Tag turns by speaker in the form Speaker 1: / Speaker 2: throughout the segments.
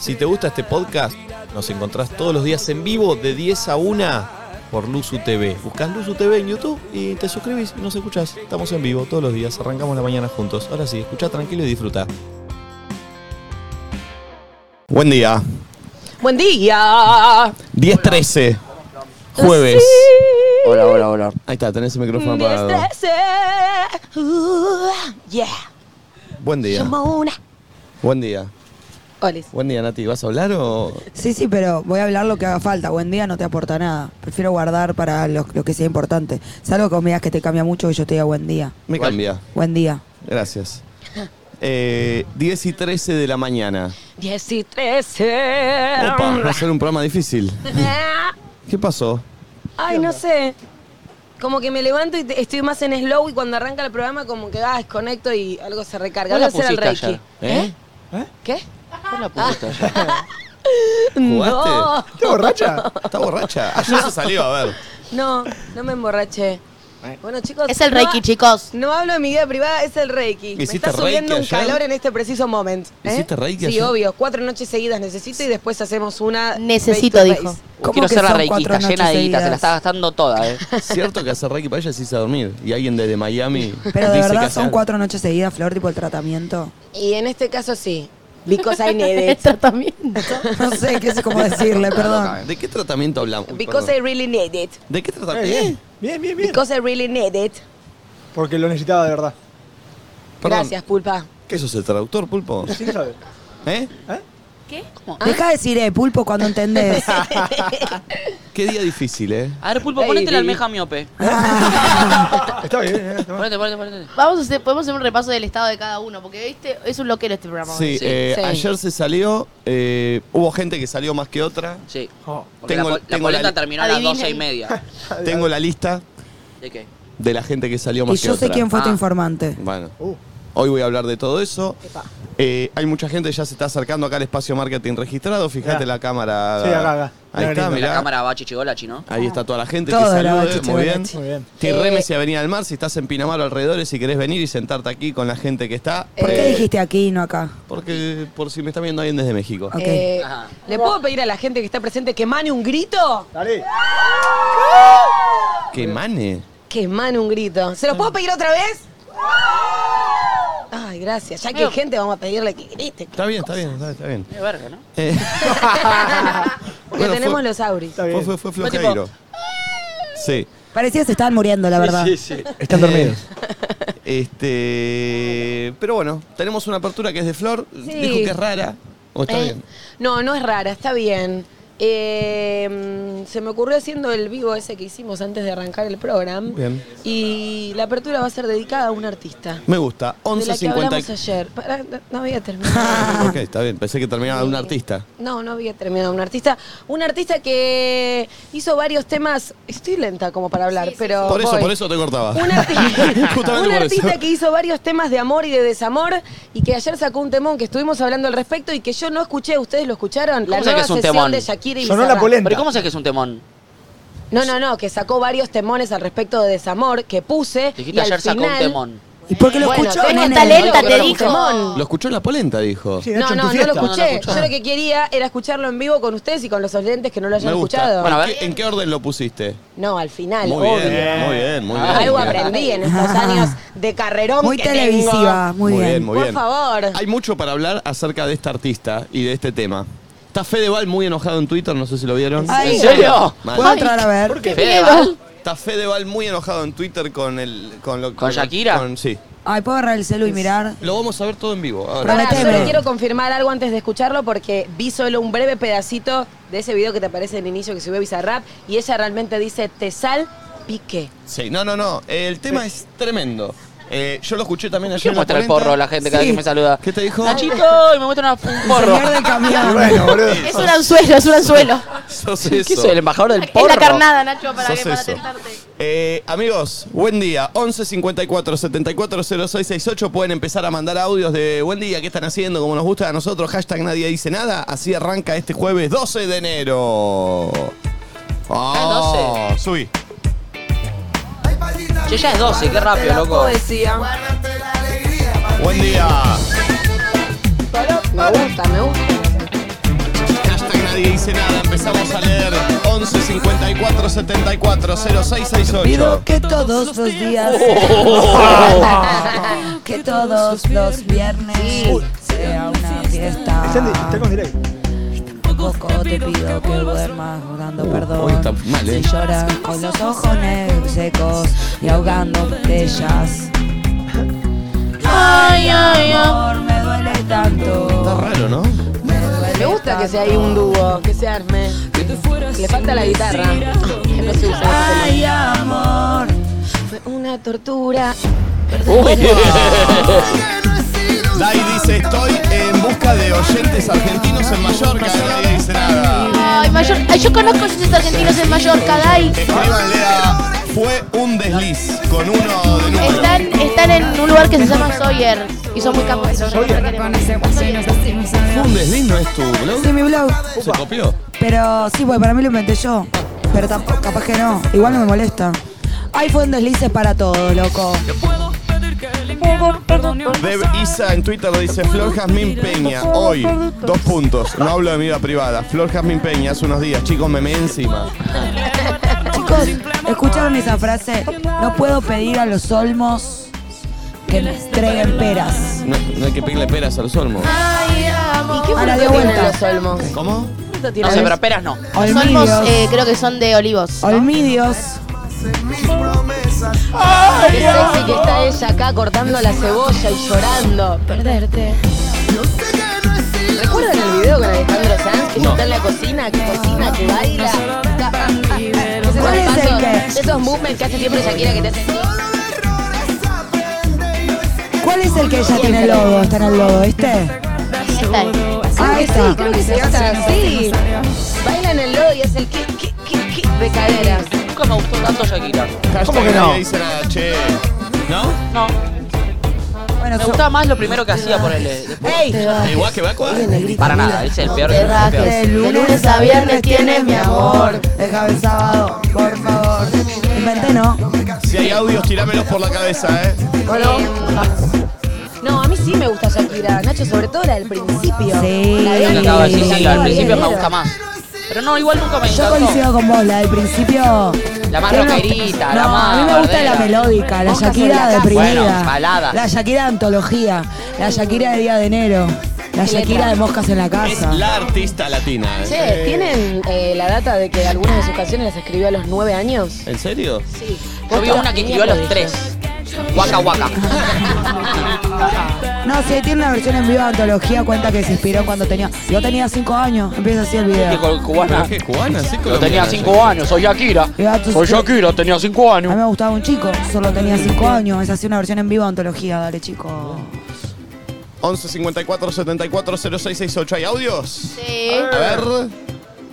Speaker 1: Si te gusta este podcast, nos encontrás todos los días en vivo de 10 a 1 por Luzu TV. Buscás Luzu TV en YouTube y te suscribís y nos escuchás. Estamos en vivo todos los días, arrancamos la mañana juntos. Ahora sí, escucha tranquilo y disfruta. Buen día,
Speaker 2: Buen día.
Speaker 1: 10.13, jueves.
Speaker 2: Sí.
Speaker 3: Hola, hola, hola.
Speaker 1: Ahí está, tenés el micrófono apagado.
Speaker 2: 10-13. Uh, yeah.
Speaker 1: Buen día,
Speaker 2: Como una.
Speaker 1: buen día.
Speaker 2: Olis.
Speaker 1: Buen día, Nati. ¿Vas a hablar o...?
Speaker 4: Sí, sí, pero voy a hablar lo que haga falta. Buen día no te aporta nada. Prefiero guardar para lo, lo que sea importante. Salvo que me digas que te cambia mucho que yo te diga buen día.
Speaker 1: Me cambia.
Speaker 4: Buen día.
Speaker 1: Gracias. Eh, 10 y 13 de la mañana.
Speaker 2: 10 y 13.
Speaker 1: Opa, va a ser un programa difícil. ¿Qué pasó?
Speaker 2: Ah, Ay, no sé. Como que me levanto y te- estoy más en slow y cuando arranca el programa como que ah, desconecto y algo se recarga. Voy a
Speaker 3: ¿Vos la
Speaker 2: hacer el
Speaker 3: pusiste
Speaker 2: reiki.
Speaker 3: ayer?
Speaker 2: ¿Eh?
Speaker 3: ¿Eh?
Speaker 2: ¿Qué?
Speaker 3: ¿Vos la pusiste ayer?
Speaker 1: ¿Jugaste?
Speaker 2: No,
Speaker 1: ¿Está borracha? Está borracha.
Speaker 3: Ah,
Speaker 1: Ayer se salió, a ver.
Speaker 2: no, no me emborraché.
Speaker 1: Eh.
Speaker 2: Bueno, chicos.
Speaker 5: Es el
Speaker 2: no
Speaker 5: Reiki,
Speaker 2: ha-
Speaker 5: chicos.
Speaker 2: No hablo de mi vida privada, es el Reiki. Me
Speaker 1: ¿Hiciste
Speaker 2: está subiendo
Speaker 1: Reiki
Speaker 2: un
Speaker 1: ayer?
Speaker 2: calor en este preciso momento. ¿eh?
Speaker 1: ¿Hiciste Reiki
Speaker 2: Sí,
Speaker 1: ayer?
Speaker 2: obvio. Cuatro noches seguidas necesito y después hacemos una.
Speaker 5: Necesito,
Speaker 2: face to
Speaker 5: dijo.
Speaker 2: face.
Speaker 4: ¿Cómo
Speaker 3: Quiero
Speaker 4: que
Speaker 3: ser la
Speaker 4: son
Speaker 3: reikista,
Speaker 4: cuatro
Speaker 3: llena de guita,
Speaker 4: noches
Speaker 3: se la
Speaker 4: seguidas?
Speaker 3: está gastando toda, ¿eh?
Speaker 1: Cierto que hacer Reiki para ella se hizo dormir. Y alguien desde Miami
Speaker 4: Pero de
Speaker 1: dice que
Speaker 4: verdad
Speaker 1: hacer-
Speaker 4: son cuatro noches seguidas, Flor, tipo el tratamiento.
Speaker 2: Y en este caso sí. Because I need
Speaker 5: El
Speaker 2: it.
Speaker 5: tratamiento.
Speaker 4: No sé, qué sé cómo decirle, perdón.
Speaker 1: ¿De qué tratamiento hablamos? Uy,
Speaker 2: Because I
Speaker 1: perdón.
Speaker 2: really need it.
Speaker 1: ¿De qué
Speaker 6: Eh,
Speaker 1: tratamiento?
Speaker 6: bien, bien, bien, bien.
Speaker 2: Because I really need it.
Speaker 6: Porque lo necesitaba de verdad.
Speaker 1: Perdón.
Speaker 2: Gracias, Pulpa.
Speaker 1: ¿Qué sos el traductor, Pulpo?
Speaker 6: Sí, sabe.
Speaker 1: ¿Eh?
Speaker 2: Ah.
Speaker 4: Deja de decir, eh, pulpo, cuando entendés.
Speaker 1: Qué día difícil, ¿eh?
Speaker 3: A ver, Pulpo,
Speaker 2: Ey,
Speaker 3: ponete la
Speaker 2: baby.
Speaker 3: almeja miope.
Speaker 6: Está bien, eh, toma.
Speaker 3: Ponete, ponete, ponete.
Speaker 5: Vamos a hacer, podemos hacer un repaso del estado de cada uno, porque viste, es un loquero este programa.
Speaker 1: Sí,
Speaker 3: sí,
Speaker 1: eh,
Speaker 2: sí.
Speaker 1: ayer se salió. eh, hubo gente que salió más que otra.
Speaker 3: Sí.
Speaker 6: Oh.
Speaker 3: Porque
Speaker 1: Tengo-
Speaker 3: la, pol- la
Speaker 1: tengo la
Speaker 3: polenta
Speaker 1: li-
Speaker 3: terminó a las
Speaker 5: Adivinen.
Speaker 3: doce y media.
Speaker 1: Tengo la lista
Speaker 3: ¿De qué?
Speaker 1: de la gente que salió
Speaker 4: Y
Speaker 1: más que
Speaker 4: yo
Speaker 1: otra.
Speaker 4: sé quién fue tu
Speaker 3: Ah.
Speaker 4: informante.
Speaker 1: Bueno,
Speaker 6: Uh,
Speaker 1: hoy voy a hablar de todo eso.
Speaker 2: Epa.
Speaker 1: Eh, hay mucha gente que ya se está acercando acá al espacio marketing registrado. Fíjate
Speaker 6: Mirá.
Speaker 1: la cámara.
Speaker 6: Sí, acá, acá.
Speaker 1: Ahí
Speaker 6: Mirá, lindo.
Speaker 1: está,
Speaker 3: La
Speaker 1: mirá.
Speaker 3: cámara va chichigolachi, ¿no?
Speaker 1: Ahí está toda la gente que
Speaker 4: Toda la
Speaker 1: salude,
Speaker 4: bache,
Speaker 1: muy bien. Eh,
Speaker 4: chivolache.
Speaker 6: muy bien.
Speaker 1: Tirremes
Speaker 4: Eh.
Speaker 1: y Avenida del Mar, si estás en Pinamar o alrededores, si querés venir y sentarte aquí con la gente que está.
Speaker 4: ¿Por qué
Speaker 1: eh,
Speaker 4: dijiste aquí y no acá?
Speaker 1: Porque por si me está viendo alguien desde México.
Speaker 4: Ok.
Speaker 2: Eh,
Speaker 3: Ajá.
Speaker 2: ¿Le puedo pedir a la gente que está presente que mane un grito?
Speaker 6: Dale.
Speaker 1: Que mane.
Speaker 2: Que mane un grito. ¿Se lo puedo pedir otra vez? Ay, gracias. Ya que hay gente, vamos a pedirle que grite.
Speaker 1: Está bien, está bien, está está bien.
Speaker 3: Qué verga, ¿no?
Speaker 1: Eh,
Speaker 2: Porque
Speaker 1: Bueno,
Speaker 2: tenemos
Speaker 1: fue-
Speaker 2: los auris.
Speaker 6: Está bien.
Speaker 1: fue, fue, fue flojeiro. Sí.
Speaker 4: Parecía que se estaban muriendo, la verdad.
Speaker 6: Sí, sí, sí. Están dormidos.
Speaker 1: Eh, Este. Pero bueno, tenemos una apertura que es de Flor. Dijo que es rara. ¿O está
Speaker 2: Eh,
Speaker 1: bien?
Speaker 2: No, no es rara, está bien. Eh, mm, se me ocurrió haciendo el vivo ese que hicimos antes de arrancar el programa.
Speaker 1: Bien.
Speaker 2: Y la apertura va a ser dedicada a un artista.
Speaker 1: Me gusta.
Speaker 2: De la que hablamos
Speaker 1: 11.50.
Speaker 2: ayer. Pará, no- no había terminado.
Speaker 1: Ah, Ok, está bien. Pensé que terminaba de un artista.
Speaker 2: No, no había terminado. Un artista, un artista que hizo varios temas. Estoy lenta como para hablar, pero.
Speaker 1: Por eso,
Speaker 2: Oh, voy.
Speaker 1: por eso te cortaba.
Speaker 2: Un arti-
Speaker 1: Justamente
Speaker 2: un
Speaker 1: por
Speaker 2: artista
Speaker 1: eso.
Speaker 2: que hizo varios temas de amor y de desamor y que ayer sacó un temón que estuvimos hablando al respecto y que yo no escuché, ¿ustedes lo escucharon? La
Speaker 3: ¿Cómo sabés
Speaker 2: nueva
Speaker 3: que es un
Speaker 2: sesión
Speaker 3: temón?
Speaker 2: de Shakira y
Speaker 6: Sonó la
Speaker 2: Bizarrap.
Speaker 6: polenta.
Speaker 3: Pero ¿y cómo sabes que es un temón?
Speaker 2: No, no, no, que sacó varios temones al respecto de desamor que puse y
Speaker 3: Dijiste
Speaker 2: al
Speaker 3: ayer sacó un
Speaker 2: final-
Speaker 3: temón.
Speaker 4: ¿Y por qué lo
Speaker 2: Bueno,
Speaker 4: escuchó?
Speaker 2: tenés
Speaker 4: nene?
Speaker 5: talento,
Speaker 2: Pero
Speaker 5: te
Speaker 2: lo
Speaker 5: dijo.
Speaker 2: escuchó.
Speaker 1: Lo escuchó en la polenta, dijo.
Speaker 6: Sí,
Speaker 2: No,
Speaker 6: Nacho, en tu
Speaker 2: Ah, no, no lo
Speaker 6: fiesta.
Speaker 2: escuché.
Speaker 3: escuchó.
Speaker 2: Yo lo que quería era escucharlo en vivo con ustedes y con los oyentes que no lo hayan
Speaker 1: Me gusta.
Speaker 2: escuchado.
Speaker 1: Bueno,
Speaker 3: Bueno,
Speaker 1: a
Speaker 3: a
Speaker 1: ver. ¿En qué orden lo pusiste?
Speaker 2: no, al final,
Speaker 1: Muy
Speaker 2: obvio.
Speaker 1: bien, muy bien, muy bien.
Speaker 2: Algo
Speaker 1: muy bien.
Speaker 2: aprendí en estos
Speaker 4: Ah.
Speaker 2: años de carrerón
Speaker 4: Muy
Speaker 2: que tengo.
Speaker 4: televisiva, muy, bien.
Speaker 1: muy
Speaker 2: Por
Speaker 1: bien.
Speaker 2: favor.
Speaker 1: Hay mucho para hablar acerca de esta artista y de este tema. Está Fedeval muy enojado en Twitter, no sé si lo vieron.
Speaker 4: Ay.
Speaker 3: ¿En serio?
Speaker 1: Mal.
Speaker 4: ¿Puedo entrar a ver?
Speaker 3: Fedeval.
Speaker 1: Está Fedeval muy enojado en Twitter con el con lo-
Speaker 3: ¿Con Shakira?
Speaker 1: con- sí.
Speaker 4: Ay, ¿puedo agarrar el celu y mirar?
Speaker 1: Lo vamos a ver todo en vivo. ahora.
Speaker 2: Pará, yo
Speaker 4: Prometeme.
Speaker 2: le quiero confirmar algo antes de escucharlo porque vi solo un breve pedacito de ese video que te aparece en el inicio que subió Bizarrap y ella realmente dice te sal pique.
Speaker 1: Sí, no, no, no. El tema es tremendo. Eh, yo lo escuché también ayer.
Speaker 3: ¿Qué
Speaker 1: en la
Speaker 3: muestra el
Speaker 1: polenta.
Speaker 3: porro a la gente cada
Speaker 1: Sí.
Speaker 3: vez que me saluda?
Speaker 1: ¿Qué te dijo?
Speaker 3: Nachito, y me muestra una- un porro.
Speaker 4: Señor del
Speaker 6: Y
Speaker 4: camión.
Speaker 6: bueno, boludo.
Speaker 5: Es un anzuelo, es un anzuelo.
Speaker 1: Sos
Speaker 3: ¿Qué
Speaker 1: eso.
Speaker 3: soy, el embajador del
Speaker 5: Es
Speaker 3: porro?
Speaker 5: la carnada, Nacho, para,
Speaker 1: Sos
Speaker 5: que, para
Speaker 1: eso.
Speaker 5: tentarte.
Speaker 1: Eh, amigos, buen día. 11 54 74 0668. Pueden empezar a mandar audios de buen día, qué están haciendo, como nos gusta a nosotros. Hashtag nadie dice nada. Así arranca este jueves 12 de enero.
Speaker 3: Ah,
Speaker 1: 12. Subí.
Speaker 3: Che, ya es 12, qué rápido, loco.
Speaker 1: Buen día.
Speaker 2: Me gusta, me gusta.
Speaker 1: empezamos a leer 11 54 74 0668.
Speaker 4: Pido que todos los días, Oh. que todos los viernes sea una
Speaker 7: Están, de-
Speaker 4: fiesta.
Speaker 7: están con delay.
Speaker 4: Poco te pido que duermas rogando perdón.
Speaker 1: hoy está mal, eh.
Speaker 4: Si lloras con los ojos negros secos y ahogando botellas.
Speaker 5: Ay, ay, ay.
Speaker 4: Amor, me duele
Speaker 1: Está
Speaker 4: tanto.
Speaker 1: raro, ¿no?
Speaker 4: Me duele
Speaker 2: Me gusta que sea ahí
Speaker 4: tanto.
Speaker 2: un dúo, que se arme. Le falta la guitarra. Que no se usa.
Speaker 4: Ay, amor.
Speaker 2: Fue una tortura.
Speaker 1: Dai dice, estoy en busca de oyentes argentinos en Mallorca. Nadie dice nada.
Speaker 5: Ay, Mayor- ay, yo conozco esos argentinos en Mallorca, Dai.
Speaker 1: Escríbanle a Fue un desliz con uno de número.
Speaker 5: Están, están en un lugar que se llama Sawyer y son muy capos.
Speaker 1: Fue un desliz, ¿no es tu blog?
Speaker 4: Sí, mi blog.
Speaker 1: ¿Se copió?
Speaker 4: Pero sí, porque para mí lo inventé yo. Pero tampoco, capaz que no. Igual no me molesta. Ay, fue un deslices para todo, loco.
Speaker 1: Deb Isa en Twitter dice Flor Jazmín Peña, hoy, dos puntos, no hablo de mi vida privada. Flor Jazmín Peña, hace unos días, chicos, me me encima.
Speaker 4: Chicos, ¿escucharon esa frase? No puedo pedir a los olmos que me entreguen peras.
Speaker 1: No, no hay que pedirle peras al solmo.
Speaker 2: ¿Y qué fruta
Speaker 4: Ahora dio
Speaker 2: tienen
Speaker 4: vuelta.
Speaker 2: los olmos?
Speaker 1: ¿Cómo?
Speaker 2: ¿Qué fruta
Speaker 3: No
Speaker 2: tienen?
Speaker 3: sé, pero peras no.
Speaker 5: Somos,
Speaker 4: Olmidios.
Speaker 5: eh, creo que son de olivos.
Speaker 4: Olmidios.
Speaker 2: Que sexy que está ella acá cortando la cebolla y llorando. Perderte. ¿Recuerdan el video con Alejandro Sanz? Que está en la cocina, que cocina, que baila. Esos
Speaker 4: ¿Cuál es el
Speaker 2: pasos,
Speaker 4: que?
Speaker 2: Esos movements que hace siempre Shakira que te hace así.
Speaker 4: ¿Cuál es el que ya tiene lodo? Está en el lodo, ¿este?
Speaker 5: Está ahí.
Speaker 4: Ah,
Speaker 2: Creo que
Speaker 4: esta.
Speaker 2: sí, creo que se llama así. Baila en el lodo y es el que, que, que, que de caderas.
Speaker 3: Nunca me gustó tanto Shakira.
Speaker 1: ¿Cómo
Speaker 7: que no?
Speaker 1: dice nada, che. ¿No?
Speaker 3: No.
Speaker 4: Bueno,
Speaker 3: Me
Speaker 4: su-
Speaker 3: gustaba más lo primero que hacía por el. eh,
Speaker 4: ¡Ey!
Speaker 1: Igual que eh. Bacua.
Speaker 3: Para nada, es el peor.
Speaker 5: te
Speaker 3: el peor.
Speaker 5: rajes.
Speaker 4: De lunes a viernes tienes mi amor. Deja el sábado, por favor. Inventé, ¿no?
Speaker 1: Si hay audios, tirámelos por la cabeza, ¿eh?
Speaker 2: Eh, No, a mí sí me gusta Shakira, Nacho, sobre todo la del principio.
Speaker 4: Sí.
Speaker 2: La de
Speaker 3: Yo
Speaker 2: antes.
Speaker 3: acabo de decir, sí, al
Speaker 2: Ay,
Speaker 3: principio me
Speaker 2: enero.
Speaker 3: gusta más. Pero no, igual nunca me
Speaker 4: Yo
Speaker 3: encantó.
Speaker 4: coincido con vos, la del principio.
Speaker 3: La más
Speaker 4: Tiene una-
Speaker 3: rockerita,
Speaker 4: no,
Speaker 3: la más
Speaker 4: a mí me gusta
Speaker 3: bardera.
Speaker 4: la melódica, la
Speaker 2: Hojas
Speaker 4: Shakira
Speaker 2: sobre la
Speaker 4: deprimida.
Speaker 3: Bueno, balada.
Speaker 4: La Shakira de antología, la Shakira de día de enero, la Shakira de moscas en la casa.
Speaker 1: artista latina. ¿eh?
Speaker 2: Che, ¿tienen eh, la data de que algunas de sus canciones las escribió a los nueve años?
Speaker 1: ¿En serio?
Speaker 2: Sí.
Speaker 3: Yo vi una que escribió a los tres. Waka waka.
Speaker 4: No, si tiene una versión en vivo de antología, cuenta que se inspiró cuando tenía. Yo tenía 5 años, empieza así el
Speaker 3: Que
Speaker 4: video.
Speaker 3: con cubana.
Speaker 1: ¿Qué cubana? Sí,
Speaker 3: Yo
Speaker 1: colombiana,
Speaker 3: tenía
Speaker 1: sí.
Speaker 3: cinco años, soy Shakira.
Speaker 4: Ya, tú-
Speaker 3: Soy Shakira, tenía cinco
Speaker 4: A mí
Speaker 3: años.
Speaker 4: me gustaba un chico, solo tenía 5 años, es así una versión en vivo de antología, dale chico.
Speaker 1: 11 54 74 0668. ¿Hay audios?
Speaker 5: Sí.
Speaker 1: A ver.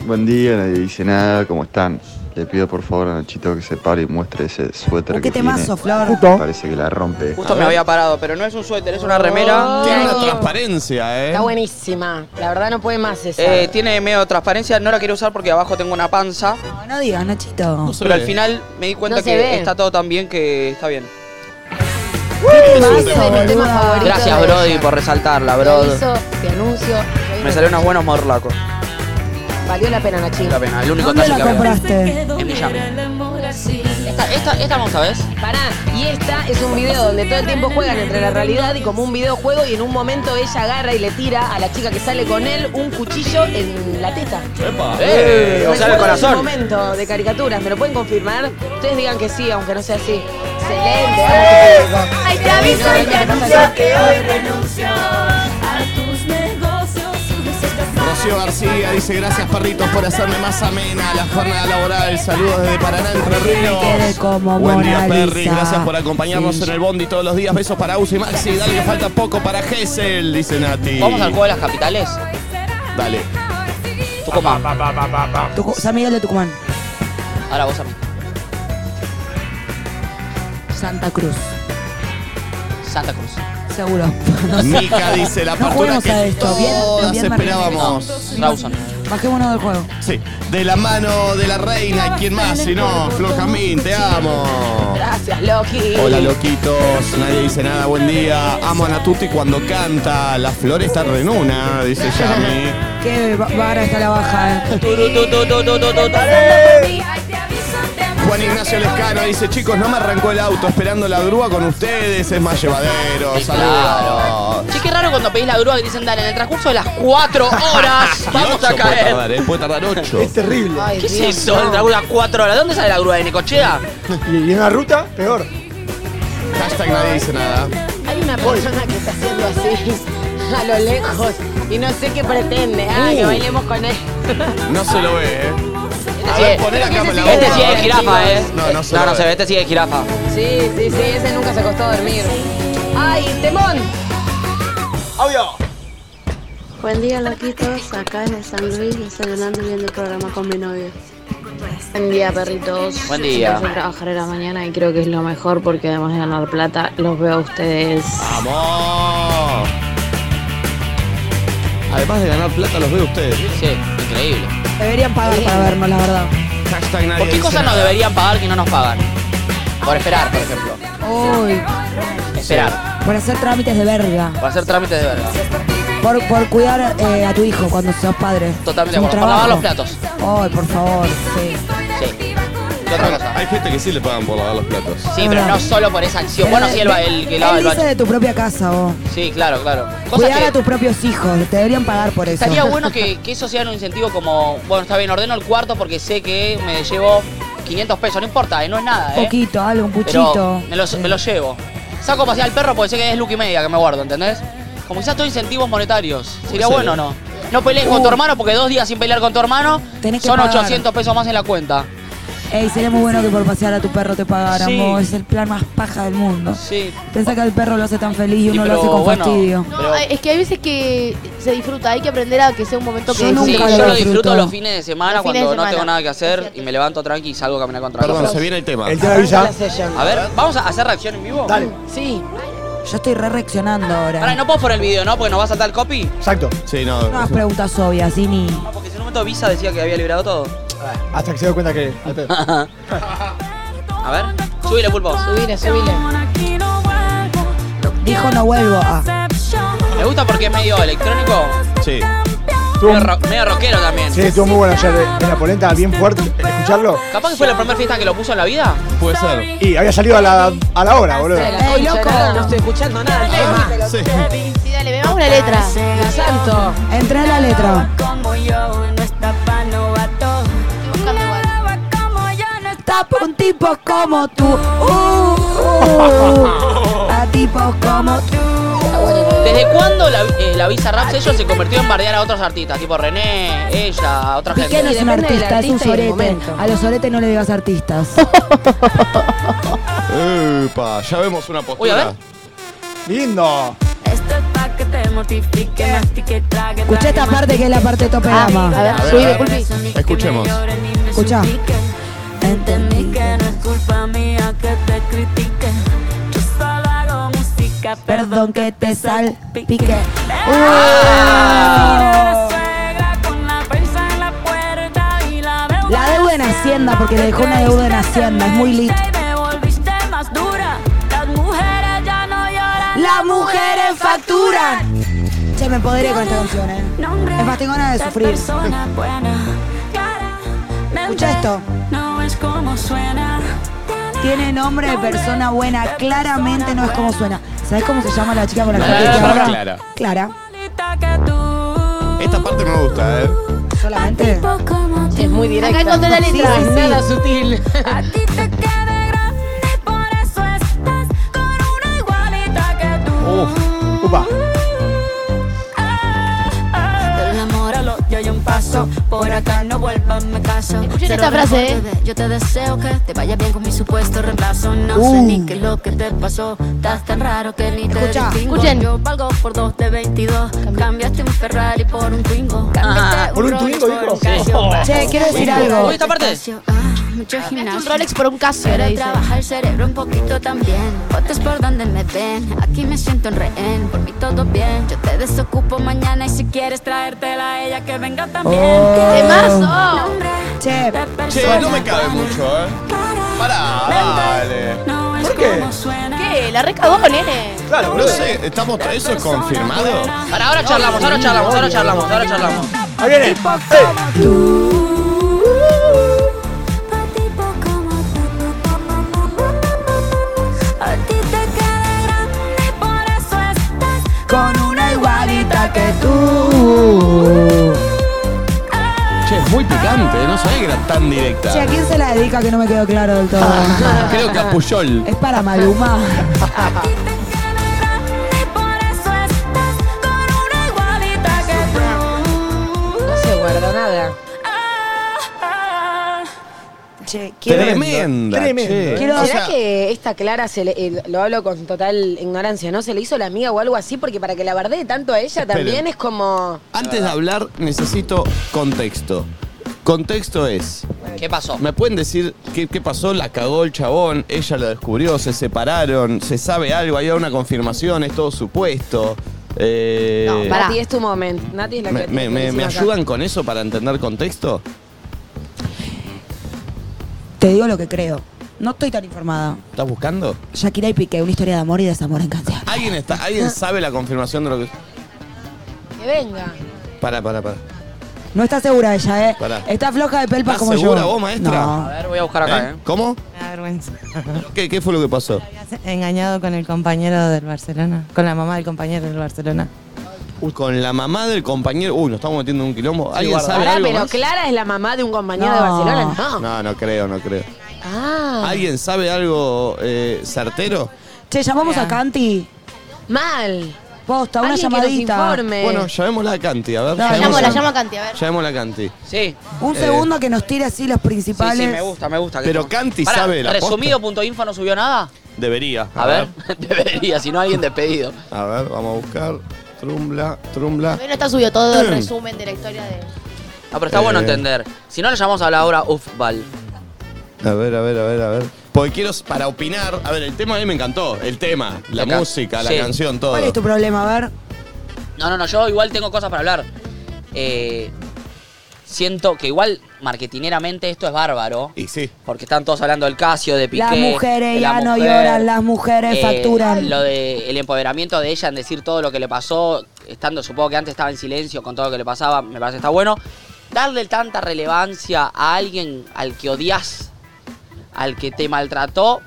Speaker 8: Buen día, nadie dice nada, ¿cómo están? Le pido por favor a Nachito que se pare y muestre ese suéter
Speaker 4: Uh,
Speaker 8: que
Speaker 4: qué temazo,
Speaker 8: tiene.
Speaker 4: Flor.
Speaker 8: Parece que la rompe.
Speaker 3: Justo me había parado, pero no es un suéter, es una remera.
Speaker 1: Tiene una transparencia, ¿eh?
Speaker 2: Está buenísima. La verdad no puede más esa.
Speaker 3: Eh, tiene medio transparencia, no la quiero usar porque abajo tengo una panza.
Speaker 4: No, no digas, Nachito.
Speaker 1: se
Speaker 3: Pero
Speaker 1: ve.
Speaker 3: al final me di cuenta
Speaker 2: No se
Speaker 3: que
Speaker 2: ve.
Speaker 3: está todo tan bien que está bien.
Speaker 4: ¿Qué
Speaker 2: es mi tema favorito.
Speaker 3: Gracias,
Speaker 2: de
Speaker 3: Brody,
Speaker 2: ella.
Speaker 3: por resaltarla,
Speaker 2: Te
Speaker 3: Brody.
Speaker 2: aviso, te anuncio.
Speaker 3: Me salieron unos buenos morlacos.
Speaker 2: Valió la pena, Nachito.
Speaker 3: La pena, el único
Speaker 4: ¿Dónde
Speaker 3: talle
Speaker 4: la
Speaker 3: que había.
Speaker 4: compraste?
Speaker 3: En Miami. Esta, esta, esta vamos a ver.
Speaker 2: Pará, y esta es un video donde todo el tiempo juegan entre la realidad y como un videojuego y en un momento ella agarra y le tira a la chica que sale con él un cuchillo en la teta.
Speaker 3: Eh, o sea,
Speaker 2: Recuerdo
Speaker 3: el
Speaker 2: ese
Speaker 3: corazón.
Speaker 2: momento de caricaturas, ¿me lo pueden confirmar? Ustedes digan que sí, aunque no sea así. Excelente. vamos, público.
Speaker 5: Ay, te aviso y te anuncio
Speaker 2: que
Speaker 1: Rocío García dice gracias perritos por hacerme más amena la jornada laboral. Saludos desde Paraná, Entre
Speaker 4: Quede
Speaker 1: Ríos.
Speaker 4: como
Speaker 1: Buen día
Speaker 4: Mona
Speaker 1: Perry,
Speaker 4: Lisa.
Speaker 1: gracias por acompañarnos
Speaker 4: Sí.
Speaker 1: en el Bondi todos los días. Besos para Uzi Maxi, dale que falta poco para Gessel, dice Nati.
Speaker 3: Vamos al juego de las capitales.
Speaker 1: Dale.
Speaker 3: Tucumán.
Speaker 4: Tucu- San Miguel de Tucumán.
Speaker 3: Ahora vos a mí.
Speaker 4: Santa Cruz.
Speaker 3: Santa Cruz.
Speaker 4: seguro. No sé.
Speaker 1: Mica dice la
Speaker 4: No
Speaker 1: postura
Speaker 4: juguemos
Speaker 1: que
Speaker 4: a esto, bien-
Speaker 1: todas
Speaker 4: bien
Speaker 1: esperábamos.
Speaker 3: Rawson.
Speaker 4: Bajémonos del juego.
Speaker 1: Sí, de la mano de la reina, ¿quién más? Si no, Flor Jamín, te amo.
Speaker 2: Gracias, Loki.
Speaker 1: Hola loquitos, nadie dice nada, buen día. Amo a Natuti cuando canta, la flor está renuna, dice Yami.
Speaker 4: Qué va- vara está la baja, eh.
Speaker 1: Juan Ignacio Lescano dice, chicos, no me arrancó el auto esperando la grúa con ustedes, es más llevadero, saludos.
Speaker 5: Che, qué raro cuando pedís la grúa que dicen, dale, en el transcurso de las cuatro horas vamos a
Speaker 1: Ocho Puede
Speaker 5: caer.
Speaker 1: tardar, ¿eh? puede tardar ocho.
Speaker 9: Es terrible.
Speaker 2: Ay,
Speaker 5: ¿Qué es
Speaker 2: Dios,
Speaker 5: eso? El
Speaker 2: no.
Speaker 5: transcurso de las cuatro horas. ¿Dónde sale la grúa de Necochea?
Speaker 9: Y, y en una ruta, peor.
Speaker 1: Hashtag nadie dice nada.
Speaker 2: Hay una persona que está haciendo así a lo lejos y no sé qué pretende. Ah, que bailemos con él.
Speaker 1: No se lo ve, ¿eh? A
Speaker 3: sí
Speaker 1: ver,
Speaker 3: es.
Speaker 1: poner acá con la
Speaker 3: Este
Speaker 1: boca.
Speaker 3: sí es de jirafa, ¿eh?
Speaker 1: No, no se
Speaker 3: No,
Speaker 1: lo
Speaker 3: no
Speaker 1: ve.
Speaker 3: se ve. Este sí es de jirafa.
Speaker 2: Sí, sí, sí, ese nunca se acostó a dormir. Ay, temón.
Speaker 9: Audio.
Speaker 7: Buen día, loquitos. Acá en San Luis, desayunando y viendo el programa con mi novio. Buen día, perritos.
Speaker 3: Buen día.
Speaker 7: Yo trabajar en la mañana y creo que es lo mejor porque además de ganar plata, los veo a ustedes.
Speaker 1: ¡Vamos! Además de ganar plata, los veo a ustedes.
Speaker 3: Sí, increíble.
Speaker 4: Deberían pagar para vernos, la verdad.
Speaker 1: Hashtag nadie
Speaker 3: ¿Por qué
Speaker 1: dice
Speaker 3: cosas nos
Speaker 1: nada.
Speaker 3: deberían pagar que no nos pagan? Por esperar, por ejemplo.
Speaker 4: Uy,
Speaker 3: Esperar.
Speaker 4: por hacer trámites de verga.
Speaker 3: Por hacer trámites de verga.
Speaker 4: Por, por cuidar eh, a tu hijo cuando seas padre.
Speaker 3: Totalmente
Speaker 4: Es un
Speaker 3: de acuerdo. Por lavar los
Speaker 4: trabajo.
Speaker 3: platos.
Speaker 4: Ay, por favor, sí.
Speaker 3: Sí. ¿Qué otra cosa?
Speaker 1: Hay gente que sí le pagan por lavar los platos.
Speaker 3: Sí, pero
Speaker 4: Ah.
Speaker 3: no solo por esa
Speaker 4: Eh,
Speaker 3: acción. Bueno, sí, el, ba- el que lava el
Speaker 4: Él dice
Speaker 3: baño.
Speaker 4: de tu propia casa, vos.
Speaker 3: Sí, claro, claro. Cosas
Speaker 4: Cuidar
Speaker 3: que-
Speaker 4: a tus propios hijos, te deberían pagar por eso.
Speaker 3: Estaría bueno que, que eso sea un incentivo como, bueno, está bien, ordeno el cuarto porque sé que me llevo 500 pesos, no importa, eh, no es nada, ¿eh?
Speaker 4: Poquito, algo, un
Speaker 3: pero
Speaker 4: puchito.
Speaker 3: me los, me los llevo. Saco a pasear al perro porque sé que es look y media que me guardo, ¿entendés? Como quizás todos incentivos monetarios. Sería
Speaker 1: ser,
Speaker 3: bueno,
Speaker 1: ¿eh?
Speaker 3: o ¿no? No pelees con tu hermano porque dos días sin pelear con tu hermano
Speaker 4: Tenés que
Speaker 3: son
Speaker 4: pagar.
Speaker 3: 800 pesos más en la cuenta.
Speaker 4: Ey, sería muy bueno que por pasear a tu perro te pagaran,
Speaker 3: Sí.
Speaker 4: vos. Es el plan más paja del mundo.
Speaker 3: Sí.
Speaker 4: Pensá que el perro lo hace tan feliz y
Speaker 3: Sí,
Speaker 4: uno
Speaker 3: pero
Speaker 4: lo hace con
Speaker 3: bueno.
Speaker 4: fastidio.
Speaker 5: No,
Speaker 3: Pero-
Speaker 5: es que hay veces que se disfruta, hay que aprender a que sea un momento que
Speaker 4: Yo
Speaker 5: disfrutes.
Speaker 4: nunca
Speaker 3: Sí, yo
Speaker 4: lo
Speaker 3: lo
Speaker 4: disfruto.
Speaker 3: disfruto los fines de semana
Speaker 5: Los
Speaker 3: cuando
Speaker 5: fines de
Speaker 3: no
Speaker 5: semana.
Speaker 3: tengo nada que
Speaker 5: Es
Speaker 3: hacer
Speaker 5: cierto.
Speaker 3: y me levanto tranqui y salgo a caminar con tranqui.
Speaker 1: Perdón, se viene el tema.
Speaker 9: El tema avisa.
Speaker 3: A ver, ¿vamos a hacer reacción en vivo?
Speaker 9: Dale.
Speaker 2: Sí.
Speaker 4: Yo estoy re reaccionando
Speaker 3: Pará, y
Speaker 4: ahora.
Speaker 3: no puedo por el video, ¿no? Porque nos va a saltar el copy.
Speaker 9: Exacto.
Speaker 1: Sí, no.
Speaker 4: Unas preguntas obvias, y ni.
Speaker 3: No, porque en un momento Visa decía que había liberado todo.
Speaker 9: Hasta que se dio cuenta que. al pedo.
Speaker 3: A ver, subile, pulpo.
Speaker 2: Subile, subile.
Speaker 4: Dijo no vuelvo Ah, a.
Speaker 3: Me gusta porque es medio electrónico,
Speaker 1: Sí.
Speaker 9: Estuvo-
Speaker 3: medio, ro- medio rockero también.
Speaker 9: Sí, estuvo muy bueno ayer eh, en la polenta, bien fuerte. Escucharlo.
Speaker 3: Capaz que fue la primera fiesta que lo puso en la vida.
Speaker 1: Puede ser.
Speaker 9: Y había salido a la, a la hora, boludo.
Speaker 4: ¡Ey, loco!
Speaker 2: escuchando nada del tema.
Speaker 1: Sí.
Speaker 5: Sí, dale, veamos la letra.
Speaker 2: Dios santo.
Speaker 4: Entré en la letra. Tapa un tipo como tú. Uh, uh, a tipos como tú.
Speaker 3: ¿Desde cuándo la, eh, la Visa Rap Session se convirtió en bardear a otros artistas? Tipo René, ella, otra
Speaker 4: Piqué no
Speaker 3: gente.
Speaker 4: es un
Speaker 2: depende del
Speaker 4: artista, es
Speaker 2: artista y
Speaker 4: un
Speaker 2: del
Speaker 4: sorete.
Speaker 2: momento.
Speaker 4: A los soretes no le digas artistas.
Speaker 1: Epa, ya vemos una postura.
Speaker 3: Uy, a ver.
Speaker 9: Lindo.
Speaker 4: Escuché esta parte que es la parte tope
Speaker 5: A
Speaker 6: Ah,
Speaker 4: gama.
Speaker 5: ver,
Speaker 1: ver,
Speaker 5: subí
Speaker 1: a
Speaker 5: de
Speaker 1: ver.
Speaker 5: culpi.
Speaker 1: Escuchemos.
Speaker 4: Escucha. Entendí que no es culpa mía que te critique. Yo solo hago música, perdón que te salpique.
Speaker 7: ¡Ah!
Speaker 4: Ah. La deuda en Hacienda, porque le dejó una deuda en Hacienda, es muy lit. Las mujeres facturan. Che, me empoderé con esta canción, eh. Es más, tengo ganas de sufrir. Escucha esto. Tiene nombre de persona buena, claramente no es como suena. ¿Sabes cómo se llama la chica con la
Speaker 1: Clara,
Speaker 4: que te
Speaker 1: Clara,
Speaker 4: habla?
Speaker 1: Clara.
Speaker 4: Clara.
Speaker 1: Esta parte me gusta, ¿eh?
Speaker 4: Solamente.
Speaker 2: Es muy directa.
Speaker 5: Acá encontré la letra.
Speaker 2: Sí, sí, sí. Nada sutil.
Speaker 9: Uf. Upa.
Speaker 6: Por acá no vuelvas, me caso.
Speaker 5: Escuchen
Speaker 6: Cero
Speaker 5: esta frase, ¿eh?
Speaker 6: reporte de- Yo te deseo que te vaya bien con mi supuesto reemplazo. No sé
Speaker 9: Uh.
Speaker 6: ni qué es lo que te pasó. Estás tan raro que ni te
Speaker 4: Escucha.
Speaker 6: distingo.
Speaker 5: Escuchen.
Speaker 6: Yo valgo por dos de 22. Cambiaste un Ferrari por un Twingo.
Speaker 9: Ah, ¿Por un Twingo, dijo?
Speaker 6: Casio.
Speaker 4: Che, quiero decir
Speaker 10: Bingo.
Speaker 4: algo.
Speaker 3: Uy, esta parte.
Speaker 6: Ah,
Speaker 7: Mucho
Speaker 5: Vete un
Speaker 7: gimnasio.
Speaker 5: Rolex por un casio,
Speaker 7: Quiero
Speaker 5: le dice.
Speaker 7: trabajar el cerebro un poquito también. Fotos por donde me ven. Aquí me siento un rehén. Por mí todo bien. Yo te desocupo mañana y si quieres traértela a ella que venga también.
Speaker 4: Oh.
Speaker 5: ¡De marzo!
Speaker 7: Nombre
Speaker 4: Che,
Speaker 7: de persona.
Speaker 10: Che, no me cabe mucho, ¿eh? Pará, dale.
Speaker 7: No es
Speaker 11: ¿Por qué?
Speaker 7: como suena.
Speaker 5: ¿Qué? La recagó, nene.
Speaker 11: Claro,
Speaker 10: No sé, estamos, ¿eso es confirmado?
Speaker 4: Ah.
Speaker 3: Para, ahora charlamos, ahora charlamos, ahora charlamos, ahora charlamos.
Speaker 11: Ahí viene. ¡Ey!
Speaker 7: A ti te queda grande, por eso estás
Speaker 4: con una igualita que tú.
Speaker 1: Che, es muy picante, no sabía que era tan directa.
Speaker 4: Che, ¿a quién se la dedica que no me quedó claro del todo?
Speaker 3: Ah,
Speaker 1: Creo que a Puyol.
Speaker 4: Es para Maluma.
Speaker 7: grande, por eso estás con una igualita que tú.
Speaker 2: No se guardó nada.
Speaker 7: Ah,
Speaker 4: Che, quiero,
Speaker 1: Tremenda.
Speaker 11: Tremendo.
Speaker 1: che.
Speaker 2: ¿Será
Speaker 10: O sea-
Speaker 2: que esta Clara, se le- eh, lo hablo con total ignorancia, ¿no? ¿Se le hizo la amiga o algo así? Porque para que la bardee tanto a ella también es como...
Speaker 1: Antes de hablar, necesito contexto. Contexto es,
Speaker 3: ¿Qué pasó?
Speaker 1: ¿me pueden decir qué, qué pasó? La cagó el chabón, ella lo descubrió, se separaron, se sabe algo, hay una confirmación, es todo supuesto. Eh,
Speaker 5: No, pará.
Speaker 2: Nati, es tu momento. Nati es la
Speaker 1: ¿Me,
Speaker 2: que...
Speaker 1: me- me- me
Speaker 2: acá.
Speaker 1: ayudan con eso para entender contexto?
Speaker 4: te digo lo que creo. No estoy tan informada.
Speaker 1: ¿Estás buscando?
Speaker 4: Shakira y Piqué, una historia de amor y desamor en canción.
Speaker 1: ¿Alguien, está,
Speaker 5: Ah.
Speaker 1: ¿Alguien sabe la confirmación de lo que...?
Speaker 2: Que venga.
Speaker 1: Para, para, para.
Speaker 4: No está segura ella, ¿eh?
Speaker 1: Pará.
Speaker 4: Está floja de pelpa
Speaker 1: ¿Estás
Speaker 4: como yo.
Speaker 1: segura vos, maestra?
Speaker 3: A
Speaker 4: No.
Speaker 3: ver, voy a buscar acá, ¿eh?
Speaker 1: ¿Cómo?
Speaker 5: Me da vergüenza.
Speaker 1: ¿Qué, qué fue lo que pasó?
Speaker 5: Engañado con el compañero del Barcelona. Con la mamá del compañero del Barcelona.
Speaker 1: Uy, Con la mamá del compañero... Uy, nos estamos metiendo en un quilombo. ¿Alguien
Speaker 3: guarda.
Speaker 1: sabe
Speaker 2: Pará,
Speaker 1: algo
Speaker 2: pero
Speaker 1: más?
Speaker 2: Clara es la mamá de un compañero de
Speaker 4: No.
Speaker 2: Barcelona, ¿no?
Speaker 1: No, no creo, no creo.
Speaker 2: Ah,
Speaker 1: ¿Alguien sabe algo eh, certero?
Speaker 4: Che, llamamos a Canti.
Speaker 2: mal.
Speaker 4: Posta, una
Speaker 2: Alguien Que
Speaker 4: llamadita.
Speaker 2: nos
Speaker 5: Eh.
Speaker 2: informe.
Speaker 1: Bueno, llamémosla a Canti, a ver.
Speaker 4: Dale.
Speaker 5: Llamo, la
Speaker 1: llamémosla-
Speaker 5: llamo a Canti, a ver.
Speaker 1: Llamémosla a Canti.
Speaker 3: Sí.
Speaker 4: Un
Speaker 1: Eh.
Speaker 4: segundo que nos tire así los
Speaker 3: Sí,
Speaker 4: principales.
Speaker 3: sí, me gusta, me gusta. que
Speaker 1: Pero
Speaker 3: estamos-
Speaker 1: Canti
Speaker 3: Pará,
Speaker 1: sabe la posta.
Speaker 3: Resumido.info no subió nada.
Speaker 1: Debería.
Speaker 3: A ver, debería, si no alguien despedido.
Speaker 1: A ver, vamos a buscar. Trumbla, trumbla.
Speaker 5: Todavía no está subido todo el
Speaker 4: Mm.
Speaker 5: resumen de la historia de.
Speaker 3: No, Ah, pero está
Speaker 1: Eh.
Speaker 3: bueno entender. Si no, le llamamos a la hora Ufbal.
Speaker 1: A ver, a ver, a ver, a ver. Porque quiero, para opinar, a ver, el tema a mí me encantó. El tema, la
Speaker 3: Acá.
Speaker 1: música, la
Speaker 3: Sí.
Speaker 1: canción, todo.
Speaker 4: ¿Cuál es tu problema? A ver.
Speaker 3: No, no, no, yo igual tengo cosas para hablar. Eh, siento que igual, marketineramente, esto es bárbaro.
Speaker 1: Y sí.
Speaker 3: Porque están todos hablando del Casio, de Piqué.
Speaker 4: Las mujeres
Speaker 3: de la
Speaker 4: ya no
Speaker 3: mujer.
Speaker 4: lloran, las mujeres
Speaker 3: Eh,
Speaker 4: facturan.
Speaker 3: Lo del empoderamiento de ella en decir todo lo que le pasó, estando, supongo que antes estaba en silencio con todo lo que le pasaba, me parece que está bueno. Darle tanta relevancia a alguien al que odias, al que te maltrató.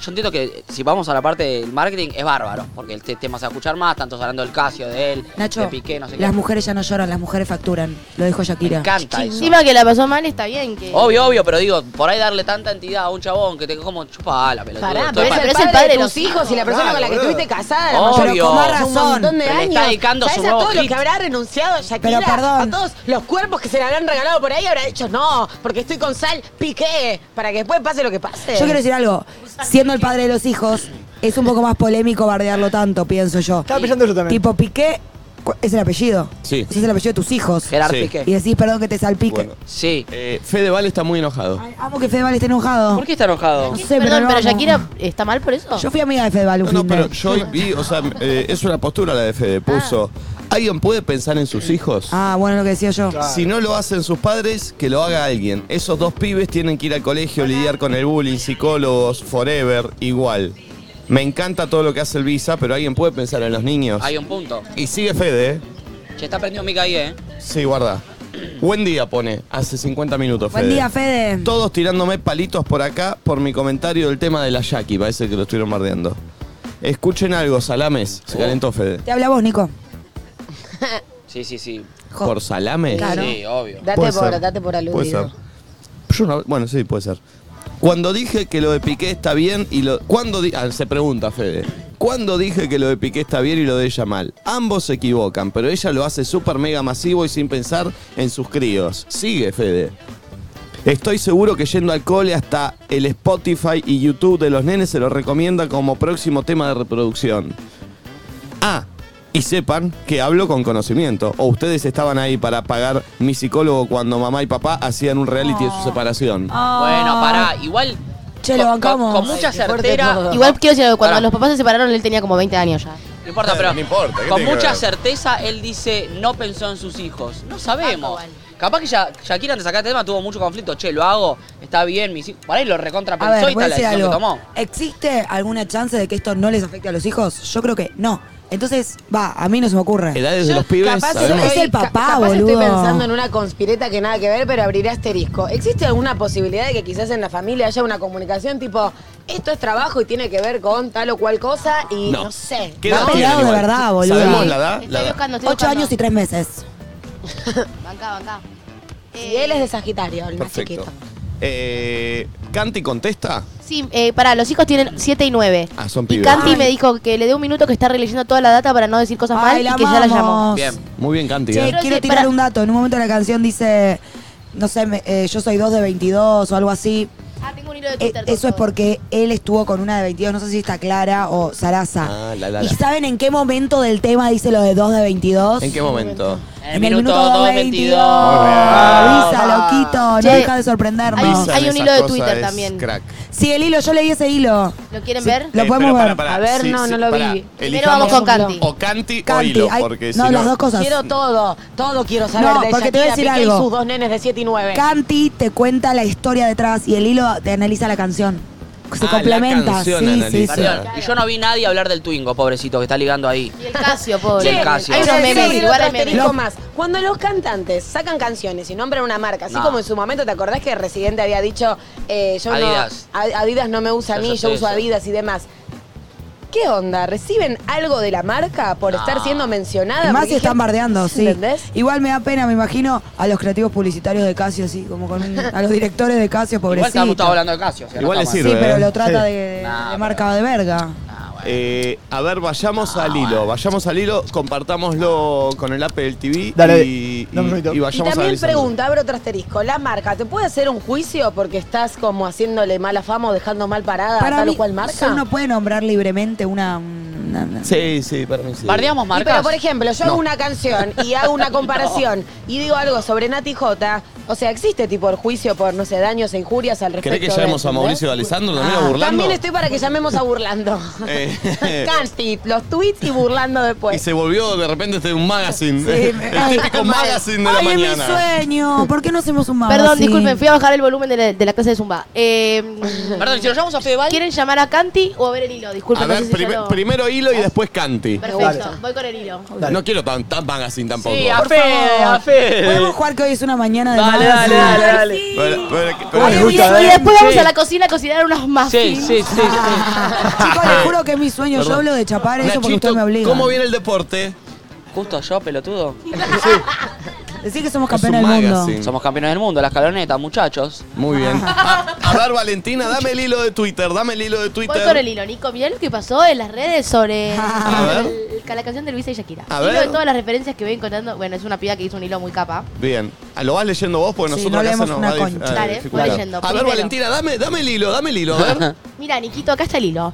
Speaker 3: Yo entiendo que si vamos a la parte del marketing es bárbaro, porque este tema se va a escuchar más, tanto hablando del Casio, de él, de
Speaker 4: Nacho,
Speaker 3: Piqué, no sé
Speaker 4: las
Speaker 3: qué.
Speaker 4: mujeres ya no lloran, las mujeres facturan. Lo dijo
Speaker 3: Me
Speaker 4: Shakira.
Speaker 3: encanta eso.
Speaker 5: Encima que la pasó mal, está bien. que
Speaker 3: Obvio, obvio, pero digo, por ahí darle tanta entidad a un chabón que te como chupa la pelota.
Speaker 2: Pará,
Speaker 5: Pero
Speaker 2: pero es el
Speaker 5: es
Speaker 2: padre,
Speaker 5: el padre
Speaker 2: de
Speaker 5: de
Speaker 2: tus
Speaker 5: los
Speaker 2: hijos y la persona con la que estuviste casada. la
Speaker 3: Obvio.
Speaker 2: mayor-
Speaker 4: con más
Speaker 2: hace
Speaker 4: razón.
Speaker 2: Un montón de
Speaker 3: Pero le
Speaker 2: años.
Speaker 3: está dedicando
Speaker 2: ¿Sabes
Speaker 3: su
Speaker 2: a
Speaker 3: nuevo
Speaker 2: todo lo
Speaker 3: hit?
Speaker 2: que habrá renunciado Shakira?
Speaker 4: Pero perdón.
Speaker 2: A todos los cuerpos que se le habrán regalado por ahí habrá dicho, no, porque estoy con sal, piqué, para que después pase lo que pase.
Speaker 4: Yo quiero decir algo. Siendo el padre de los hijos, es un poco más polémico bardearlo tanto, pienso yo.
Speaker 11: Estaba pensando yo también.
Speaker 4: Tipo Piqué, cu- es el apellido.
Speaker 1: Sí.
Speaker 4: Ese Es el apellido de tus hijos.
Speaker 3: Gerard
Speaker 1: Sí.
Speaker 3: Piqué.
Speaker 4: Y decís, perdón que te salpique.
Speaker 1: Bueno.
Speaker 3: Sí.
Speaker 1: Eh, Fedeval está muy enojado.
Speaker 4: Ay, amo que Fedeval esté enojado.
Speaker 3: ¿Por qué está enojado?
Speaker 4: No sé,
Speaker 5: Perdón,
Speaker 4: pero,
Speaker 5: pero
Speaker 4: lo amo.
Speaker 5: Shakira está mal por eso.
Speaker 4: Yo fui amiga de Fedeval un
Speaker 1: No, no,
Speaker 4: fin de.
Speaker 1: pero yo hoy vi, o sea, eh, es una postura la de Fede. Puso, ¿alguien puede pensar en sus hijos?
Speaker 4: Ah, bueno, lo que decía yo.
Speaker 11: Claro.
Speaker 1: Si no lo hacen sus padres, que lo haga alguien. Esos dos pibes tienen que ir al colegio, lidiar con el bullying, psicólogos, forever, igual. Me encanta todo lo que hace el Visa, pero alguien puede pensar en los niños.
Speaker 3: Hay un punto.
Speaker 1: Y sigue Fede, ¿eh?
Speaker 3: Che, está prendido Mica ahí, ¿eh?
Speaker 1: Sí, guarda. Buen día, pone. Hace 50 minutos,
Speaker 4: Buen
Speaker 1: Fede.
Speaker 4: día, Fede.
Speaker 1: Todos tirándome palitos por acá por mi comentario del tema de la Jackie. Parece que lo estuvieron bardeando. Escuchen algo, salames.
Speaker 3: Oh.
Speaker 1: Se calentó Fede.
Speaker 4: Te habla vos, Nico.
Speaker 3: Sí, sí, sí.
Speaker 4: Jo.
Speaker 1: ¿Por salames?
Speaker 4: Claro.
Speaker 3: Sí, obvio.
Speaker 2: Date
Speaker 1: Puede
Speaker 2: por,
Speaker 1: ser.
Speaker 2: date por aludido.
Speaker 1: Puede ser. Yo no- bueno, sí, puede ser. Cuando dije que lo de Piqué está bien y lo. Cuando di- ah, se pregunta, Fede. Cuando dije que lo de Piqué está bien y lo de ella mal? Ambos se equivocan, pero ella lo hace súper mega masivo y sin pensar en sus críos. Sigue, Fede. Estoy seguro que yendo al cole hasta el Spotify y YouTube de los nenes se lo recomienda como próximo tema de reproducción. Ah, Y sepan que hablo con conocimiento. O ustedes estaban ahí para pagar mi psicólogo cuando mamá y papá hacían un reality de su separación.
Speaker 2: Ah.
Speaker 3: Bueno, pará, igual.
Speaker 4: Che, lo bancamos.
Speaker 3: Con mucha certera.
Speaker 5: Igual quiero decir algo, cuando
Speaker 3: Pará.
Speaker 5: los papás se separaron, él tenía como 20 años ya.
Speaker 3: No importa, pero.
Speaker 12: No importa, ¿qué
Speaker 3: Con
Speaker 12: tiene que
Speaker 3: mucha
Speaker 12: ver?
Speaker 3: certeza, él dice, no pensó en sus hijos. No sabemos. Capaz que ya, Shakira, antes de sacar este tema, tuvo mucho conflicto. Che, lo hago, está bien, mis hijos. Por ahí lo
Speaker 4: A
Speaker 3: recontrapensó
Speaker 4: ver,
Speaker 3: y
Speaker 4: voy a
Speaker 3: tal la
Speaker 4: decir
Speaker 3: decisión que tomó.
Speaker 4: algo. ¿Existe alguna chance de que esto no les afecte a los hijos? Yo creo que no. Entonces, va, a mí no se me ocurre.
Speaker 1: Edades de los pibes.
Speaker 4: capaz
Speaker 1: sabemos.
Speaker 4: es el papá,
Speaker 2: Capaz
Speaker 4: boludo.
Speaker 2: estoy pensando en una conspireta que nada que ver, pero abriré asterisco. ¿Existe alguna posibilidad de que quizás en la familia haya una comunicación tipo, esto es trabajo y tiene que ver con tal o cual cosa y no,
Speaker 1: No.
Speaker 2: sé?
Speaker 1: ¿Qué
Speaker 4: Está
Speaker 1: edad tienen
Speaker 4: peleado de
Speaker 1: igual?
Speaker 4: verdad, boludo.
Speaker 1: ¿Sabemos la edad? La edad.
Speaker 4: Ocho años y tres meses.
Speaker 5: Bancá, bancá.
Speaker 2: Y él es de Sagitario, el más
Speaker 1: Perfecto.
Speaker 2: chiquito.
Speaker 1: Eh, ¿Canti contesta?
Speaker 5: Sí, eh, pará, los hijos tienen 7 y 9.
Speaker 1: Ah, son
Speaker 5: Y
Speaker 1: pibes.
Speaker 5: Canti me dijo que le dé un minuto que está releyendo toda la data para no decir cosas mal
Speaker 4: Ay,
Speaker 5: y
Speaker 4: la
Speaker 5: que ya la llamó.
Speaker 4: amamos.
Speaker 1: Bien. Muy bien, Canti.
Speaker 4: Che,
Speaker 1: eh.
Speaker 4: quiero
Speaker 5: sí,
Speaker 4: tirar
Speaker 5: para-
Speaker 4: un dato. En un momento la canción dice, no sé, me- eh, yo soy dos de 22 o algo así.
Speaker 5: Ah, tengo un hilo de
Speaker 4: Eh,
Speaker 5: Twitter.
Speaker 4: eso es porque él estuvo con una de 22, no sé si está Clara o Sarasa.
Speaker 1: Ah, la, la,
Speaker 4: ¿Y
Speaker 1: la.
Speaker 4: saben en qué momento del tema dice lo de dos de 22?
Speaker 1: ¿En qué momento?
Speaker 4: En el minuto 222.
Speaker 1: Muy bien. Ah.
Speaker 4: Avisa, loquito,
Speaker 5: Che,
Speaker 4: no deja de sorprendernos.
Speaker 5: hay un-
Speaker 1: Avisan,
Speaker 5: hay un
Speaker 1: esa
Speaker 5: hilo de
Speaker 1: cosa
Speaker 5: Twitter
Speaker 1: es
Speaker 5: también.
Speaker 1: Crack.
Speaker 4: Sí, el hilo, yo leí ese hilo.
Speaker 5: ¿Lo quieren
Speaker 4: Sí,
Speaker 5: ver?
Speaker 4: Lo
Speaker 1: Eh,
Speaker 4: podemos
Speaker 1: pero pará,
Speaker 4: ver.
Speaker 1: pará.
Speaker 2: A ver,
Speaker 1: Sí,
Speaker 2: no,
Speaker 1: sí,
Speaker 2: no lo
Speaker 1: pará.
Speaker 2: vi.
Speaker 5: Primero
Speaker 1: Elijamos
Speaker 5: vamos con Canti.
Speaker 1: o Canti, o
Speaker 4: Canti,
Speaker 1: hilo,
Speaker 4: hay-
Speaker 1: porque si
Speaker 4: no,
Speaker 1: no...
Speaker 4: las dos cosas.
Speaker 2: Quiero todo, todo quiero saber
Speaker 4: No,
Speaker 2: de
Speaker 4: porque te voy a
Speaker 2: Shakira,
Speaker 4: decir
Speaker 2: Piqué y
Speaker 4: algo.
Speaker 2: sus dos nenes de 7 y 9.
Speaker 4: Canti te cuenta la historia detrás y el hilo te analiza la canción.
Speaker 1: Ah,
Speaker 4: Se
Speaker 1: la
Speaker 4: complementa. Sí,
Speaker 1: canción
Speaker 4: sí,
Speaker 1: analiza.
Speaker 4: sí.
Speaker 3: Perdón, Y yo no vi nadie hablar del Twingo, pobrecito, que está ligando ahí.
Speaker 5: Y el Casio, pobre.
Speaker 3: Y el Casio.
Speaker 5: Hay unos
Speaker 3: Sí,
Speaker 5: memes,
Speaker 2: Sí,
Speaker 5: igual
Speaker 2: otro
Speaker 5: hay memes.
Speaker 2: asterisco más. Cuando los cantantes sacan canciones y nombran una marca, así
Speaker 3: No.
Speaker 2: como en su momento, ¿te acordás que Residente había dicho eh, yo no-
Speaker 3: Adidas.
Speaker 2: A- Adidas no me usa a mí, yo
Speaker 3: Cállate
Speaker 2: uso
Speaker 3: eso.
Speaker 2: Adidas y demás? ¿Qué onda? ¿Reciben algo de la marca por
Speaker 3: No.
Speaker 2: estar siendo mencionada?
Speaker 4: Y más
Speaker 2: Porque
Speaker 4: si están
Speaker 2: dije,
Speaker 4: bardeando, sí.
Speaker 2: ¿Entendés?
Speaker 4: Igual me da pena, me imagino, a los creativos publicitarios de Casio, sí, como con un- a los directores de Casio,
Speaker 3: Igual
Speaker 4: pobrecito.
Speaker 3: estamos todos hablando de Casio. o sea, no
Speaker 1: Igual
Speaker 3: está
Speaker 1: es
Speaker 3: mal.
Speaker 4: sí, pero
Speaker 1: ¿eh?
Speaker 4: lo trata de,
Speaker 12: Sí.
Speaker 4: de-
Speaker 3: Nah,
Speaker 4: de marca de verga.
Speaker 1: Eh, a ver, vayamos al hilo. Vayamos al hilo, compartámoslo con el Apple TV
Speaker 12: Dale,
Speaker 1: y,
Speaker 12: dame un
Speaker 1: y-
Speaker 12: minuto.
Speaker 1: y
Speaker 2: Y
Speaker 1: vayamos
Speaker 2: también
Speaker 1: analizando.
Speaker 2: pregunta, abre otro asterisco, la marca, ¿te puede hacer un juicio porque estás como haciéndole mala fama o dejando mal parada a tal o cual marca?
Speaker 4: uno puede nombrar libremente una... una- una-
Speaker 1: Sí, sí, para mí sí.
Speaker 3: Bardeamos
Speaker 2: Y
Speaker 3: marcas.
Speaker 2: pero, por ejemplo, yo hago una canción y hago una comparación y digo algo sobre Nati J. O sea, existe tipo el juicio por, no sé, daños e injurias al respecto.
Speaker 1: ¿Querés que
Speaker 2: de-
Speaker 1: llamemos a Mauricio Alessandro también a
Speaker 2: ¿eh?
Speaker 1: burlando?
Speaker 2: También estoy para que llamemos a Burlando.
Speaker 1: Eh,
Speaker 2: Canti, los tweets y burlando
Speaker 1: y
Speaker 2: después.
Speaker 1: se volvió de repente este un magazine.
Speaker 4: Sí, me-
Speaker 1: el típico magazine de la
Speaker 4: Ay, es mi
Speaker 1: mañana.
Speaker 4: sueño. ¿Por qué no hacemos un magazine?
Speaker 5: Perdón, disculpen, fui a bajar el volumen de la, de la clase de Zumba. Eh,
Speaker 3: Perdón, si lo llamamos a Fedeval.
Speaker 5: ¿Quieren llamar a Canti o a ver el hilo? Disculpen,
Speaker 1: A
Speaker 5: no
Speaker 1: ver,
Speaker 5: sé si
Speaker 1: prim-
Speaker 5: ya lo-
Speaker 1: primero hilo y después Canti.
Speaker 5: Perfecto, voy con el hilo.
Speaker 12: Dale.
Speaker 1: No quiero tan, tan magazine tampoco.
Speaker 3: Sí, a
Speaker 4: Por favor.
Speaker 3: Fede, a Fede.
Speaker 4: Podemos jugar que hoy es una mañana de
Speaker 3: Dale, dale,
Speaker 4: magazine?
Speaker 3: dale, dale.
Speaker 1: Pero- pero- pero-
Speaker 12: Ay,
Speaker 5: Y,
Speaker 12: Me gusta,
Speaker 5: y
Speaker 12: ¿eh?
Speaker 5: después vamos
Speaker 3: Sí.
Speaker 5: a la cocina a cocinar unos
Speaker 3: Sí,
Speaker 5: muffins.
Speaker 3: sí, sí. sí.
Speaker 4: Chicos, les juro que es mi sueño. Yo hablo de chapar eso porque
Speaker 1: Nachito,
Speaker 4: usted me obliga.
Speaker 1: ¿Cómo viene el deporte?
Speaker 3: Justo yo, pelotudo.
Speaker 4: Decir que somos
Speaker 1: Es un
Speaker 4: campeones del mundo.
Speaker 1: magazine.
Speaker 3: Somos campeones del mundo, la escaloneta, muchachos.
Speaker 1: Muy bien. A, a ver, Valentina, dame el hilo de Twitter, dame el hilo de
Speaker 5: Voy
Speaker 1: Twitter.
Speaker 5: con el hilo, Nico. Mirá lo que pasó en las redes sobre
Speaker 1: A
Speaker 5: el- la canción de Luisa y Shakira.
Speaker 1: A
Speaker 5: Hilo
Speaker 1: ver.
Speaker 5: de todas las referencias que voy encontrando. Bueno, es una piba que hizo un hilo muy capa.
Speaker 1: Bien. Ah, Lo vas leyendo vos porque
Speaker 4: Sí,
Speaker 1: nosotros
Speaker 4: no
Speaker 1: acá
Speaker 4: leemos
Speaker 1: se nos
Speaker 4: una
Speaker 1: va a dif-
Speaker 4: concha.
Speaker 1: a
Speaker 5: Dale,
Speaker 1: dificultar.
Speaker 5: voy leyendo.
Speaker 1: A ver,
Speaker 5: Primero.
Speaker 1: Valentina, dame, dame el hilo, dame el hilo, a ver.
Speaker 5: Mira, Niquito, acá está el hilo.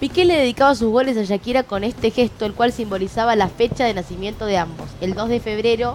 Speaker 5: Piqué le dedicaba sus goles a Shakira con este gesto, el cual simbolizaba la fecha de nacimiento de ambos, el 2 de febrero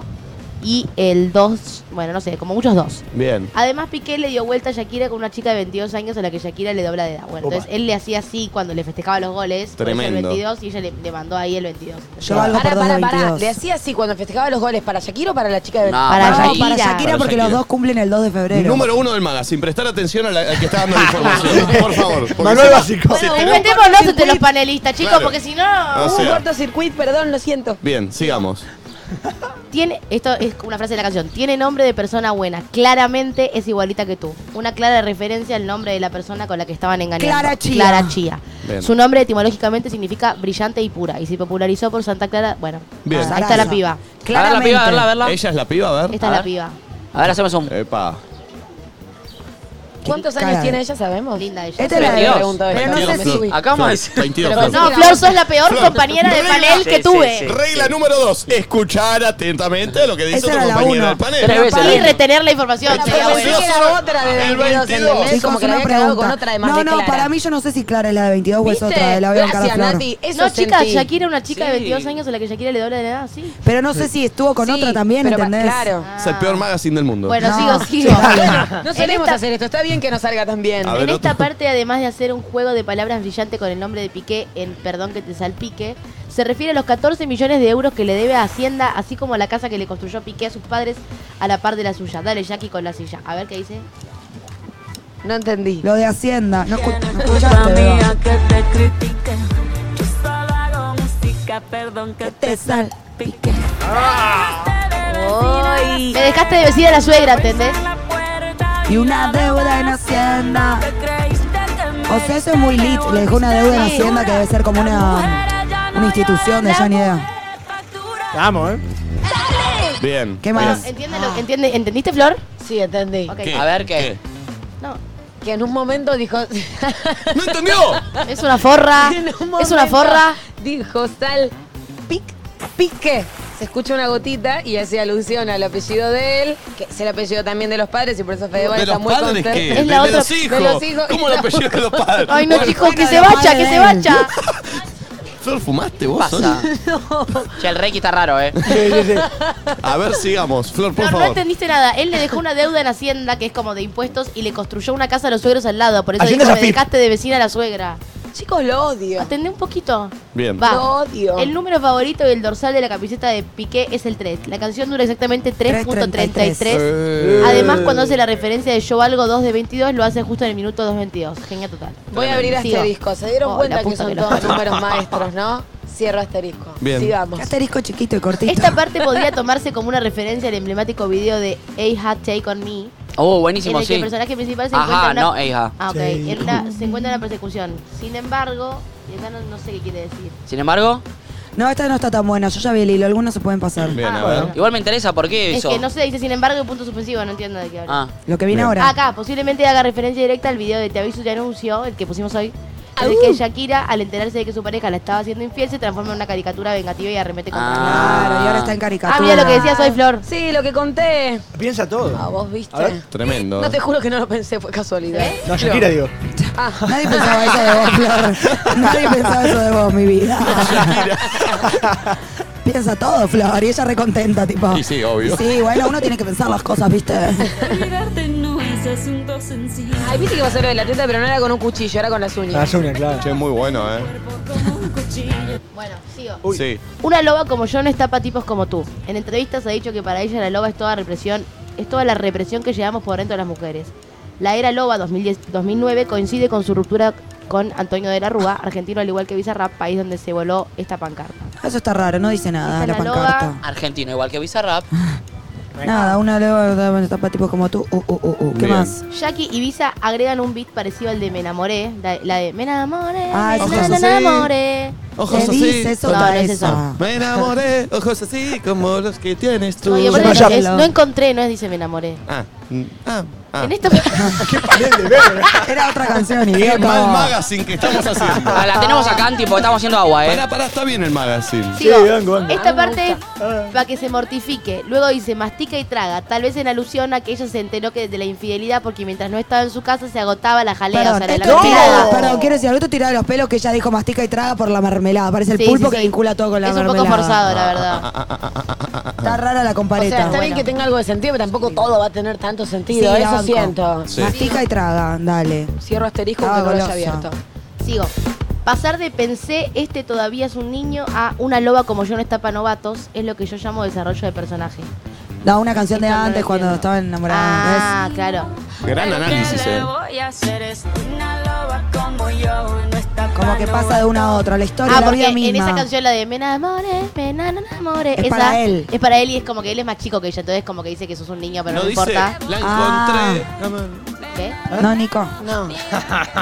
Speaker 5: y el 2, bueno, no sé, como muchos dos.
Speaker 1: Bien.
Speaker 5: Además, Piqué le dio vuelta a Shakira con una chica de 22 años a la que Shakira le dobla de edad. Bueno,
Speaker 1: Opa.
Speaker 5: entonces él le hacía así cuando le festejaba los goles. por eso
Speaker 1: Tremendo.
Speaker 5: El 22 y ella le, le mandó ahí el 22.
Speaker 4: Yo valgo por
Speaker 2: Pará,
Speaker 4: dos
Speaker 2: pará,
Speaker 4: de
Speaker 2: pará.
Speaker 4: 22.
Speaker 2: ¿Le hacía así cuando festejaba los goles para Shakira o para la chica de
Speaker 3: No,
Speaker 5: Para
Speaker 4: no,
Speaker 5: Shakira.
Speaker 4: para Shakira
Speaker 1: Para
Speaker 4: porque
Speaker 1: Shakira.
Speaker 4: los dos cumplen el 2 de febrero.
Speaker 1: Número uno del magazine, prestar atención a la- al que está dando la información, por favor. porque
Speaker 12: Manuel
Speaker 1: si no-
Speaker 12: Básico.
Speaker 1: si
Speaker 5: Bueno,
Speaker 1: tenemos-
Speaker 5: metémonos entre los panelistas, chicos,
Speaker 1: Claro.
Speaker 5: porque si no...
Speaker 1: Ah,
Speaker 2: Un
Speaker 1: o sea.
Speaker 2: cortocircuit, perdón, lo siento.
Speaker 1: Bien, sigamos.
Speaker 5: Tiene, esto es una frase de la canción, tiene nombre de persona buena, claramente es igualita que tú. Una clara referencia al nombre de la persona con la que estaban engañando.
Speaker 4: Clara Chía.
Speaker 5: Clara Chía.
Speaker 1: Bien.
Speaker 5: Su nombre etimológicamente significa brillante y pura y se popularizó por Santa Clara, bueno,
Speaker 1: Bien.
Speaker 5: ahí está la piba.
Speaker 3: A ver la
Speaker 4: Claramente.
Speaker 3: piba, a verla, a verla.
Speaker 1: Ella es la piba, a ver.
Speaker 5: Esta
Speaker 3: A
Speaker 5: es la
Speaker 3: ver.
Speaker 5: piba.
Speaker 3: A ver, hacemos un.
Speaker 1: Epa.
Speaker 2: ¿Cuántos años
Speaker 4: Cara.
Speaker 2: tiene ella? Sabemos.
Speaker 5: Linda ella.
Speaker 2: Esta es la que me pregunto hoy.
Speaker 4: Pero no sé si.
Speaker 3: Acá vamos a decir.
Speaker 5: No, Flor, sos la peor compañera de panel que tuve.
Speaker 1: Regla número dos. Escuchar atentamente lo que dice
Speaker 4: Esa
Speaker 1: tu
Speaker 4: era la
Speaker 1: compañera
Speaker 4: uno.
Speaker 1: del panel.
Speaker 3: Tres veces
Speaker 5: Y
Speaker 3: la misma.
Speaker 5: retener la información. sería
Speaker 2: Pensé
Speaker 5: bueno.
Speaker 2: que era otra de 22, ¿entendés?
Speaker 4: Chicos,
Speaker 2: Como que la
Speaker 4: una
Speaker 2: había quedado
Speaker 4: pregunta.
Speaker 2: con otra de más
Speaker 4: No,
Speaker 2: de
Speaker 4: no,
Speaker 2: Clara.
Speaker 4: para mí yo no sé si Clara es la de 22 o es
Speaker 2: ¿Viste?
Speaker 4: otra. La voy a bancar a
Speaker 2: Gracias,
Speaker 4: Flor.
Speaker 2: Nati. Eso
Speaker 5: No, chicas,
Speaker 2: sentí.
Speaker 5: Shakira era una chica de
Speaker 3: Sí.
Speaker 5: 22 años a la que Shakira le doble de la edad, sí.
Speaker 4: Pero no sé si estuvo con
Speaker 2: Sí,
Speaker 4: otra también,
Speaker 2: pero pa-
Speaker 4: ¿entendés?
Speaker 2: Claro.
Speaker 1: Es el peor magazine del mundo.
Speaker 5: Bueno,
Speaker 4: No,
Speaker 5: sigo, sigo.
Speaker 2: No
Speaker 5: en
Speaker 2: solemos
Speaker 5: esta,
Speaker 2: hacer esto. Está bien que nos salga tan bien.
Speaker 1: A ver,
Speaker 5: en esta
Speaker 1: otro.
Speaker 5: parte, además de hacer un juego de palabras brillante con el nombre de Piqué en Perdón que te salpique, se refiere a los 14 millones de euros que le debe a Hacienda, así como a la casa que le construyó Piqué a sus padres a la par de la suya. Dale, Jackie, con la silla. A ver qué dice.
Speaker 2: No entendí.
Speaker 4: Lo de Hacienda. No, escu- no escuchaste, Beba.
Speaker 7: que te critique. Yo solo hago música, perdón que te salpique.
Speaker 2: Ay.
Speaker 5: Me dejaste de decir a la suegra, ¿entendés?
Speaker 4: Y una deuda en Hacienda. O sea, eso es muy lit. Le dejó una deuda en
Speaker 5: Sí.
Speaker 4: Hacienda que debe ser como una, una institución de ya ni idea.
Speaker 11: Vamos, ¿eh?
Speaker 1: Bien.
Speaker 4: ¿Qué más?
Speaker 5: ¿Entiende lo- entiende- ¿Entendiste, Flor?
Speaker 2: Sí, entendí.
Speaker 5: Ok.
Speaker 1: Ah. ¿Qué?
Speaker 3: A ver qué.
Speaker 5: No,
Speaker 2: Que en un momento dijo.
Speaker 1: ¿Qué? ¡No entendió!
Speaker 5: es una forra.
Speaker 2: En un
Speaker 5: es una
Speaker 2: momento
Speaker 5: forra.
Speaker 2: Dijo sal pic, pique. Se escucha una gotita y hace alusión al apellido de él, que es el apellido también de los padres y por eso Fedeval
Speaker 1: ¿De
Speaker 2: está
Speaker 1: los
Speaker 2: muy
Speaker 1: padres
Speaker 2: contento.
Speaker 1: qué?
Speaker 5: Es
Speaker 1: ¿De,
Speaker 5: la
Speaker 1: de
Speaker 5: otra-
Speaker 1: los hijos.
Speaker 2: de los hijos.
Speaker 1: ¿Cómo los apellidos de los padres?
Speaker 5: Ay, no,
Speaker 1: Bueno,
Speaker 5: chicos, que
Speaker 4: bueno,
Speaker 5: se
Speaker 4: la
Speaker 5: vaya,
Speaker 4: madre
Speaker 5: que se
Speaker 4: de él.
Speaker 5: vaya.
Speaker 1: Flor, ¿fumaste vos?
Speaker 3: Pasa. Che, el Reiki está raro, ¿eh?
Speaker 11: Sí, sí, sí.
Speaker 1: A ver, sigamos. Flor, por
Speaker 5: No, no
Speaker 1: favor.
Speaker 5: entendiste nada. Él le dejó una deuda en Hacienda, que es como de impuestos, y le construyó una casa a los suegros al lado. Por eso
Speaker 11: Hacienda
Speaker 5: dijo,
Speaker 11: es
Speaker 5: me
Speaker 11: AFIP".
Speaker 5: dejaste de vecina a la suegra.
Speaker 2: Chicos, lo odio.
Speaker 5: Atendé un poquito.
Speaker 1: Bien.
Speaker 5: Va.
Speaker 2: Lo odio.
Speaker 5: El número favorito y el dorsal de la camiseta de Piqué es el 3. La canción dura exactamente 3.33. Además, cuando hace la referencia de Yo Algo 2 de 22, lo hace justo en el minuto 2.22. Genial total.
Speaker 2: Voy a abrir
Speaker 5: Sigo.
Speaker 2: asterisco. Se dieron
Speaker 5: Oh, la
Speaker 2: cuenta que
Speaker 5: puta
Speaker 2: son
Speaker 5: que la-
Speaker 2: todos números maestros, ¿no? Cierro asterisco.
Speaker 1: Bien.
Speaker 2: Sigamos.
Speaker 4: Asterisco chiquito y cortito.
Speaker 5: Esta parte podría tomarse como una referencia al emblemático video de A Hat Take on Me,
Speaker 3: Oh,
Speaker 5: en
Speaker 3: buenísimo,
Speaker 5: el que el
Speaker 3: sí.
Speaker 5: personaje principal se encuentra
Speaker 3: Ajá,
Speaker 5: en una-
Speaker 3: no, hija.
Speaker 5: Ah, ok. En una- se encuentra en una persecución. Sin embargo, y acá no, no sé qué quiere decir.
Speaker 3: Sin embargo,
Speaker 4: No, esta no está tan buena. Yo ya vi el hilo. Algunos se pueden pasar.
Speaker 1: Bien,
Speaker 5: Ah,
Speaker 1: a ver.
Speaker 5: bueno.
Speaker 3: igual me interesa por qué eso.
Speaker 5: Es que no se dice sin embargo y punto suspensivo, no entiendo de qué habla.
Speaker 3: Ah,
Speaker 4: Lo que viene
Speaker 1: Bien.
Speaker 4: ahora.
Speaker 5: Acá, posiblemente haga referencia directa al video de Te aviso, te anuncio, el que pusimos hoy. En el que Shakira, al enterarse de que su pareja la estaba haciendo infiel, se transforma en una caricatura vengativa y arremete contra él.
Speaker 4: Claro, y ahora está en
Speaker 5: Ah,
Speaker 4: caricatura.
Speaker 5: mira lo que decía Soy Flor.
Speaker 2: Sí, lo que conté.
Speaker 11: Piensa todo.
Speaker 2: Ah, vos viste.
Speaker 11: A ver.
Speaker 1: Tremendo.
Speaker 2: No te juro que no lo pensé, fue casualidad. Ah.
Speaker 11: No, Shakira, digo.
Speaker 4: Nadie pensaba eso de vos, Flor. Nadie pensaba eso de vos, mi vida. Piensa todo, Flor. Y ella recontenta, tipo.
Speaker 1: Y sí, obvio.
Speaker 4: Sí, bueno, uno tiene que pensar las cosas, ¿viste?
Speaker 7: Olvidarte no es asunto sencillo.
Speaker 2: Ay, viste que iba a ser lo de la teta, pero no era con un cuchillo, era con las uñas.
Speaker 11: Las uñas, Ah, claro.
Speaker 1: Che, muy bueno, ¿eh?
Speaker 5: Bueno, sigo.
Speaker 11: Uy.
Speaker 1: Sí.
Speaker 5: Una loba como yo no está para tipos como tú. En entrevistas ha dicho que para ella la loba es toda represión, es toda la represión que llevamos por dentro de las mujeres. La era loba 2010 2009 coincide con su ruptura con Antonio de la Rúa, argentino al igual que Bizarrap, país donde se voló esta pancarta.
Speaker 4: Eso está raro, no dice nada
Speaker 5: Está
Speaker 4: la
Speaker 5: la loba.
Speaker 4: pancarta.
Speaker 3: argentino, igual que Bizarrap.
Speaker 4: Nada, una loba está para tipo como tú. Uh, uh, uh, uh. ¿Qué
Speaker 1: Bien.
Speaker 4: más?
Speaker 5: Jackie y Visa agregan un beat parecido al de Me enamoré, la, la de Me enamoré,
Speaker 4: Ah,
Speaker 5: me na-
Speaker 4: ojos
Speaker 5: na-
Speaker 1: así.
Speaker 5: enamoré.
Speaker 1: Ojos
Speaker 4: ¿Qué
Speaker 1: así.
Speaker 4: dice eso? Ah.
Speaker 5: No, no es
Speaker 4: cabeza?
Speaker 1: Me enamoré, ojos así como los que tienes tú.
Speaker 5: No, y aparte
Speaker 4: No, ya-
Speaker 5: es- no encontré, no es dice Me enamoré.
Speaker 1: Ah, mm, ah, ah.
Speaker 5: En esta
Speaker 11: Qué panel de verga.
Speaker 4: Era otra canción,
Speaker 1: Qué mal
Speaker 4: idiota.
Speaker 1: magazine que estamos haciendo.
Speaker 3: Ah, la tenemos acá, tipo, estamos haciendo agua, ¿eh?
Speaker 1: Pará, pará, está bien el magazine.
Speaker 5: Sigo.
Speaker 11: Sí, vengo, vengo.
Speaker 5: Esta
Speaker 2: A mí me
Speaker 5: parte
Speaker 11: Ah.
Speaker 5: para que se mortifique. Luego dice mastica y traga. Tal vez en alusión a que ella se enteró que de la infidelidad porque mientras no estaba en su casa se agotaba la jalea. o
Speaker 4: Perdón,
Speaker 5: sea, la-
Speaker 4: esto
Speaker 5: la-
Speaker 4: es tirada,
Speaker 5: la-
Speaker 4: perdón, quiero decir, esto tirada de los pelos que ella dijo mastica y traga por la mermelada. Parece el
Speaker 5: Sí,
Speaker 4: pulpo
Speaker 5: sí,
Speaker 4: que
Speaker 5: sí.
Speaker 4: vincula todo con la
Speaker 5: Es un
Speaker 4: mermelada.
Speaker 5: poco forzado, la
Speaker 1: Ah,
Speaker 5: verdad.
Speaker 4: Está rara la
Speaker 2: O sea,
Speaker 4: compareta.
Speaker 2: está bien que tenga algo de sentido, pero tampoco todo va a tener tanto sentido.
Speaker 4: Sí, la
Speaker 2: Eso
Speaker 4: banco.
Speaker 2: siento.
Speaker 1: Sí.
Speaker 4: Mastica y traga, dale.
Speaker 2: Cierro asterisco
Speaker 4: Ah,
Speaker 2: con lo
Speaker 4: goloso.
Speaker 2: haya abierto.
Speaker 5: Sigo. Pasar de pensé, este todavía es un niño, a una loba como yo no está para novatos, es lo que yo llamo desarrollo de personaje.
Speaker 4: Da una canción de
Speaker 5: Esto no lo
Speaker 4: antes cuando
Speaker 5: entiendo.
Speaker 4: estaba enamorada.
Speaker 5: Ah, claro.
Speaker 1: Gran análisis, eh.
Speaker 7: voy a hacer es una loba como
Speaker 4: Como que pasa de una a otra, la historia
Speaker 5: Ah,
Speaker 4: la
Speaker 5: porque
Speaker 4: vida
Speaker 5: en
Speaker 4: misma.
Speaker 5: esa canción la de Me enamoré, me enamoré.
Speaker 4: Es
Speaker 5: esa
Speaker 4: para él.
Speaker 5: Es para él y es como que él es más chico que ella, entonces como que dice que sos un niño, pero no,
Speaker 1: No dice,
Speaker 5: importa.
Speaker 1: la
Speaker 4: Ah.
Speaker 1: encontré.
Speaker 5: ¿Qué?
Speaker 4: No, Nico.
Speaker 2: No.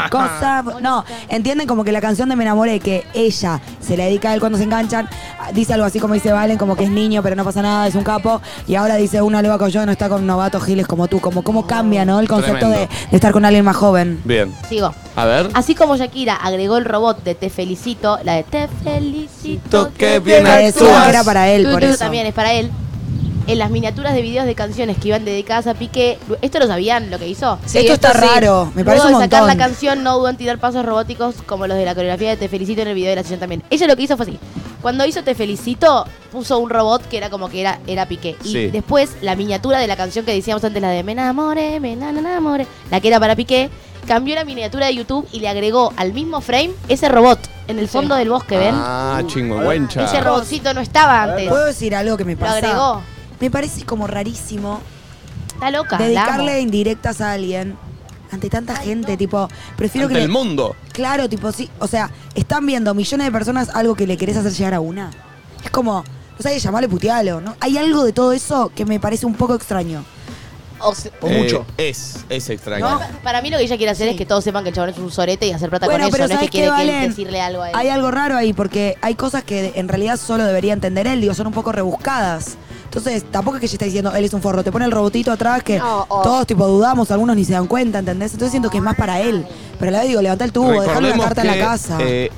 Speaker 4: Cosa, no, entienden como que la canción de Me enamoré, que ella se la dedica a él cuando se enganchan, dice algo así como dice Valen, como que es niño, pero no pasa nada, es un capo, y ahora dice una leva con yo, no está con novatos giles como tú, como cómo cambia, ¿no? El concepto de,
Speaker 1: Tremendo.
Speaker 4: de estar con alguien más joven.
Speaker 1: Bien.
Speaker 5: Sigo.
Speaker 1: A ver.
Speaker 5: Así como Shakira agregó el robot de Te felicito, la de Te felicito.
Speaker 1: Qué
Speaker 5: te
Speaker 1: bien
Speaker 5: felicito".
Speaker 4: actúas. Que era para él,
Speaker 5: Tu,
Speaker 4: por
Speaker 5: tu,
Speaker 4: eso.
Speaker 5: También es para él. En las miniaturas de videos de canciones que iban dedicadas a Piqué, ¿esto lo sabían lo que hizo?
Speaker 4: Sí, Esto está
Speaker 5: sí.
Speaker 4: raro, me parece
Speaker 5: Luego
Speaker 4: un
Speaker 5: de sacar la
Speaker 4: montón.
Speaker 5: canción no dudó en tirar pasos robóticos como los de la coreografía de Te felicito en el video de la sesión también. Ella lo que hizo fue así. Cuando hizo Te felicito, puso un robot que era como que era, era Piqué. Y
Speaker 1: Sí.
Speaker 5: después la miniatura de la canción que decíamos antes, la de Me enamoré, me na- na- enamoré, la que era para Piqué, cambió la miniatura de YouTube y le agregó al mismo frame ese robot en el fondo del bosque, ¿ven?
Speaker 4: Uh,
Speaker 1: Ah,
Speaker 5: Ese
Speaker 1: chingüengüencha.
Speaker 5: robotcito no estaba antes.
Speaker 4: ¿Puedo decir algo que me
Speaker 5: Lo
Speaker 4: pasa?
Speaker 5: agregó.
Speaker 4: Me parece como rarísimo
Speaker 5: Está loca. la amo.
Speaker 4: dedicarle indirectas a alguien ante tanta gente, tipo, prefiero
Speaker 1: Ante
Speaker 4: que
Speaker 1: el
Speaker 4: le-
Speaker 1: mundo.
Speaker 4: Claro, tipo, sí. O sea, están viendo millones de personas algo que le querés hacer llegar a una. Es como, no sabes, llamarle putealo, ¿no? Hay algo de todo eso que me parece un poco extraño.
Speaker 5: O sea,
Speaker 11: O
Speaker 1: Eh,
Speaker 11: mucho.
Speaker 1: Es, es extraño.
Speaker 5: No, pa- para mí lo que ella quiere hacer es que todos sepan que el chabón es un sorete y hacer plata
Speaker 4: Bueno,
Speaker 5: con eso.
Speaker 4: pero
Speaker 5: No es que
Speaker 4: ¿sabés qué,
Speaker 5: quiere que él
Speaker 4: Valen? Ah,
Speaker 5: decirle algo a él.
Speaker 4: Hay algo raro ahí, porque hay cosas que de- en realidad solo debería entender él, digo, son un poco rebuscadas. Entonces, tampoco es que ella está diciendo, él es un forro. Te pone el robotito atrás que
Speaker 13: No, o-
Speaker 4: todos, tipo, dudamos, algunos ni se dan cuenta, ¿entendés? Entonces siento que es más para él. Pero la vez digo, levanta el tubo, dejale una
Speaker 1: Recordemos
Speaker 4: carta
Speaker 1: que,
Speaker 4: en la casa.
Speaker 1: eh,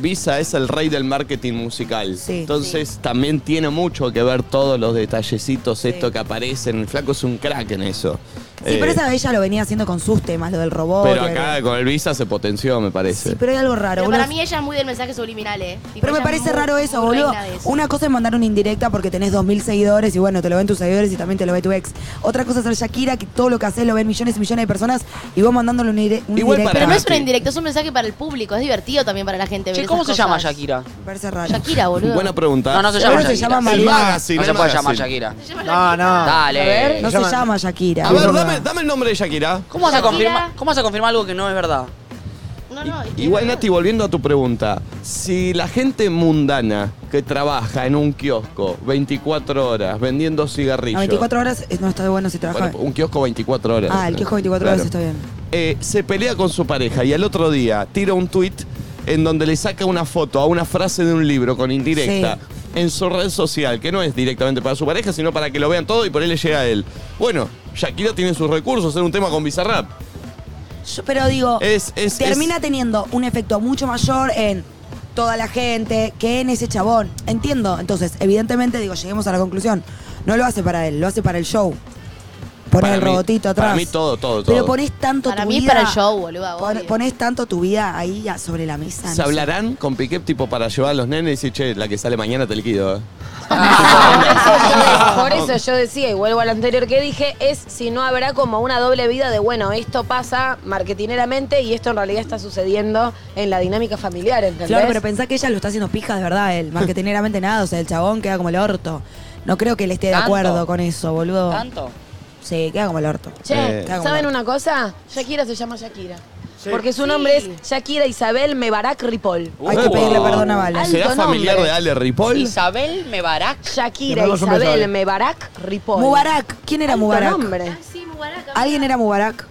Speaker 1: Visa es el rey del marketing musical.
Speaker 4: Sí.
Speaker 1: Entonces también tiene mucho que ver todos los detallecitos, esto que aparecen. El flaco es un crack en eso.
Speaker 4: sí,
Speaker 1: Eh,
Speaker 4: pero esa ella lo venía haciendo con sus temas, lo del robot.
Speaker 1: pero
Speaker 4: lo del-
Speaker 1: acá con el Visa se potenció, me parece.
Speaker 4: Sí, pero hay algo raro.
Speaker 5: Pero
Speaker 4: boludo.
Speaker 5: para mí ella es muy del mensaje subliminal, ¿eh? Tipo,
Speaker 4: Pero
Speaker 5: ella
Speaker 4: me
Speaker 5: es
Speaker 4: parece
Speaker 5: muy-
Speaker 4: raro eso,
Speaker 5: muy
Speaker 4: boludo.
Speaker 5: reina de eso.
Speaker 4: Una cosa es mandar una indirecta porque tenés 2.000 seguidores y bueno, te lo ven tus seguidores y también te lo ve tu ex. Otra cosa es ser Shakira, que todo lo que haces lo ven millones y millones de personas y vos mandándole una, dire- una
Speaker 1: Igual
Speaker 4: indirecta.
Speaker 5: Pero no es un
Speaker 1: Sí.
Speaker 5: indirecto, es un mensaje para el público. Es divertido también para la gente ver
Speaker 3: Che,
Speaker 5: esas
Speaker 3: ¿cómo se
Speaker 5: cosas.
Speaker 3: llama Shakira?
Speaker 4: Me parece raro.
Speaker 5: Shakira, boludo.
Speaker 1: Buena pregunta.
Speaker 3: No, no se
Speaker 4: Seguro
Speaker 3: llama
Speaker 4: se
Speaker 3: Shakira.
Speaker 4: llama
Speaker 1: El
Speaker 4: María.
Speaker 1: magazine,
Speaker 3: No
Speaker 1: el
Speaker 3: se puede llamar
Speaker 1: magazine.
Speaker 3: Shakira.
Speaker 5: Se llama
Speaker 11: No, no.
Speaker 3: Dale.
Speaker 4: No
Speaker 11: Llaman-
Speaker 4: se llama Shakira.
Speaker 1: A ver, dame, dame el nombre de Shakira.
Speaker 3: ¿Cómo vas, a
Speaker 5: Shakira.
Speaker 3: confirmar, ¿Cómo vas a confirmar algo que no es verdad?
Speaker 5: No, no, es que
Speaker 1: Igual,
Speaker 5: es
Speaker 1: Nati, volviendo a tu pregunta, si la gente mundana que trabaja en un kiosco 24 horas vendiendo cigarrillos.
Speaker 4: A 24 horas eh, no está bueno si trabaja.
Speaker 1: Bueno, un kiosco 24 horas.
Speaker 4: ah, el kiosco 24 horas está
Speaker 1: Claro.
Speaker 4: bien.
Speaker 1: Eh, se pelea con su pareja y al otro día tira un tweet en donde le saca una foto a una frase de un libro con indirecta
Speaker 4: Sí.
Speaker 1: en su red social, que no es directamente para su pareja, sino para que lo vean todo y por él le llega a él. Bueno, Shakira tiene sus recursos, era un tema con Bizarrap.
Speaker 4: Yo- pero digo,
Speaker 1: Es- es-
Speaker 4: termina
Speaker 1: es-
Speaker 4: teniendo un efecto mucho mayor en toda la gente que en ese chabón. Entiendo. Entonces, evidentemente, digo, lleguemos a la conclusión. No lo hace para él, lo hace para el show. Poner
Speaker 1: Para
Speaker 4: el
Speaker 1: mí-
Speaker 4: robotito atrás.
Speaker 1: Para mí todo, todo, todo.
Speaker 4: Pero pones tanto
Speaker 5: Para
Speaker 4: tu
Speaker 5: mí es
Speaker 4: vida.
Speaker 5: para el show, boluda,
Speaker 4: pon-
Speaker 5: obvio.
Speaker 4: Pones tanto tu vida ahí a- sobre la
Speaker 5: Ah,
Speaker 4: mesa. no
Speaker 1: ¿Se
Speaker 4: sé.
Speaker 1: hablarán con Piqué tipo para llevar a los nenes y decir, che, la que sale mañana te liquido? eh"?
Speaker 2: Por eso yo decía, y vuelvo al anterior que dije, es si no habrá como una doble vida de, bueno, esto pasa marketineramente y esto en realidad está sucediendo en la dinámica familiar, ¿entendés?
Speaker 4: Claro, pero pensá que ella lo está haciendo pija de verdad, él. Más que teneramente nada. O sea, el chabón queda como el orto. No creo que él esté de
Speaker 3: ¿Tanto?
Speaker 4: acuerdo con eso, boludo.
Speaker 3: ¿Tanto?
Speaker 4: Sí, queda como el orto.
Speaker 2: Che,
Speaker 1: Eh.
Speaker 2: ¿saben una cosa? Shakira se llama Shakira. Porque su nombre es Shakira Isabel Mebarak Ripoll.
Speaker 4: Uh. Hay que
Speaker 1: Upa.
Speaker 4: pedirle perdón a Valen.
Speaker 1: ¿Será
Speaker 2: Alto
Speaker 1: familiar
Speaker 2: nombre.
Speaker 1: de Ale Ripoll?
Speaker 3: Isabel Mebarak.
Speaker 2: Shakira
Speaker 11: Llamamos un beso, Ale.
Speaker 2: Isabel Mebarak Ripoll.
Speaker 4: Mubarak. ¿Quién era
Speaker 2: Alto
Speaker 4: Mubarak?
Speaker 2: nombre.
Speaker 5: Ah, Sí, Mubarak,
Speaker 4: ¿Alguien era Mubarak?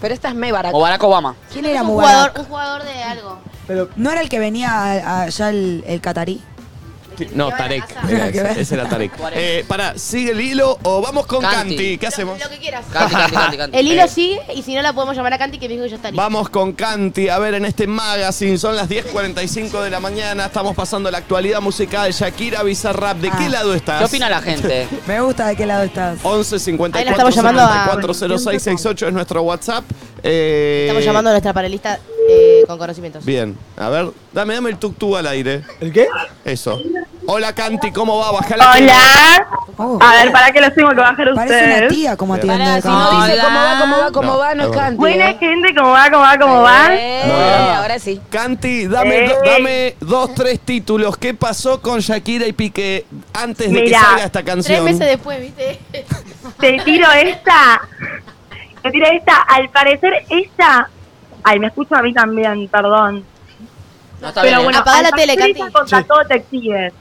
Speaker 2: Pero esta es Mebarak.
Speaker 3: O Barack Obama.
Speaker 4: ¿Quién era
Speaker 5: un jugador,
Speaker 4: Mubarak?
Speaker 5: un jugador de algo.
Speaker 11: Pero
Speaker 4: ¿No era el que venía a- a- allá el, el catarí?
Speaker 1: No,
Speaker 5: Que van a casa.
Speaker 1: Tarek. Era
Speaker 4: Nada que ver.
Speaker 1: ese, ese era Tarek. Eh, pará, sigue el hilo o vamos con
Speaker 3: Canti.
Speaker 1: Canti. ¿Qué hacemos?
Speaker 5: Lo que quieras.
Speaker 3: Canti, canti, canti, canti.
Speaker 5: El hilo
Speaker 1: Eh.
Speaker 5: sigue y si no la podemos llamar a Canti que me dijo que ya está lista.
Speaker 1: Vamos con Canti, a ver en este magazine, son las 10.45 de la mañana, estamos pasando la actualidad musical, Shakira Bizarrap, ¿de qué
Speaker 4: Ah.
Speaker 1: lado estás?
Speaker 3: ¿Qué opina la gente?
Speaker 4: Me gusta de qué lado estás.
Speaker 1: 11
Speaker 5: Ahí
Speaker 1: 54
Speaker 5: la estamos llamando a-
Speaker 1: 74 06 68 es nuestro WhatsApp. Eh,
Speaker 5: Estamos llamando a nuestra panelista eh, con conocimientos.
Speaker 1: Bien, a ver, dame, dame el tuk-tuk al aire.
Speaker 11: ¿El qué?
Speaker 1: Eso. Hola Canti, ¿cómo va? Bajá la
Speaker 12: Hola.
Speaker 4: Oh,
Speaker 12: A ver, ¿para qué los tengo que bajar
Speaker 4: parece una
Speaker 12: ustedes?
Speaker 4: tía como atiende.
Speaker 2: Pará, si no
Speaker 4: Como-
Speaker 2: dice
Speaker 3: Hola.
Speaker 2: cómo va, cómo va, cómo
Speaker 1: No,
Speaker 5: Ah,
Speaker 2: va, no es
Speaker 1: perdón.
Speaker 2: cante.
Speaker 12: Buena
Speaker 2: ¿eh?
Speaker 12: gente, ¿cómo va? ¿Cómo va? ¿Cómo va?
Speaker 2: Eh,
Speaker 1: Muy bien.
Speaker 2: ahora sí.
Speaker 1: Canti, dame,
Speaker 12: Ey.
Speaker 1: do- dame dos, tres títulos. ¿Qué pasó con Shakira y Piqué antes de
Speaker 12: Mirá,
Speaker 1: que salga esta
Speaker 5: Tres
Speaker 1: canción?
Speaker 5: meses después, ¿viste?
Speaker 12: eh, Te tiro esta. Te tiro esta. Al parecer, ella Ay, me escucho a mí también, perdón.
Speaker 3: No
Speaker 5: está bien, ¿eh? Apagá la tele, Katy.
Speaker 12: contrató detectives.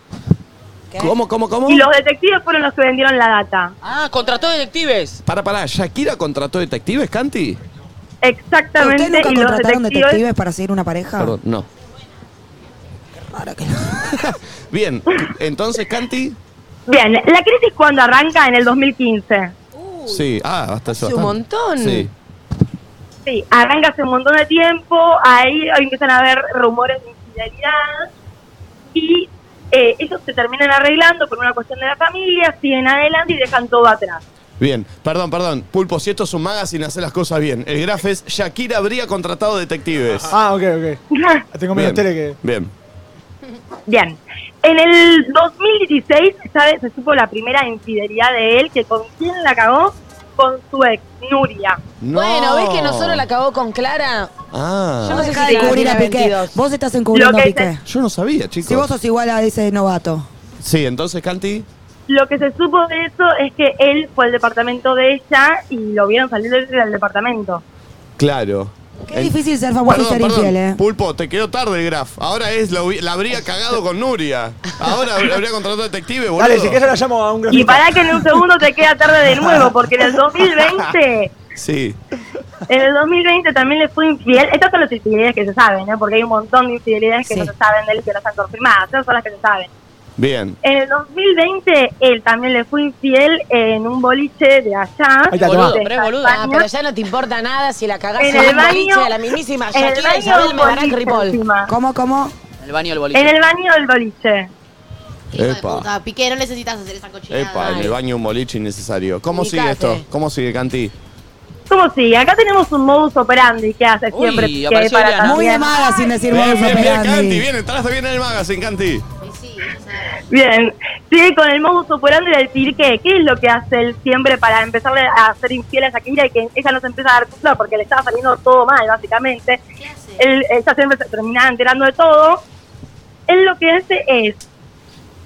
Speaker 1: ¿Cómo, cómo, cómo?
Speaker 12: Y los detectives fueron los que vendieron la data.
Speaker 3: Ah, contrató detectives.
Speaker 1: Para, para, ¿Shakira contrató detectives, Canti?
Speaker 12: Exactamente.
Speaker 4: ¿Ustedes nunca
Speaker 12: y los
Speaker 4: contrataron
Speaker 12: detectives,
Speaker 4: detectives para seguir una pareja?
Speaker 1: Perdón, no. Bien, entonces, Canti.
Speaker 12: Bien, la crisis cuando arranca en el 2015.
Speaker 1: Sí, ah, hasta eso.
Speaker 12: Hace un montón.
Speaker 1: Sí.
Speaker 12: Sí, arranca hace un montón de tiempo, ahí empiezan a haber rumores de infidelidad y eh, ellos se terminan arreglando por una cuestión de la familia, siguen adelante y dejan todo atrás.
Speaker 1: Bien, perdón, perdón. Pulpo, si esto es un magazine, hace las cosas bien. El graf es Shakira habría contratado detectives.
Speaker 11: Ah, ok, ok. Tengo menos
Speaker 1: Bien,
Speaker 11: tele que.
Speaker 1: Bien.
Speaker 12: Bien, en el 2016 ¿sabe? se supo la primera infidelidad de él, que con quién la cagó, con su ex, Nuria.
Speaker 2: Bueno, ¿ves que no solo la cagó con Clara?
Speaker 1: Ah.
Speaker 2: Yo no sé
Speaker 4: Deja
Speaker 2: si
Speaker 4: de cubrir
Speaker 2: la
Speaker 4: a Piqué.
Speaker 2: 22.
Speaker 4: Vos estás encubriendo a Piqué.
Speaker 1: Yo no sabía, chicos.
Speaker 4: Si vos sos igual a ese novato.
Speaker 1: Sí, entonces, Canti.
Speaker 12: Lo que se supo de eso es que él fue al departamento de ella y lo vieron salir del del departamento.
Speaker 1: Claro.
Speaker 4: Qué
Speaker 1: En-
Speaker 4: difícil ser famoso y
Speaker 1: Perdón,
Speaker 4: ser
Speaker 1: perdón.
Speaker 4: infiel, ¿eh?
Speaker 1: Pulpo, te quedó tarde el graf. Ahora es, la, hubi- la habría cagado con Nuria. Ahora habr- habría contratado detective, boludo.
Speaker 11: Dale, si quieres la llamo a un
Speaker 12: Y
Speaker 11: grafito.
Speaker 12: para que en un segundo te queda tarde de nuevo, porque en el 2020,
Speaker 1: Sí.
Speaker 12: en el 2020 también le fue infiel. Estas son las infidelidades que se saben, ¿eh? porque hay un montón de infidelidades que
Speaker 4: Sí.
Speaker 12: no se saben de él y que no están confirmadas. Estas son las que se saben.
Speaker 1: Bien.
Speaker 12: En el 2020 él también le fue infiel en un boliche de allá.
Speaker 11: Ahí está,
Speaker 12: de
Speaker 11: tomá.
Speaker 12: España,
Speaker 3: Pero es boludo.
Speaker 2: Ah, pero ya no te importa nada si la cagás en
Speaker 12: En
Speaker 2: un
Speaker 12: el
Speaker 2: boliche
Speaker 12: baño-
Speaker 2: de la minísima
Speaker 12: en el
Speaker 2: Shakira
Speaker 12: baño
Speaker 2: Isabel
Speaker 12: del
Speaker 2: Mebarak
Speaker 12: boliche
Speaker 2: Ripoll.
Speaker 12: encima.
Speaker 4: ¿Cómo, cómo?
Speaker 3: En el baño del boliche.
Speaker 12: En el baño del boliche.
Speaker 1: Epa.
Speaker 5: Puta, Piqué, no necesitas hacer esa cochinada.
Speaker 1: Epa, en el baño un boliche innecesario. ¿Cómo sigue
Speaker 2: Ubicate.
Speaker 1: esto? ¿Cómo sigue, Canti?
Speaker 12: ¿Cómo sigue? Acá tenemos un modus operandi que hace
Speaker 3: Uy,
Speaker 12: siempre. Piqué
Speaker 3: apareció
Speaker 12: para
Speaker 3: Ileana.
Speaker 4: Muy
Speaker 12: cambiar.
Speaker 4: de maga sin decir
Speaker 1: Bien,
Speaker 4: modus
Speaker 1: bien, bien, Canti.
Speaker 4: operandi.
Speaker 1: Bien, entraste bien en el magazine, Canti.
Speaker 12: Bien, sigue con el modus operandi del Pirqué. ¿Qué es lo que hace él siempre para empezarle a ser infiel a Shakira y que ella no se empieza a dar cuenta porque le estaba saliendo todo mal, básicamente? Él, ella siempre se terminaba enterando de todo. Él lo que hace es,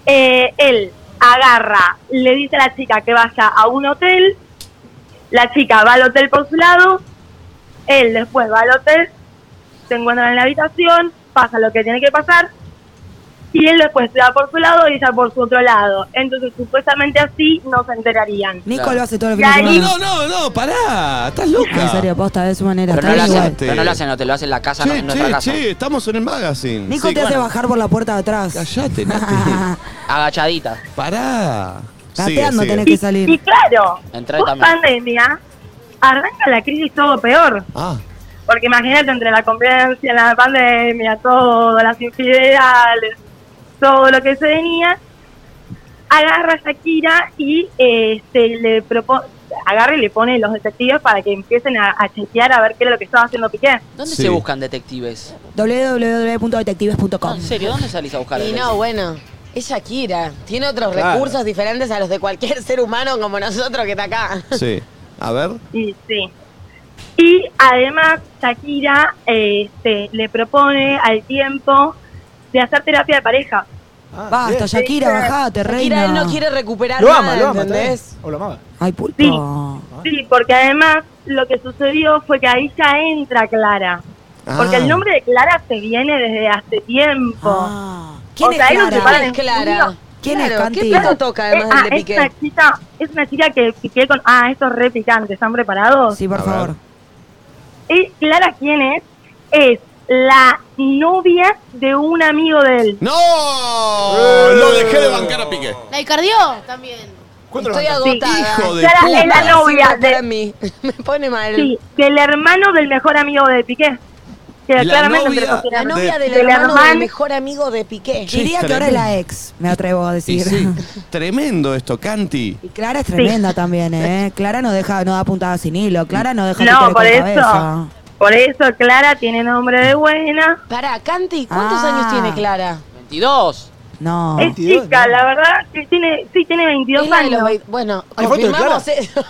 Speaker 12: eh, él agarra, le dice a la chica que vaya a un hotel, la chica va al hotel por su lado, él después va al hotel, se encuentran en la habitación, pasa lo que tiene que pasar, y él después se va por su lado y ella por su otro lado. Entonces, supuestamente así no se enterarían.
Speaker 4: Nico
Speaker 3: Claro.
Speaker 4: lo hace todo el fin de
Speaker 12: Y ahí-
Speaker 4: semana.
Speaker 1: No, no, no, pará. Estás
Speaker 4: En
Speaker 1: loca.
Speaker 4: serio, posta, de su manera.
Speaker 3: Pero
Speaker 4: Está
Speaker 3: no, lo
Speaker 4: bien
Speaker 3: hacen,
Speaker 4: igual.
Speaker 1: igual.
Speaker 3: pero no lo hacen, no te lo hacen en la casa,
Speaker 1: Che,
Speaker 3: en nuestra
Speaker 1: che,
Speaker 3: casa.
Speaker 1: che, estamos en el magazine.
Speaker 4: Nico
Speaker 1: Sí,
Speaker 4: te hace
Speaker 1: bueno.
Speaker 4: bajar por la puerta de atrás.
Speaker 1: Callate, Nati.
Speaker 3: Agachadita.
Speaker 1: Pará.
Speaker 4: Gateando tenés
Speaker 12: Y,
Speaker 4: que salir.
Speaker 12: y claro,
Speaker 3: Entré
Speaker 12: post
Speaker 3: también.
Speaker 12: pandemia, arranca la crisis todo peor.
Speaker 1: Ah,
Speaker 12: Porque imagínate, entre la convivencia, la pandemia, todo, las infidelidades, todo lo que se venía, agarra a Shakira y eh, se le propone agarra y le pone los detectives para que empiecen a, a chequear a ver qué era lo que estaba haciendo Piqué.
Speaker 3: ¿Dónde
Speaker 1: Sí.
Speaker 3: se buscan detectives? No,
Speaker 4: www.detectives.com.
Speaker 3: en serio, ¿dónde salís a buscar
Speaker 2: Y
Speaker 3: detectives?
Speaker 2: no, bueno, es Shakira. Tiene otros
Speaker 11: Claro.
Speaker 2: recursos diferentes a los de cualquier ser humano como nosotros que está acá.
Speaker 1: sí. A ver.
Speaker 12: Y sí. Y además Shakira eh, este, le propone al tiempo de hacer terapia de pareja.
Speaker 11: Ah,
Speaker 4: Basta,
Speaker 11: bien.
Speaker 4: Shakira, bajate,
Speaker 2: Shakira
Speaker 4: reina.
Speaker 2: él no quiere recuperar
Speaker 11: Lo
Speaker 2: nada,
Speaker 11: ama, lo ama, está bien.
Speaker 2: ¿entendés?
Speaker 11: O lo amaba.
Speaker 4: Ay, pulpo.
Speaker 12: Sí. Sí, porque además lo que sucedió fue que ahí ya entra Clara. Porque
Speaker 1: Ah.
Speaker 12: el nombre de Clara se viene desde hace tiempo.
Speaker 4: Ah. ¿Quién
Speaker 12: O sea,
Speaker 4: es
Speaker 12: él no se
Speaker 4: Clara?
Speaker 12: para.
Speaker 2: es Clara?
Speaker 4: ¿Quién es
Speaker 2: Claro, ¿Qué
Speaker 4: Canti?
Speaker 2: pito toca además
Speaker 12: Eh,
Speaker 2: del de
Speaker 12: ah,
Speaker 2: Piqué?
Speaker 12: esta chica es una chica que piqué con... Ah, esto es re picante, ¿están preparados?
Speaker 4: Sí, por
Speaker 1: A ver.
Speaker 4: favor.
Speaker 12: ¿Y Clara quién es? Es la novia de un amigo de él.
Speaker 1: ¡No! Lo dejé de bancar a Piqué.
Speaker 5: La Icardió también.
Speaker 11: ¿Cuánto lo
Speaker 2: Estoy
Speaker 11: bancás?
Speaker 2: agotada.
Speaker 1: Hijo de
Speaker 12: Clara es
Speaker 1: puta.
Speaker 12: la novia de,
Speaker 2: para mí. Me pone mal.
Speaker 12: Sí, del hermano del mejor amigo de Piqué. Que
Speaker 1: La
Speaker 12: claramente
Speaker 1: novia-
Speaker 12: empezó a
Speaker 2: La
Speaker 12: tirar-
Speaker 2: novia del,
Speaker 12: del
Speaker 2: hermano
Speaker 12: hermano-
Speaker 2: del mejor amigo de Piqué.
Speaker 1: Sí,
Speaker 4: Diría que ahora es la ex, me atrevo a
Speaker 1: Y
Speaker 4: decir.
Speaker 1: sí, tremendo esto, Canti.
Speaker 4: Y Clara es tremenda también, ¿eh? Clara no deja, no da puntada sin hilo. Clara no deja
Speaker 12: No,
Speaker 4: títere
Speaker 12: por
Speaker 4: con
Speaker 12: eso.
Speaker 4: cabeza.
Speaker 12: Por eso Clara tiene nombre de buena.
Speaker 2: Pará, Canti, ¿cuántos
Speaker 4: Ah.
Speaker 2: años tiene Clara?
Speaker 3: 22.
Speaker 4: No.
Speaker 12: Es
Speaker 11: 22,
Speaker 12: chica,
Speaker 11: ¿no?
Speaker 12: la verdad, que tiene, sí tiene 22
Speaker 2: Es la de los
Speaker 12: años.
Speaker 2: veinte- Bueno,
Speaker 11: ¿Hay foto de
Speaker 2: confirmamos eh. eso.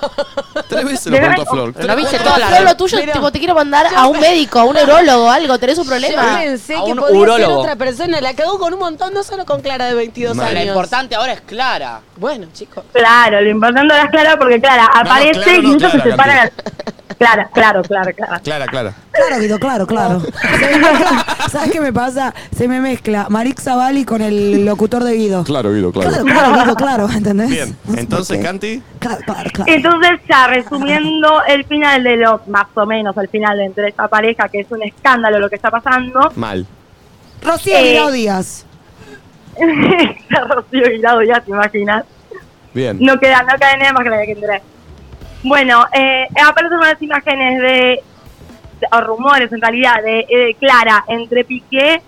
Speaker 1: Tres veces lo preguntó Flor.
Speaker 3: Pero no viste
Speaker 5: No,
Speaker 3: toda la
Speaker 5: Flor, lo tuyo
Speaker 2: Pero-
Speaker 5: tipo, te quiero mandar a un médico, a un neurólogo, algo. ¿Tenés un
Speaker 2: Yo
Speaker 5: problema?
Speaker 2: pensé
Speaker 3: A
Speaker 2: que
Speaker 3: un
Speaker 2: podía ser
Speaker 3: urólogo.
Speaker 2: otra persona. La cagó con un montón, no solo con Clara de 22
Speaker 1: Mal.
Speaker 3: Lo
Speaker 2: años.
Speaker 3: importante ahora es Clara.
Speaker 2: Bueno, chicos.
Speaker 12: Claro, lo importante ahora es Clara porque Clara aparece
Speaker 1: claro, no,
Speaker 12: y ellos
Speaker 1: Clara,
Speaker 12: se separan. Claro, claro, claro, claro.
Speaker 1: Clara, Clara.
Speaker 4: Claro, Guido, claro, claro. Se me mezcla- ¿Sabes qué me pasa? Se me mezcla Marix Zavalli con el locutor de Guido.
Speaker 1: Claro, Guido,
Speaker 4: Claro, claro, Guido, claro, ¿entendés?
Speaker 1: Bien, entonces, Canti.
Speaker 4: Claro, claro, claro.
Speaker 12: Entonces, ya resumiendo el final de lo, más o menos el final de entre esta pareja, que es un escándalo lo que está pasando.
Speaker 1: Mal.
Speaker 4: Rocío
Speaker 12: Eh.
Speaker 4: Guirao Díaz.
Speaker 12: Rocío Guirado ya te imaginas.
Speaker 1: Bien.
Speaker 12: No queda, no cae nada más que la que entré. Bueno, eh, aparecen unas imágenes de, o rumores en realidad, de, eh, Clara entre Piqué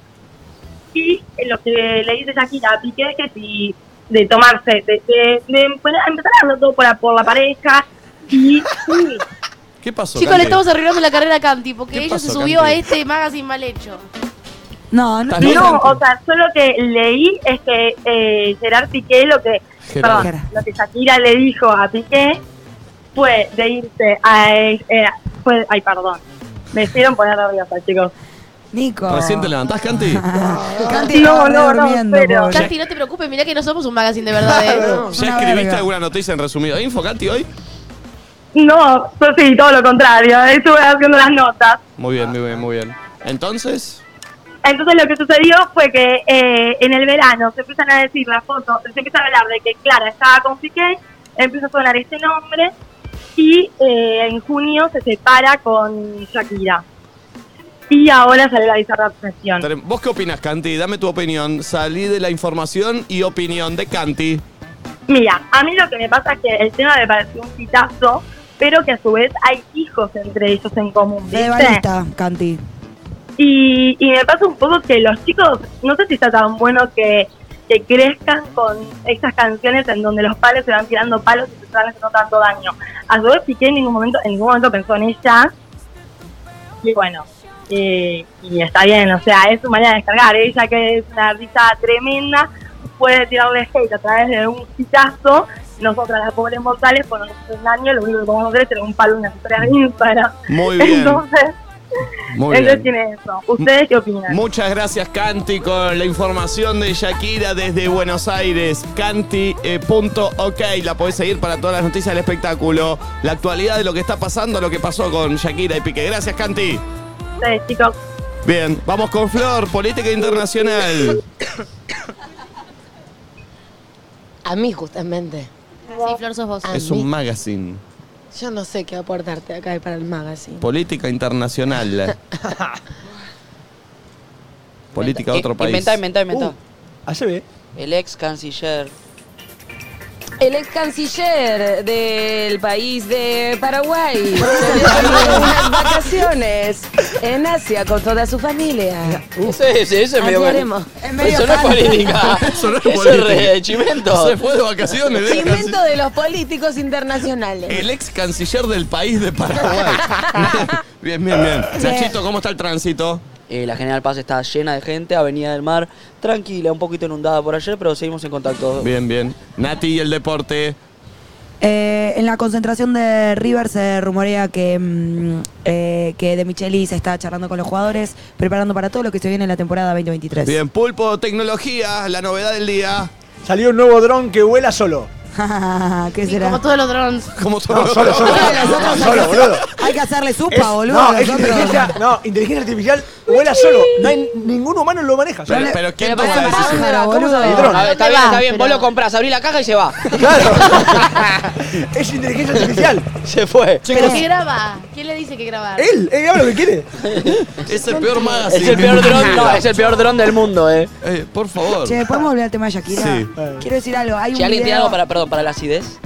Speaker 12: y eh, lo que le dice Shakira a Piqué que si de tomarse, de, de- de poner- empezar a darlo todo por la, por la pareja y sí,
Speaker 1: ¿Qué pasó?
Speaker 5: Chicos,
Speaker 1: Canti?
Speaker 5: le estamos arreglando la carrera a Canti porque
Speaker 1: ¿Qué
Speaker 5: ella se
Speaker 1: pasó,
Speaker 5: subió
Speaker 1: Canti?
Speaker 5: a este magazine mal hecho.
Speaker 4: No, no.
Speaker 1: ¿Estás bien,
Speaker 12: No,
Speaker 1: Santi?
Speaker 12: o sea, yo lo que leí es que eh, Gerard Piqué, lo que,
Speaker 1: Gerard.
Speaker 12: perdón, lo que Shakira le dijo a Piqué fue de irse a... eh, fue- ay, perdón. Me hicieron poner nerviosa, chicos.
Speaker 4: Nico.
Speaker 1: ¿Recién te levantás, Canti?
Speaker 4: Canti
Speaker 12: No,
Speaker 4: estaba
Speaker 12: no, no,
Speaker 4: durmiendo,
Speaker 12: pero-
Speaker 4: pobre.
Speaker 5: Canti, no te preocupes, mirá que no somos un magazine de verdad, ¿eh?
Speaker 1: ¿Ya escribiste alguna noticia en resumido info, Canti, hoy?
Speaker 12: No, yo sí, todo lo contrario. eh, Estuve haciendo las notas.
Speaker 1: Muy bien, muy bien, muy bien. Entonces,
Speaker 12: Entonces lo que sucedió fue que eh, en el verano se empiezan a decir las fotos, se empieza a hablar de que Clara estaba con Piqué, empieza a sonar este nombre y eh, en junio se separa con Shakira. Y ahora sale la bizarra obsesión.
Speaker 1: Tere- ¿vos qué opinas, Canti? Dame tu opinión. Salí de la información y opinión de Canti.
Speaker 12: Mira, a mí lo que me pasa es que el tema me pareció un pitazo, pero que a su vez hay hijos entre ellos en común.
Speaker 4: Fede
Speaker 12: ¿viste?
Speaker 4: Balista, Canti.
Speaker 12: Y, y me pasa un poco que los chicos, no sé si está tan bueno que, que crezcan con estas canciones en donde los padres se van tirando palos y se están haciendo tanto daño. A su vez Piqué en ningún momento, en ningún momento pensó en ella. Y bueno, eh, y está bien, o sea, es su manera de descargar. Ella que es una artista tremenda, puede tirarle hate a través de un pitazo. Nosotras, las pobres mortales, por un daño, lo único que podemos hacer es tener un palo en las historias de Instagram.
Speaker 1: Muy bien.
Speaker 12: Entonces,
Speaker 1: Muy
Speaker 12: entonces
Speaker 1: bien.
Speaker 12: tiene eso. ¿Ustedes qué opinan?
Speaker 1: Muchas gracias, Canti, con la información de Shakira desde Buenos Aires. Canti.ok, la podés seguir para todas las noticias del espectáculo, la actualidad de lo que está pasando, lo que pasó con Shakira y Piqué. Gracias, Canti.
Speaker 12: Ustedes, chicos.
Speaker 1: Bien, vamos con Flor, política internacional.
Speaker 14: A mí, justamente.
Speaker 5: Ah, Sí, Flor, sos vos.
Speaker 1: Es un magazine,
Speaker 14: Yo no sé qué aportarte acá para el magazine.
Speaker 1: política internacional. política de otro país. Uh,
Speaker 3: Inventá, inventá, inventá.
Speaker 11: HB.
Speaker 3: El ex canciller.
Speaker 2: El ex canciller del país de Paraguay se había tomado unas vacaciones en Asia con toda su familia.
Speaker 3: Eso es, eso es
Speaker 2: Así
Speaker 3: medio.
Speaker 2: haremos. Es medio
Speaker 3: eso no es
Speaker 2: canto.
Speaker 3: política.
Speaker 1: Eso no es
Speaker 3: Eso
Speaker 1: política.
Speaker 3: re- chimento.
Speaker 1: Se fue de vacaciones. ¿eh? de
Speaker 2: Invento de los políticos internacionales.
Speaker 1: El ex canciller del país de Paraguay. bien, bien, bien. Nachito, ¿cómo está el tránsito?
Speaker 3: Eh, la General Paz está llena de gente, Avenida del Mar, tranquila, un poquito inundada por ayer, pero seguimos en contacto.
Speaker 1: Bien, bien. Nati y el deporte.
Speaker 4: Eh, en la concentración de River se rumorea que, mm, eh, que De Micheli se está charlando con los jugadores, preparando para todo lo que se viene en la temporada 2023.
Speaker 1: Bien, Pulpo, tecnología, la novedad del día.
Speaker 11: Salió un nuevo dron que vuela solo.
Speaker 4: ¿Qué será?
Speaker 5: Como todos los drones.
Speaker 1: Como todo.
Speaker 11: No, solo, solo. No, solo, boludo.
Speaker 4: Hay que hacerle supa,
Speaker 11: Es-
Speaker 4: boludo.
Speaker 11: no,
Speaker 4: a los
Speaker 11: es
Speaker 4: otros.
Speaker 11: inteligencia, no, inteligencia artificial vuela solo. No hay, ningún humano lo maneja.
Speaker 1: Pero,
Speaker 11: Solo-
Speaker 1: pero ¿quién
Speaker 2: Pero
Speaker 1: toma la
Speaker 2: pará,
Speaker 1: decisión?
Speaker 2: pará,
Speaker 11: ¿Cómo
Speaker 4: boludo.
Speaker 11: sabe el
Speaker 3: A
Speaker 11: dron?
Speaker 3: ver, Ah, está
Speaker 2: ¿Dónde
Speaker 3: bien,
Speaker 2: va?
Speaker 3: está bien. Vos
Speaker 2: Pero-
Speaker 3: lo comprás, abrí la caja y se va.
Speaker 11: Claro. es inteligencia artificial.
Speaker 3: se fue.
Speaker 5: ¿Pero qué graba? ¿quién le dice que grabar?
Speaker 3: Eh,
Speaker 11: Él, él habla lo que quiere.
Speaker 1: Es el peor magazine.
Speaker 3: Es el peor dron, no, es el peor dron del mundo, eh.
Speaker 1: Eh, por favor.
Speaker 4: Che, ¿podemos volver al tema de Shakira?
Speaker 1: Sí.
Speaker 4: Quiero decir algo. Hay un
Speaker 3: Si alguien tiene
Speaker 4: video-
Speaker 3: algo para, perdón, para la acidez.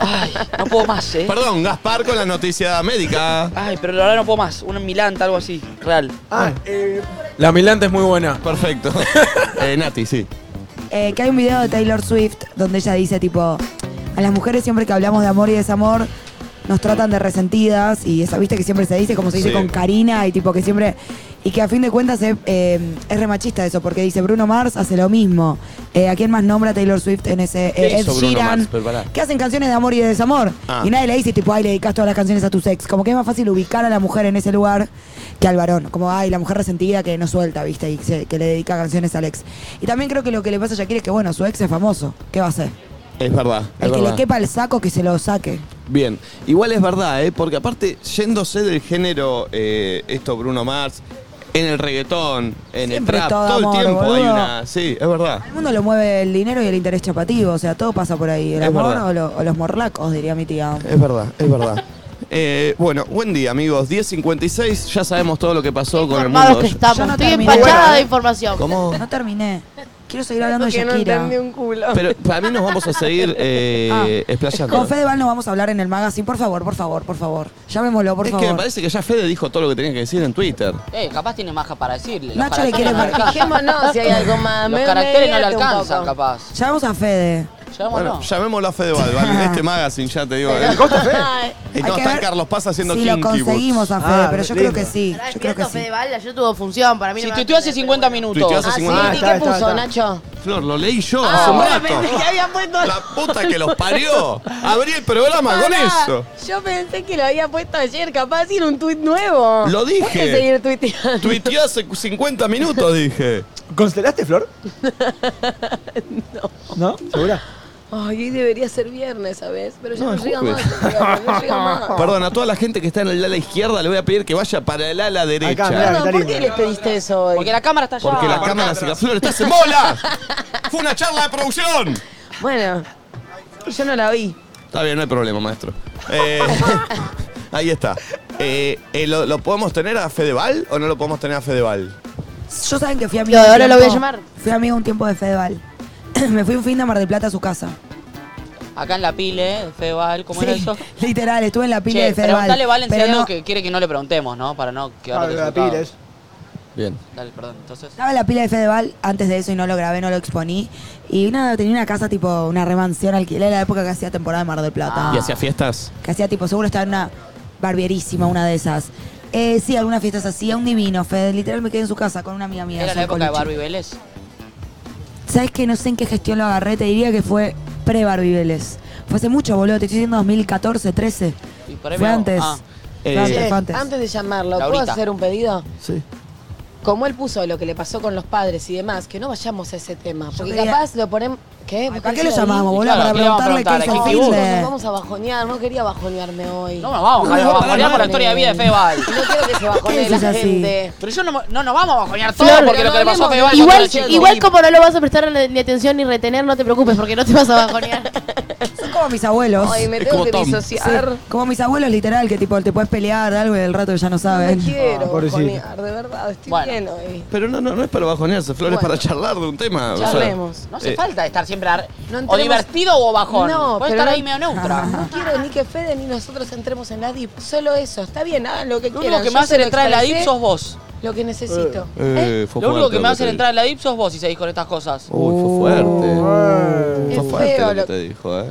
Speaker 3: Ay, no puedo más, eh.
Speaker 1: Perdón, Gaspar con la noticia médica.
Speaker 3: Ay, pero la verdad no puedo más. Una milanta, algo así, real.
Speaker 11: Ah, eh,
Speaker 15: La Milanta es muy buena.
Speaker 1: Perfecto. Eh, Nati, sí.
Speaker 4: eh, que hay un video de Taylor Swift donde ella dice tipo a las mujeres siempre que hablamos de amor y desamor nos tratan de resentidas y esa viste que siempre se dice como se dice
Speaker 1: Sí.
Speaker 4: con Karina y tipo que siempre y que a fin de cuentas es, eh, es remachista eso porque dice Bruno Mars hace lo mismo Eh, a quién más nombra Taylor Swift en ese
Speaker 1: ¿Qué
Speaker 4: Eh, Ed
Speaker 1: hizo Bruno
Speaker 4: Sheeran
Speaker 1: Mars? Pero pará.
Speaker 4: que hacen canciones de amor y de desamor
Speaker 1: Ah.
Speaker 4: y nadie le dice tipo ay le dedicas todas las canciones a tu sex como que es más fácil ubicar a la mujer en ese lugar que al varón como ay la mujer resentida que no suelta viste y se- que le dedica canciones al ex y también creo que lo que le pasa a Shakira es que bueno su ex es famoso qué va a hacer
Speaker 1: Es verdad. es
Speaker 4: el que
Speaker 1: verdad.
Speaker 4: le quepa el saco que se lo saque
Speaker 1: Bien, igual es verdad, ¿eh? porque aparte, yéndose del género, eh, esto Bruno Mars, en el reggaetón, en el
Speaker 4: Siempre
Speaker 1: trap,
Speaker 4: todo
Speaker 1: todo, el
Speaker 4: amor,
Speaker 1: tiempo hay
Speaker 4: boludo.
Speaker 1: una. Sí, es verdad.
Speaker 4: El mundo lo mueve el dinero y el interés chapativo, o sea, todo pasa por ahí. El
Speaker 1: Es
Speaker 4: amor
Speaker 1: verdad.
Speaker 4: o, lo- o los morlacos, diría mi tía.
Speaker 1: Es verdad, es verdad. Eh, bueno, buen día, amigos. 10.56, ya sabemos todo lo que pasó con el
Speaker 5: Informados
Speaker 1: mundo.
Speaker 5: que estamos.
Speaker 4: Yo no
Speaker 5: Estoy
Speaker 4: terminé.
Speaker 5: empachada
Speaker 4: Bueno,
Speaker 5: de
Speaker 4: ¿eh?
Speaker 5: información.
Speaker 1: ¿Cómo?
Speaker 4: No terminé. Quiero seguir hablando de
Speaker 14: Porque no
Speaker 4: Shakira.
Speaker 14: entendí un culo.
Speaker 1: Pero para mí nos vamos a seguir eh, explayando.
Speaker 4: Ah. Con Fedeval no vamos a hablar en el magazine, por favor, por favor, por favor. Llamémoslo, por
Speaker 1: es que me
Speaker 4: favor.
Speaker 1: parece que ya Fede dijo todo lo que tenía que decir en Twitter.
Speaker 3: Eh, capaz tiene más para decirle. Los
Speaker 4: Nacho le
Speaker 3: caracteres
Speaker 4: quiere
Speaker 3: no
Speaker 4: marcar.
Speaker 3: alcanzan.
Speaker 14: Fijémonos si hay algo más.
Speaker 3: Los
Speaker 14: Me-
Speaker 3: caracteres no le
Speaker 14: mediate un
Speaker 3: alcanzan,
Speaker 14: poco.
Speaker 3: capaz.
Speaker 4: Llamamos a Fede.
Speaker 1: Bueno, llamémoslo a Fede Balbal en este magazine, ya te digo.
Speaker 4: Pero-
Speaker 1: costo Fede? Y
Speaker 4: Hay
Speaker 1: no,
Speaker 4: que
Speaker 1: está
Speaker 4: ver
Speaker 1: Carlos Paz haciendo
Speaker 4: si lo
Speaker 1: kinky boots. Ah,
Speaker 4: conseguimos a
Speaker 11: Ah,
Speaker 4: Fede, pero yo creo que sí.
Speaker 5: Pará,
Speaker 4: Yo
Speaker 5: es
Speaker 4: creo que
Speaker 5: cierto,
Speaker 4: sí.
Speaker 5: Fedeval, ayer tuvo función. Para mí no
Speaker 3: Si
Speaker 5: me
Speaker 3: tuiteó hace 50 minutos.
Speaker 5: Ah,
Speaker 1: Tuiteó hace 50.
Speaker 14: ¿Y qué puso, Nacho?
Speaker 1: Flor, lo leí yo
Speaker 14: Ah,
Speaker 1: hace un
Speaker 14: vos
Speaker 1: rato.
Speaker 14: pensé que había puesto-
Speaker 1: La puta que los parió. Abrí el programa con
Speaker 14: Pará,
Speaker 1: eso.
Speaker 14: Yo pensé que lo había puesto ayer, capaz era un tuit nuevo.
Speaker 1: Lo dije.
Speaker 14: Hay que seguir tuiteando.
Speaker 1: Tuiteó hace 50 minutos, dije.
Speaker 11: ¿Constelaste, Flor? no. ¿No? ¿Segura?
Speaker 14: Ay, hoy debería ser viernes, ¿sabes? Pero ya
Speaker 1: No,
Speaker 14: no,
Speaker 1: es
Speaker 14: llega más.
Speaker 1: jueves.
Speaker 14: este viernes, No llega más.
Speaker 1: Perdón, a toda la gente que está en el ala izquierda le voy a pedir que vaya para el ala derecha.
Speaker 14: Perdón, ¿por qué les pediste eso hoy? Porque
Speaker 3: la cámara está
Speaker 1: Porque la cámara se Flor, estás en bola. Fue una charla de producción.
Speaker 14: Bueno, yo no la vi.
Speaker 1: Está bien, no hay problema, maestro. Eh, ahí está. Eh, eh, ¿lo, lo podemos tener a Fedeval o no lo podemos tener a Fedeval?
Speaker 4: Yo saben que fui
Speaker 5: Yo
Speaker 4: amiga. un
Speaker 5: ahora lo voy a
Speaker 4: tiempo-
Speaker 5: llamar.
Speaker 4: Fui amiga un tiempo de Fedeval. Me fui un fin de Mar del Plata a su casa.
Speaker 3: Acá en la pile, Feval, ¿cómo era
Speaker 4: Sí,
Speaker 3: eso?
Speaker 4: Literal, estuve en la pila
Speaker 3: Che,
Speaker 4: de Fedeval.
Speaker 3: preguntale Val en
Speaker 4: pero
Speaker 3: serio
Speaker 4: no,
Speaker 3: que quiere que no le preguntemos, ¿no? Para no quedar
Speaker 11: Claro, la pila es-
Speaker 1: Bien.
Speaker 3: Dale, perdón. Entonces.
Speaker 4: Estaba en la pila de Fedeval antes de eso y no lo grabé, no lo exponí. Y nada, tenía una casa tipo, una remansión alquiler, era la época que hacía temporada de Mar del Plata.
Speaker 1: Ah. ¿Y hacía fiestas?
Speaker 4: que hacía tipo, seguro estaba en una barbierísima, una de esas. Eh, sí, algunas fiestas hacía un divino, Fede. Literal me quedé en su casa con una amiga mía.
Speaker 3: ¿Era la
Speaker 4: Sol
Speaker 3: época de
Speaker 4: Colucci.
Speaker 3: Barbie Vélez?
Speaker 4: ¿Sabes que no sé en qué gestión lo agarré? Te diría que fue pre-Barbie Vélez. Fue hace mucho, boludo. Te estoy diciendo 2014, 13.
Speaker 3: Y por ahí
Speaker 4: Fue
Speaker 3: me hago-
Speaker 4: antes.
Speaker 3: Ah.
Speaker 1: Eh,
Speaker 4: Fue antes, fue antes.
Speaker 14: antes, de llamarlo, ¿puedo
Speaker 3: Laurita.
Speaker 14: hacer un pedido?
Speaker 1: Sí.
Speaker 14: Como él puso lo que le pasó con los padres y demás, que no vayamos a ese tema. Porque
Speaker 4: quería-
Speaker 14: capaz lo ponemos. ¿Qué? ¿Por
Speaker 4: ¿Para qué lo llamamos, boludo?
Speaker 3: claro, ¿qué le vamos a
Speaker 4: para preguntarle qué
Speaker 3: preguntar?
Speaker 4: hizo
Speaker 3: ¿A
Speaker 14: Ay,
Speaker 3: Kiki
Speaker 14: chicos,
Speaker 4: Hitler.
Speaker 14: nos vamos a bajonear, no quería bajonearme hoy.
Speaker 3: No, nos vamos,
Speaker 1: No,
Speaker 3: no, vamos a
Speaker 1: para
Speaker 3: bajonear por
Speaker 1: nada.
Speaker 3: la historia de vida de Feval.
Speaker 14: No quiero que se
Speaker 4: ¿Qué
Speaker 14: bajonee la
Speaker 4: dices así?
Speaker 14: gente.
Speaker 3: Pero yo no, me- no nos vamos a bajonear todo
Speaker 5: Flor,
Speaker 3: porque lo que le pasó a
Speaker 14: hablemos,
Speaker 3: Feval.
Speaker 5: Igual,
Speaker 3: contra el chico.
Speaker 5: igual como no lo vas a prestar ni ni atención ni retener, no te preocupes porque no te vas a bajonear.
Speaker 4: Son como mis abuelos.
Speaker 14: Ay, me
Speaker 1: Es
Speaker 14: tengo
Speaker 1: como
Speaker 14: que
Speaker 1: Tom.
Speaker 14: disociar.
Speaker 4: Sí, como mis abuelos, literal, que tipo, te puedes pelear de algo y del rato que ya no
Speaker 14: No
Speaker 4: saben.
Speaker 14: quiero
Speaker 11: Ah, pobrecito.
Speaker 14: bajonear, de verdad, estoy
Speaker 3: Bueno.
Speaker 14: bien hoy.
Speaker 1: Pero no, no, no es para bajonearse, Flor, es
Speaker 14: Bueno.
Speaker 1: para charlar de un tema. o sea,
Speaker 14: Charlemos.
Speaker 3: No hace
Speaker 1: Eh.
Speaker 3: falta estar siempre ar-
Speaker 14: No
Speaker 3: o
Speaker 14: entremos-
Speaker 3: divertido o bajón.
Speaker 14: No,
Speaker 3: Puede
Speaker 14: pero
Speaker 3: estar
Speaker 14: no-
Speaker 3: ahí medio neutra.
Speaker 14: No quiero ni que Fede ni nosotros entremos en la DIP. Solo eso. Está bien, hagan lo que
Speaker 3: Lo
Speaker 14: quieran.
Speaker 3: único que me
Speaker 14: Yo se
Speaker 3: hace
Speaker 14: lo
Speaker 3: entrar en la DIP
Speaker 14: expresé
Speaker 3: sos vos.
Speaker 14: Lo que necesito.
Speaker 1: eh, fue
Speaker 3: Lo único
Speaker 1: fuerte
Speaker 3: que me hace
Speaker 1: te
Speaker 3: entrar en la DIP sos vos si seguís con estas cosas.
Speaker 1: dijo. Uy, fue fuerte.
Speaker 14: Es
Speaker 1: Fue fuerte
Speaker 14: feo
Speaker 1: lo que
Speaker 14: lo-
Speaker 1: te dijo, ¿eh?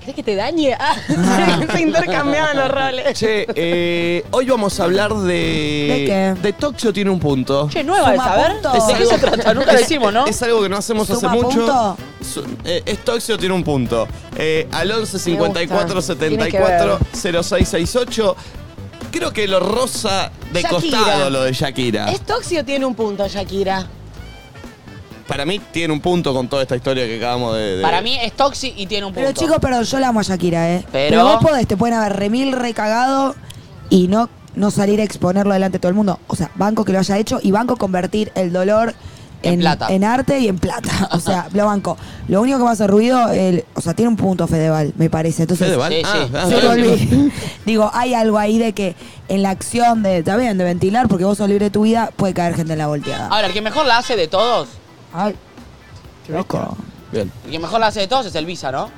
Speaker 14: ¿Crees que te dañe? Ah, se intercambiaban los roles.
Speaker 1: Che, eh, hoy vamos a hablar de.
Speaker 4: ¿De qué?
Speaker 1: Toxio tiene un punto.
Speaker 3: Che, nueva ¿eh? de
Speaker 4: Suma
Speaker 3: saber.
Speaker 4: puntos.
Speaker 3: ¿De qué se trata? Nunca lo decimos, ¿no?
Speaker 1: Es algo que no hacemos hace
Speaker 4: ¿Suma
Speaker 1: mucho.
Speaker 4: punto?
Speaker 1: Su- eh, es Toxio tiene un punto. Eh, al 11 54
Speaker 14: gusta. Tiene que
Speaker 1: 74 0668. Creo que lo rosa de
Speaker 14: Shakira.
Speaker 1: costado lo de Shakira.
Speaker 14: ¿Es Toxio tiene un punto, Shakira?
Speaker 1: Para mí tiene un punto con toda esta historia que acabamos de. de-
Speaker 3: Para mí es Toxi y tiene un punto.
Speaker 4: Pero chicos, perdón, yo la amo a Shakira, ¿eh?
Speaker 3: Pero-
Speaker 4: vos podés, te pueden haber remil recagado y no, no salir a exponerlo delante de todo el mundo. O sea, banco que lo haya hecho y banco convertir el dolor
Speaker 3: En plata.
Speaker 4: en arte y en plata. O sea, lo banco. Lo único que me hace ruido, el, o sea, tiene un punto Fedeval, me parece. Entonces,
Speaker 1: Fedeval.
Speaker 3: Sí,
Speaker 1: Ah,
Speaker 3: sí.
Speaker 1: ah,
Speaker 4: se
Speaker 1: bien.
Speaker 4: lo olvidé. Digo, hay algo ahí de que en la acción de, está bien, de ventilar, porque vos sos libre de tu vida, puede caer gente en la volteada.
Speaker 3: Ahora, el que mejor la hace de todos,
Speaker 4: Ay, loco.
Speaker 1: Bien.
Speaker 3: el que mejor la hace de todos es el Visa, ¿no?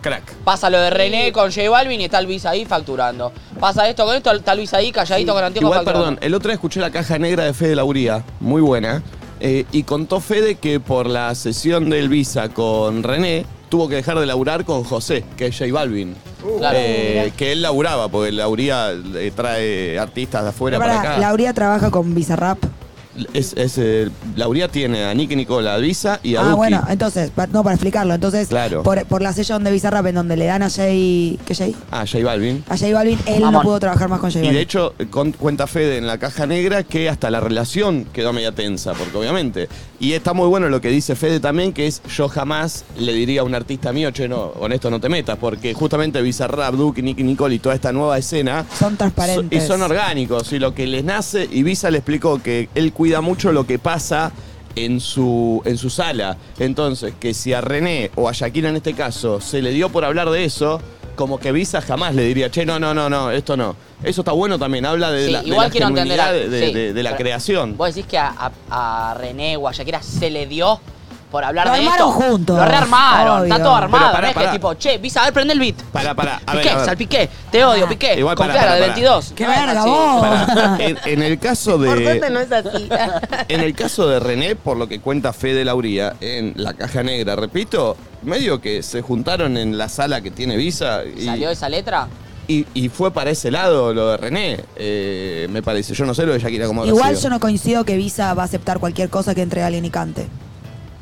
Speaker 1: Crack.
Speaker 3: Pasa lo de René con J Balvin y está el Visa ahí facturando. Pasa esto con esto, está el Visa ahí calladito con Antioquia
Speaker 1: Igual,
Speaker 3: facturando.
Speaker 1: perdón, el otro día escuché la caja negra de Fede Lauría, muy buena, eh, y contó Fede que por la sesión del Visa con René tuvo que dejar de laburar con José, que es J Balvin.
Speaker 3: Claro.
Speaker 1: Eh, que él laburaba, porque Lauría eh, trae artistas de afuera para,
Speaker 4: Pará,
Speaker 1: acá.
Speaker 4: Lauría trabaja con Bizarrap.
Speaker 1: Es, es, eh, Lauría tiene a Nicky Nicola, a Visa y a
Speaker 4: Ah,
Speaker 1: Duki.
Speaker 4: bueno, entonces, pa- no, para explicarlo. Entonces,
Speaker 1: Claro.
Speaker 4: por, por la sesión de Bizarrap en donde le dan a Jay. ¿Qué Jay?
Speaker 1: Ah, J Balvin.
Speaker 4: A Jay Balvin, él no
Speaker 1: Mamón.
Speaker 4: pudo trabajar más con Jay
Speaker 1: Y
Speaker 4: Balvin.
Speaker 1: de hecho, eh, con- cuenta Fede en la caja negra que hasta la relación quedó media tensa, porque obviamente. Y está muy bueno lo que dice Fede también, que es yo jamás le diría a un artista mío, che, no, con esto no te metas, porque justamente Bizarrap, Duke, Nicky Nicole y toda esta nueva escena.
Speaker 4: Son transparentes.
Speaker 1: so- y son orgánicos, y lo que les nace. Y Visa le explicó que él cuida mucho lo que pasa. En su, en su sala. Entonces, que si a René o a Shakira en este caso se le dio por hablar de eso, como que Visa jamás le diría, che, no, no, no, no, esto no. Eso está bueno también, habla eh, de
Speaker 3: Sí,
Speaker 1: la, de
Speaker 3: igual
Speaker 1: la
Speaker 3: quiero entender a-
Speaker 1: genuinidad de,
Speaker 3: sí,
Speaker 1: de- de la
Speaker 3: pero-
Speaker 1: creación.
Speaker 3: Vos decís que a, a- a René o a Shakira se le dio por hablar
Speaker 4: Lo
Speaker 3: de esto.
Speaker 4: armaron juntos,
Speaker 3: Lo rearmaron, está
Speaker 4: obvio.
Speaker 3: todo armado.
Speaker 1: Pero pará,
Speaker 3: no es que
Speaker 1: pará.
Speaker 3: tipo, che, Visa, a ver, prende el beat.
Speaker 1: Para, para, a ver,
Speaker 3: Piqué,
Speaker 1: a ver.
Speaker 3: salpiqué, te odio, piqué.
Speaker 1: Igual,
Speaker 3: con
Speaker 1: pará,
Speaker 3: Clara
Speaker 1: pará,
Speaker 3: de
Speaker 1: pará.
Speaker 3: 22.
Speaker 4: Ah. ¡Qué
Speaker 3: No es
Speaker 4: verga,
Speaker 3: así.
Speaker 4: vos!
Speaker 1: Pará. Eh, En, en el caso
Speaker 14: Por suerte
Speaker 1: de.
Speaker 14: no es así.
Speaker 1: En el caso de René, por lo que cuenta Fede Lauría, en La Caja Negra, repito, medio que se juntaron en la sala que tiene Visa y,
Speaker 3: ¿Salió esa letra?
Speaker 1: y- y fue para ese lado lo de René, eh, me parece. Yo no sé lo de Shakira como
Speaker 4: Igual yo no coincido que Visa va a aceptar cualquier cosa que entre alguien y cante.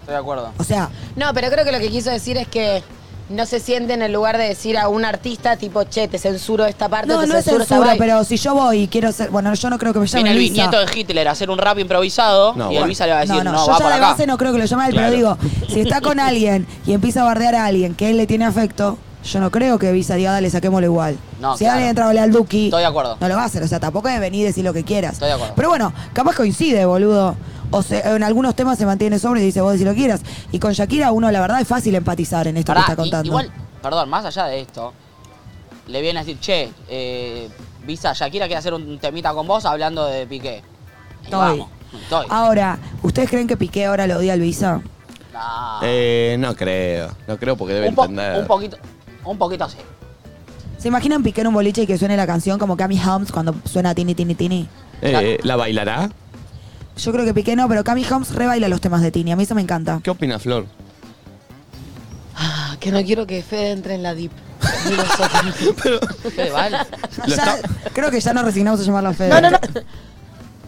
Speaker 3: Estoy de acuerdo.
Speaker 4: O sea,
Speaker 14: No, pero creo que lo que quiso decir es que no se siente en el lugar de decir a un artista tipo, che, te censuro esta parte,
Speaker 4: no,
Speaker 14: te
Speaker 4: no es
Speaker 14: censuro esta
Speaker 4: censura,
Speaker 14: vaina".
Speaker 4: pero si yo voy y quiero ser. Bueno, yo no creo que me
Speaker 3: Viene
Speaker 4: llamen
Speaker 3: el
Speaker 4: Visa.
Speaker 3: nieto de Hitler a hacer un rap improvisado
Speaker 1: No,
Speaker 3: y el
Speaker 1: bueno.
Speaker 3: Visa le va a decir, no,
Speaker 4: yo
Speaker 3: va
Speaker 4: ya
Speaker 3: por
Speaker 4: de
Speaker 3: acá.
Speaker 4: base no creo que lo llame a él, pero
Speaker 1: Claro.
Speaker 4: digo, si está con alguien y empieza a bardear a alguien que él le tiene afecto, yo no creo que Visa diga, dale, saquémoslo igual.
Speaker 3: No,
Speaker 4: si
Speaker 3: claro.
Speaker 4: alguien entra a hablar al Duki,
Speaker 3: Estoy de acuerdo.
Speaker 4: no lo va a hacer. O sea, tampoco es venir y decir lo que quieras.
Speaker 3: Estoy de acuerdo.
Speaker 4: Pero bueno, capaz coincide, boludo. O se- en algunos temas se mantiene sobre y dice, vos decís lo que quieras. Y con Shakira uno, la verdad, es fácil empatizar en esto
Speaker 3: Pará,
Speaker 4: que está
Speaker 3: y-
Speaker 4: contando.
Speaker 3: igual, perdón, más allá de esto, le viene a decir, che, eh, Visa, Shakira quiere hacer un temita con vos hablando de Piqué. Y
Speaker 4: Estoy.
Speaker 3: vamos, estoy.
Speaker 4: Ahora, ¿ustedes creen que Piqué ahora lo odia al Visa?
Speaker 3: Nah.
Speaker 1: Eh, no creo, no creo porque debe
Speaker 3: un, po-
Speaker 1: entender.
Speaker 3: un poquito, un poquito así.
Speaker 4: ¿Se imaginan Piqué en un boliche y que suene la canción como Cami Holmes cuando suena Tini Tini Tini?
Speaker 1: Eh, ¿La bailará?
Speaker 4: Yo creo que Piqué no, pero Cami Holmes rebaila los temas de Tini. A mí eso me encanta.
Speaker 1: ¿Qué opina Flor?
Speaker 14: Ah, que no quiero que Fede entre en la dip. Ni nosotros.
Speaker 3: Fede, vale.
Speaker 1: Lo
Speaker 4: Ya- creo que ya nos resignamos a llamarlo Fede.
Speaker 5: No, no, no.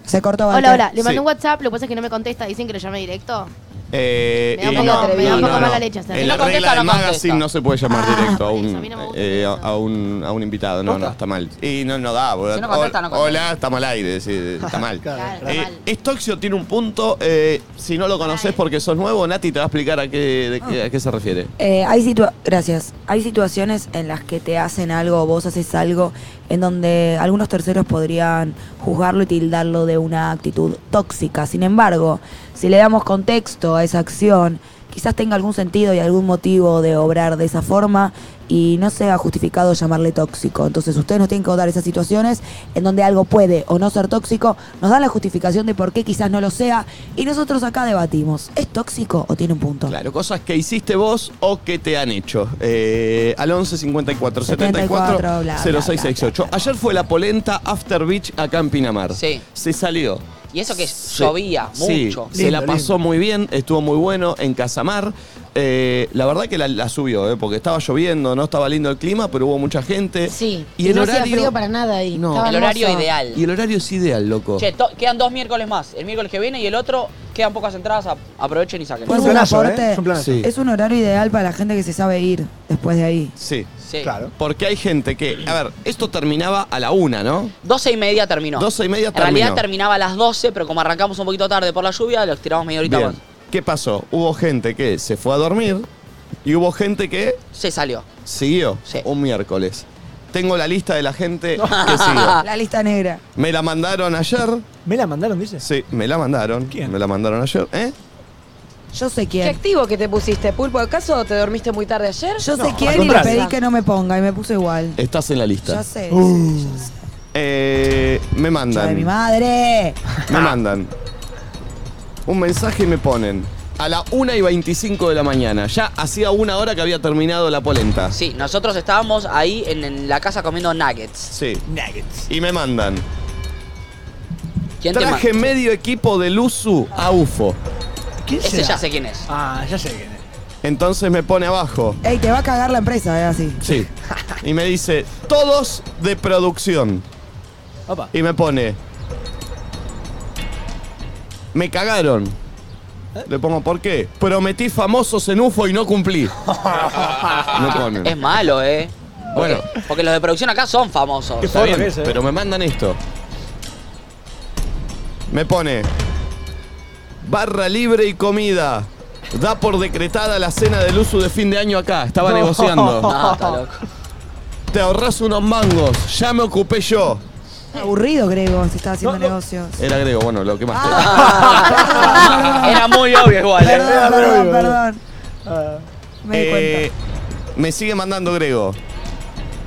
Speaker 4: Se cortó Walter.
Speaker 5: Hola, hola. Le mandé
Speaker 1: Sí.
Speaker 5: un WhatsApp, lo que pasa es que no me contesta. Dicen que lo llamé directo.
Speaker 1: Eh,
Speaker 5: Me da un
Speaker 1: y
Speaker 5: poco
Speaker 1: no,
Speaker 5: atrevido, me da un
Speaker 1: no,
Speaker 5: poco
Speaker 1: no,
Speaker 5: mala
Speaker 1: no.
Speaker 5: leche hacer.
Speaker 1: En
Speaker 5: Si
Speaker 1: la
Speaker 5: no
Speaker 1: regla
Speaker 3: contesta,
Speaker 1: del
Speaker 3: no contesta.
Speaker 1: magazine no se puede llamar
Speaker 4: Ah,
Speaker 1: directo a
Speaker 5: por
Speaker 1: un,
Speaker 5: eso, a mí no me gusta
Speaker 1: eh, a,
Speaker 5: eso.
Speaker 1: a un, a un invitado. No, no,
Speaker 11: ¿Posta?
Speaker 1: está mal. Y no, no da. boludo.
Speaker 3: Si no contesta,
Speaker 1: Hol-
Speaker 3: no contesta.
Speaker 1: Hola, estamos al aire. sí, está mal.
Speaker 11: Claro,
Speaker 5: Claro,
Speaker 1: Eh,
Speaker 5: mal.
Speaker 1: Estoxio tiene un punto. eh, si no lo conoces porque sos nuevo, Nati te va a explicar a qué, de
Speaker 4: Ah.
Speaker 1: qué- a qué se refiere.
Speaker 4: Eh, hay situa- Gracias. Hay situaciones en las que te hacen algo, vos haces algo, en donde algunos terceros podrían juzgarlo y tildarlo de una actitud tóxica. Sin embargo, si le damos contexto a esa acción, quizás tenga algún sentido y algún motivo de obrar de esa forma y no sea justificado llamarle tóxico. Entonces ustedes nos tienen que dar esas situaciones en donde algo puede o no ser tóxico, nos dan la justificación de por qué quizás no lo sea y nosotros acá debatimos, ¿es tóxico o tiene un punto?
Speaker 1: Claro, cosas que hiciste vos o que te han hecho. Eh, al 11 54 74
Speaker 4: bla, bla,
Speaker 1: 06 68. Ayer fue la polenta After Beach acá en Pinamar.
Speaker 3: Sí.
Speaker 1: Se salió.
Speaker 3: Y eso que
Speaker 1: Se-
Speaker 3: llovía
Speaker 1: sí,
Speaker 3: mucho.
Speaker 1: se la pasó muy bien, estuvo muy bueno en Casamar. Eh, la verdad que la, la subió, eh, porque estaba lloviendo, no estaba lindo el clima, pero hubo mucha gente.
Speaker 14: Sí.
Speaker 1: Y, el
Speaker 14: no
Speaker 1: horario.
Speaker 14: hacía frío para nada ahí.
Speaker 1: No.
Speaker 14: Estaba
Speaker 3: El horario
Speaker 14: hermoso.
Speaker 3: ideal.
Speaker 1: Y el horario es ideal, loco.
Speaker 3: Che, to- quedan dos miércoles más. El miércoles que viene y el otro quedan pocas entradas. a- aprovechen y saquen.
Speaker 4: Pues
Speaker 11: Es
Speaker 4: un
Speaker 11: un planazo,
Speaker 4: aporte.
Speaker 11: ¿eh? Es un planazo.
Speaker 1: Sí.
Speaker 4: Es un horario ideal para la gente que se sabe ir después de ahí.
Speaker 1: Sí.
Speaker 3: Sí.
Speaker 11: Claro.
Speaker 1: Porque hay gente que. A ver, esto terminaba a la una, ¿no?
Speaker 3: 12 y media terminó.
Speaker 1: 12 y media
Speaker 3: En realidad
Speaker 1: terminó.
Speaker 3: terminaba a las 12, pero como arrancamos un poquito tarde por la lluvia, lo estiramos media horita
Speaker 1: Bien.
Speaker 3: más.
Speaker 1: ¿Qué pasó? Hubo gente que se fue a dormir y hubo gente que
Speaker 3: Se salió.
Speaker 1: siguió
Speaker 3: Sí.
Speaker 1: un miércoles. Tengo la lista de la gente que siguió.
Speaker 4: La lista negra.
Speaker 1: Me la mandaron ayer.
Speaker 11: ¿Me la mandaron, dices?
Speaker 1: Sí, me la mandaron.
Speaker 11: ¿Quién?
Speaker 1: Me la mandaron ayer. ¿Eh?
Speaker 4: Yo sé
Speaker 14: Qué
Speaker 4: quién.
Speaker 14: activo que te pusiste, Pulpo. ¿Acaso te dormiste muy tarde ayer?
Speaker 4: Yo sé
Speaker 11: No, al
Speaker 4: quién y le
Speaker 11: contrario.
Speaker 4: pedí que no me ponga y me puso igual.
Speaker 1: Estás en la
Speaker 4: Ya
Speaker 1: lista.
Speaker 4: sé.
Speaker 11: Uh.
Speaker 4: ya sé.
Speaker 1: Eh, me
Speaker 4: Yo de mi
Speaker 1: mandan.
Speaker 4: madre.
Speaker 1: Me mandan. Un mensaje y me ponen. A la 1 y 25 de la mañana. Ya hacía una hora que había terminado la polenta.
Speaker 3: Sí, nosotros estábamos ahí en, en la casa comiendo nuggets.
Speaker 1: Sí.
Speaker 11: Nuggets.
Speaker 1: Y me mandan.
Speaker 3: ¿Quién te
Speaker 1: Traje
Speaker 3: ma-
Speaker 1: medio equipo de Luzu a UFO.
Speaker 11: ¿Quién
Speaker 3: Ese
Speaker 11: será?
Speaker 3: ya sé quién es.
Speaker 11: Ah, ya sé quién es.
Speaker 1: Entonces me pone abajo.
Speaker 4: Ey, te va a cagar la empresa, eh, así.
Speaker 1: Sí. Y me dice, todos de producción.
Speaker 11: Opa.
Speaker 1: Y me pone. Me cagaron.
Speaker 3: ¿Eh?
Speaker 1: Le pongo, ¿por qué? Prometí famosos en UFO y no cumplí.
Speaker 3: Oh,
Speaker 1: No ponen.
Speaker 3: Es malo, ¿eh?
Speaker 1: Bueno.
Speaker 3: Porque los de producción acá son famosos.
Speaker 1: Está bien,
Speaker 11: eh.
Speaker 3: ¿eh?
Speaker 1: pero me mandan esto. Me pone barra libre y comida. Da por decretada la cena del uso de fin de año acá. Estaba
Speaker 3: No.
Speaker 1: negociando.
Speaker 3: No, está loco.
Speaker 1: Te ahorras unos mangos. Ya me ocupé yo.
Speaker 4: Aburrido, Grego, si está haciendo negocios.
Speaker 1: Era grego, bueno, lo que más.
Speaker 3: Era muy obvio igual. ¿eh?
Speaker 4: Ah. Perdón, perdón, perdón. Me di cuenta.
Speaker 1: Eh, me sigue mandando Grego.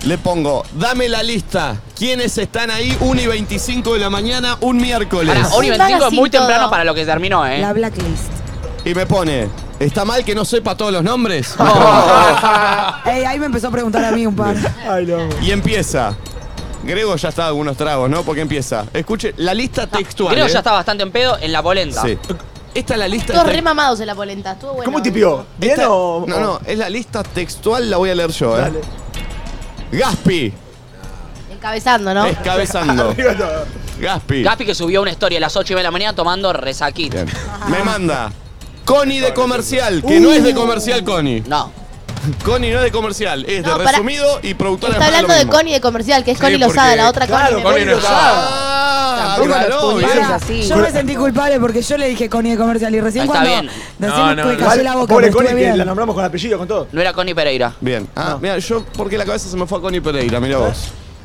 Speaker 1: Le pongo, dame la lista. ¿Quiénes están ahí? 1 y 25 de la mañana, un miércoles.
Speaker 3: Pará, 1 y 25 es muy temprano para lo que terminó, ¿eh?
Speaker 4: La blacklist.
Speaker 1: Y me pone, ¿está mal que no sepa todos los nombres?
Speaker 4: Ey, ahí me empezó a preguntar a mí un par. Ay, no.
Speaker 1: Y empieza. Grego ya está de algunos tragos, ¿no? Porque empieza. Escuche, la lista textual.
Speaker 3: Creo
Speaker 1: ¿eh?
Speaker 3: ya está bastante en pedo en la polenta.
Speaker 1: Sí. Esta es la lista.
Speaker 5: Todos
Speaker 1: tex-
Speaker 5: re mamados en la polenta. Estuvo bueno.
Speaker 1: Esta- No, no, es la lista textual, la voy a leer yo, ¿eh? Gaspi,
Speaker 5: Encabezando, ¿no?
Speaker 1: Escabezando. Arriba Gaspi.
Speaker 3: Gaspi que subió una historia a las 8 y media de la mañana tomando resaquito.
Speaker 1: Me manda. Connie de comercial, que no es de comercial, Connie.
Speaker 3: No.
Speaker 1: Connie no es de comercial, es
Speaker 5: No,
Speaker 1: de
Speaker 5: pará.
Speaker 1: resumido y productora
Speaker 5: Está
Speaker 1: de
Speaker 5: hablando de Connie de comercial, que es Connie Lozada, la otra Connie. me parece.
Speaker 1: Ah,
Speaker 4: Tampoco
Speaker 1: claro,
Speaker 4: los
Speaker 1: bien.
Speaker 4: Pará, Yo me sentí culpable porque yo le dije Connie de comercial y recién
Speaker 3: Está
Speaker 4: cuando
Speaker 3: bien.
Speaker 4: recién
Speaker 3: No, no,
Speaker 4: me
Speaker 3: no.
Speaker 4: cayó la boca.
Speaker 11: Pobre
Speaker 4: pero
Speaker 11: Connie
Speaker 4: estuve
Speaker 11: que
Speaker 4: bien.
Speaker 11: la nombramos con apellido, con todo.
Speaker 3: No era Connie Pereira.
Speaker 1: Bien. Ah, mira, yo porque la cabeza se me fue a Connie Pereira, mira vos.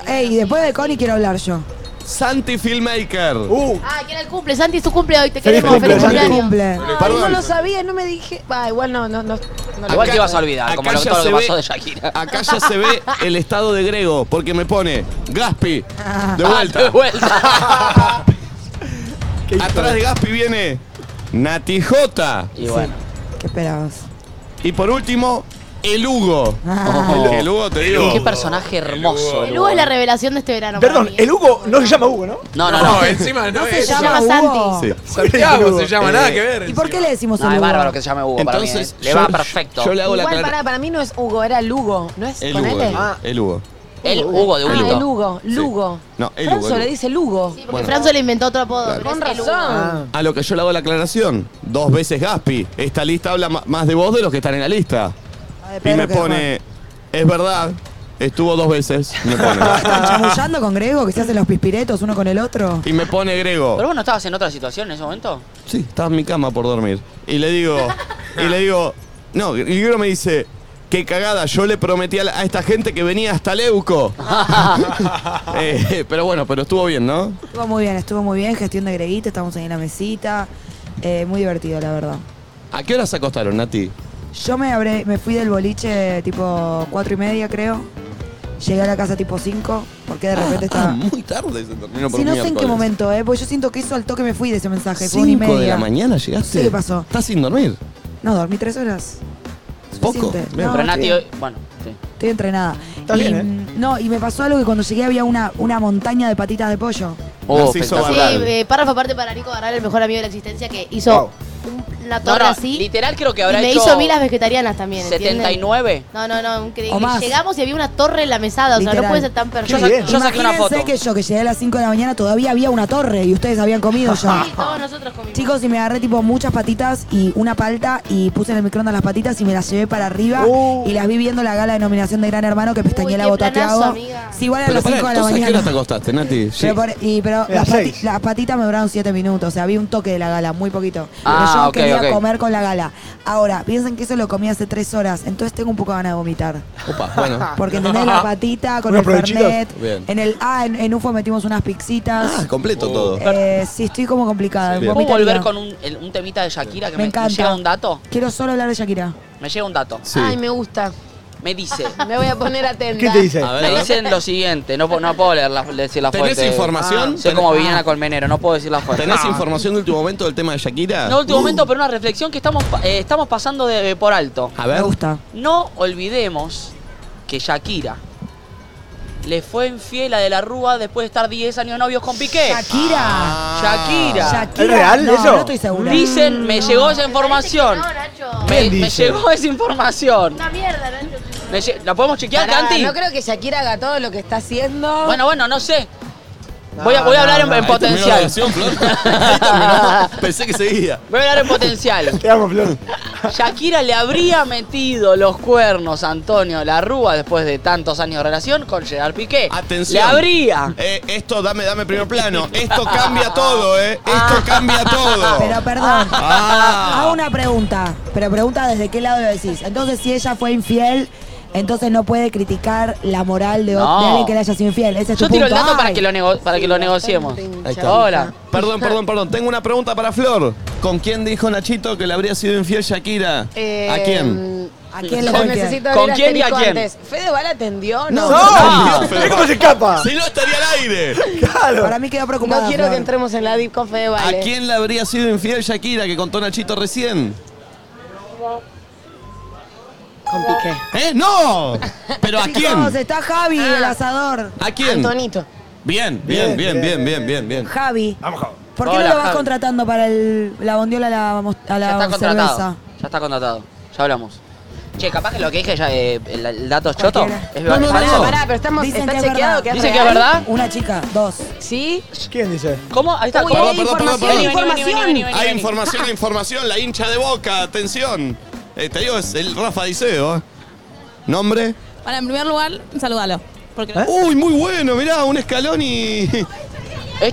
Speaker 4: Ey, y después de Connie quiero hablar yo.
Speaker 1: Santi Filmmaker.
Speaker 4: Uh.
Speaker 11: Uh.
Speaker 5: Ah, que era el cumple. Santi, es tu cumple hoy. Te
Speaker 1: Feliz
Speaker 5: queremos.
Speaker 1: cumple,
Speaker 5: Feliz
Speaker 1: Santi.
Speaker 5: cumpleaños.
Speaker 4: Cumple.
Speaker 1: Perdón.
Speaker 14: no lo sabía, no me dije. Va, igual no, no, no. no
Speaker 3: Igual te
Speaker 14: lo-
Speaker 3: ibas a olvidar,
Speaker 1: acá
Speaker 3: como lo,
Speaker 1: ya
Speaker 3: todo lo
Speaker 1: se
Speaker 3: que pasó
Speaker 1: ve-
Speaker 3: de Shakira.
Speaker 1: Acá ya se ve el estado de Grego, porque me pone Gaspi. De vuelta.
Speaker 3: Ah, de vuelta.
Speaker 1: Atrás de Gaspi viene Nati J.
Speaker 3: Y bueno.
Speaker 4: ¿Qué esperabas?
Speaker 1: Y por último, el Hugo.
Speaker 4: Ah.
Speaker 1: El Hugo te digo.
Speaker 3: Qué personaje hermoso.
Speaker 5: El Hugo es la revelación de este verano.
Speaker 11: Perdón, el Hugo no se llama Hugo, ¿no?
Speaker 3: No, no, no.
Speaker 15: encima no,
Speaker 5: No se
Speaker 15: es.
Speaker 5: llama
Speaker 4: Hugo.
Speaker 5: Santi.
Speaker 15: Santiago se llama,
Speaker 1: Eh,
Speaker 15: nada que ver.
Speaker 4: Oh. ¿Y por qué le decimos
Speaker 3: No,
Speaker 4: el
Speaker 3: es
Speaker 4: Hugo?
Speaker 3: bárbaro que se llame Hugo
Speaker 1: Entonces,
Speaker 3: para mí. ¿eh? Le
Speaker 1: yo-
Speaker 3: va perfecto.
Speaker 1: yo le hago la
Speaker 14: Igual,
Speaker 1: clara-
Speaker 14: pará, para mí no es Hugo, era Lugo. ¿No es
Speaker 1: El
Speaker 14: con
Speaker 1: Hugo.
Speaker 14: L?
Speaker 1: el- El Hugo.
Speaker 3: El Hugo de
Speaker 14: Ah,
Speaker 3: Hugo.
Speaker 14: el Hugo, Lugo.
Speaker 1: No, el Hugo.
Speaker 14: Franzo
Speaker 1: el
Speaker 14: le
Speaker 1: Hugo.
Speaker 14: dice Lugo.
Speaker 5: Porque
Speaker 1: Bueno. Ah.
Speaker 5: Franzo le inventó otro apodo. pero
Speaker 14: Con
Speaker 5: es el Hugo.
Speaker 14: razón.
Speaker 1: A lo que yo le hago la aclaración. Dos veces Gaspi. Esta lista habla ma- más de vos de los que están en la lista.
Speaker 4: Ah, de
Speaker 1: Y
Speaker 4: Pedro
Speaker 1: me
Speaker 4: que dejó.
Speaker 1: pone, es verdad, estuvo dos veces. Me pone.
Speaker 4: ¿Están chamullando con Grego que se hacen los pispiretos uno con el otro?
Speaker 1: Y me pone Grego.
Speaker 3: Pero vos no estabas en otra situación en ese momento.
Speaker 1: Sí, estaba en mi cama por dormir. Y le digo, y le digo, no, y Grego me dice, qué cagada, yo le prometí a, la- a esta gente que venía hasta Leuco. Eh, pero bueno, pero estuvo bien, ¿no?
Speaker 4: Estuvo muy bien, estuvo muy bien. Gestión de Greguito, estamos ahí en la mesita. Eh, muy divertido, la verdad.
Speaker 1: ¿A qué hora se acostaron, Nati?
Speaker 4: Yo me, habré- me fui del boliche tipo cuatro y media, creo. Llegué a la casa tipo 5, porque de repente
Speaker 1: Ah,
Speaker 4: estaba...
Speaker 1: muy tarde se terminó por
Speaker 4: Sí, no sé en
Speaker 1: miércoles.
Speaker 4: qué momento, ¿eh? Porque yo siento que eso al toque me fui de ese mensaje. Fue una y
Speaker 1: ¿Cinco
Speaker 4: media.
Speaker 1: de la mañana llegaste?
Speaker 4: Sí, pasó.
Speaker 1: ¿Estás sin dormir?
Speaker 4: No, dormí tres horas.
Speaker 1: Poco.
Speaker 4: Suficiente.
Speaker 1: Bien.
Speaker 4: No,
Speaker 3: Pero Nati
Speaker 4: estoy-
Speaker 3: hoy. Bueno, sí.
Speaker 4: Estoy entrenada.
Speaker 11: Está
Speaker 4: y,
Speaker 11: bien, ¿eh?
Speaker 4: mm, No, y me pasó algo que cuando llegué había una, una montaña de patitas de pollo.
Speaker 3: Oh,
Speaker 1: Narciso
Speaker 3: espectacular.
Speaker 5: Sí,
Speaker 1: Barral.
Speaker 5: eh, párrafo aparte para Nico Barral, el mejor amigo de la existencia, que hizo un- una
Speaker 3: No,
Speaker 5: torre
Speaker 3: no,
Speaker 5: así.
Speaker 3: literal creo que
Speaker 5: Y
Speaker 3: habrá
Speaker 5: me
Speaker 3: hecho
Speaker 5: hizo a mí las vegetarianas también. ¿entienden?
Speaker 3: 79.
Speaker 5: No, no, no, increíble.
Speaker 4: O más.
Speaker 5: Llegamos y había una torre en la mesada, o sea, no
Speaker 4: Literal.
Speaker 5: puede ser tan perfecto.
Speaker 3: Yo sa- yo saqué una
Speaker 4: Imagínense
Speaker 3: foto.
Speaker 4: que yo, que llegué a las 5 de la mañana, todavía había una torre y ustedes habían comido ya.
Speaker 5: Sí, todos nosotros comimos.
Speaker 4: Chicos, y me agarré tipo muchas patitas y una palta y puse en el microondas las patitas y me las llevé para arriba
Speaker 11: Uh.
Speaker 4: y las vi viendo la gala de nominación de Gran Hermano que pestañé
Speaker 5: Uy,
Speaker 4: la
Speaker 5: qué
Speaker 4: bota a
Speaker 5: planazo,
Speaker 4: Tiago.
Speaker 5: amiga.
Speaker 4: Sí, igual a
Speaker 1: Pero
Speaker 4: las 5
Speaker 1: pará,
Speaker 4: de la
Speaker 1: ¿vos a qué hora te
Speaker 4: mañana.
Speaker 1: acostaste, Nati? Sí.
Speaker 4: Pero, por- y, pero
Speaker 11: las
Speaker 4: las, pati-
Speaker 11: seis.
Speaker 4: las patitas me duraron 7 minutos, o sea, había un toque de la gala, muy poquito.
Speaker 3: Ah,
Speaker 4: pero yo
Speaker 3: ok,
Speaker 4: quería
Speaker 3: ok.
Speaker 4: comer con la gala. Ahora, piensen que eso lo comí hace 3 horas, entonces tengo un poco de ganas de vomitar.
Speaker 1: Opa, bueno.
Speaker 4: Porque entendés la patita con
Speaker 11: Unos
Speaker 4: el
Speaker 11: provechitos.
Speaker 4: fernet.
Speaker 1: Bien.
Speaker 4: En el ah, en, en UFO metimos unas pixitas.
Speaker 1: Ah, completo todo.
Speaker 4: Eh, sí, estoy como complicada.
Speaker 1: Bien.
Speaker 3: ¿Puedo
Speaker 4: vomitaría.
Speaker 3: volver con un, el- un temita de Shakira que
Speaker 4: Me
Speaker 3: me, me
Speaker 4: encanta.
Speaker 3: llega un dato?
Speaker 4: Quiero solo hablar de Shakira.
Speaker 3: Me llega un dato.
Speaker 1: Sí.
Speaker 14: Ay, me gusta.
Speaker 3: Me dice.
Speaker 14: Me voy a poner atenta.
Speaker 11: ¿Qué te dice?
Speaker 1: A ver,
Speaker 3: Me
Speaker 1: a ver.
Speaker 3: dicen lo siguiente, no, po- no puedo leer la, decir la
Speaker 1: ¿Tenés
Speaker 3: fuente.
Speaker 1: información?
Speaker 3: Ah, soy como Viviana Colmenero, no puedo decir la fuente.
Speaker 1: ¿Tenés
Speaker 3: Ah.
Speaker 1: información de último momento del tema de Shakira? Uh,
Speaker 3: No, último momento, pero una reflexión que estamos, pa- eh, estamos pasando de, por alto.
Speaker 1: A
Speaker 4: Me
Speaker 1: ver.
Speaker 4: gusta.
Speaker 3: No olvidemos que Shakira le fue infiel a De la Rúa después de estar 10 años novios con Piqué. Ah.
Speaker 4: Shakira.
Speaker 3: Shakira.
Speaker 4: Shakira.
Speaker 11: ¿Es real
Speaker 4: no,
Speaker 11: eso?
Speaker 4: No estoy segura.
Speaker 3: Dicen, me llegó
Speaker 5: Parece
Speaker 3: esa
Speaker 5: que
Speaker 3: información.
Speaker 5: No, Nacho.
Speaker 3: Me,
Speaker 11: ¿Quién
Speaker 3: me
Speaker 11: dice?
Speaker 3: llegó esa información.
Speaker 5: Una mierda, Nacho.
Speaker 3: Me lle- ¿La podemos chequear,
Speaker 14: Pará,
Speaker 3: Canti?
Speaker 14: No creo que Shakira haga todo lo que está haciendo.
Speaker 3: Bueno, bueno, no sé. Voy a, voy a hablar en, en
Speaker 1: Ahí terminó la
Speaker 3: potencial.
Speaker 1: oración, Flor. Ahí terminó. Pensé que seguía.
Speaker 3: Voy a hablar en potencial.
Speaker 9: Te amo, Flor.
Speaker 3: Shakira le habría metido los cuernos a Antonio Larrúa después de tantos años de relación con Gerard Piqué.
Speaker 1: Atención.
Speaker 3: Le habría.
Speaker 1: Eh, esto, dame, dame primer plano. Esto cambia todo, ¿eh? Esto
Speaker 3: Ah.
Speaker 1: cambia todo.
Speaker 4: Pero perdón,
Speaker 1: Ah.
Speaker 4: hago una pregunta, pero pregunta desde qué lado lo decís. Entonces, si ella fue infiel, entonces no puede criticar la moral de, o-
Speaker 3: No.
Speaker 4: de alguien que le haya sido infiel. Ese es
Speaker 3: Yo
Speaker 4: tu
Speaker 3: tiro el
Speaker 4: punto. Ah.
Speaker 3: dato para
Speaker 4: Ay.
Speaker 3: que lo, nego- para que lo negociemos. Hola.
Speaker 1: Hola. Perdón, perdón, perdón. Tengo una pregunta para Flor. ¿Con quién dijo Nachito que le habría sido infiel Shakira?
Speaker 2: Eh,
Speaker 1: ¿A quién?
Speaker 4: ¿A
Speaker 2: quién le
Speaker 1: ¿Con
Speaker 2: fue
Speaker 1: quién?
Speaker 2: necesito
Speaker 1: ¿Con
Speaker 2: ver
Speaker 1: quién y a
Speaker 2: asterisco
Speaker 1: quién?
Speaker 2: antes. ¿Fedeval atendió? No.
Speaker 1: Mirá
Speaker 9: cómo se escapa.
Speaker 1: Si no, estaría al aire.
Speaker 4: Para mí quedó preocupada.
Speaker 2: No quiero
Speaker 4: Flor.
Speaker 2: que entremos en la deep con
Speaker 1: ¿A
Speaker 2: Fedeval. eh.
Speaker 1: quién le habría sido infiel Shakira que contó Nachito recién?
Speaker 2: Con Piqué.
Speaker 1: ¿Eh? ¡No! ¿Pero a
Speaker 4: Chicos,
Speaker 1: quién?
Speaker 4: está Javi,
Speaker 3: Ah.
Speaker 4: el asador.
Speaker 1: ¿A quién?
Speaker 4: Antonito.
Speaker 1: Bien, bien, bien, bien, bien, bien, bien.
Speaker 4: Javi.
Speaker 9: Vamos, Javi.
Speaker 4: ¿Por qué
Speaker 3: Hola,
Speaker 4: no lo vas
Speaker 3: Javi.
Speaker 4: contratando para el- la bondiola a la, mos- a la
Speaker 3: Ya está
Speaker 4: cerveza?
Speaker 3: contratado. Ya está contratado. Ya hablamos. Che, capaz que lo que dije ya, eh, el, el dato es choto
Speaker 4: Cualquiera.
Speaker 3: es
Speaker 2: No, no,
Speaker 3: falso.
Speaker 2: no, pará, pero estamos,
Speaker 4: Dicen
Speaker 2: está
Speaker 4: que es
Speaker 2: chequeado
Speaker 4: verdad.
Speaker 2: que es
Speaker 3: Dicen que es
Speaker 2: real.
Speaker 3: verdad.
Speaker 4: Una chica, dos.
Speaker 2: ¿Sí?
Speaker 9: ¿Quién dice?
Speaker 3: ¿Cómo? Ahí está.
Speaker 2: Uy,
Speaker 3: ¿Cómo?
Speaker 2: hay
Speaker 1: Perdón, perdón,
Speaker 2: información,
Speaker 1: perdón.
Speaker 2: información.
Speaker 1: Hay información, información, la hincha de boca, atención. Eh, te digo, es el Rafa Diceo. ¿eh? ¿Nombre?
Speaker 15: Bueno, en primer lugar, saludalo. Porque
Speaker 3: ¿Eh?
Speaker 1: Uy, muy bueno, mirá, un escalón y.
Speaker 3: Es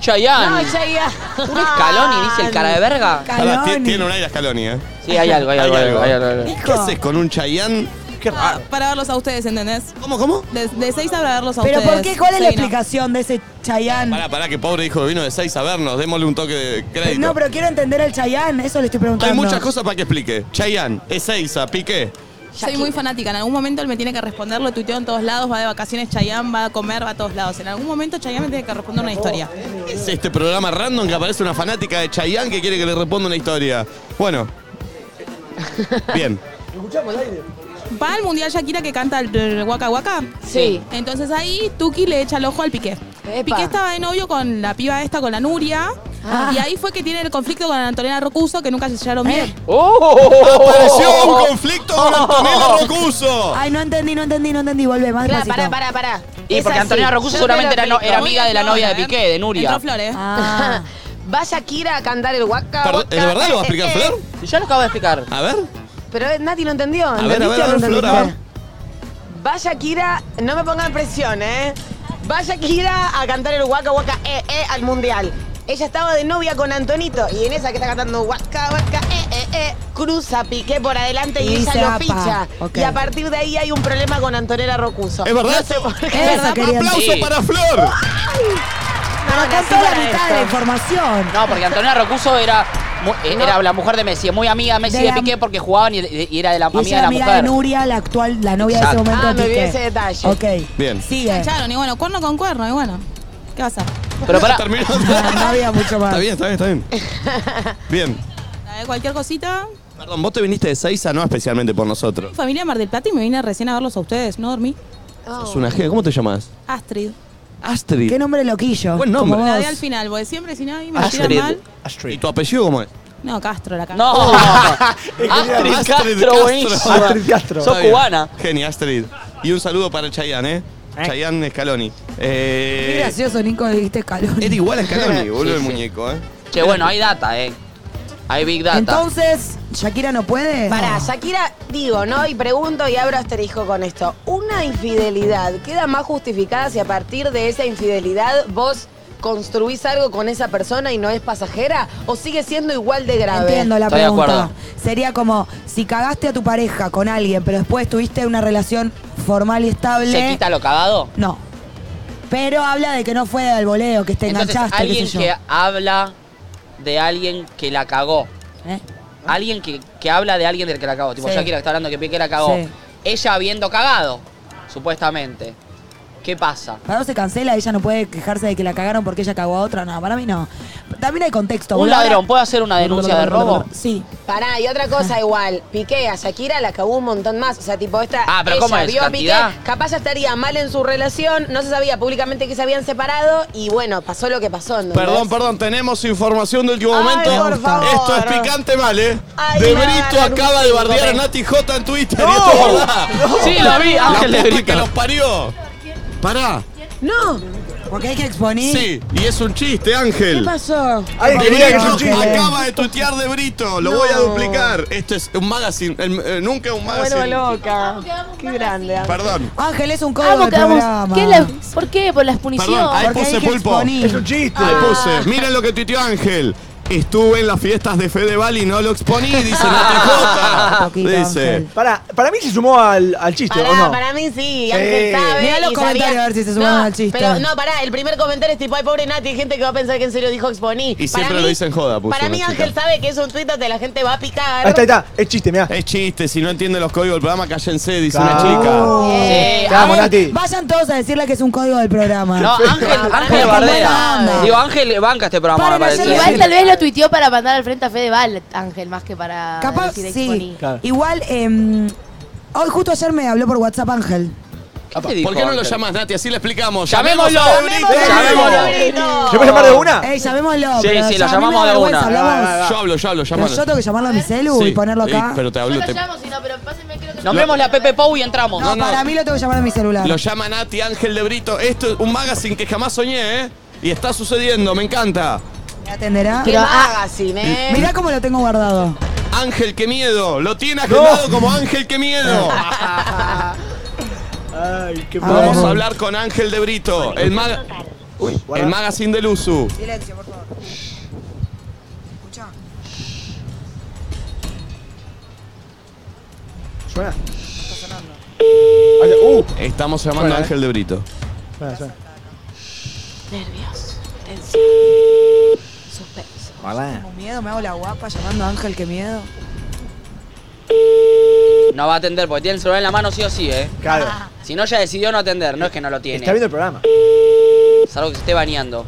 Speaker 2: No,
Speaker 3: Chayanne.
Speaker 2: ya ya.
Speaker 3: Un escalón y dice el cara de verga.
Speaker 1: Pará, ti- tiene un aire a Scaloni, ¿eh?
Speaker 3: Sí, hay algo, hay algo, hay algo, hay algo, hay algo.
Speaker 1: ¿Qué haces con un Chayán? Qué raro.
Speaker 15: Ah, para verlos a ustedes, ¿entendés?
Speaker 1: ¿Cómo, cómo?
Speaker 15: De, de seis a verlos a
Speaker 4: ¿Pero
Speaker 15: ustedes.
Speaker 4: por qué? ¿Cuál es la
Speaker 15: Sí, no.
Speaker 4: explicación de ese Chayán?
Speaker 1: Pará, pará, que pobre hijo que vino de seis a vernos, démosle un toque de crédito.
Speaker 4: No, pero quiero entender el Chayán, eso le estoy preguntando.
Speaker 1: Hay muchas cosas para que explique. Chayán, Ezeiza, Piqué.
Speaker 15: Soy muy fanática. En algún momento él me tiene que responder, lo tuiteo en todos lados, va de vacaciones Chayanne, va a comer, va a todos lados. En algún momento Chayanne me tiene que responder una historia.
Speaker 1: Es este programa random que aparece una fanática de Chayán que quiere que le responda una historia. Bueno. Bien.
Speaker 9: Escuchamos el aire.
Speaker 15: Va al Mundial Shakira que canta el, el Waka Waka.
Speaker 2: Sí.
Speaker 15: Entonces ahí Tuki le echa el ojo al Piqué. Piqué estaba de novio con la piba esta, con la Nuria.
Speaker 2: Ah.
Speaker 15: Y ahí fue que tiene el conflicto con Antonella Rocuso, que nunca se llevaron
Speaker 2: Eh.
Speaker 15: bien.
Speaker 3: Oh.
Speaker 1: ¡Apareció
Speaker 3: eh.
Speaker 1: un conflicto con Antonella Rocuso!
Speaker 4: Ay, no entendí, no entendí, no entendí. Volvé, más
Speaker 2: Pará,
Speaker 4: despacito.
Speaker 2: pará, pará, pará.
Speaker 3: Y
Speaker 2: Es
Speaker 3: porque
Speaker 2: así.
Speaker 3: Antonella
Speaker 2: Yo
Speaker 3: Rocuso
Speaker 2: te
Speaker 3: seguramente
Speaker 2: lo
Speaker 3: era, no-
Speaker 2: explico.
Speaker 3: era amiga de la novia de Piqué, de Nuria.
Speaker 15: Entró Flores.
Speaker 4: Ah.
Speaker 2: Va Shakira a cantar el Waka
Speaker 1: Perdón,
Speaker 2: Waka.
Speaker 1: ¿De verdad lo va a
Speaker 2: Eh,
Speaker 1: explicar
Speaker 2: eh,
Speaker 1: Flor?
Speaker 3: Y ya lo acabo de explicar.
Speaker 1: A ver.
Speaker 2: Pero eh, Nati no entendió.
Speaker 1: A ver, a ver,
Speaker 2: ¿entendiste
Speaker 1: a
Speaker 2: o no
Speaker 1: ver, Flor, a
Speaker 2: entendiste?
Speaker 1: ver.
Speaker 2: Va Shakira, no me pongan presión, ¿eh? Va Shakira a cantar el Waka Waka eh, eh al mundial. Ella estaba de novia con Antonito y en esa que está cantando Waka Waka eh, eh, eh, cruza Piqué por adelante y,
Speaker 4: Y
Speaker 2: ella
Speaker 4: dice,
Speaker 2: lo
Speaker 4: "Apa".
Speaker 2: picha.
Speaker 4: Ok.
Speaker 2: Y a partir de ahí hay un problema con Antonella Rocuso.
Speaker 1: ¿Es verdad?
Speaker 2: No sé por qué.
Speaker 4: Eso quería
Speaker 1: ¡Aplauso
Speaker 4: decir.
Speaker 3: Sí.
Speaker 1: para Flor!
Speaker 2: No,
Speaker 4: Acá
Speaker 2: nací
Speaker 4: toda la
Speaker 2: para
Speaker 4: mitad
Speaker 2: esto.
Speaker 4: de la información.
Speaker 3: No, porque Antonella Rocuso era, mu- eh,
Speaker 2: No.
Speaker 3: era la mujer de Messi, muy amiga de Messi
Speaker 4: De
Speaker 3: y de
Speaker 4: la-
Speaker 3: Piqué porque jugaban y, y era de la
Speaker 4: Y
Speaker 3: amiga de
Speaker 4: ella era
Speaker 3: la
Speaker 4: amiga de
Speaker 3: mujer.
Speaker 4: Nuria, la actual, la novia
Speaker 3: Exacto.
Speaker 4: de ese momento.
Speaker 2: Ah,
Speaker 4: de
Speaker 2: me olvidé
Speaker 4: Piqué.
Speaker 2: ese detalle.
Speaker 4: Ok.
Speaker 1: Bien.
Speaker 15: Se
Speaker 2: eh.
Speaker 4: Sigue.
Speaker 15: echaron, y bueno, cuerno con cuerno, y bueno. ¿Qué va a hacer?
Speaker 3: Pero pará,
Speaker 1: Terminó.
Speaker 4: No había mucho más.
Speaker 1: Está bien, está bien, está bien. Bien.
Speaker 15: Eh, Cualquier cosita.
Speaker 1: Perdón, vos te viniste de Seiza, no especialmente por nosotros.
Speaker 15: Familia de Mar del Plata y me vine recién a verlos a ustedes. No dormí.
Speaker 2: Oh.
Speaker 1: Es una G, ¿cómo te llamas?
Speaker 15: Astrid.
Speaker 1: Astrid.
Speaker 4: Qué nombre loquillo.
Speaker 1: Buen
Speaker 4: como
Speaker 1: nombre.
Speaker 4: vos.
Speaker 15: La di al final, porque siempre si nadie me
Speaker 3: Astrid.
Speaker 15: tiran mal.
Speaker 1: ¿Y tu apellido cómo es?
Speaker 15: No, Castro, la cara.
Speaker 3: No. Astrid
Speaker 1: Astrid
Speaker 3: Castro,
Speaker 1: Castro.
Speaker 3: buenísima.
Speaker 9: Astrid Castro.
Speaker 3: Sos
Speaker 1: Está bien.
Speaker 3: cubana.
Speaker 1: Genia, Astrid. Y un saludo para Chayanne, ¿eh? Chayanne Scaloni.
Speaker 4: Qué
Speaker 1: Eh,
Speaker 4: gracioso, Nico, dijiste calor.
Speaker 1: era igual a Scaloni, boludo,
Speaker 3: Sí,
Speaker 1: el
Speaker 3: sí.
Speaker 1: muñeco, ¿eh?
Speaker 3: Che, bueno, hay data, eh. Hay big data.
Speaker 4: Entonces, ¿Shakira no puede?
Speaker 2: Pará,
Speaker 4: No.
Speaker 2: Shakira, digo, ¿no? Y pregunto y abro asterisco con esto. Una infidelidad queda más justificada si a partir de esa infidelidad vos construís algo con esa persona y no es pasajera o sigue siendo igual de grave.
Speaker 4: Entiendo la
Speaker 3: Estoy de
Speaker 4: pregunta.
Speaker 3: acuerdo.
Speaker 4: Sería como si cagaste a tu pareja con alguien, pero después tuviste una relación formal y estable.
Speaker 3: ¿Se quita lo cagado?
Speaker 4: No. Pero habla de que no fue al voleo, que te
Speaker 3: Entonces,
Speaker 4: enganchaste, qué
Speaker 3: alguien
Speaker 4: sé yo.
Speaker 3: que habla de alguien que la cagó.
Speaker 4: ¿Eh?
Speaker 3: Alguien que, que habla de alguien del que la cagó. Tipo,
Speaker 4: Sí.
Speaker 3: Shakira que está hablando que Piqué la cagó.
Speaker 4: Sí.
Speaker 3: Ella habiendo cagado, supuestamente. ¿Qué pasa?
Speaker 4: Para vos se cancela, ella no puede quejarse de que la cagaron porque ella cagó a otra. No, para mí no. También hay contexto.
Speaker 3: Un
Speaker 4: boludo.
Speaker 3: ladrón puede hacer una denuncia de robo.
Speaker 4: Sí.
Speaker 2: Pará, y otra
Speaker 4: Ah.
Speaker 2: cosa igual, Piqué a Shakira la cagó un montón más. O sea, tipo, esta
Speaker 3: Ah, pero
Speaker 2: ella
Speaker 3: ¿cómo es?
Speaker 2: vio a Piqué,
Speaker 3: ¿Cantidad?
Speaker 2: capaz ya estaría mal en su relación, no se sabía públicamente que se habían separado y bueno, pasó lo que pasó. ¿entendés?
Speaker 1: Perdón, perdón, tenemos información de último
Speaker 2: Ay,
Speaker 1: momento.
Speaker 2: por favor.
Speaker 1: Esto es picante mal, ¿eh?
Speaker 2: Ay,
Speaker 1: de
Speaker 2: me va a
Speaker 1: Brito
Speaker 2: ganar un ¿eh?
Speaker 1: acaba de
Speaker 2: cinco,
Speaker 1: bardear a
Speaker 2: ven.
Speaker 1: Nati J en Twitter. y esto es verdad.
Speaker 3: Sí, lo vi,
Speaker 1: La
Speaker 3: Ángel de
Speaker 1: puta que
Speaker 3: Brito.
Speaker 1: los parió. Pará.
Speaker 2: No.
Speaker 4: Porque hay que exponer.
Speaker 1: Sí, y es un chiste, Ángel.
Speaker 2: ¿Qué pasó?
Speaker 1: Ay,
Speaker 2: Ay,
Speaker 1: que
Speaker 2: mira que
Speaker 1: Brito
Speaker 2: es un chiste.
Speaker 1: Acaba de tuitear de Brito, lo
Speaker 2: No.
Speaker 1: voy a duplicar. Esto es un magazine, el- eh, nunca un
Speaker 2: Me vuelvo
Speaker 1: magazine.
Speaker 2: loca. Qué grande. Ángel.
Speaker 1: Perdón.
Speaker 4: Ángel es un
Speaker 5: Vamos,
Speaker 4: código de
Speaker 5: Ah, vamos.
Speaker 4: programa.
Speaker 5: ¿Qué la- ¿Por qué? Por las puniciones.
Speaker 1: Perdón, ahí
Speaker 5: Porque
Speaker 1: puse
Speaker 5: hay que
Speaker 1: pulpo.
Speaker 5: exponer.
Speaker 8: Ah.
Speaker 1: chiste. Ahí puse. Miren lo que tuiteó Ángel. Estuve en las fiestas de Fedeval y no lo exponí, dice la TJ. Dice.
Speaker 8: Para, para mí se sumó al, al chiste,
Speaker 2: Pará,
Speaker 8: ¿o no?
Speaker 2: para mí sí,
Speaker 8: Sí.
Speaker 2: Ángel sabe.
Speaker 4: Mirá los
Speaker 2: y
Speaker 4: comentarios
Speaker 2: sabía-
Speaker 4: a ver si se suman
Speaker 2: No,
Speaker 4: al chiste.
Speaker 2: Pero no, pará, el primer comentario es tipo, ay, pobre Nati, hay gente que va a pensar que en serio dijo exponí.
Speaker 1: Y siempre lo dicen joda, puso
Speaker 2: Para
Speaker 1: una
Speaker 2: mí
Speaker 1: chica.
Speaker 2: Ángel sabe que es un tuit donde la gente va a picar.
Speaker 8: Ahí está, ahí está. Es chiste, mirá.
Speaker 1: Es chiste, si no entiende los códigos del programa, cállense, dice una
Speaker 8: Claro.
Speaker 1: chica.
Speaker 3: Sí,
Speaker 8: Te amo,
Speaker 4: Ay,
Speaker 8: Nati.
Speaker 4: Eh, Vayan todos a decirle que es un código del programa. Ah,
Speaker 3: No, Ángel, Ángel
Speaker 4: Anda.
Speaker 3: Bardea. Digo, Ángel banca este programa, me
Speaker 4: Para de
Speaker 3: parece.
Speaker 4: hacer
Speaker 5: Igual tal vez lo tuiteó para mandar al frente a Fedeval, Ángel, más que para
Speaker 4: Capaz,
Speaker 5: decir
Speaker 4: sí.
Speaker 5: exponí.
Speaker 8: Claro.
Speaker 4: Igual, em, hoy justo ayer me habló por WhatsApp Ángel.
Speaker 3: ¿Qué te dijo,
Speaker 1: ¿Por qué no lo
Speaker 3: Ángel?
Speaker 1: llamas, Nati? Así le explicamos.
Speaker 3: Llamémoslo.
Speaker 1: a Brito.
Speaker 3: Llamémoslo.
Speaker 8: ¿Se puede llamar de una?
Speaker 4: Ey,
Speaker 3: Sí,
Speaker 4: llamémoslo. Eh, pero
Speaker 3: sí, lo
Speaker 4: ya a mí me
Speaker 3: llamamos
Speaker 4: da
Speaker 3: de
Speaker 4: vergüenza,
Speaker 3: una.
Speaker 4: hablamos.
Speaker 1: Yo hablo, yo hablo,
Speaker 4: Pero
Speaker 1: llámalo.
Speaker 4: yo tengo que llamarlo a mi celu
Speaker 1: Sí.
Speaker 4: y ponerlo
Speaker 1: Sí,
Speaker 4: acá.
Speaker 1: pero te hablo,
Speaker 5: Yo lo
Speaker 1: te-
Speaker 5: llamo, si no, pero pásenme, creo que
Speaker 3: Nos vemos la Pepe Pou y entramos.
Speaker 4: No,
Speaker 1: no.
Speaker 4: para mí lo tengo que llamar a mi celular.
Speaker 1: Lo llama Nati Ángel de Brito. Esto es un magazine que jamás soñé, ¿eh? Y está sucediendo, me encanta.
Speaker 4: ¿Me atenderá?
Speaker 2: Qué
Speaker 5: Pero, ah,
Speaker 2: magazine, eh.
Speaker 4: Mirá cómo lo tengo guardado.
Speaker 1: Ángel, qué miedo. Lo tiene agendado como Ángel, qué miedo.
Speaker 8: Ay, qué
Speaker 4: A ver.
Speaker 1: Vamos a hablar con Ángel de Brito, el, ma- Uy, el magazine del
Speaker 3: Uh.
Speaker 1: Usu.
Speaker 4: Silencio, por favor. Escucha.
Speaker 8: ¿Suena? Ahí está. Uh,
Speaker 1: Estamos llamando
Speaker 8: Bueno,
Speaker 1: a
Speaker 8: eh.
Speaker 1: Ángel de Brito.
Speaker 8: suena, suena.
Speaker 16: Nervios, tensión, suspenso.
Speaker 8: Hola.
Speaker 4: Tengo miedo, me hago la guapa llamando a Ángel, qué miedo.
Speaker 3: No va a atender porque tiene el celular en la mano sí o sí, ¿eh?
Speaker 8: Claro.
Speaker 3: Si no, ya decidió no atender, no es que no lo tiene.
Speaker 8: Está viendo el programa.
Speaker 3: Salvo que se esté bañando.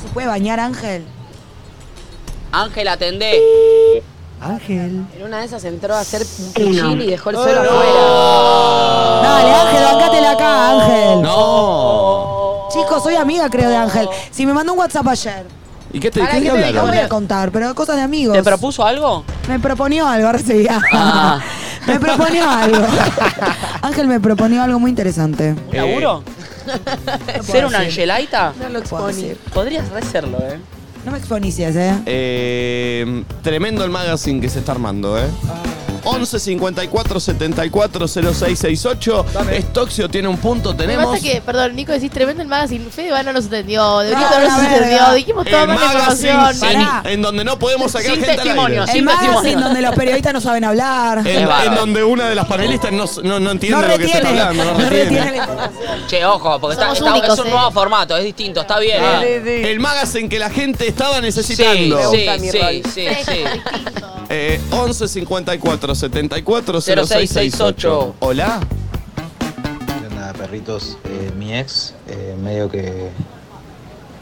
Speaker 4: ¿Se puede bañar Ángel?
Speaker 3: Ángel, atendé.
Speaker 8: Ángel.
Speaker 2: En una de esas entró a hacer pichín y dejó el suelo
Speaker 3: Oh. Ah.
Speaker 4: Dale, Ángel, bancátela acá, Ángel.
Speaker 1: No.
Speaker 4: Chicos, soy amiga, creo, de Ángel. Si me mandó un WhatsApp ayer,
Speaker 1: ¿Y qué te
Speaker 2: Pará,
Speaker 1: qué
Speaker 2: ¿qué te
Speaker 4: no
Speaker 1: hablaron?
Speaker 4: voy a contar, pero cosas de amigos.
Speaker 3: ¿Te propuso algo?
Speaker 4: Me proponió algo, ahora sí.
Speaker 3: Ah.
Speaker 4: me proponió algo. Ángel me proponió algo muy interesante.
Speaker 3: ¿Un laburo? ¿Ser una angelaita?
Speaker 2: afuera. No lo
Speaker 4: Puedo decir.
Speaker 2: expone.
Speaker 3: Podrías hacerlo, ¿eh?
Speaker 4: No me exponicies, ¿eh?
Speaker 1: Eh, tremendo el magazine que se está armando, ¿eh?
Speaker 8: Ah.
Speaker 1: 11 54 74 06 68. Estoxio tiene un punto,
Speaker 5: Me
Speaker 1: tenemos.
Speaker 5: pasa que, perdón, Nico, decís tremendo el magazine. Fedeval no nos atendió, de Brito
Speaker 4: No,
Speaker 5: no
Speaker 4: la
Speaker 5: nos
Speaker 4: verga.
Speaker 5: atendió, dijimos toda
Speaker 1: El
Speaker 5: mala
Speaker 1: magazine
Speaker 5: información.
Speaker 4: Pará.
Speaker 1: sin- en donde no podemos sacar
Speaker 3: Sin
Speaker 1: gente al aire.
Speaker 3: testimonios.
Speaker 4: El
Speaker 3: Sin
Speaker 4: magazine
Speaker 3: testimonio.
Speaker 4: donde los periodistas no saben hablar.
Speaker 1: En,
Speaker 3: Es bárbaro.
Speaker 1: en donde una de las panelistas no, no, no entiende
Speaker 4: No
Speaker 1: lo que se está
Speaker 4: retiene.
Speaker 1: hablando. no
Speaker 4: No
Speaker 1: retiene.
Speaker 4: retiene la información.
Speaker 3: Che, ojo, porque está,
Speaker 5: Somos
Speaker 3: está-
Speaker 5: únicos,
Speaker 3: es un
Speaker 5: ¿eh?
Speaker 3: nuevo formato, es distinto, está bien,
Speaker 1: Ah.
Speaker 3: ¿eh?
Speaker 1: El magazine que la gente estaba
Speaker 3: Sí,
Speaker 1: necesitando.
Speaker 3: sí,
Speaker 2: gusta mi
Speaker 3: sí,
Speaker 2: rol.
Speaker 3: sí,
Speaker 5: Fresco,
Speaker 3: sí.
Speaker 5: distinto.
Speaker 1: Eh, 11 54 74 06 68.
Speaker 3: 0668.
Speaker 1: Hola.
Speaker 11: ¿Qué onda, perritos? Eh, mi ex, eh, medio que,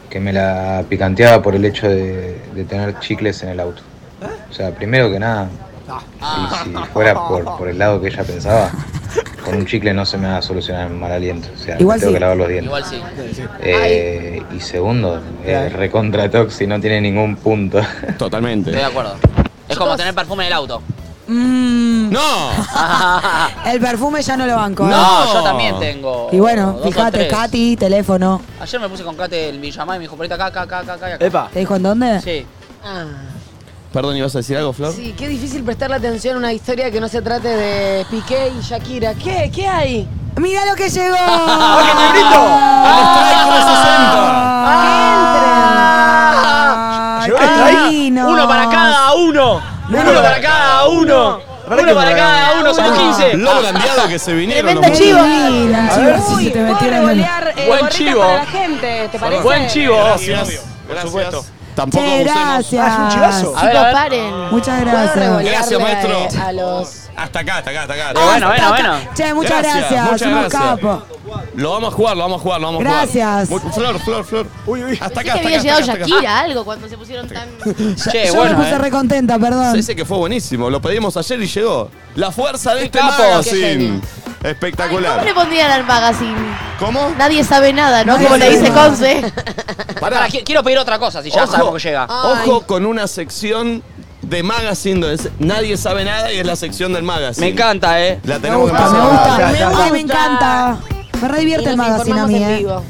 Speaker 11: que me la picanteaba por el hecho de, de tener chicles en el auto. O sea, primero que nada, si, si fuera por, por el lado que ella pensaba, con un chicle no se me va a solucionar el mal aliento. O sea, me
Speaker 4: Igual
Speaker 11: tengo
Speaker 4: sí.
Speaker 11: que lavar los dientes.
Speaker 3: Igual sí.
Speaker 11: Eh, y segundo, eh, recontra toxi, no tiene ningún punto.
Speaker 1: Totalmente.
Speaker 3: Estoy de acuerdo. Es como tener perfume en el auto.
Speaker 4: Mm,
Speaker 1: ¡No!
Speaker 4: el perfume ya no lo banco. ¿eh?
Speaker 3: No, yo también tengo.
Speaker 4: Y bueno,
Speaker 3: dos o
Speaker 4: fíjate,
Speaker 3: tres.
Speaker 4: Katy, teléfono.
Speaker 3: Ayer me puse con Kate el Villamá y me dijo, ponete acá, acá, acá, acá, acá. y acá".
Speaker 8: Epa.
Speaker 4: ¿Te dijo en dónde?
Speaker 3: Sí.
Speaker 2: Ah.
Speaker 1: Perdón, ¿ibas a decir algo,
Speaker 3: Oh.
Speaker 1: Flor?
Speaker 2: Sí, qué difícil prestarle atención a una historia que no se trate de Piqué y Shakira. ¿Qué? ¿Qué hay? Ah.
Speaker 4: ¡Mira lo que llegó!
Speaker 8: ¡Ángel de Brito!
Speaker 4: ¡Ah!
Speaker 8: ¡Entra! Llegó el
Speaker 4: ¡Qué
Speaker 8: strike.
Speaker 4: divinos!
Speaker 3: Uno para cada uno. Uno para cada uno.
Speaker 8: Para
Speaker 3: Uno
Speaker 8: que
Speaker 3: para
Speaker 8: no.
Speaker 3: cada uno, somos Ah.
Speaker 4: Uno.
Speaker 3: 15.
Speaker 1: Lo brandeado que se vinieron.
Speaker 5: Tremendo
Speaker 1: los
Speaker 5: chivo.
Speaker 4: Divina,
Speaker 8: A ver
Speaker 4: chicos, si
Speaker 2: Uy,
Speaker 4: se te
Speaker 2: puedo
Speaker 4: metieron en-
Speaker 2: revolear, eh,
Speaker 3: Buen
Speaker 2: gorritas
Speaker 3: chivo.
Speaker 2: para la gente, ¿te parece?
Speaker 3: Buen chivo.
Speaker 1: Gracias. Por supuesto. Tampoco
Speaker 4: Che,
Speaker 1: abusemos.
Speaker 4: gracias.
Speaker 8: Ah, es un chivazo.
Speaker 3: A ver, a
Speaker 5: Chicos,
Speaker 3: ver.
Speaker 5: paren.
Speaker 4: Muchas
Speaker 2: Puedo
Speaker 4: gracias.
Speaker 2: revolearle
Speaker 1: Gracias, maestro.
Speaker 2: A, a los...
Speaker 1: Hasta acá, hasta acá, hasta acá.
Speaker 3: Ah, bueno, bueno,
Speaker 4: Acá.
Speaker 3: bueno.
Speaker 4: Che, muchas
Speaker 1: Gracias,
Speaker 4: gracias.
Speaker 1: muchas
Speaker 4: Somos
Speaker 1: gracias.
Speaker 4: capos.
Speaker 1: Lo vamos a jugar, lo vamos a jugar, lo vamos a
Speaker 4: Gracias.
Speaker 1: jugar. Mu- Flor, Flor, Flor.
Speaker 8: Uy, uy.
Speaker 1: Hasta
Speaker 5: Pensé
Speaker 1: acá,
Speaker 5: que
Speaker 1: hasta
Speaker 5: había
Speaker 1: acá,
Speaker 5: llegado
Speaker 1: hasta acá.
Speaker 5: Shakira, algo, cuando se pusieron tan...
Speaker 3: Che,
Speaker 4: Yo
Speaker 3: bueno.
Speaker 4: me puse
Speaker 3: eh.
Speaker 4: recontenta,
Speaker 1: Se
Speaker 4: perdón.
Speaker 1: dice que fue buenísimo, lo pedimos ayer y llegó. La fuerza de
Speaker 3: Qué
Speaker 1: este
Speaker 3: capo.
Speaker 2: Qué
Speaker 1: magazine.
Speaker 2: genio.
Speaker 5: ¿Cómo
Speaker 1: Espectacular.
Speaker 5: le pondrían al magazine?
Speaker 1: ¿Cómo?
Speaker 5: Nadie sabe nada, ¿no?
Speaker 4: Nadie
Speaker 5: Como le
Speaker 4: sabe
Speaker 5: dice
Speaker 4: nada.
Speaker 5: Conce.
Speaker 3: Pará, Ah, qui- quiero pedir otra cosa, si ya
Speaker 1: Ojo.
Speaker 3: sabemos que llega.
Speaker 1: Ojo con una sección de magazine donde se- nadie sabe nada y es la sección del magazine.
Speaker 3: Me encanta, eh.
Speaker 1: La tenemos que
Speaker 4: Me
Speaker 1: pasar.
Speaker 4: gusta,
Speaker 8: Ah, ya,
Speaker 4: me
Speaker 8: ya,
Speaker 4: gusta.
Speaker 8: ya.
Speaker 4: Ay, me encanta. Me re
Speaker 2: Y
Speaker 4: divierte el
Speaker 2: nos
Speaker 4: magazine a
Speaker 2: informamos
Speaker 4: mí,
Speaker 2: en
Speaker 4: eh.
Speaker 2: vivo.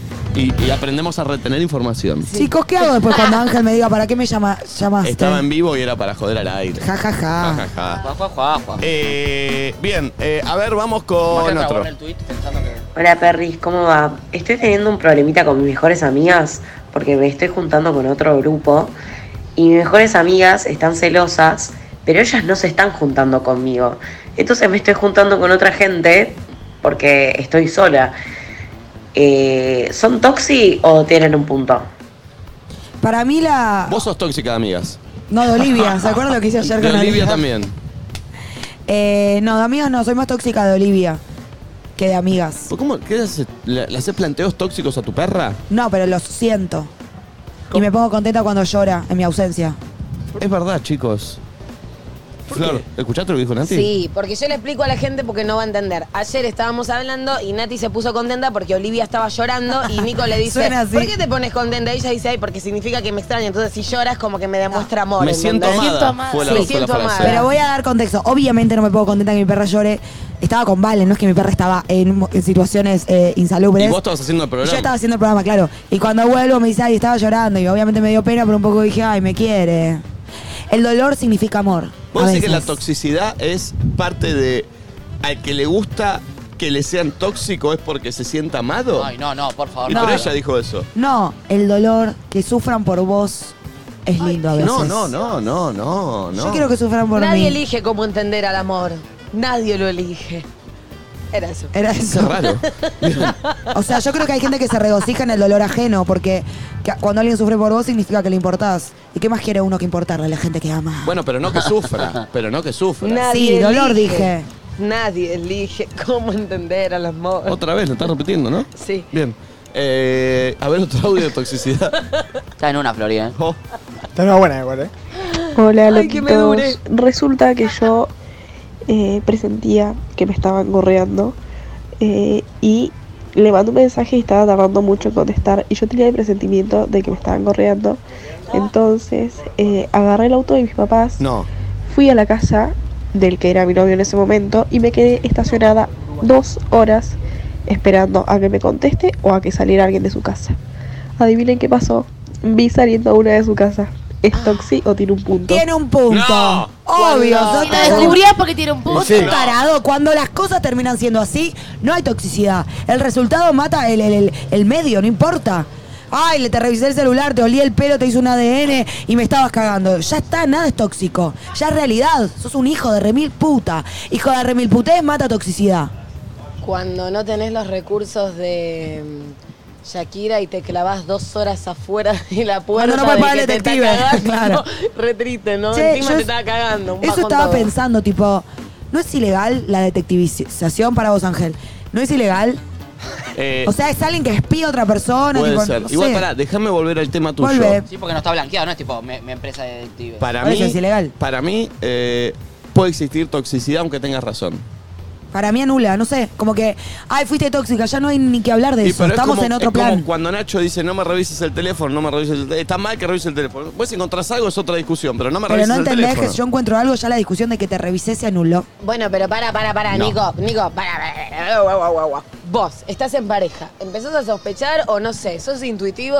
Speaker 1: y, y aprendemos a retener información.
Speaker 4: Chicos, ¿qué hago después cuando Ángel me diga para qué me llama, llamaste?
Speaker 1: Estaba en vivo y era para joder al aire.
Speaker 4: Ah, Ja, ja, ja.
Speaker 1: Ja, ja, ja. Eh, bien, eh, a ver, vamos con otro.
Speaker 17: Hola Perris, ¿cómo va? Estoy teniendo un problemita con mis mejores amigas porque me estoy juntando con otro grupo y mis mejores amigas están celosas, pero ellas no se están juntando conmigo. Entonces me estoy juntando con otra gente porque estoy sola. Eh, ¿Son toxi o tienen un punto?
Speaker 4: Para mí la.
Speaker 1: Vos sos tóxica de amigas.
Speaker 4: No, de Olivia. ¿Se acuerdan lo que hice ayer
Speaker 1: De
Speaker 4: con
Speaker 1: Olivia también.
Speaker 4: Eh, no, de amigas no, soy más tóxica de Olivia que de amigas.
Speaker 1: ¿Pero ¿Cómo? ¿Qué le haces? ¿Le, le haces planteos tóxicos a tu perra?
Speaker 4: No, pero los siento. Y me pongo contenta cuando llora en mi ausencia.
Speaker 1: Es verdad, chicos. Flor, ¿escuchaste lo que dijo Nati?
Speaker 2: Sí, porque yo le explico a la gente porque no va a entender. Ayer estábamos hablando y Nati se puso contenta porque Olivia estaba llorando y Nico le dice,
Speaker 4: Suena así.
Speaker 2: ¿por qué te pones contenta? Y ella dice, ay, porque significa que me extraña. Entonces si lloras como que me demuestra amor.
Speaker 1: Me siento
Speaker 2: ¿entendés?
Speaker 1: amada, Me siento amada. Ah, fue la-
Speaker 2: Sí,
Speaker 1: fue la
Speaker 2: siento
Speaker 1: frase.
Speaker 2: amada.
Speaker 4: Pero voy a dar contexto. Obviamente no me puedo contenta que mi perra llore. Estaba con Valen, no es que mi perra estaba en, mo- en situaciones eh, insalubres.
Speaker 1: Y vos estabas haciendo el programa.
Speaker 4: Yo estaba haciendo el programa, claro. Y cuando vuelvo me dice, ay, estaba llorando. Y obviamente me dio pena, pero un poco dije, ay, me quiere. El dolor significa amor.
Speaker 1: Vos
Speaker 4: a
Speaker 1: decís que la
Speaker 4: veces.
Speaker 1: toxicidad es parte de. Al que le gusta que le sean tóxico es porque se sienta amado.
Speaker 3: Ay, no, no, por favor.
Speaker 1: Y
Speaker 4: no.
Speaker 1: pero ella dijo eso.
Speaker 4: No, el dolor que sufran por vos es lindo a veces.
Speaker 1: No, no, no, no, no, no.
Speaker 4: Yo quiero que sufran por
Speaker 2: Nadie
Speaker 4: mí.
Speaker 2: elige cómo entender al amor. Nadie lo elige. Era eso.
Speaker 4: Era eso.
Speaker 1: Qué raro.
Speaker 4: O sea, yo creo que hay gente que se regocija en el dolor ajeno, porque que- cuando alguien sufre por vos significa que le importás. ¿Y qué más quiere uno que importarle a la gente que ama?
Speaker 1: Bueno, pero no que sufra. pero no que sufra.
Speaker 4: Sí, dolor dije.
Speaker 2: Nadie elige cómo entender al amor.
Speaker 1: Otra vez, lo estás repitiendo, ¿no?
Speaker 2: Sí.
Speaker 1: Bien. Eh, a ver, otro audio de toxicidad.
Speaker 3: Está en una, Florida.
Speaker 18: Está una buena igual, ¿eh?
Speaker 19: Hola,
Speaker 18: Ay, que me
Speaker 19: loquitos. Resulta que yo eh, presentía que me estaban gorreando eh, y le mando un mensaje y estaba tardando mucho en contestar y yo tenía el presentimiento de que me estaban gorreando. Entonces eh, agarré el auto de mis papás,
Speaker 1: No.
Speaker 19: fui a la casa del que era mi novio en ese momento y me quedé estacionada dos horas esperando a que me conteste o a que saliera alguien de su casa. Adivinen qué pasó. Vi saliendo a una de su casa. ¿Es Toxi o tiene un punto?
Speaker 4: Ah. Tiene un punto.
Speaker 19: No.
Speaker 4: Obvio.
Speaker 19: Cuando-
Speaker 4: sos
Speaker 19: Y
Speaker 5: la
Speaker 4: tarado.
Speaker 5: descubrías porque tiene un punto.
Speaker 4: Vos sos tarado. Cuando las cosas terminan siendo así, no hay toxicidad. El resultado mata el, el- el- el medio, no importa. Ay, le te revisé el celular, te olí el pelo, te hice un ADN y me estabas cagando. Ya está, nada es tóxico. Ya es realidad. Sos un hijo de remil puta. Hijo de remil putés mata toxicidad.
Speaker 2: Cuando no tenés los recursos de mm, Shakira y te clavas dos horas afuera de la puerta.
Speaker 4: Cuando no
Speaker 2: de
Speaker 4: puedes pagar
Speaker 2: que
Speaker 4: el
Speaker 2: te
Speaker 4: detective,
Speaker 2: está cagando,
Speaker 4: claro.
Speaker 2: Re triste, ¿no?
Speaker 4: Che,
Speaker 2: Encima
Speaker 4: yo
Speaker 2: te
Speaker 4: es-
Speaker 2: estaba cagando. un
Speaker 4: Eso
Speaker 2: bajón
Speaker 4: estaba
Speaker 2: todo.
Speaker 4: pensando, tipo, ¿no es ilegal la detectivización para vos, Ángel? ¿No es ilegal?
Speaker 1: Eh,
Speaker 4: o sea, es alguien que espía a otra persona.
Speaker 1: puede
Speaker 4: tipo,
Speaker 1: ser.
Speaker 4: no
Speaker 1: Igual,
Speaker 4: sé.
Speaker 1: pará, déjame volver al tema tuyo.
Speaker 4: Volvé.
Speaker 3: Sí, porque no está blanqueado, no es tipo me, me empresa de detectives.
Speaker 1: Para
Speaker 4: Por
Speaker 1: mí,
Speaker 4: eso es ilegal.
Speaker 1: Para mí, eh, puede existir toxicidad aunque tengas razón.
Speaker 4: Para mí anula, no sé, como que, ay, fuiste tóxica, ya no hay ni que hablar de
Speaker 1: Y
Speaker 4: eso,
Speaker 1: pero es
Speaker 4: estamos
Speaker 1: como-
Speaker 4: en otro
Speaker 1: es como
Speaker 4: plan.
Speaker 1: cuando Nacho dice, no me revises el teléfono, no me revises el teléfono. Está mal que revises el teléfono. Vos si encontrás algo es otra discusión, pero no me
Speaker 4: Pero
Speaker 1: revises
Speaker 4: no
Speaker 1: el
Speaker 4: entendés que
Speaker 1: teléfono.
Speaker 4: si yo encuentro algo, ya la discusión de que te revisé se anuló.
Speaker 2: Bueno, pero para, para, para,
Speaker 4: No.
Speaker 2: Nico, Nico, para, para, para, guau, guau, guau, guau. Vos, estás en pareja, empezás a sospechar o no sé, sos intuitivo,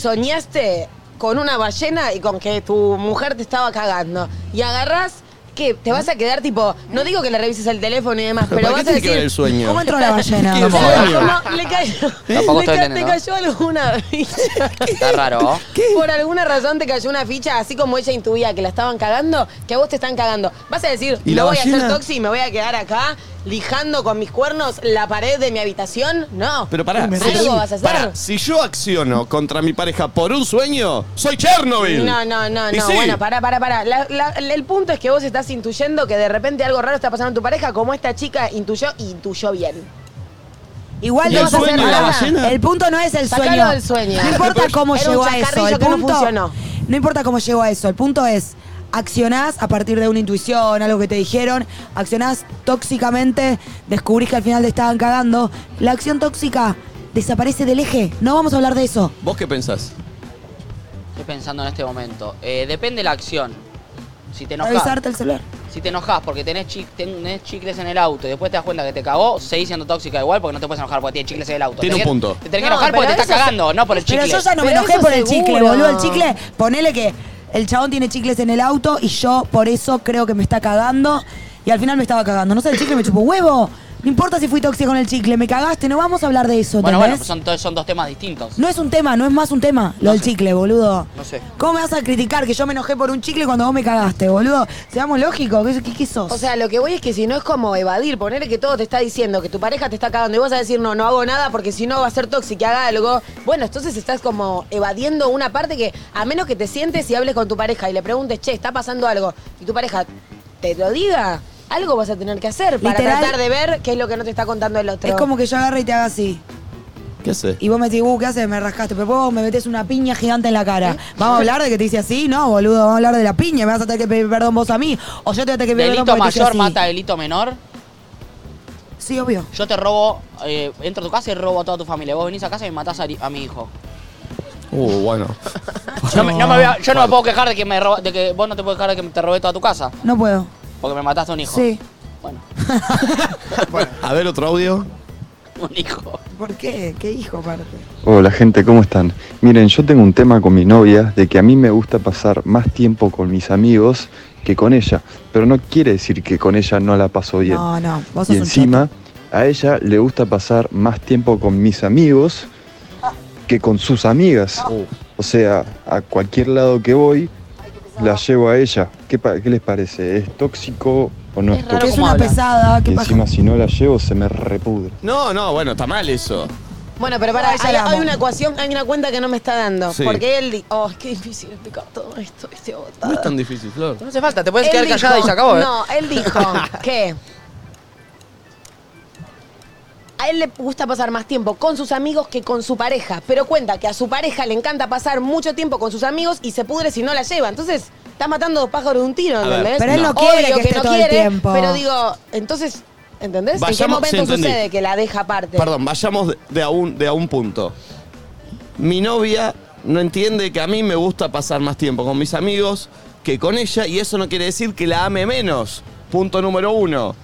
Speaker 2: soñaste con una ballena y con que tu mujer te estaba cagando y agarrás que te vas a quedar tipo, no digo que le revises el teléfono y demás,
Speaker 1: ¿Para
Speaker 2: pero
Speaker 1: qué
Speaker 2: vas a
Speaker 1: tiene que
Speaker 2: decir,
Speaker 1: ver el sueño? ¿Cómo entró
Speaker 4: la ballena?
Speaker 1: ¿Qué
Speaker 2: ¿Cómo?
Speaker 1: sueño?
Speaker 2: le cayó,
Speaker 3: Tampoco
Speaker 2: le
Speaker 3: estoy
Speaker 2: ca-
Speaker 3: en el,
Speaker 2: te
Speaker 3: ¿no?
Speaker 2: cayó alguna ficha.
Speaker 3: Está raro. ¿no?
Speaker 2: Por alguna razón te cayó una ficha, así como ella intuía que la estaban cagando, que a vos te están cagando. Vas a decir,
Speaker 3: ¿Y la
Speaker 2: no voy a ser
Speaker 1: ballena?
Speaker 2: toxi y me voy a quedar acá lijando con mis cuernos la pared de mi habitación. No.
Speaker 1: Pero pará,
Speaker 2: ¿Algo
Speaker 1: si,
Speaker 2: vas a hacer?
Speaker 1: pará, si yo acciono contra mi pareja por un sueño, soy Chernobyl.
Speaker 2: No, no, no,
Speaker 1: Y
Speaker 2: no.
Speaker 1: sí.
Speaker 2: Bueno, pará, pará, pará. La- la- el punto es que vos estás intuyendo que de repente algo raro está pasando en tu pareja, como esta chica intuyó y intuyó bien.
Speaker 4: Igual
Speaker 2: ¿Y
Speaker 4: no
Speaker 2: el
Speaker 4: vas a hacer
Speaker 2: sueño de la ballena?
Speaker 4: nada. El punto no es el
Speaker 2: Sacalo
Speaker 4: sueño.
Speaker 2: del sueño.
Speaker 4: No importa cómo
Speaker 2: Era un
Speaker 4: llegó a eso.
Speaker 2: chacarrillo
Speaker 4: El
Speaker 2: que no
Speaker 4: punto,
Speaker 2: funcionó.
Speaker 4: no importa cómo llegó a eso. El punto es, accionás a partir de una intuición, algo que te dijeron, accionás tóxicamente, descubrís que al final te estaban cagando. La acción tóxica desaparece del eje. No vamos a hablar de eso.
Speaker 1: ¿Vos qué pensás?
Speaker 3: Estoy pensando en este momento. Eh, depende la acción. Si te enojas.
Speaker 4: Avisarte el celular.
Speaker 3: Si te enojas porque tenés, chi- tenés chicles en el auto y después te das cuenta que te cagó, seguís siendo tóxica igual porque no te puedes enojar porque tiene chicles en el auto.
Speaker 1: Tiene
Speaker 3: Te
Speaker 1: un
Speaker 3: tenés-
Speaker 1: punto.
Speaker 3: Te tenés que
Speaker 1: No,
Speaker 3: enojar
Speaker 1: pero
Speaker 3: porque te está
Speaker 1: eso se-
Speaker 3: cagando, no por el chicle.
Speaker 4: Pero yo ya no me enojé por el chicle, boludo. El chicle, ponele que el chabón tiene chicles en el auto y yo por eso creo que me está cagando y al final me estaba cagando. No sé, el chicle me chupó huevo. No importa si fui tóxica con el chicle, me cagaste, no vamos a hablar de eso,
Speaker 3: Bueno, bueno,
Speaker 4: ¿entendés?
Speaker 3: pues son, to- son dos temas distintos.
Speaker 4: No es un tema, no es más un tema, lo del chicle, boludo.
Speaker 3: No sé.
Speaker 4: ¿Cómo me vas a criticar que yo me enojé por un chicle cuando vos me cagaste, boludo? Seamos lógicos, ¿qué, qué, qué sos?
Speaker 14: O sea, lo que voy es que si no es como evadir, poner que todo te está diciendo, que tu pareja te está cagando y vas a decir, no, no hago nada porque si no va a ser tóxica, haga algo. Bueno, entonces estás como evadiendo una parte que, a menos que te sientes y hables con tu pareja y le preguntes, che, está pasando algo, y tu pareja te lo diga, algo vas a tener que hacer para
Speaker 4: Literal.
Speaker 14: tratar de ver qué es lo que no te está contando el otro.
Speaker 4: es como que yo agarre y te haga así.
Speaker 10: ¿Qué haces?
Speaker 4: Y vos me decís, uh, ¿qué haces? Me rascaste. Pero vos me metes una piña gigante en la cara.
Speaker 3: ¿Eh?
Speaker 4: ¿Vamos a hablar de que te hice así? No, boludo, vamos a hablar de la piña. Me vas a tener que pedir perdón vos a mí. O yo te voy a tener que pedir
Speaker 3: Delito
Speaker 4: perdón porque te hice
Speaker 3: mayor
Speaker 4: así.
Speaker 3: mata delito menor.
Speaker 4: Sí, obvio.
Speaker 3: Yo te robo, eh, entro a tu casa y robo a toda tu familia. Vos venís a casa y matás a, li- a mi hijo.
Speaker 1: Uh, bueno.
Speaker 3: Yo, me- no me voy a- yo no me puedo quejar de que, me roba- de que vos no te puedes quejar de que te robé toda tu casa.
Speaker 4: No puedo.
Speaker 3: Porque me mataste a un hijo.
Speaker 4: Sí.
Speaker 1: A ver otro audio.
Speaker 3: Un hijo.
Speaker 4: ¿Por qué? ¿Qué hijo, aparte?
Speaker 8: Hola gente, ¿cómo están? Miren, yo tengo un tema con mi novia de que a mí me gusta pasar más tiempo con mis amigos que con ella, pero no quiere decir que con ella no la paso bien.
Speaker 4: No, no, vos
Speaker 8: y
Speaker 4: sos un
Speaker 8: encima, a ella le gusta pasar más tiempo con mis amigos que con sus amigas.
Speaker 1: Oh.
Speaker 8: O sea, a cualquier lado que voy, la llevo a ella. ¿Qué, pa- qué les parece? ¿Es tóxico o no es,
Speaker 4: Que
Speaker 8: tóxico?
Speaker 4: es una pesada.
Speaker 8: Y
Speaker 4: ¿Qué pasa?
Speaker 8: encima si no la llevo se me repudre.
Speaker 1: No, no, bueno, está mal eso.
Speaker 14: Bueno, pero para,
Speaker 4: Ah, ya
Speaker 14: hay,
Speaker 4: la amo.
Speaker 14: hay una ecuación, hay una cuenta que no me está dando.
Speaker 1: Sí.
Speaker 14: Porque él. di- Oh, qué difícil explicar todo esto, este estoy agotada.
Speaker 1: No es tan difícil, Flor.
Speaker 3: No hace falta, te puedes
Speaker 14: Él
Speaker 3: quedar
Speaker 14: dijo-
Speaker 3: callada y se acabó, ¿eh?
Speaker 14: No, él dijo que a él le gusta pasar más tiempo con sus amigos que con su pareja, pero cuenta que a su pareja le encanta pasar mucho tiempo con sus amigos y se pudre si no la lleva. Entonces, está matando dos pájaros de un tiro,
Speaker 1: A ver,
Speaker 14: ¿entendés?
Speaker 1: Pero él no
Speaker 4: quiere
Speaker 14: Obvio
Speaker 4: que esté todo el tiempo.
Speaker 14: Pero digo, entonces, ¿entendés? ¿En qué
Speaker 1: Vayamos- sí,
Speaker 14: momento
Speaker 1: entendí.
Speaker 14: sucede que la deja aparte?
Speaker 1: Perdón, vayamos de- de a, un, de a un punto. Mi novia no entiende que a mí me gusta pasar más tiempo con mis amigos que con ella y eso no quiere decir que la ame menos. Punto número uno.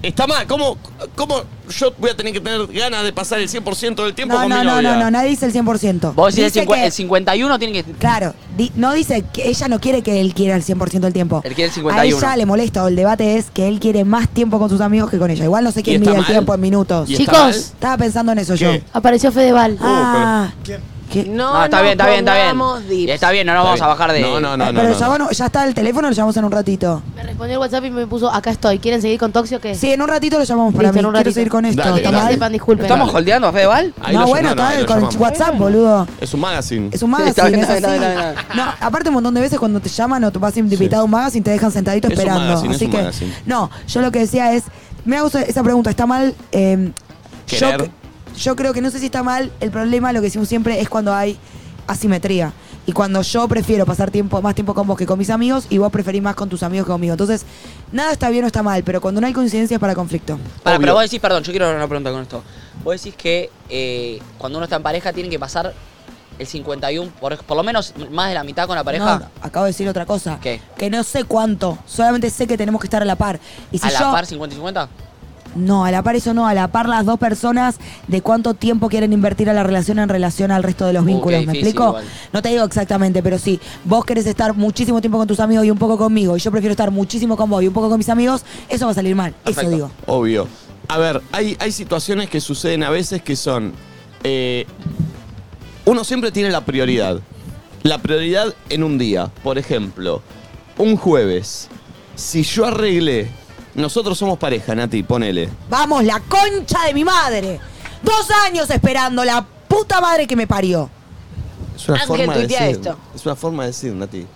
Speaker 1: Está mal, ¿cómo, cómo yo voy a tener que tener ganas de pasar el 100% del tiempo
Speaker 4: No,
Speaker 1: con mi
Speaker 4: no, no,
Speaker 1: novia?
Speaker 4: no, no, nadie dice el 100%.
Speaker 3: Vos decís
Speaker 4: Dice
Speaker 3: el, cincu-
Speaker 4: que-
Speaker 3: el 51 tiene que.
Speaker 4: Claro, di- no dice que ella no quiere que él quiera el 100% del tiempo.
Speaker 3: Él quiere el
Speaker 4: A
Speaker 3: 51.
Speaker 4: ella le molesta, o el debate es que él quiere más tiempo con sus amigos que con ella. Igual no sé quién
Speaker 5: está
Speaker 4: mide el
Speaker 5: mal?
Speaker 4: tiempo en minutos.
Speaker 5: ¿Y está Chicos. mal?
Speaker 4: estaba pensando en eso yo.
Speaker 5: Apareció Fedeval.
Speaker 4: Ah, ¿qué?
Speaker 3: No, está bien, está bien, está bien. Está bien, no nos vamos a bajar de.
Speaker 1: No, no, no, no,
Speaker 4: Eh, pero
Speaker 1: no,
Speaker 4: el chabón no- ya está el teléfono, lo llamamos en un ratito.
Speaker 5: Me respondió el WhatsApp y me puso, acá estoy. ¿Quieren seguir con Toxio o qué?
Speaker 4: Sí, en un ratito lo llamamos para
Speaker 5: Listo, en
Speaker 4: mí.
Speaker 5: un
Speaker 4: Quiero
Speaker 5: ratito.
Speaker 4: seguir con esto.
Speaker 1: Dale,
Speaker 4: ¿Está
Speaker 1: dale.
Speaker 4: mal?
Speaker 5: Sepan, disculpen.
Speaker 3: ¿Estamos holdeando a Fedeval?
Speaker 1: Ahí
Speaker 4: No,
Speaker 1: lo-
Speaker 4: bueno,
Speaker 1: no, no,
Speaker 4: está
Speaker 1: ahí lo
Speaker 4: con el
Speaker 1: llamamos.
Speaker 4: WhatsApp, boludo.
Speaker 1: Es un magazine.
Speaker 4: Es un magazine,
Speaker 3: Está bien,
Speaker 4: es
Speaker 3: está bien,
Speaker 4: así.
Speaker 3: está bien, está
Speaker 4: No, aparte un montón de veces cuando te llaman o te vas invitado a un magazine te dejan sentadito
Speaker 1: Es un
Speaker 4: esperando.
Speaker 1: magazine, es
Speaker 4: así
Speaker 1: un
Speaker 4: que
Speaker 1: magazine.
Speaker 4: no, yo lo que decía es, me hago esa pregunta, está mal. Eh, yo,
Speaker 1: Querer.
Speaker 4: yo creo que no sé si está mal. El problema, lo que decimos siempre, es cuando hay asimetría. Y cuando yo prefiero pasar tiempo, más tiempo con vos que con mis amigos, y vos preferís más con tus amigos que conmigo. Entonces, nada está bien o está mal, pero cuando no hay coincidencia es para conflicto.
Speaker 3: Para,
Speaker 4: Obvio.
Speaker 3: pero vos decís, perdón, yo quiero hacer una pregunta con esto. Vos decís que eh, cuando uno está en pareja tiene que pasar el 51, por, por lo menos más de la mitad con la pareja.
Speaker 4: No, acabo de decir otra cosa.
Speaker 3: ¿Qué?
Speaker 4: Que no sé cuánto, solamente sé que tenemos que estar a la par. Y si
Speaker 3: ¿A la
Speaker 4: yo,
Speaker 3: par 50 y 50?
Speaker 4: No, a la par eso no, a la par las dos personas de cuánto tiempo quieren invertir a la relación en relación al resto de los vínculos,
Speaker 3: Uh,
Speaker 4: ¿me
Speaker 3: difícil
Speaker 4: explico?
Speaker 3: igual.
Speaker 4: No te digo exactamente, pero sí, vos querés estar muchísimo tiempo con tus amigos y un poco conmigo, y yo prefiero estar muchísimo con vos y un poco con mis amigos, eso va a salir mal, eso digo.
Speaker 1: Obvio. A ver, hay, hay situaciones que suceden a veces que son. eh, uno siempre tiene la prioridad. La prioridad en un día. Por ejemplo, un jueves. Si yo arreglé. Nosotros somos pareja, Nati, ponele.
Speaker 4: Vamos, la concha de mi madre. Dos años esperando la puta madre que me parió.
Speaker 1: Es una
Speaker 4: Ángel,
Speaker 1: forma de
Speaker 4: tuitea
Speaker 1: decir.
Speaker 4: esto.
Speaker 1: Es una forma de decir, Nati.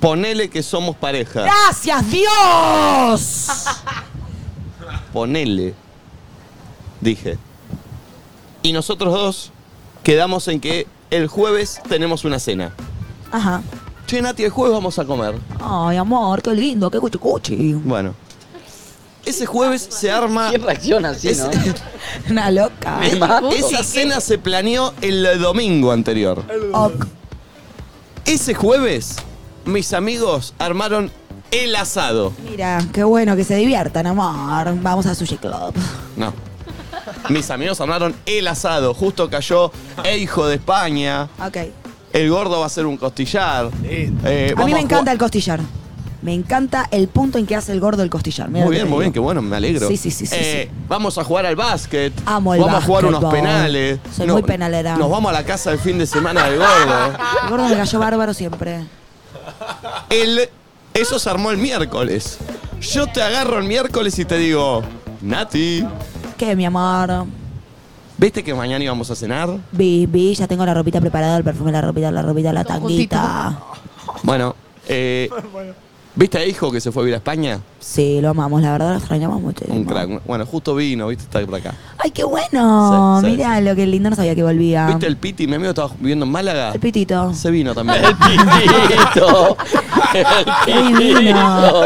Speaker 1: Ponele que somos pareja.
Speaker 4: Gracias, Dios.
Speaker 1: Ponele. Dije. Y nosotros dos quedamos en que el jueves tenemos una cena.
Speaker 4: Ajá.
Speaker 1: Che, Nati, el jueves vamos a comer.
Speaker 4: Ay, amor, qué lindo, qué cuchi cuchi.
Speaker 1: Bueno. Ese jueves se arma. ¿Quién
Speaker 3: reacciona así, no?
Speaker 4: Ah, Una loca.
Speaker 1: Esa cena se planeó el domingo anterior.
Speaker 4: Ok.
Speaker 1: Ese jueves, mis amigos armaron el asado.
Speaker 4: Mira, qué bueno que se diviertan, amor. Vamos a Sushi Club.
Speaker 1: No. Mis amigos armaron el asado. Justo cayó Eijo de España.
Speaker 4: Ok.
Speaker 1: El gordo va a hacer un costillar. Eh,
Speaker 4: a
Speaker 1: vamos
Speaker 4: mí me
Speaker 1: jugar-
Speaker 4: encanta el costillar. Me encanta el punto en que hace el gordo el costillar. Mira lo
Speaker 1: Muy
Speaker 4: que
Speaker 1: bien,
Speaker 4: te
Speaker 1: muy bien,
Speaker 4: digo.
Speaker 1: qué bueno, me alegro.
Speaker 4: Sí, sí, sí, sí,
Speaker 1: Eh, Vamos a jugar al básquet.
Speaker 4: Amo el
Speaker 1: Vamos a jugar unos
Speaker 4: básquetbol.
Speaker 1: penales.
Speaker 4: Soy muy penalera.
Speaker 1: Nos vamos a la casa el fin de semana del gordo.
Speaker 4: El gordo me cayó bárbaro siempre.
Speaker 1: El, eso se armó el miércoles. Yo te agarro el miércoles y te digo, Nati,
Speaker 4: ¿Qué, mi amor?
Speaker 1: ¿viste que mañana íbamos a cenar?
Speaker 4: Vi, vi, ya tengo la ropita preparada, el perfume, la ropita, la ropita, la tanguita.
Speaker 1: Bueno, eh, ¿viste a Hijo que se fue a vivir a España?
Speaker 4: Sí, lo amamos, la verdad lo extrañamos mucho.
Speaker 1: Un crack. Bueno, justo vino, ¿viste? Está por acá.
Speaker 4: ¡Ay, qué bueno!
Speaker 1: Sí, sí,
Speaker 4: Mira lo que lindo, no sabía que volvía.
Speaker 1: ¿Viste el Piti? Mi amigo estaba viviendo en Málaga. El
Speaker 4: Pitito.
Speaker 1: Se vino también. el Pitito. el
Speaker 4: Divino.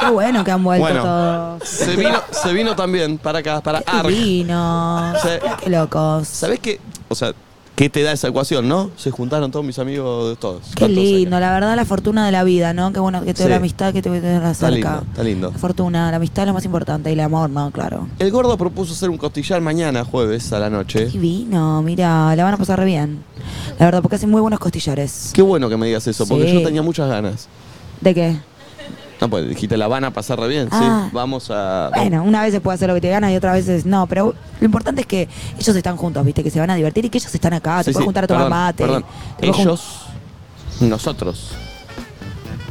Speaker 4: Qué bueno que han vuelto
Speaker 1: Bueno,
Speaker 4: todos.
Speaker 1: Se vino, se vino también para acá, para Arc.
Speaker 4: Divino.
Speaker 1: Sí.
Speaker 4: Qué locos.
Speaker 1: ¿Sabés qué? O sea, ¿qué te da esa ecuación, no? Se juntaron todos mis amigos de todos.
Speaker 4: Qué
Speaker 1: Tantos
Speaker 4: lindo, la verdad, la fortuna de la vida, ¿no? Qué bueno que te
Speaker 1: Sí.
Speaker 4: la amistad, que te la
Speaker 1: años. Está lindo,
Speaker 4: cerca.
Speaker 1: está lindo.
Speaker 4: La fortuna, la amistad es lo más importante y el amor, ¿no? Claro.
Speaker 1: El gordo propuso hacer un costillar mañana, jueves, a la noche.
Speaker 4: Divino, mira, la van a pasar re bien. La verdad, porque hacen muy buenos costillares.
Speaker 1: Qué bueno que me digas eso, porque
Speaker 4: Sí.
Speaker 1: yo tenía muchas ganas.
Speaker 4: ¿De qué?
Speaker 1: No, pues dijiste, la van a pasar re bien,
Speaker 4: Ah.
Speaker 1: sí. Vamos a...
Speaker 4: Bueno, una vez se puede hacer lo que te gana y otra vez es- no, pero lo importante es que ellos están juntos, ¿viste? Que se van a divertir y que ellos están acá.
Speaker 1: Sí,
Speaker 4: te
Speaker 1: sí,
Speaker 4: puedes juntar a tomar
Speaker 1: perdón,
Speaker 4: mate.
Speaker 1: perdón.
Speaker 4: te puedes jun-
Speaker 1: Ellos, nosotros.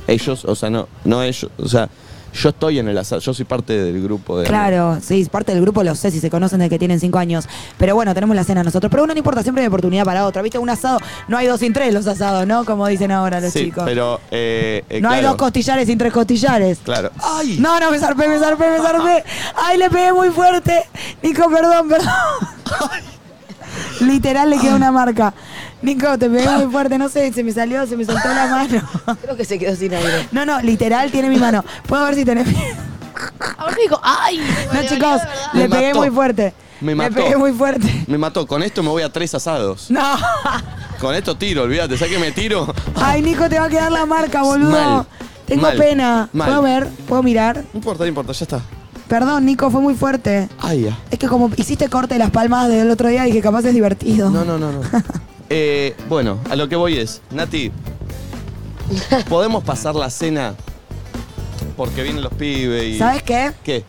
Speaker 1: Ellos, o sea, no, no ellos, o sea, yo estoy en el asado, yo soy parte del grupo de...
Speaker 4: Claro, sí, es parte del grupo, lo sé, si se conocen desde que tienen cinco años. Pero bueno, tenemos la cena nosotros. Pero uno no importa, siempre hay oportunidad para otra. ¿Viste? Un asado, no hay dos sin tres los asados, ¿no? Como dicen ahora los
Speaker 1: sí,
Speaker 4: chicos.
Speaker 1: pero... eh, eh,
Speaker 4: no hay
Speaker 1: claro,
Speaker 4: dos costillares sin tres costillares.
Speaker 1: Claro.
Speaker 4: ¡Ay! No, no, me zarpé, me zarpé, me zarpé. ¡Ay, le pegué muy fuerte! Nico, perdón, perdón. Literal le quedó una marca. Nico, te pegué muy fuerte, no sé, se me salió, se me soltó la mano.
Speaker 2: Creo que se quedó sin aire.
Speaker 4: No, no, literal tiene mi mano. Puedo ver si tenés.
Speaker 20: Ahora digo, ¡ay!
Speaker 4: No, chicos,
Speaker 1: Me
Speaker 4: le pegué
Speaker 1: mató.
Speaker 4: muy fuerte.
Speaker 1: Me
Speaker 4: Le
Speaker 1: mató.
Speaker 4: pegué muy fuerte.
Speaker 1: Me mató, con esto me voy a tres asados.
Speaker 4: No.
Speaker 1: Con esto tiro, olvídate, ¿sabes que me tiro?
Speaker 4: Ay, Nico, te va a quedar la marca, boludo.
Speaker 1: Mal.
Speaker 4: Tengo
Speaker 1: Mal.
Speaker 4: pena.
Speaker 1: Mal.
Speaker 4: ¿Puedo ver? ¿Puedo mirar?
Speaker 1: No importa, no importa, ya está.
Speaker 4: Perdón, Nico, fue muy fuerte.
Speaker 1: Ay, ya.
Speaker 4: Es que como hiciste corte de las palmas del otro día, dije, capaz es divertido. No,
Speaker 1: no, no, no. Eh, bueno, a lo que voy es, Nati, ¿podemos pasar la cena? Porque vienen los pibes y...
Speaker 4: ¿Sabes qué?
Speaker 1: ¿Qué?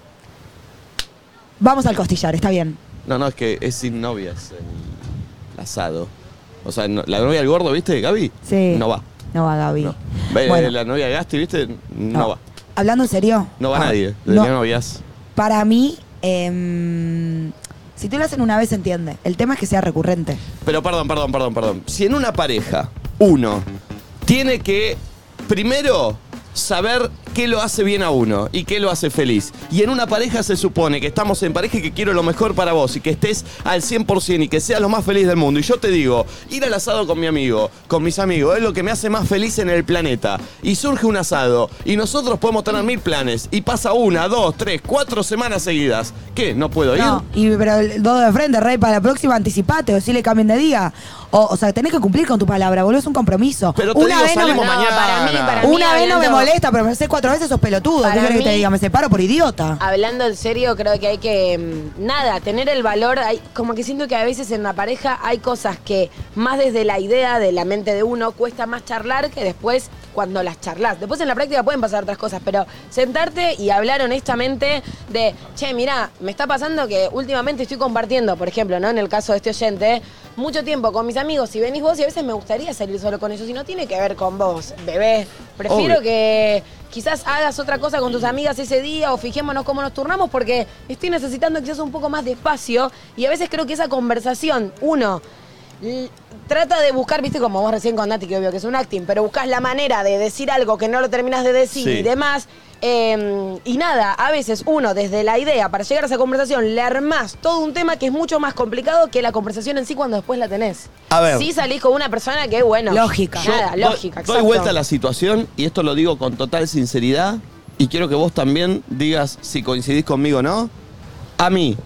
Speaker 4: Vamos al costillar, está bien.
Speaker 1: No, no, es que es sin novias el asado. O sea, no- la novia del gordo, ¿viste, Gaby?
Speaker 4: Sí.
Speaker 1: No va.
Speaker 4: No va, Gaby.
Speaker 1: No. Ve, eh,
Speaker 4: Bueno.
Speaker 1: La novia de Gasti, ¿viste? No,
Speaker 4: No.
Speaker 1: va.
Speaker 4: Hablando en serio,
Speaker 1: No va
Speaker 4: Ah,
Speaker 1: nadie. De
Speaker 4: no.
Speaker 1: las novias.
Speaker 4: para mí, em, si tú lo hacen una vez, se entiende. El tema es que sea recurrente.
Speaker 1: Pero perdón, perdón, perdón, perdón. Si en una pareja, uno, tiene que primero saber qué lo hace bien a uno y qué lo hace feliz. Y en una pareja se supone que estamos en pareja y que quiero lo mejor para vos y que estés al 100% y que seas lo más feliz del mundo. Y yo te digo, ir al asado con mi amigo, con mis amigos, es lo que me hace más feliz en el planeta. Y surge un asado y nosotros podemos tener mil planes y pasa una, dos, tres, cuatro semanas seguidas. ¿Qué? ¿No puedo ir?
Speaker 4: No, y, pero el dodo de frente, rey, para la próxima anticipate o si le cambien de día. O, o sea, tenés que cumplir con tu palabra, boludo, es un compromiso.
Speaker 1: Pero te digo, salimos mañana.
Speaker 2: para mí,
Speaker 4: una vez no me
Speaker 2: hablando-
Speaker 4: molesta, pero me lo haces cuatro veces, sos pelotudo.
Speaker 2: Para
Speaker 4: ¿Qué querés
Speaker 2: mí-
Speaker 4: que te diga? Me separo por idiota.
Speaker 2: Hablando en serio, creo que hay que, mm, nada, tener el valor, hay- como que siento que a veces en la pareja hay cosas que más desde la idea de la mente de uno cuesta más charlar que después cuando las charlas. Después en la práctica pueden pasar otras cosas, pero sentarte y hablar honestamente de, che, mira, me está pasando que últimamente estoy compartiendo, por ejemplo, ¿no? En el caso de este oyente, mucho tiempo con mis amigos, si venís vos y a veces me gustaría salir solo con ellos y no tiene que ver con vos, bebé. Prefiero
Speaker 15: Obvio.
Speaker 2: que quizás hagas otra cosa con tus amigas ese día o fijémonos cómo nos turnamos porque estoy necesitando quizás un poco más de espacio y a veces creo que esa conversación, uno, l- trata de buscar, viste, como vos recién con Nati, que obvio que es un acting, pero buscas la manera de decir algo que no lo terminas de decir
Speaker 15: Sí.
Speaker 2: y demás. Eh, y nada, a veces uno desde la idea para llegar a esa conversación le armás todo un tema que es mucho más complicado que la conversación en sí cuando después la tenés.
Speaker 1: A ver.
Speaker 2: Si salís con una persona que, bueno,
Speaker 1: Yo
Speaker 2: Nada,
Speaker 1: doy-
Speaker 2: lógica.
Speaker 1: Doy
Speaker 2: exacto.
Speaker 1: vuelta a la situación y esto lo digo con total sinceridad y quiero que vos también digas si coincidís conmigo o no. A mí,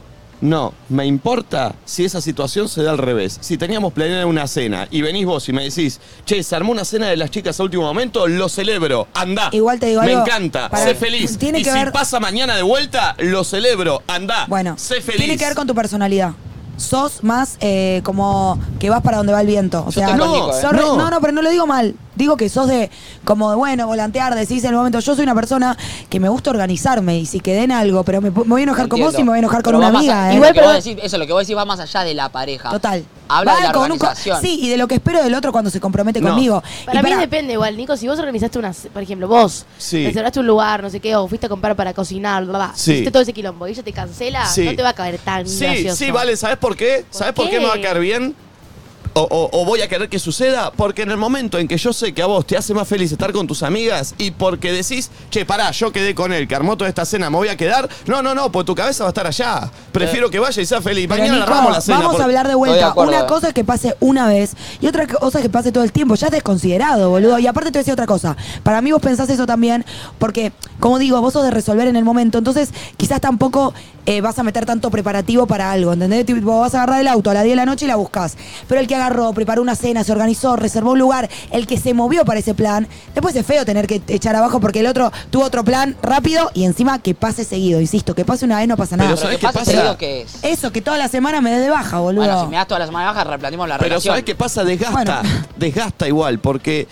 Speaker 1: no, me importa si esa situación se da al revés. Si teníamos planeada una cena y venís vos y me decís, che, se armó una cena de las chicas a último momento, lo celebro, andá.
Speaker 4: Igual te digo
Speaker 1: Me
Speaker 4: algo,
Speaker 1: encanta,
Speaker 4: para-
Speaker 1: sé feliz.
Speaker 4: tiene
Speaker 1: y
Speaker 4: que
Speaker 1: si
Speaker 4: ver-
Speaker 1: pasa mañana de vuelta, lo celebro, andá.
Speaker 4: Bueno,
Speaker 1: sé feliz.
Speaker 4: Tiene que ver con tu personalidad. Sos más eh, como que vas para donde va el viento. O sea,
Speaker 1: estoy con Nico, ¿eh?
Speaker 4: sos re-
Speaker 1: No.
Speaker 4: no, no, pero no lo digo mal. Digo que sos de, como de, bueno, volantear, decís en el momento. Yo soy una persona que me gusta organizarme y si quedé en algo, pero me, pu- me voy a enojar con vos y me voy a enojar con
Speaker 3: Pero
Speaker 4: una
Speaker 3: va más a-
Speaker 4: amiga. ¿eh?
Speaker 3: lo que vos decís- eso, lo que vos decís va más allá de la pareja.
Speaker 4: Total.
Speaker 3: Habla
Speaker 4: Va
Speaker 3: de la
Speaker 4: con un co-
Speaker 3: organización.
Speaker 4: sí, y de lo que espero del otro cuando se compromete
Speaker 3: No.
Speaker 4: conmigo.
Speaker 5: Para
Speaker 4: Y
Speaker 5: mí
Speaker 4: pará,
Speaker 5: depende igual, Nico, si vos organizaste una, ce- por ejemplo, vos
Speaker 4: Sí.
Speaker 5: reservaste un lugar, no sé qué, o fuiste a comprar para cocinar, bla, bla,
Speaker 1: Sí.
Speaker 5: hiciste todo ese quilombo y ella te cancela,
Speaker 1: Sí.
Speaker 5: no te va a caer tan
Speaker 1: Sí,
Speaker 5: gracioso.
Speaker 1: sí, vale, ¿sabes por qué? ¿Sabes por qué me va a
Speaker 5: qué?
Speaker 1: caer bien? O, o- o voy a querer que suceda, porque en el momento en que yo sé que a vos te hace más feliz estar con tus amigas y porque decís, che, pará, yo quedé con él, que armó toda esta cena, me voy a quedar. No, no, no, pues tu cabeza va a estar allá.
Speaker 3: Eh.
Speaker 1: Prefiero que vaya y sea feliz.
Speaker 4: Pero,
Speaker 1: Mañana
Speaker 4: Nico,
Speaker 1: armamos la cena.
Speaker 4: vamos
Speaker 1: porque-
Speaker 4: a hablar de vuelta. una
Speaker 1: eh.
Speaker 4: cosa es que pase una vez y otra cosa es que pase todo el tiempo. Ya es desconsiderado, boludo. Y aparte te voy a decir otra cosa. Para mí vos pensás eso también porque, como digo, vos sos de resolver en el momento. Entonces quizás tampoco eh, vas a meter tanto preparativo para algo, ¿entendés? Tipo, vas a agarrar el auto a las 10 de la noche y la buscas. Pero el que agarró, preparó una cena, se organizó, reservó un lugar, el que se movió para ese plan, después es feo tener que echar abajo porque el otro tuvo otro plan rápido y encima que pase seguido. Insisto, que pase una vez no pasa nada.
Speaker 3: Pero ¿sabés qué pasa? Seguido que es.
Speaker 4: Eso, que toda la semana me des de baja, boludo.
Speaker 3: Bueno, si me das toda la semana de baja, replanteamos la
Speaker 1: Pero
Speaker 3: relación.
Speaker 1: ¿sabes qué pasa? Desgasta. Desgasta igual, porque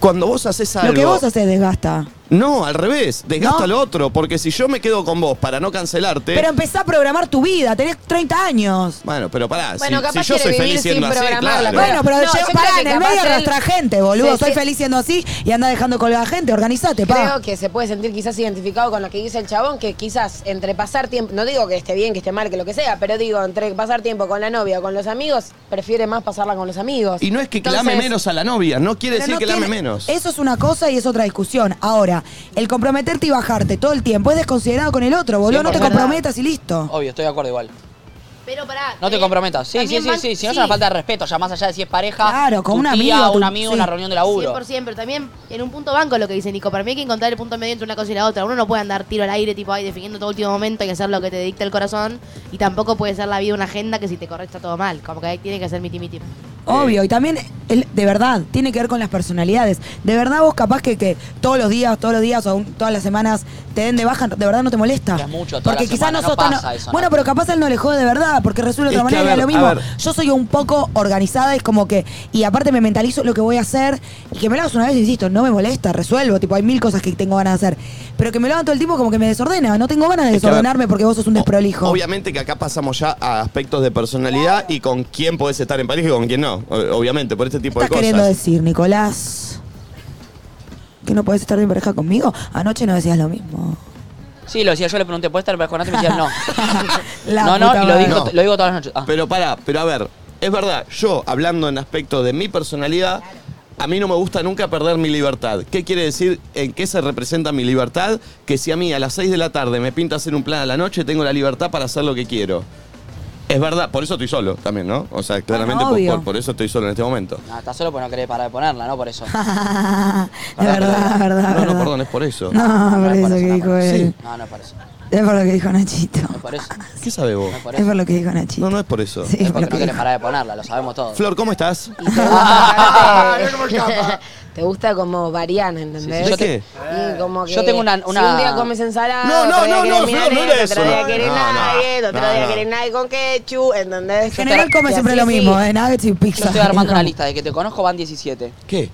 Speaker 1: cuando vos haces algo.
Speaker 4: Lo que vos haces desgasta.
Speaker 1: No, al revés, desgasta al otro, porque si yo me quedo con vos para no cancelarte.
Speaker 4: Pero empezá a programar tu vida, tenés 30 años.
Speaker 1: Bueno, pero pará,
Speaker 4: Bueno,
Speaker 1: si,
Speaker 4: capaz
Speaker 1: si yo soy
Speaker 4: quiere
Speaker 1: feliz
Speaker 4: vivir
Speaker 1: siendo
Speaker 4: sin
Speaker 1: así,
Speaker 4: programarla,
Speaker 1: claro.
Speaker 4: Bueno, pero
Speaker 2: No,
Speaker 4: llega-
Speaker 2: yo
Speaker 4: pará,
Speaker 2: creo
Speaker 4: en
Speaker 2: que
Speaker 4: el
Speaker 2: capaz
Speaker 4: medio
Speaker 2: él-
Speaker 4: arrastra gente, boludo.
Speaker 2: Sí,
Speaker 4: Soy
Speaker 2: sí.
Speaker 4: feliz siendo así y anda dejando colgada gente. Organizate, pa.
Speaker 2: Creo que se puede sentir quizás identificado con lo que dice el chabón, que quizás entre pasar tiempo, no digo que esté bien, que esté mal, que lo que sea, pero digo, entre pasar tiempo con la novia o con los amigos, prefiere más pasarla con los amigos.
Speaker 1: Y no es que
Speaker 2: Entonces-
Speaker 1: clame menos a la novia, no quiere
Speaker 4: Pero
Speaker 1: decir
Speaker 4: no
Speaker 1: que clame
Speaker 4: tiene-
Speaker 1: menos.
Speaker 4: Eso es una cosa y es otra discusión. Ahora, el comprometerte y bajarte todo el tiempo es desconsiderado con el otro, boludo. No te
Speaker 3: 100%.
Speaker 4: comprometas y listo.
Speaker 3: Obvio, estoy de acuerdo igual.
Speaker 5: Pero pará.
Speaker 4: Eh,
Speaker 3: No te comprometas. Sí, sí,
Speaker 5: También
Speaker 3: sí,
Speaker 5: van-
Speaker 3: sí. Si no es
Speaker 5: sí.
Speaker 3: una falta de respeto, ya más allá de si es pareja,
Speaker 4: Claro, con
Speaker 3: tu
Speaker 4: un
Speaker 3: tía,
Speaker 4: amigo,
Speaker 3: un
Speaker 4: tu-
Speaker 3: amigo,
Speaker 4: sí.
Speaker 3: una reunión de laburo.
Speaker 5: 100%, pero también en un punto banco lo que dice Nico. Para mí hay que encontrar el punto medio entre una cosa y la otra. Uno no puede andar tiro al aire, tipo ahí definiendo todo último momento, hay que hacer lo que te dicta el corazón. Y tampoco puede ser la vida una agenda que si te corres está todo mal. Como que ahí tiene que ser miti miti.
Speaker 3: Eh,
Speaker 4: Obvio, y también, el- de verdad, tiene que ver con las personalidades. De verdad, vos capaz que, que todos los días, todos los días o un- todas las semanas te den de baja, de verdad no te molesta.
Speaker 3: mucho, toda
Speaker 4: porque
Speaker 3: la
Speaker 4: quizás
Speaker 3: semana,
Speaker 4: no
Speaker 3: no
Speaker 4: sos tan-
Speaker 3: pasa eso,
Speaker 4: Bueno,
Speaker 3: Nati.
Speaker 4: pero capaz él no le jode de verdad, porque resuelve de
Speaker 1: Es
Speaker 4: otra
Speaker 1: que, a
Speaker 4: manera y
Speaker 1: ver,
Speaker 4: lo
Speaker 1: a
Speaker 4: mismo.
Speaker 1: ver.
Speaker 4: Yo soy un poco organizada, es como que. Y aparte me mentalizo lo que voy a hacer y que me lo hagas una vez, insisto, no me molesta, resuelvo. Tipo, hay mil cosas que tengo ganas de hacer. Pero que me lo hagan todo el tiempo como que me desordena. No tengo ganas de
Speaker 1: Es que, a ver,
Speaker 4: desordenarme porque vos sos un desprolijo.
Speaker 1: Obviamente que acá pasamos ya a aspectos de personalidad y con quién podés estar en pareja y con quién no. o- Obviamente, por este tipo de
Speaker 4: estás
Speaker 1: cosas.
Speaker 4: queriendo decir, Nicolás? ¿Que no podés estar en pareja conmigo? Anoche no decías lo mismo.
Speaker 3: Sí, lo decía, yo le pregunté, ¿puedes estar con Nati? Y me decían no.
Speaker 4: La
Speaker 3: no, no,
Speaker 4: puta
Speaker 3: Ah, y lo,
Speaker 4: madre.
Speaker 3: digo, lo digo todas las noches. Ah.
Speaker 1: Pero pará, pero a ver, es verdad, yo hablando en aspecto de mi personalidad, a mí no me gusta nunca perder mi libertad. ¿Qué quiere decir? ¿En qué se representa mi libertad? Que si a mí a las 6 de la tarde me pinta hacer un plan a la noche, tengo la libertad para hacer lo que quiero. Es verdad, por eso estoy solo también, ¿no? O sea, claramente por-
Speaker 4: obvio.
Speaker 1: por, por eso estoy solo en este momento.
Speaker 3: No, está solo porque no querés parar de ponerla, ¿no? Por eso.
Speaker 4: De verdad, verdad,
Speaker 1: No, no,
Speaker 4: verdad.
Speaker 1: perdón, es por eso.
Speaker 4: No, por eso que dijo él.
Speaker 3: No, no es por eso.
Speaker 4: Es por lo que dijo Nachito.
Speaker 3: No es por eso.
Speaker 1: ¿Qué sabe vos?
Speaker 3: por
Speaker 4: Es por lo que dijo Nachito.
Speaker 1: No, no es por eso.
Speaker 4: Sí,
Speaker 3: Es porque no querés parar de ponerla, lo sabemos todos.
Speaker 1: Flor, ¿cómo estás?
Speaker 2: Ah,
Speaker 14: Ah,
Speaker 2: Te gusta como variana, ¿entendés?
Speaker 1: Sí, sí, yo te-
Speaker 2: Y como que
Speaker 3: Yo tengo una-
Speaker 2: Si
Speaker 3: una-
Speaker 2: un día comes ensalada,
Speaker 14: No, no, no,
Speaker 2: otro día querés
Speaker 14: no, Flor, no
Speaker 2: milanesa,
Speaker 14: era eso.
Speaker 2: Otro día
Speaker 14: No,
Speaker 2: querés
Speaker 14: no,
Speaker 2: nugget,
Speaker 14: no,
Speaker 2: otro
Speaker 14: no,
Speaker 2: día
Speaker 14: no.
Speaker 2: querés nugget con ketchup, ¿entendés?
Speaker 4: En general come siempre lo mismo, ¿eh? Nuggets y pizza.
Speaker 3: Yo estoy armando una lista de que te conozco van 17.
Speaker 1: ¿Qué?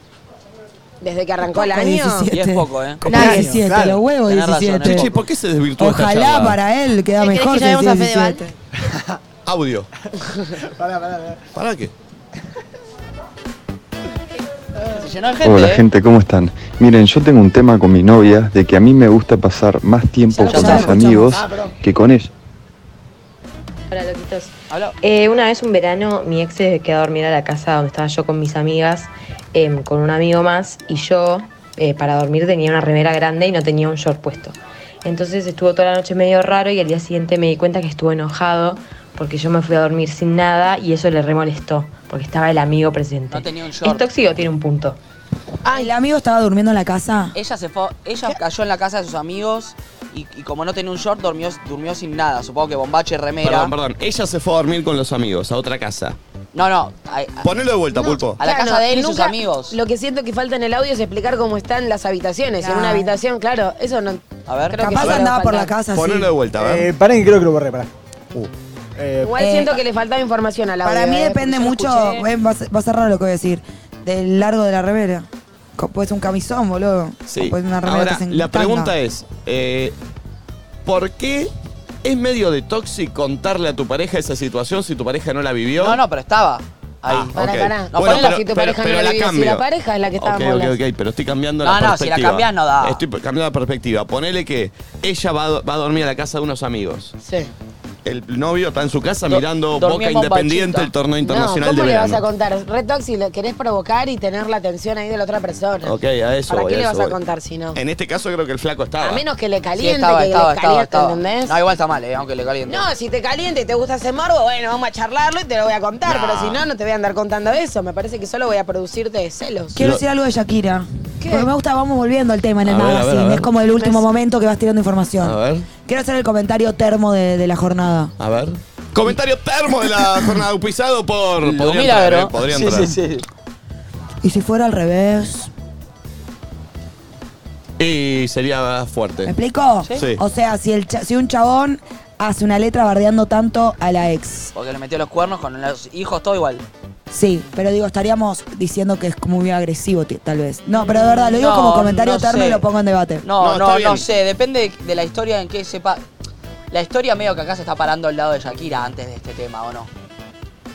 Speaker 2: Desde que arrancó el
Speaker 4: Como
Speaker 2: año.
Speaker 4: 17.
Speaker 3: Y es poco, ¿eh?
Speaker 4: Como 17, los huevos
Speaker 3: Tenés razón,
Speaker 4: 17.
Speaker 3: es poco.
Speaker 1: Che, ¿por qué se desvirtuó esta
Speaker 4: Ojalá
Speaker 1: charla?
Speaker 4: para él queda
Speaker 5: ¿Qué crees
Speaker 4: mejor
Speaker 5: que
Speaker 4: si es
Speaker 5: llamemos a Fedeval?
Speaker 4: 17.
Speaker 1: Audio.
Speaker 11: Pará, pará, pará.
Speaker 1: ¿Para qué?
Speaker 3: Se llenó de
Speaker 8: Hola
Speaker 3: gente, ¿eh?
Speaker 8: gente, ¿cómo están? Miren, yo tengo un tema con mi novia de que a mí me gusta pasar más tiempo
Speaker 13: Ya lo
Speaker 8: con mis
Speaker 13: escuchamos.
Speaker 8: amigos
Speaker 13: Ah, perdón.
Speaker 8: que con ella.
Speaker 13: Hola, loquitos. Eh, una vez un verano, mi ex se quedó a dormir a la casa donde estaba yo con mis amigas, em, con un amigo más, y yo eh, para dormir tenía una remera grande y no tenía un short puesto. Entonces estuvo toda la noche medio raro y al día siguiente me di cuenta que estuvo enojado porque yo me fui a dormir sin nada y eso le remolestó porque estaba el amigo presente.
Speaker 3: No tenía un
Speaker 13: ¿Es
Speaker 3: short.
Speaker 13: tóxico? Tiene un punto.
Speaker 4: Ah, el amigo estaba durmiendo en la casa.
Speaker 3: Ella se fue, ella cayó en la casa de sus amigos y, y como no tenía un short, durmió, durmió sin nada. Supongo que bombache, remera.
Speaker 1: Perdón, perdón. Ella se fue a dormir con los amigos a otra casa.
Speaker 3: No, no. a- a-
Speaker 1: Ponelo de vuelta, pulpo.
Speaker 3: A la
Speaker 2: Claro,
Speaker 3: casa de él y sus
Speaker 2: nunca-
Speaker 3: amigos.
Speaker 2: Lo que siento que falta en el audio es explicar cómo están las habitaciones. En una habitación, claro, eso no.
Speaker 3: A ver,
Speaker 2: creo que sí. Falta.
Speaker 1: Ponelo de vuelta, a ver. Uh.
Speaker 11: Eh, pará, que creo que lo borré, pará. Eh,
Speaker 2: Igual
Speaker 4: Eh,
Speaker 2: siento que le faltaba información a la
Speaker 4: Para mí depende mucho, eh, va, a ser, va a ser raro lo que voy a decir, del largo de la remera. Co- Puede ser un camisón, boludo.
Speaker 1: Sí.
Speaker 4: O Puede ser una remera
Speaker 1: Ahora,
Speaker 4: que se
Speaker 1: la
Speaker 4: encanta.
Speaker 1: pregunta es, eh, ¿por qué es medio de tóxico contarle a tu pareja esa situación si tu pareja no la vivió?
Speaker 3: No, no, pero estaba. Ahí.
Speaker 1: Ah,
Speaker 2: Pará,
Speaker 1: ok.
Speaker 2: pará. No,
Speaker 1: Bueno,
Speaker 2: ponela
Speaker 1: pero-
Speaker 2: si tu
Speaker 1: pero-
Speaker 2: pareja
Speaker 1: pero
Speaker 2: no la
Speaker 1: la
Speaker 2: vive. Si
Speaker 1: cambio.
Speaker 2: la pareja es la que estábamos
Speaker 1: Ok,
Speaker 2: hablando.
Speaker 1: ok, ok, pero estoy cambiando la
Speaker 3: No, no, si la
Speaker 1: perspectiva.
Speaker 3: cambiás no da.
Speaker 1: Estoy cambiando la perspectiva. Ponele que ella va, a- va a dormir a la casa de unos amigos.
Speaker 2: Sí.
Speaker 1: El novio está en su casa
Speaker 3: Do-
Speaker 1: mirando
Speaker 3: dormí
Speaker 1: Boca
Speaker 3: en Bombachita.
Speaker 1: Independiente, el torneo internacional
Speaker 2: no, ¿cómo
Speaker 1: de
Speaker 2: le
Speaker 1: verano.
Speaker 2: vas a contar? Retox, si lo querés provocar y tener la atención ahí de la otra persona.
Speaker 1: Ok, a eso
Speaker 2: ¿Para
Speaker 1: voy,
Speaker 2: qué le
Speaker 1: eso
Speaker 2: vas a
Speaker 1: voy.
Speaker 2: contar si no?
Speaker 1: En este caso creo que el flaco estaba.
Speaker 2: A menos que le caliente,
Speaker 3: estaba,
Speaker 2: que
Speaker 3: estaba,
Speaker 2: le
Speaker 3: estaba,
Speaker 2: caliente,
Speaker 3: estaba.
Speaker 2: ¿entendés?
Speaker 3: No, igual está mal, eh, aunque le caliente.
Speaker 2: No, si te caliente y te gusta ese morbo, bueno, vamos a charlarlo y te lo voy a contar.
Speaker 3: No.
Speaker 2: Pero si no, no te voy a andar contando eso. Me parece que solo voy a producirte celos.
Speaker 4: Quiero decir algo de Shakira.
Speaker 2: ¿Qué?
Speaker 4: Porque me gusta, vamos volviendo al tema en el
Speaker 1: A ver, a ver,
Speaker 4: magazine.
Speaker 1: a ver.
Speaker 4: Es como el último
Speaker 2: Me-
Speaker 4: momento que vas tirando información.
Speaker 1: A ver,
Speaker 4: Quiero hacer el comentario termo de, de la jornada.
Speaker 1: a ver. Comentario termo de la jornada pisado por...
Speaker 3: Lo
Speaker 1: podría
Speaker 3: milagro.
Speaker 1: entrar, eh, podría
Speaker 3: Sí,
Speaker 1: entrar.
Speaker 3: sí,
Speaker 4: Y si fuera al revés.
Speaker 1: Y sería fuerte.
Speaker 4: ¿Me explico?
Speaker 1: Sí.
Speaker 4: O sea, si, el cha- si un chabón hace una letra bardeando tanto a la ex.
Speaker 3: Porque le metió los cuernos con los hijos, todo igual.
Speaker 4: Sí, pero digo, estaríamos diciendo que es como muy agresivo, ti- tal vez. No, pero de verdad, lo digo
Speaker 3: No,
Speaker 4: como comentario
Speaker 3: no
Speaker 4: terno
Speaker 3: sé.
Speaker 4: y lo pongo en debate.
Speaker 3: No,
Speaker 1: está
Speaker 3: no, no,
Speaker 1: bien.
Speaker 3: sé, depende de la historia en que sepa. La historia medio que acá se está parando al lado de Shakira antes de este tema, ¿o no?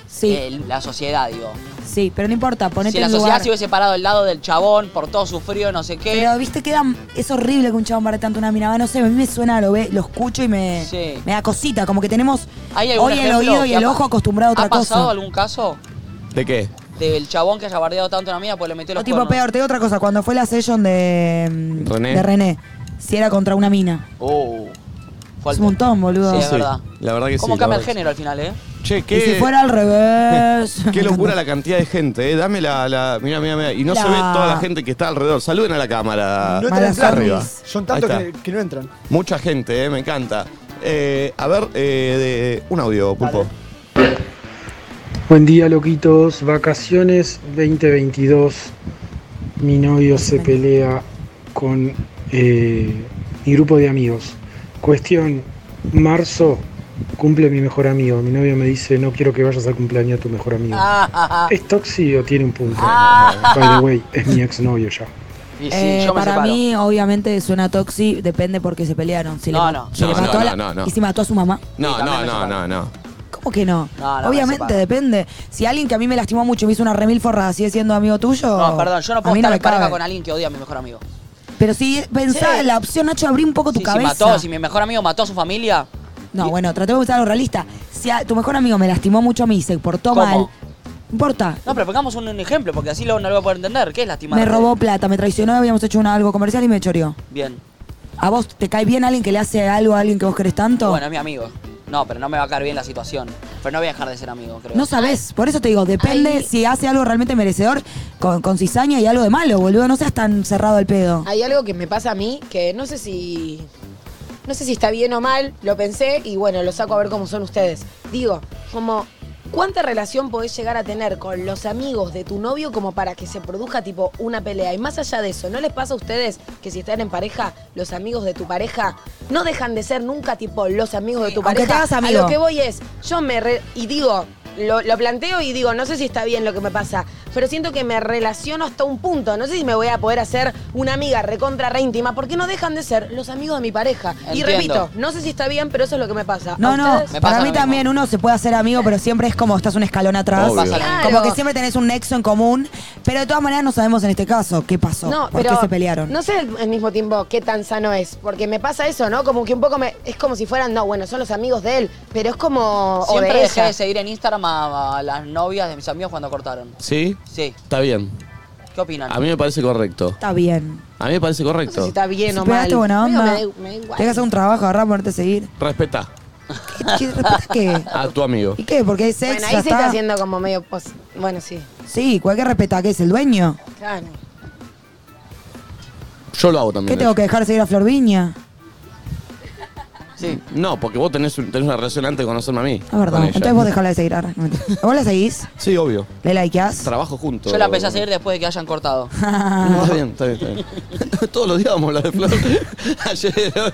Speaker 4: Sí.
Speaker 3: El- la sociedad, digo.
Speaker 4: Sí, pero no importa, ponete
Speaker 3: si la
Speaker 4: en
Speaker 3: sociedad
Speaker 4: lugar.
Speaker 3: se hubiese parado al lado del chabón por todo su frío, no sé qué.
Speaker 4: Pero, viste, queda, es horrible que un chabón barre tanto una mina. Va, No sé, a mí me suena, lo ve, lo escucho y me,
Speaker 3: Sí.
Speaker 4: me da cosita. Como que tenemos
Speaker 3: ¿Hay algún
Speaker 4: hoy el
Speaker 3: ejemplo
Speaker 4: oído y
Speaker 3: que
Speaker 4: el
Speaker 3: ha pa-
Speaker 4: ojo acostumbrado a otra
Speaker 3: ¿Ha pasado
Speaker 4: cosa.
Speaker 3: algún caso
Speaker 1: ¿De qué?
Speaker 3: del chabón que haya bardeado tanto a una mina porque pues le metió los
Speaker 4: O tipo
Speaker 3: cuernos?
Speaker 4: peor, te digo otra cosa. Cuando fue la session de mm,
Speaker 1: René.
Speaker 4: de René si era contra una mina.
Speaker 3: Oh.
Speaker 4: Es
Speaker 3: fuerte.
Speaker 4: un montón, boludo.
Speaker 3: Sí, es verdad.
Speaker 1: La verdad que sí.
Speaker 3: ¿Cómo
Speaker 1: la
Speaker 3: cambia el
Speaker 1: verdad que
Speaker 3: género al final, eh?
Speaker 1: sí. Che,
Speaker 4: Y
Speaker 1: qué...
Speaker 4: si fuera al revés.
Speaker 1: Qué locura la cantidad de gente, eh. Dame la. la mira, mira, mira. Y no se
Speaker 4: La-
Speaker 1: ve toda la gente que está alrededor. Saluden a la cámara.
Speaker 11: No te
Speaker 1: Acá
Speaker 11: entran.
Speaker 1: arriba.
Speaker 11: Son tantos
Speaker 1: Ahí
Speaker 11: que,
Speaker 1: está.
Speaker 11: que no entran.
Speaker 1: Mucha gente, eh. Me encanta. Eh, a ver, eh, de- un audio, pulpo.
Speaker 9: Buen día, loquitos. Vacaciones 2022. Mi novio se pelea con eh, mi grupo de amigos. Cuestión, marzo cumple mi mejor amigo. Mi novio me dice, no quiero que vayas al cumpleaños de tu mejor amigo.
Speaker 2: Ah,
Speaker 9: ¿Es tóxico o tiene un punto? By the way, es mi exnovio ya.
Speaker 3: Y sí,
Speaker 4: Eh,
Speaker 3: yo me
Speaker 4: para
Speaker 3: separo.
Speaker 4: mí, obviamente, suena toxi, depende porque se pelearon. Si
Speaker 3: No,
Speaker 4: le,
Speaker 3: no.
Speaker 4: si le
Speaker 1: No,
Speaker 4: mató
Speaker 1: no,
Speaker 4: a la-
Speaker 1: no, no, no.
Speaker 4: Y si mató a su mamá.
Speaker 1: No,
Speaker 3: también
Speaker 1: no,
Speaker 3: me
Speaker 1: no, no, no.
Speaker 4: ¿Cómo que no?
Speaker 3: No, no, me
Speaker 4: obviamente,
Speaker 3: separo.
Speaker 4: depende. Si alguien que a mí me lastimó mucho y me hizo una remil forrada, sigue siendo amigo tuyo.
Speaker 3: No, perdón, yo no
Speaker 4: a
Speaker 3: puedo
Speaker 4: mí
Speaker 3: estar
Speaker 4: me
Speaker 3: en pareja
Speaker 4: cabe.
Speaker 3: con alguien que odia a mi mejor amigo.
Speaker 4: Pero si pensá en la opción, Nacho, abrí un poco tu
Speaker 3: Sí, si
Speaker 4: cabeza.
Speaker 3: mató, si mi mejor amigo mató a su familia,
Speaker 4: No, bueno, tratemos de ser algo realista. Si a tu mejor amigo me lastimó mucho a mí y se portó
Speaker 3: ¿Cómo?
Speaker 4: mal, no importa.
Speaker 3: No, pero pongamos un, un ejemplo, porque así luego no lo voy a poder entender. ¿Qué es lastimar?
Speaker 4: Me robó plata, me traicionó, habíamos hecho una- algo comercial y me choreó.
Speaker 3: Bien.
Speaker 4: ¿A vos te cae bien alguien que le hace algo a alguien que vos querés tanto?
Speaker 3: Bueno, es mi amigo. No, pero no me va a caer bien la situación. Pero no voy a dejar de ser amigo, creo.
Speaker 4: No sabés, por eso te digo, depende si hace algo realmente merecedor con, con cizaña y algo de malo, boludo. No seas tan cerrado al pedo.
Speaker 2: Hay algo que me pasa a mí que no sé si. No sé si está bien o mal, lo pensé y bueno, lo saco a ver cómo son ustedes. Digo, como. ¿Cuánta relación podés llegar a tener con los amigos de tu novio como para que se produzca tipo una pelea? Y más allá de eso, ¿no les pasa a ustedes que si están en pareja, los amigos de tu pareja no dejan de ser nunca tipo los amigos de tu
Speaker 4: aunque
Speaker 2: pareja?
Speaker 4: te hagas
Speaker 2: A
Speaker 4: amigo.
Speaker 2: lo que voy es, yo me re- y digo, lo, lo planteo y digo, no sé si está bien lo que me pasa, pero siento que me relaciono hasta un punto. No sé si me voy a poder hacer una amiga recontra re íntima, porque no dejan de ser los amigos de mi pareja. Y
Speaker 3: Entiendo.
Speaker 2: repito, no sé si está bien, pero eso es lo que me pasa.
Speaker 4: No,
Speaker 2: ¿A
Speaker 4: no,
Speaker 2: ustedes?
Speaker 4: para mí también uno se puede hacer amigo, pero siempre es como estás un escalón atrás.
Speaker 3: Obvio. Pasa lo mismo.
Speaker 4: Como
Speaker 2: Claro.
Speaker 4: que siempre tenés un nexo en común, pero de todas maneras no sabemos en este caso qué pasó,
Speaker 2: No,
Speaker 4: por
Speaker 2: pero
Speaker 4: qué se pelearon.
Speaker 2: No sé al mismo tiempo qué tan sano es, porque me pasa eso, ¿no? Como que un poco me. Es como si fueran, no, bueno, son los amigos de él, pero es como. o
Speaker 3: Siempre
Speaker 2: de
Speaker 3: dejé
Speaker 2: ella.
Speaker 3: de seguir en Instagram a, a las novias de mis amigos cuando cortaron.
Speaker 1: ¿Sí?
Speaker 3: Sí.
Speaker 1: Está bien.
Speaker 3: ¿Qué opinan?
Speaker 1: A mí me parece correcto.
Speaker 4: Está bien.
Speaker 1: A mí me parece
Speaker 2: No sé si
Speaker 1: correcto.
Speaker 2: está bien
Speaker 4: Si
Speaker 2: o mal.
Speaker 4: pegaste buena
Speaker 2: Medio
Speaker 4: onda,
Speaker 2: me da- me da igual.
Speaker 4: Te que hacer un trabajo, agarrar, ponerte a seguir.
Speaker 1: Respetá
Speaker 4: ¿Qué, qué, respetás qué?
Speaker 1: a tu amigo.
Speaker 4: ¿Y qué? Porque es sexo.
Speaker 2: Bueno, ahí se está haciendo como medio pos- Bueno, sí.
Speaker 4: Sí, cualquier respeta que es el dueño.
Speaker 2: Claro.
Speaker 1: Yo lo hago también. eh.
Speaker 4: ¿Qué tengo que dejar de seguir a Florviña?
Speaker 1: Sí. No, porque vos tenés, un- tenés una relación antes de conocerme a mí.
Speaker 4: Es verdad.
Speaker 1: con ella.
Speaker 4: Entonces vos dejala de seguir. ahora. No, mentira. ¿Vos la seguís?
Speaker 1: Sí, obvio.
Speaker 4: ¿Le likeás?
Speaker 1: Trabajo juntos.
Speaker 3: Yo la empecé a seguir después de que hayan cortado.
Speaker 4: Ah.
Speaker 1: No, está bien, está bien, está bien. Todos los días vamos a hablar de Flor. Ayer. hoy.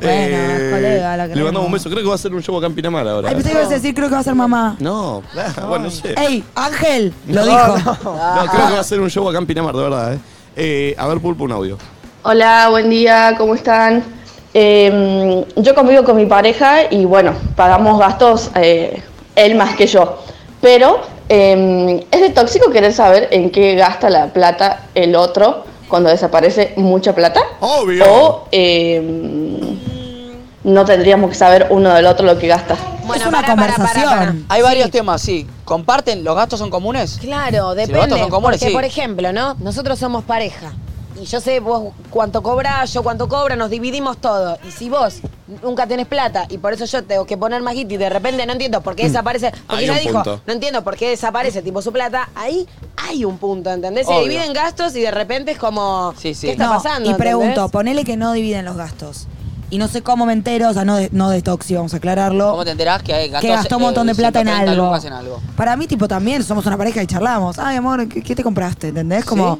Speaker 1: Eh,
Speaker 4: colega, la
Speaker 1: Le mandamos
Speaker 4: queremos.
Speaker 1: un beso. Creo que va a ser un show acá en Pinamar ahora.
Speaker 4: Ay, pensé que ibas a decir, creo que va a ser mamá.
Speaker 1: No, ah, bueno, no sé.
Speaker 4: ¡Ey, Ángel!
Speaker 1: No,
Speaker 4: Lo dijo. Ah.
Speaker 1: No, creo que va a ser un show acá en Pinamar, de verdad. ¿eh? Eh, a ver, Pulpo, un audio.
Speaker 21: Hola, buen día, ¿cómo están? Eh, yo convivo con mi pareja y bueno, pagamos gastos eh, él más que yo. Pero eh, es de tóxico querer saber en qué gasta la plata el otro cuando desaparece mucha plata.
Speaker 1: Obvio.
Speaker 21: O eh, no tendríamos que saber uno del otro lo que gasta.
Speaker 4: es una conversación.
Speaker 3: Hay varios temas, sí. ¿Comparten? ¿Los gastos son comunes?
Speaker 2: Claro,
Speaker 3: los
Speaker 2: depende.
Speaker 3: gastos son comunes,
Speaker 2: porque,
Speaker 3: sí.
Speaker 2: por ejemplo, ¿no? Nosotros somos pareja. Y yo sé vos cuánto cobras, yo cuánto cobra, nos dividimos todo. Y si vos nunca tenés plata y por eso yo tengo que poner más guita y de repente no entiendo
Speaker 3: Mm.
Speaker 2: por qué desaparece, porque
Speaker 14: Hay
Speaker 2: ella
Speaker 14: un
Speaker 2: dijo,
Speaker 14: punto.
Speaker 2: no entiendo por qué desaparece tipo su plata, ahí hay un punto, ¿entendés? Se
Speaker 4: Obvio.
Speaker 2: dividen gastos y de repente es como, ¿qué está
Speaker 4: No,
Speaker 2: pasando?
Speaker 4: Y pregunto,
Speaker 2: ¿entendés?
Speaker 4: ponele que no dividen los gastos. Y no sé cómo me entero, o sea, no de, no de esta opción, vamos a aclararlo.
Speaker 3: ¿Cómo te enterás que hay gastos,
Speaker 4: gastó un montón de
Speaker 3: eh,
Speaker 4: plata en
Speaker 3: 130
Speaker 4: algo?
Speaker 3: lucas en algo?
Speaker 4: Para mí, tipo, también somos una pareja y charlamos. Ay, amor, ¿qué, qué te compraste? ¿Entendés? Como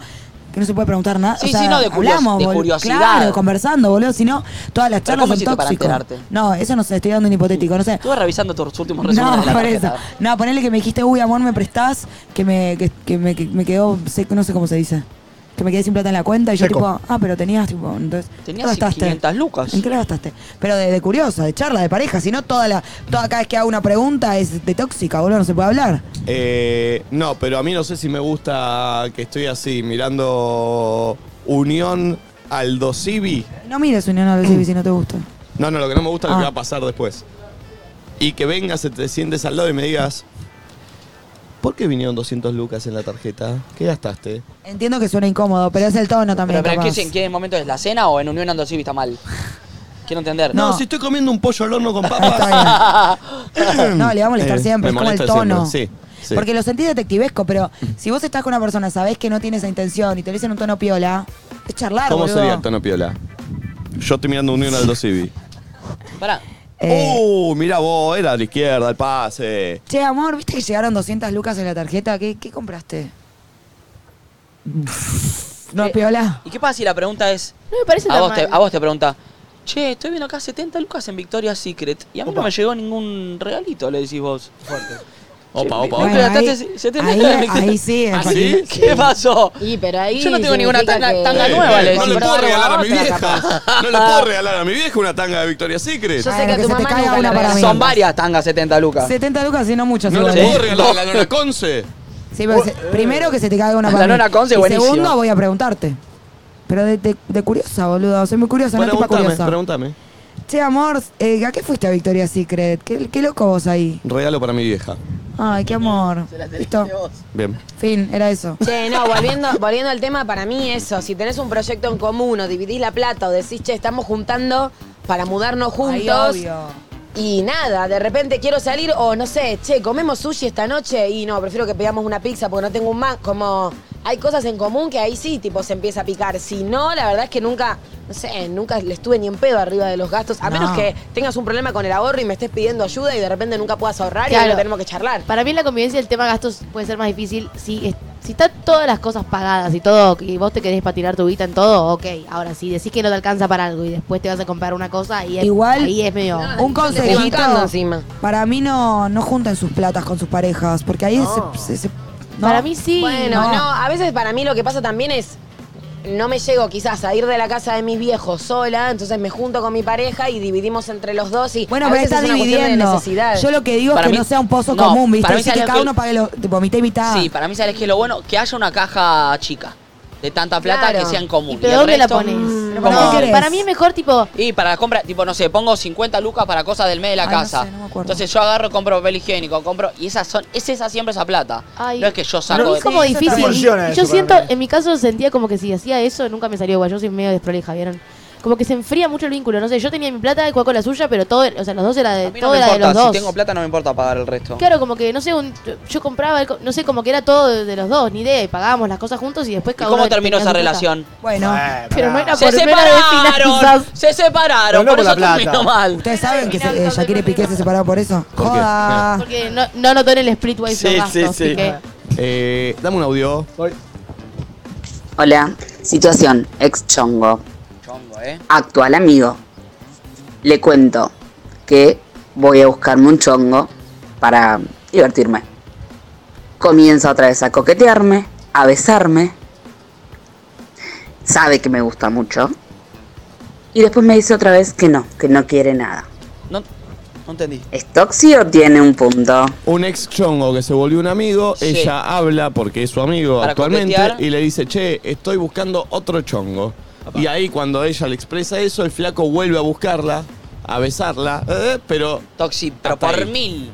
Speaker 4: que no se puede preguntar nada.
Speaker 3: Sí,
Speaker 4: o sea,
Speaker 3: sí, no, de curios-
Speaker 4: hablamos,
Speaker 3: de
Speaker 4: bol-
Speaker 3: curiosidad.
Speaker 4: Claro, conversando, boludo. Si no, todas las
Speaker 3: ¿Pero
Speaker 4: charlas
Speaker 3: cómo
Speaker 4: son
Speaker 3: hiciste para
Speaker 4: tóxicos.
Speaker 3: enterarte?
Speaker 4: No, eso no sé, estoy dando un hipotético, no sé.
Speaker 3: Estuve revisando tus últimos resúmenes
Speaker 4: No,
Speaker 3: de la
Speaker 4: por eso.
Speaker 3: tarjeta.
Speaker 4: No, ponele que me dijiste, uy, amor, me prestás, que me, que, que me, que me quedó, sé- no sé cómo se dice, que me quedé sin plata en la cuenta y yo
Speaker 3: Seco.
Speaker 4: tipo, ah, pero tenías, tipo, entonces, ¿en
Speaker 3: Tenías 500 lucas.
Speaker 4: ¿En qué lo gastaste? Pero de, de curiosa, de charla, de pareja, si no toda la, toda cada vez que hago una pregunta es de tóxica, boludo, no se puede hablar.
Speaker 1: Eh, no, pero a mí no sé si me gusta que estoy así mirando Unión Aldo Civi.
Speaker 4: No mires unión a veces si no te gusta.
Speaker 1: No, no, lo que no me gusta es lo que va
Speaker 4: Ah.
Speaker 1: a pasar después. Y que vengas, se te sientes al lado y me digas, ¿por qué vinieron 200 lucas en la tarjeta? ¿Qué gastaste?
Speaker 4: Entiendo que suena incómodo, pero es el tono también.
Speaker 3: Pero, pero ¿qué,
Speaker 4: capaz.
Speaker 3: es- ¿en qué momento es? ¿La cena o en Unión Ando Civi está mal? Quiero entender.
Speaker 1: No, si estoy comiendo un pollo al horno con papas.
Speaker 4: No, le va a molestar
Speaker 1: Eh,
Speaker 4: siempre,
Speaker 1: me
Speaker 4: es como el
Speaker 1: molesta
Speaker 4: tono.
Speaker 1: siempre, sí, sí.
Speaker 4: Porque lo sentís detectivesco, pero si vos estás con una persona, sabés que no tiene esa intención y te lo dicen en un tono piola, es charlar,
Speaker 1: ¿Cómo
Speaker 4: boludo.
Speaker 1: sería el tono piola? Yo estoy mirando Unión Aldo Civi.
Speaker 3: Pará.
Speaker 4: Eh.
Speaker 1: ¡Uh! Mirá vos, era a la izquierda, el pase.
Speaker 4: Che, amor, ¿viste que llegaron 200 lucas en la tarjeta? ¿Qué, qué compraste? No,
Speaker 3: Eh.
Speaker 4: piola.
Speaker 3: ¿Y qué pasa si la pregunta es.
Speaker 5: No me parece
Speaker 3: a,
Speaker 5: tan
Speaker 3: vos te,
Speaker 5: mal.
Speaker 3: a vos te pregunta. Che, estoy viendo acá 70 lucas en Victoria's Secret y a mí no me llegó ningún regalito, le decís vos. Fuerte.
Speaker 1: Opa,
Speaker 3: Sí,
Speaker 1: opa,
Speaker 3: me-
Speaker 1: opa.
Speaker 3: me gastaste
Speaker 4: ahí-
Speaker 3: 70
Speaker 4: ahí-
Speaker 3: lucas en
Speaker 4: ahí
Speaker 3: Victoria's-
Speaker 4: sí, es
Speaker 3: ¿Ah,
Speaker 4: porque-
Speaker 3: sí? ¿Qué pasó?
Speaker 2: Y pero ahí
Speaker 3: Yo no tengo ninguna
Speaker 2: significa
Speaker 3: tanga-
Speaker 2: que-
Speaker 3: tanga
Speaker 1: Eh,
Speaker 3: nueva, le
Speaker 1: No le
Speaker 3: decís.
Speaker 1: puedo
Speaker 3: Compraba
Speaker 1: regalar a mi
Speaker 3: otra,
Speaker 1: vieja.
Speaker 3: capaz.
Speaker 1: No le puedo regalar a mi vieja una tanga de Victoria's Secret.
Speaker 2: Yo sé que a tu mamá nunca le
Speaker 4: para mí.
Speaker 3: Son varias tangas 70 lucas.
Speaker 4: 70 lucas y no muchas.
Speaker 1: No
Speaker 4: igual,
Speaker 1: le
Speaker 4: ¿eh?
Speaker 1: puedo regalar a la Lola Conce.
Speaker 4: Sí, pero se- primero que se te caiga una
Speaker 3: La
Speaker 4: para mí.
Speaker 3: nona Conce,
Speaker 4: Y
Speaker 3: buenísimo.
Speaker 4: segundo voy a preguntarte. Pero de, de- de curiosa, boludo. Soy muy curiosa, una tipa
Speaker 1: Pregúntame,
Speaker 4: curiosa.
Speaker 1: pregúntame.
Speaker 4: Che, amor, eh, ¿a qué fuiste a Victoria's Secret? ¿Qué, qué loco vos ahí.
Speaker 1: Regalo para mi vieja.
Speaker 4: Ay, qué amor. Listo.
Speaker 1: Bien.
Speaker 4: Fin, era eso.
Speaker 2: Che, no, volviendo, volviendo al tema, para mí eso, si tenés un proyecto en común o dividís la plata o decís, che, estamos juntando para mudarnos juntos.
Speaker 4: Ay, obvio.
Speaker 2: Y nada, de repente quiero salir o no sé, che, comemos sushi esta noche y no, prefiero que pidamos una pizza porque no tengo un man. Como hay cosas en común que ahí sí, tipo, se empieza a picar. Si no, la verdad es que nunca, no sé, nunca le estuve ni en pedo arriba de los gastos.
Speaker 5: No.
Speaker 2: A menos que tengas un problema con el ahorro y me estés pidiendo ayuda y de repente nunca puedas ahorrar y ahí
Speaker 5: Claro.
Speaker 2: lo tenemos que charlar.
Speaker 5: Para mí en la convivencia el tema gastos puede ser más difícil si, es- si están todas las cosas pagadas y todo, y vos te querés patinar tu guita en todo, ok. Ahora, si decís que no te alcanza para algo y después te vas a comprar una cosa y es,
Speaker 4: Igual,
Speaker 5: ahí es medio...
Speaker 4: Un consejito.
Speaker 2: bancando encima.
Speaker 4: Para mí no, no junten sus platas con sus parejas, porque ahí
Speaker 2: No.
Speaker 4: se, se- se-
Speaker 5: Para mí sí.
Speaker 2: Bueno, no. a veces para mí lo que pasa también es. No me llego quizás a ir de la casa de mis viejos sola, entonces me junto con mi pareja y dividimos entre los dos y
Speaker 4: Bueno,
Speaker 2: a
Speaker 4: pero
Speaker 2: veces
Speaker 4: estás
Speaker 2: es una cuestión de
Speaker 4: dividiendo.
Speaker 2: necesidad.
Speaker 4: Yo lo que digo
Speaker 3: Para
Speaker 4: es que
Speaker 3: mí-
Speaker 4: no sea un pozo
Speaker 3: no,
Speaker 4: común, ¿viste?
Speaker 3: para mí
Speaker 4: Decir
Speaker 3: sabes lo
Speaker 4: que cada
Speaker 3: que-
Speaker 4: uno pague lo, tipo, mitad y mitad.
Speaker 3: Sí, para mí, ¿sabes qué es lo bueno? Que haya una caja chica de tanta plata
Speaker 5: Claro.
Speaker 3: que sea en común.
Speaker 5: ¿Pero
Speaker 3: el
Speaker 5: dónde la
Speaker 3: resto,
Speaker 5: pones?
Speaker 3: mm,
Speaker 5: ¿Pero para
Speaker 3: como-
Speaker 5: qué querés? Para mí es mejor tipo...
Speaker 3: Y para la compra, tipo, no sé, pongo 50 lucas para cosas del mes de la
Speaker 5: Ay, no
Speaker 3: casa.
Speaker 5: sé, no me acuerdo.
Speaker 3: Entonces yo agarro, compro papel higiénico, compro. Y esas son, es esa siempre esa plata.
Speaker 5: Ay.
Speaker 3: no es que yo saco
Speaker 5: Pero
Speaker 3: de
Speaker 5: es como difícil.
Speaker 3: Funciona
Speaker 5: yo
Speaker 3: eso para
Speaker 5: siento,
Speaker 3: mí.
Speaker 5: en mi caso sentía como que si hacía eso, nunca me salió igual. Yo soy medio desproleja, ¿vieron? Como que se enfría mucho el vínculo. No sé, yo tenía mi plata, el cuaco la suya, pero todo, o sea, los dos era de,
Speaker 3: A mí no
Speaker 5: todo
Speaker 3: me
Speaker 5: era de los
Speaker 3: importa, si
Speaker 5: dos.
Speaker 3: tengo plata no me importa pagar el resto.
Speaker 5: Claro, como que, no sé, un- yo compraba, el co- no sé, como que era todo de, de los dos, ni idea, y pagábamos las cosas juntos y después
Speaker 3: ¿Y
Speaker 5: cada
Speaker 3: cómo
Speaker 5: uno tenía
Speaker 3: terminó esa
Speaker 5: su cosa.
Speaker 3: relación?
Speaker 4: Bueno,
Speaker 5: pero no era
Speaker 3: se
Speaker 5: por mera
Speaker 3: separaron,
Speaker 5: finanzas.
Speaker 3: se separaron,
Speaker 4: Eh, Pero no
Speaker 3: por
Speaker 4: por
Speaker 3: eso
Speaker 4: la
Speaker 3: terminó
Speaker 4: plata.
Speaker 3: mal.
Speaker 4: ¿Ustedes saben que se, eh, Shakira y Piqué se separaron por eso?
Speaker 1: qué?
Speaker 4: Joda. Ah.
Speaker 5: Porque no, no notó en el splitwise los gastos, así que...
Speaker 1: Eh, dame un audio.
Speaker 22: Hola, situación, ex chongo.
Speaker 3: Chongo, ¿eh?
Speaker 22: Actual amigo. Le cuento que voy a buscarme un chongo para divertirme. Comienza otra vez a coquetearme, a besarme. Sabe que me gusta mucho. Y después me dice otra vez que no, que no quiere nada.
Speaker 3: No entendí.
Speaker 22: ¿Es toxi o tiene un punto?
Speaker 1: Un ex chongo que se volvió un amigo,
Speaker 22: Sí.
Speaker 1: ella habla porque es su amigo
Speaker 3: Para
Speaker 1: actualmente
Speaker 3: coquetear.
Speaker 1: y le dice, che, estoy buscando otro chongo. Y ahí cuando ella le expresa eso, el flaco vuelve a buscarla, a besarla, eh, pero...
Speaker 3: Toxi, pero Por mil.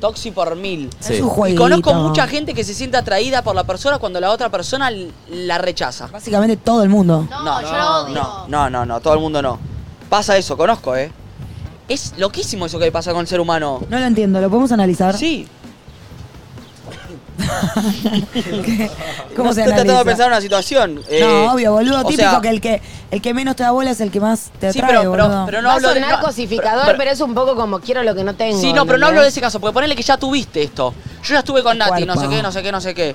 Speaker 3: Toxi por mil.
Speaker 1: Sí. Es un
Speaker 3: Y
Speaker 1: jueguito.
Speaker 3: conozco mucha gente que se siente atraída por la persona cuando la otra persona l- la rechaza.
Speaker 4: Básicamente todo el mundo.
Speaker 3: No, no, no, no, no, no, todo el mundo no. Pasa eso, conozco, ¿eh? Es loquísimo eso que pasa con el ser humano.
Speaker 4: No lo entiendo, ¿lo podemos analizar?
Speaker 3: Sí.
Speaker 4: ¿Cómo
Speaker 3: No,
Speaker 4: se
Speaker 3: estoy tratando
Speaker 4: analiza?
Speaker 3: de pensar una situación. eh,
Speaker 4: No, obvio, boludo.
Speaker 3: o
Speaker 4: Típico
Speaker 3: sea,
Speaker 4: que el que el que menos te da bola es el que más te
Speaker 3: Sí,
Speaker 4: atrae,
Speaker 3: pero- pero-
Speaker 4: boludo.
Speaker 3: pero no
Speaker 2: Va a
Speaker 3: hablo de-
Speaker 2: sonar
Speaker 3: no,
Speaker 2: cosificador,
Speaker 3: pero-
Speaker 2: pero, es un poco como quiero lo que no tengo.
Speaker 3: Sí, no, pero no
Speaker 2: ¿entendés?
Speaker 3: hablo de ese caso, porque ponele que ya tuviste esto. Yo ya estuve con Nati, no sé
Speaker 2: Cuerpo.
Speaker 3: qué, no sé qué, no sé qué.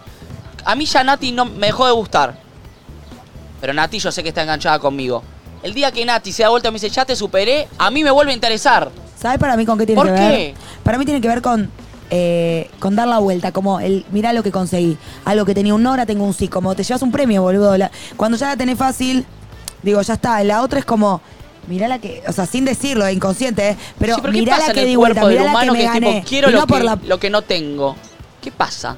Speaker 3: A mí ya Nati no me dejó de gustar. Pero Nati yo sé que está enganchada conmigo. El día que Nati se da vuelta y me dice, ya te superé, a mí me vuelve a interesar.
Speaker 4: ¿Sabes para mí con qué tiene
Speaker 3: ¿Por
Speaker 4: que
Speaker 3: qué?
Speaker 4: ver? Para mí tiene que ver con, eh, con dar la vuelta, como el mirá lo que conseguí. Algo que tenía un no, ahora tengo un sí. Como te llevas un premio, boludo. La- cuando ya la tenés fácil, digo, ya está. La otra es como, mirá la que, o sea, sin decirlo, de inconsciente, ¿eh? Pero,
Speaker 3: Sí, pero ¿qué
Speaker 4: mirá
Speaker 3: pasa
Speaker 4: la que
Speaker 3: en
Speaker 4: di
Speaker 3: el
Speaker 4: vuelta,
Speaker 3: cuerpo del
Speaker 4: mirá la que
Speaker 3: humano
Speaker 4: me
Speaker 3: que, es
Speaker 4: gané.
Speaker 3: tipo, quiero
Speaker 4: Y no
Speaker 3: lo,
Speaker 4: por
Speaker 3: que,
Speaker 4: la-
Speaker 3: lo que no tengo? ¿Qué pasa?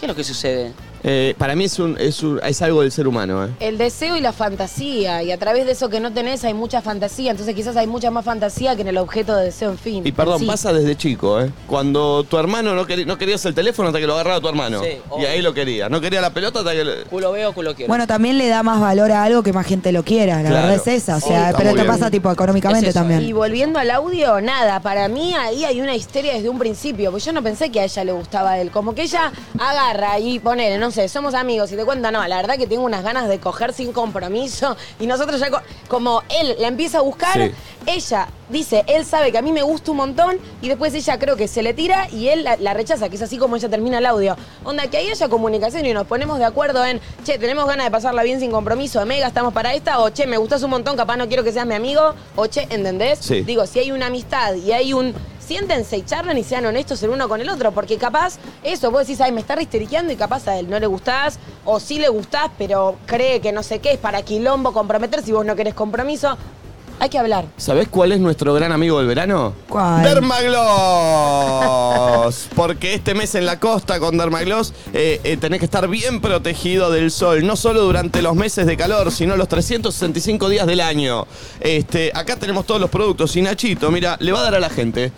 Speaker 3: ¿Qué es lo que sucede?
Speaker 1: Eh, para mí es, un, es, un- es algo del ser humano, ¿eh?
Speaker 2: El deseo y la fantasía, y a través de eso que no tenés hay mucha fantasía, entonces quizás hay mucha más fantasía que en el objeto de deseo en fin.
Speaker 1: Y perdón,
Speaker 2: Sí.
Speaker 1: pasa desde chico, ¿eh? Cuando tu hermano no, queri- no querías el teléfono hasta que lo agarraba tu hermano.
Speaker 3: Sí,
Speaker 1: y ahí lo quería. No quería la pelota hasta que... lo-
Speaker 3: Culo veo, culo quiero.
Speaker 4: Bueno, también le da más valor a algo que más gente lo quiera. La
Speaker 1: Claro.
Speaker 4: verdad es esa. O
Speaker 1: Sí,
Speaker 4: sea,
Speaker 1: está
Speaker 4: pero
Speaker 1: muy
Speaker 4: esto
Speaker 1: bien.
Speaker 4: pasa tipo económicamente
Speaker 3: ¿eh?
Speaker 4: también.
Speaker 2: Y volviendo al audio, nada, para mí ahí hay una histeria desde un principio, porque yo no pensé que a ella le gustaba él. Como que ella agarra y ponele, no sé, somos amigos y te cuenta, no, la verdad que tengo unas ganas de coger sin compromiso. Y nosotros ya, co- como él la empieza a buscar,
Speaker 1: Sí.
Speaker 2: ella dice, él sabe que a mí me gusta un montón, y después ella creo que se le tira y él la, la rechaza, que es así como ella termina el audio. Onda, que ahí haya comunicación y nos ponemos de acuerdo en, che, tenemos ganas de pasarla bien sin compromiso, mega, estamos para esta, o che, me gustas un montón, capaz no quiero que seas mi amigo, o che, ¿entendés?
Speaker 1: Sí.
Speaker 2: Digo, si hay una amistad y hay un... Siéntense y charlan y sean honestos el uno con el otro, porque capaz eso, vos decís, ay, me está risteriqueando y capaz a él no le gustás, o sí le gustás, pero cree que no sé qué, es para quilombo comprometer si vos no querés compromiso. Hay que hablar.
Speaker 1: ¿Sabés cuál es nuestro gran amigo del verano?
Speaker 4: ¿Cuál?
Speaker 1: Dermagloss. Porque este mes en la costa con Dermagloss eh, eh, tenés que estar bien protegido del sol. No solo durante los meses de calor, sino los 365 días del año. Este, acá tenemos todos los productos. Y Nachito, mira, le va a dar a la gente.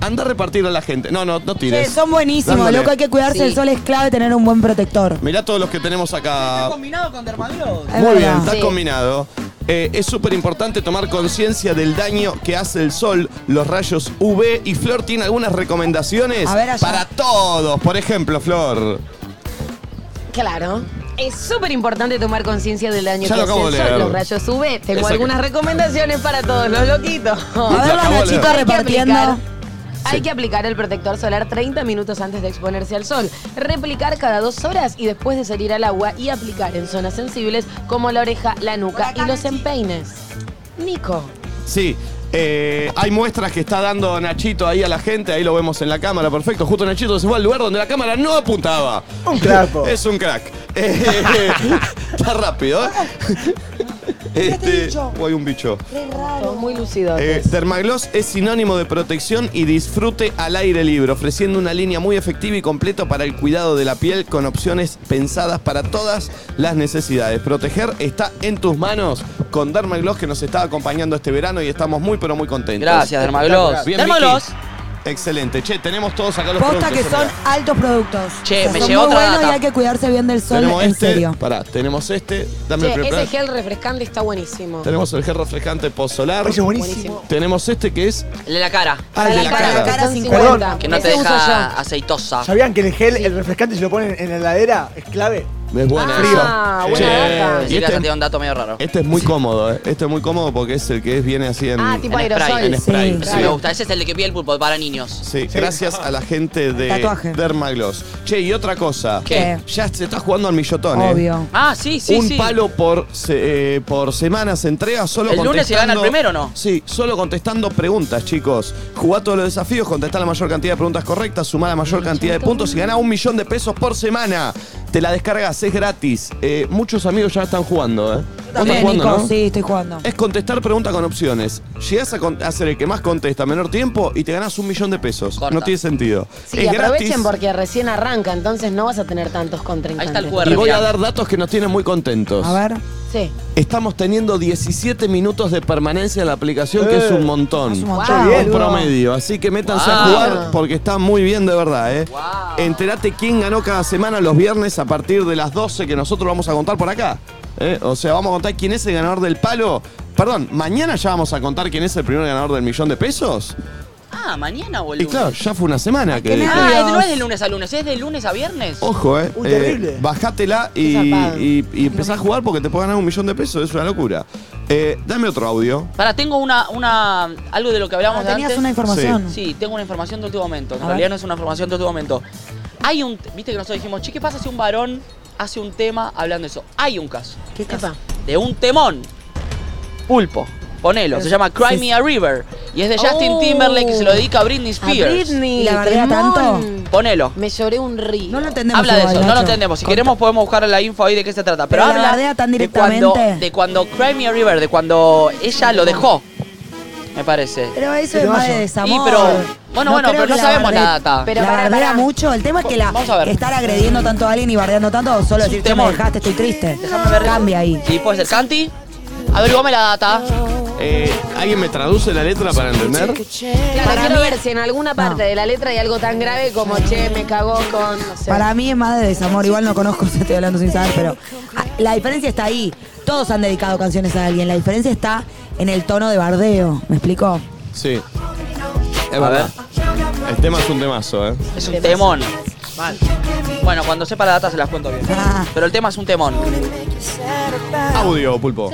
Speaker 1: Anda a repartir a la gente. No, no, no tires.
Speaker 4: Che, son buenísimos,
Speaker 1: Dándole.
Speaker 4: loco. Hay que cuidarse. El sol es clave tener un buen protector.
Speaker 1: Mirá todos los que tenemos acá.
Speaker 3: Combinado con Dermaglow.
Speaker 1: Muy bien, está
Speaker 3: Sí.
Speaker 1: combinado. Eh, es súper importante tomar conciencia del daño que hace el sol, los rayos UV y Flor tiene algunas recomendaciones
Speaker 2: A ver, allá.
Speaker 1: para todos. Por ejemplo, Flor.
Speaker 2: Claro. Es súper importante tomar conciencia del daño que
Speaker 1: Ya lo
Speaker 2: hace
Speaker 1: acabo
Speaker 2: el
Speaker 1: de
Speaker 2: sol,
Speaker 1: leer.
Speaker 2: los rayos UV. Tengo
Speaker 1: Exacto.
Speaker 2: algunas recomendaciones para todos los loquitos.
Speaker 4: A ver,
Speaker 1: acabo de leer.
Speaker 4: Nachito
Speaker 2: Hay que
Speaker 4: repartiendo.
Speaker 2: aplicar- Hay que aplicar el protector solar 30 minutos antes de exponerse al sol, replicar cada dos horas y después de salir al agua y aplicar en zonas sensibles como la oreja, la nuca y los empeines. Nico.
Speaker 1: Sí. eh, hay muestras que está dando Nachito ahí a la gente, ahí lo vemos en la cámara, perfecto. Justo Nachito se fue al lugar donde la cámara no apuntaba.
Speaker 11: Un crapo.
Speaker 1: Es un crack. Eh, está rápido, ¿eh? Este, o hay un bicho.
Speaker 2: Raro. Muy lucido.
Speaker 1: Eh, Dermagloss es sinónimo de protección y disfrute al aire libre, ofreciendo una línea muy efectiva y completa para el cuidado de la piel con opciones pensadas para todas las necesidades. Proteger está en tus manos con Dermagloss que nos está acompañando este verano y estamos muy pero muy contentos.
Speaker 3: Gracias, Dermagloss.
Speaker 1: Bien,
Speaker 3: Dermagloss.
Speaker 1: Vicky. Excelente. Che, tenemos todos acá los
Speaker 4: Posta
Speaker 1: productos,
Speaker 4: que son
Speaker 1: Soledad.
Speaker 4: altos productos.
Speaker 3: Che, me
Speaker 4: son
Speaker 3: llegó
Speaker 4: muy
Speaker 3: otra
Speaker 4: buenos
Speaker 3: data.
Speaker 4: y hay que cuidarse bien del sol,
Speaker 1: Tenemos
Speaker 4: en
Speaker 1: este.
Speaker 4: serio.
Speaker 1: Pará, tenemos este. Dame
Speaker 2: Che,
Speaker 1: el preparar.
Speaker 2: ese gel refrescante está buenísimo.
Speaker 1: Tenemos el gel refrescante post-solar.
Speaker 2: Ese es buenísimo.
Speaker 1: Tenemos este que es.
Speaker 3: El de la cara.
Speaker 1: Ah, el de la cara.
Speaker 2: cara
Speaker 11: Perdón,
Speaker 3: Que no te
Speaker 11: ese uso
Speaker 3: deja
Speaker 11: yo.
Speaker 3: aceitosa.
Speaker 11: ¿Sabían que el gel, el refrescante, si lo ponen en la heladera, es clave?
Speaker 1: Es buena
Speaker 11: Ah,
Speaker 1: esa.
Speaker 11: buena
Speaker 1: Che,
Speaker 11: data.
Speaker 1: y
Speaker 3: Sí,
Speaker 1: este,
Speaker 3: te un dato medio raro.
Speaker 1: este es muy cómodo, ¿eh? Este es muy cómodo porque es el que es- viene así en.
Speaker 3: Ah, tipo
Speaker 1: en
Speaker 3: aerosol.
Speaker 1: spray. En spray,
Speaker 3: Ese
Speaker 1: sí.
Speaker 3: me gusta. Ese es el de que pide el pulpo para niños.
Speaker 1: Sí, gracias a la gente de
Speaker 3: Tatuaje.
Speaker 1: Dermagloss. Che, y otra cosa.
Speaker 3: ¿Qué?
Speaker 1: Ya se está jugando al millotón, ¿eh?
Speaker 3: Ah, sí, sí,
Speaker 1: un
Speaker 3: sí.
Speaker 1: palo por, se- eh, por semana se entrega solo
Speaker 3: El lunes se gana el
Speaker 1: contestando-
Speaker 3: primero, ¿no?
Speaker 1: Sí, solo contestando preguntas, chicos. Jugá todos los desafíos, contestá la mayor cantidad de preguntas correctas, sumá la mayor cantidad de puntos y ganá un millón de pesos por semana. Te la descargas, es gratis. Eh, muchos amigos ya están jugando, ¿eh? Vos estás
Speaker 4: También,
Speaker 1: jugando,
Speaker 4: Nico,
Speaker 1: ¿no?
Speaker 4: sí, estoy jugando.
Speaker 1: Es contestar pregunta con opciones. Llegás a, con- a ser el que más contesta en menor tiempo y te ganás un millón de pesos. No tiene sentido. Eh,
Speaker 2: Sí,
Speaker 1: es
Speaker 2: aprovechen
Speaker 1: gratis.
Speaker 2: porque recién arranca, entonces no vas a tener tantos contrincantes. Ahí
Speaker 1: Y voy a dar datos que nos tienen muy contentos.
Speaker 4: ver.
Speaker 2: Sí.
Speaker 1: Estamos teniendo 17 minutos de permanencia en la aplicación, que
Speaker 2: Eh,
Speaker 1: es un montón.
Speaker 2: un montón. Wow,
Speaker 1: Un
Speaker 2: boludo.
Speaker 1: promedio. Así que métanse a
Speaker 10: Wow.
Speaker 1: jugar porque está muy bien de verdad, ¿eh? Entérate quién ganó cada semana los viernes a partir de las 12 que nosotros vamos a contar por acá. ¿eh? O sea, vamos a contar quién es el ganador del palo. Perdón, mañana ya vamos a contar quién es el primer ganador del millón de pesos.
Speaker 3: Ah, mañana,
Speaker 1: Y
Speaker 3: boludo.
Speaker 1: claro, ya fue una semana que.
Speaker 3: Ah, es- no es de lunes a lunes, es de lunes a viernes.
Speaker 1: Ojo, eh.
Speaker 3: Uy,
Speaker 1: Eh,
Speaker 3: terrible.
Speaker 1: bajátela y,
Speaker 3: Qué zarpado.
Speaker 1: y, y empezá a jugar porque te puedes ganar un millón de pesos, es una locura. Eh, dame otro audio.
Speaker 3: Para, tengo una, una. algo de lo que hablábamos
Speaker 4: Ah,
Speaker 3: de
Speaker 4: tenías
Speaker 3: antes.
Speaker 4: una información.
Speaker 3: Sí. Sí, tengo una información de último momento. En
Speaker 4: A
Speaker 3: realidad
Speaker 4: ver.
Speaker 3: no es una información de último momento. Hay un. Viste que nosotros dijimos, che, ¿qué pasa si un varón hace un tema hablando de eso? Hay un caso. ¿Qué
Speaker 2: pasa?
Speaker 3: De un temón. Pulpo. Ponelo. Se llama Cry Me a River. Y es de Justin
Speaker 2: Oh.
Speaker 3: Timberlake y se lo dedica a Britney Spears.
Speaker 2: Britney,
Speaker 4: La bardea
Speaker 2: temón.
Speaker 4: tanto.
Speaker 3: Ponelo.
Speaker 2: Me lloré un río. No lo
Speaker 4: entendemos
Speaker 3: habla de eso, no lo
Speaker 4: Nacho.
Speaker 3: entendemos. Si queremos podemos buscar la info ahí de qué se trata. Pero,
Speaker 4: Pero la
Speaker 3: habla
Speaker 4: bardea tan
Speaker 3: de cuando,
Speaker 4: directamente.
Speaker 3: de cuando Cry Me a River, de cuando ella lo dejó. Me parece.
Speaker 4: Pero eso es más de desamor.
Speaker 3: Y pero, bueno, bueno, pero no sabemos la data.
Speaker 4: Pero la bardea mucho. El tema es que la estar agrediendo tanto a alguien y bardeando tanto, o solo decir, "Che, me
Speaker 3: temón.
Speaker 4: dejaste, estoy triste. Cambia ahí.
Speaker 3: Sí, puede ser. Santi, averiguame la data.
Speaker 1: Eh, ¿Alguien me traduce la letra para entender?
Speaker 2: Claro, quiero ver si en alguna parte de la letra hay algo tan grave como, che, me cagó con, no sé.
Speaker 4: Para mí es más de desamor. Igual no conozco, estoy hablando sin saber, pero ah, la diferencia está ahí. Todos han dedicado canciones a alguien. La diferencia está en el tono de bardeo. ¿Me explicó?
Speaker 1: Sí. Es verdad. El tema es un temazo, ¿eh?
Speaker 3: Es un temón. Mal. Bueno, cuando sepa la data se las cuento bien.
Speaker 2: Ah.
Speaker 3: Pero el tema es un temón.
Speaker 1: Audio, pulpo.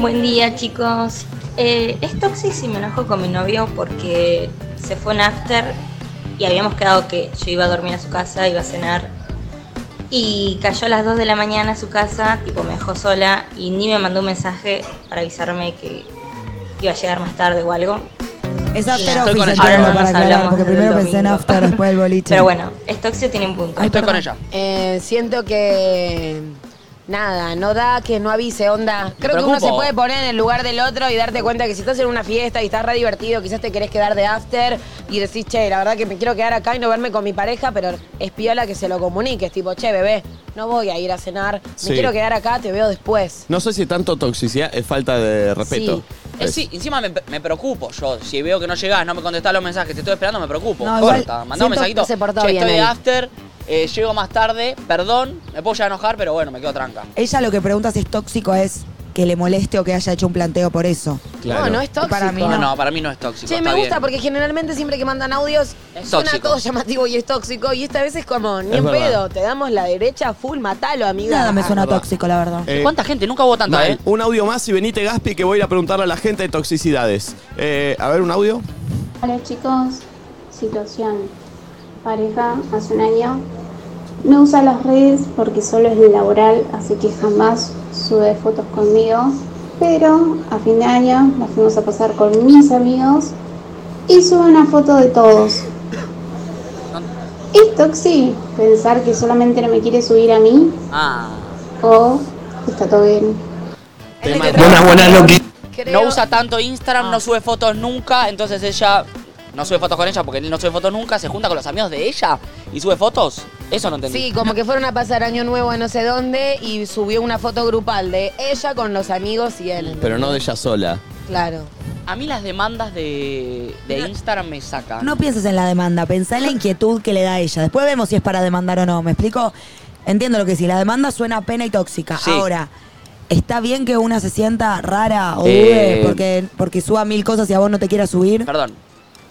Speaker 23: Buen día, chicos. Eh, es Toxic si me enojo con mi novio porque se fue un after y habíamos quedado que yo iba a dormir a su casa, iba a cenar. Y cayó a las 2 de la mañana a su casa, tipo me dejó sola y ni me mandó un mensaje para avisarme que iba a llegar más tarde o algo.
Speaker 4: Es
Speaker 23: Y
Speaker 4: after
Speaker 23: nada,
Speaker 4: office,
Speaker 23: ahora
Speaker 4: entiendo,
Speaker 23: no
Speaker 4: para
Speaker 23: nos
Speaker 4: aclarar,
Speaker 23: hablamos
Speaker 4: porque
Speaker 23: desde el
Speaker 4: primero pensé en
Speaker 23: domingo.
Speaker 4: after, después el boliche.
Speaker 23: Pero bueno, es Toxic tiene un punto.
Speaker 4: Estoy con ella.
Speaker 2: Eh, siento que. Nada, no da que no avise, onda. Creo que uno
Speaker 14: preocupo.
Speaker 2: se puede poner en el lugar del otro y darte cuenta que si estás en una fiesta y estás re divertido, quizás te querés quedar de after y decís, che, la verdad que me quiero quedar acá y no verme con mi pareja, pero es piola que se lo comuniques. Tipo, che, bebé, no voy a ir a cenar, me
Speaker 1: Sí.
Speaker 2: quiero quedar acá, te veo después.
Speaker 1: No sé si tanto toxicidad es falta de respeto.
Speaker 3: Eh, sí, encima me, me preocupo yo. Si veo que no llegás, no me contestás los mensajes, te estoy esperando, me preocupo.
Speaker 2: No, igual,
Speaker 3: Corta, Mandá un
Speaker 2: siento
Speaker 3: mensajito.
Speaker 2: que se portó
Speaker 3: Che,
Speaker 2: bien
Speaker 3: estoy de
Speaker 2: ahí.
Speaker 3: after, eh, llego más tarde, perdón, me puedo ya enojar, pero bueno, me quedo tranca.
Speaker 4: Ella lo que pregunta si es tóxico es que le moleste o que haya hecho un planteo por eso.
Speaker 3: Claro.
Speaker 2: No, no es tóxico.
Speaker 4: Para mí
Speaker 3: No,
Speaker 4: no.
Speaker 3: no, para mí no es tóxico.
Speaker 2: Che,
Speaker 3: está
Speaker 2: me gusta
Speaker 3: bien.
Speaker 2: porque generalmente siempre que mandan audios suena
Speaker 3: tóxico.
Speaker 2: todo llamativo y es tóxico. Y esta vez es como, ni
Speaker 1: Es
Speaker 2: en
Speaker 1: verdad.
Speaker 2: pedo, te damos la derecha full, matalo, amiga. Ah,
Speaker 4: Nada me
Speaker 23: Ah,
Speaker 4: suena
Speaker 1: Verdad.
Speaker 4: tóxico, la verdad.
Speaker 1: Eh,
Speaker 3: ¿Cuánta gente? Nunca hubo tanta,
Speaker 1: Mal.
Speaker 3: ¿eh?
Speaker 1: Un audio más y venite Gaspi que voy a ir a preguntarle a la gente de toxicidades. Eh, a ver, un audio.
Speaker 24: Hola chicos, situación. Pareja hace un año. No usa las redes porque solo es laboral, así que jamás sube fotos conmigo. Pero a fin de año la fuimos a pasar con mis amigos y sube una foto de todos. ¿Es toxi pensar que solamente no me quiere subir a mí?
Speaker 1: Ah.
Speaker 3: Ah,
Speaker 24: ¿O está todo bien?
Speaker 2: Este
Speaker 3: Buenas, buenas, No usa tanto Instagram,
Speaker 2: Ah.
Speaker 3: no sube fotos nunca, entonces ella no sube fotos con ella porque él no sube fotos nunca, se junta con los amigos de ella y sube fotos. Eso no entendí.
Speaker 2: Sí, como que fueron a pasar año nuevo a no sé dónde y subió una foto grupal de ella con los amigos y él.
Speaker 1: Pero no de ella sola.
Speaker 2: Claro.
Speaker 3: A mí las demandas de, de Instagram me sacan.
Speaker 4: No pienses en la demanda, pensá en la inquietud que le da a ella. Después vemos si es para demandar o no. ¿Me explico? Entiendo lo que sí. La demanda suena a pena y tóxica.
Speaker 3: Sí.
Speaker 4: Ahora, ¿está bien que una se sienta rara o dude
Speaker 3: Eh.
Speaker 4: porque, porque suba mil cosas y a vos no te quiera subir?
Speaker 3: Perdón.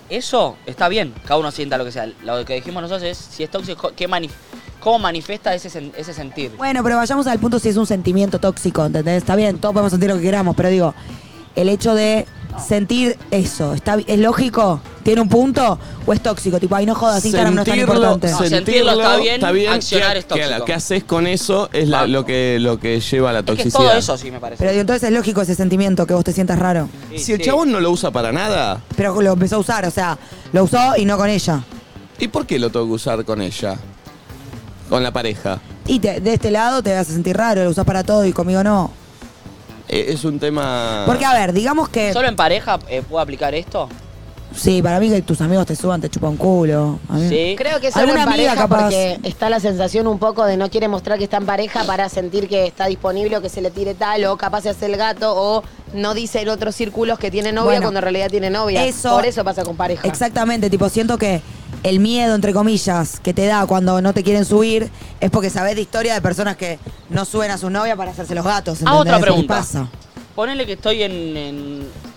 Speaker 3: Eso está bien, cada uno sienta lo que sea. Lo que dijimos nosotros es si es tóxico, ¿qué manif- ¿cómo manifiesta ese, sen- ese sentir?
Speaker 4: Bueno, pero vayamos al punto si es un sentimiento tóxico, ¿entendés? Está bien, todos podemos sentir lo que queramos, pero digo, el hecho de sentir eso, ¿está, bi- ¿es lógico? ¿Tiene un punto? ¿O es tóxico? Tipo, ay, no jodas, Instagram no es tan importante.
Speaker 3: sentirlo está bien, accionar
Speaker 1: ¿qué-
Speaker 3: es tóxico.
Speaker 1: qué- Lo que haces con eso es la- lo, que, lo que lleva a la
Speaker 3: que es
Speaker 1: toxicidad.
Speaker 3: todo eso, sí, me parece.
Speaker 4: Pero digo, entonces es lógico ese sentimiento, que vos te sientas raro.
Speaker 1: si el chabón no lo usa para nada,
Speaker 4: Pero lo empezó a usar, o sea, lo usó y no con ella.
Speaker 1: ¿y por qué lo tengo que usar con ella? Con la pareja.
Speaker 4: Y te- de este lado te vas a sentir raro, lo usás para todo y conmigo no.
Speaker 1: E- Es un tema.
Speaker 4: Porque, a ver, digamos que...
Speaker 3: ¿Solo en pareja eh, puedo aplicar esto?
Speaker 4: Sí, para mí que tus amigos te suban, te chupan culo. A mí-
Speaker 2: Creo que es
Speaker 4: Alguna
Speaker 2: una
Speaker 4: amiga
Speaker 2: pareja
Speaker 4: capaz.
Speaker 2: porque está la sensación un poco de no quiere mostrar que está en pareja para sentir que está disponible o que se le tire tal o capaz se hace el gato o no dice en otros círculos que tiene novia
Speaker 4: Bueno,
Speaker 2: cuando en realidad tiene novia.
Speaker 4: eso-
Speaker 2: Por eso pasa con pareja.
Speaker 4: Exactamente, tipo, siento que el miedo, entre comillas, que te da cuando no te quieren subir es porque sabés de historia de personas que no suben a su novia para hacerse los gatos.
Speaker 3: Ah, otra
Speaker 4: ¿entendés? ¿Qué
Speaker 3: pregunta.
Speaker 4: pasa?
Speaker 3: Ponele que estoy en, en-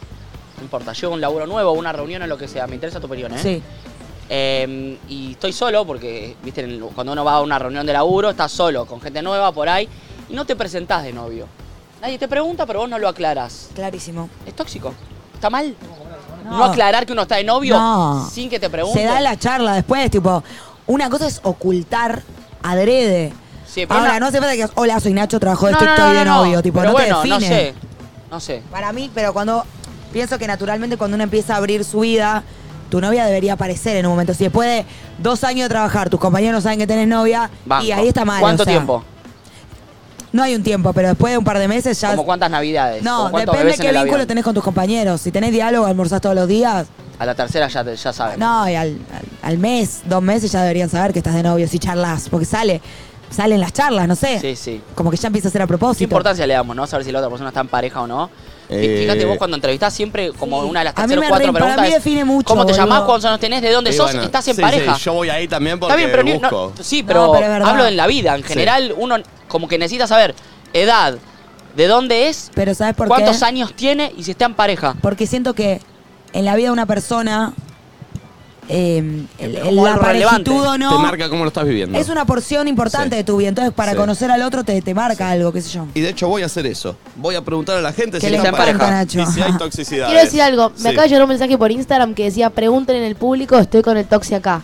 Speaker 3: No importa, llego a un laburo nuevo, una reunión o lo que sea. Me interesa tu opinión, ¿eh?
Speaker 4: Sí.
Speaker 3: Eh, y estoy solo porque, viste, en el- cuando uno va a una reunión de laburo, estás solo, con gente nueva por ahí, y no te presentás de novio. Nadie te pregunta, pero vos no lo aclarás.
Speaker 4: Clarísimo.
Speaker 3: ¿Es tóxico? ¿Está mal? No, aclarar que uno está de novio
Speaker 4: No.
Speaker 3: sin que te pregunten.
Speaker 4: Se da la charla después, tipo, una cosa es ocultar adrede.
Speaker 3: Sí, pero
Speaker 4: Ahora,
Speaker 3: una-
Speaker 4: no hace falta que digas, hola, soy Nacho, trabajo de
Speaker 3: No,
Speaker 4: esto y
Speaker 3: no, no,
Speaker 4: estoy
Speaker 3: no,
Speaker 4: de
Speaker 3: no.
Speaker 4: novio. Tipo,
Speaker 3: Pero
Speaker 4: no
Speaker 3: bueno,
Speaker 4: te
Speaker 3: no
Speaker 4: define.
Speaker 3: sé. No sé.
Speaker 4: Para mí, pero cuando pienso que naturalmente cuando uno empieza a abrir su vida, tu novia debería aparecer en un momento. Si después de dos años de trabajar, tus compañeros no saben que tenés novia,
Speaker 3: Banco.
Speaker 4: y ahí está mal.
Speaker 3: ¿Cuánto
Speaker 4: o sea,
Speaker 3: tiempo?
Speaker 4: No hay un tiempo, pero después de un par de meses ya.
Speaker 3: ¿Como cuántas navidades?
Speaker 4: No,
Speaker 3: ¿Como cuántos
Speaker 4: depende
Speaker 3: bebés en
Speaker 4: qué
Speaker 3: el
Speaker 4: vínculo
Speaker 3: avión?
Speaker 4: tenés con tus compañeros. Si tenés diálogo, almorzás todos los días.
Speaker 3: A la tercera ya, te- ya saben.
Speaker 4: No, y al, al- al mes, dos meses ya deberían saber que estás de novio si charlas, porque sale, salen las charlas, no sé.
Speaker 3: Sí, sí.
Speaker 4: Como que ya empieza a ser a
Speaker 3: ¿Qué
Speaker 4: propósito.
Speaker 3: importancia le damos, no? Saber si la otra persona está en pareja o no.
Speaker 1: Eh,
Speaker 3: Fíjate vos cuando entrevistás siempre como una de las
Speaker 4: A mí
Speaker 3: terceras
Speaker 4: me
Speaker 3: o cuatro
Speaker 4: re- para
Speaker 3: preguntas.
Speaker 4: mí
Speaker 3: es,
Speaker 4: define mucho,
Speaker 3: ¿Cómo te
Speaker 4: boludo.
Speaker 3: llamás? ¿Cuántos años tenés? ¿De dónde
Speaker 1: Y
Speaker 3: sos?
Speaker 1: bueno,
Speaker 3: ¿Estás en
Speaker 1: sí,
Speaker 3: pareja?
Speaker 1: sí, yo voy ahí también porque
Speaker 3: Está bien, pero ni- no-
Speaker 1: busco.
Speaker 3: sí, pero,
Speaker 4: No, pero es verdad.
Speaker 3: hablo en la vida en
Speaker 4: Sí.
Speaker 3: general. Uno como que necesita saber edad, de dónde es,
Speaker 4: Pero ¿sabes por
Speaker 3: cuántos
Speaker 4: qué?
Speaker 3: años tiene y si está en pareja.
Speaker 4: Porque siento que en la vida de una persona,
Speaker 5: Em,
Speaker 4: eh, el- el-
Speaker 1: Como
Speaker 4: la
Speaker 1: algo relevante.
Speaker 4: parejitud o
Speaker 1: Te
Speaker 4: no,
Speaker 1: marca cómo lo estás viviendo.
Speaker 4: es una porción importante
Speaker 1: Sí.
Speaker 4: de tu vida. Entonces, para
Speaker 1: Sí.
Speaker 4: conocer al otro te, te marca algo, qué sé yo.
Speaker 1: Y de hecho voy a hacer eso. Voy a preguntar a la gente
Speaker 4: Que
Speaker 1: si
Speaker 4: le
Speaker 1: está en
Speaker 4: encanta,
Speaker 1: pareja.
Speaker 4: Nacho.
Speaker 1: Y si hay toxicidad.
Speaker 5: Quiero decir algo. Me
Speaker 1: Sí.
Speaker 5: acaba de llegar un mensaje por Instagram que decía, pregunten en el público, estoy con el toxi acá.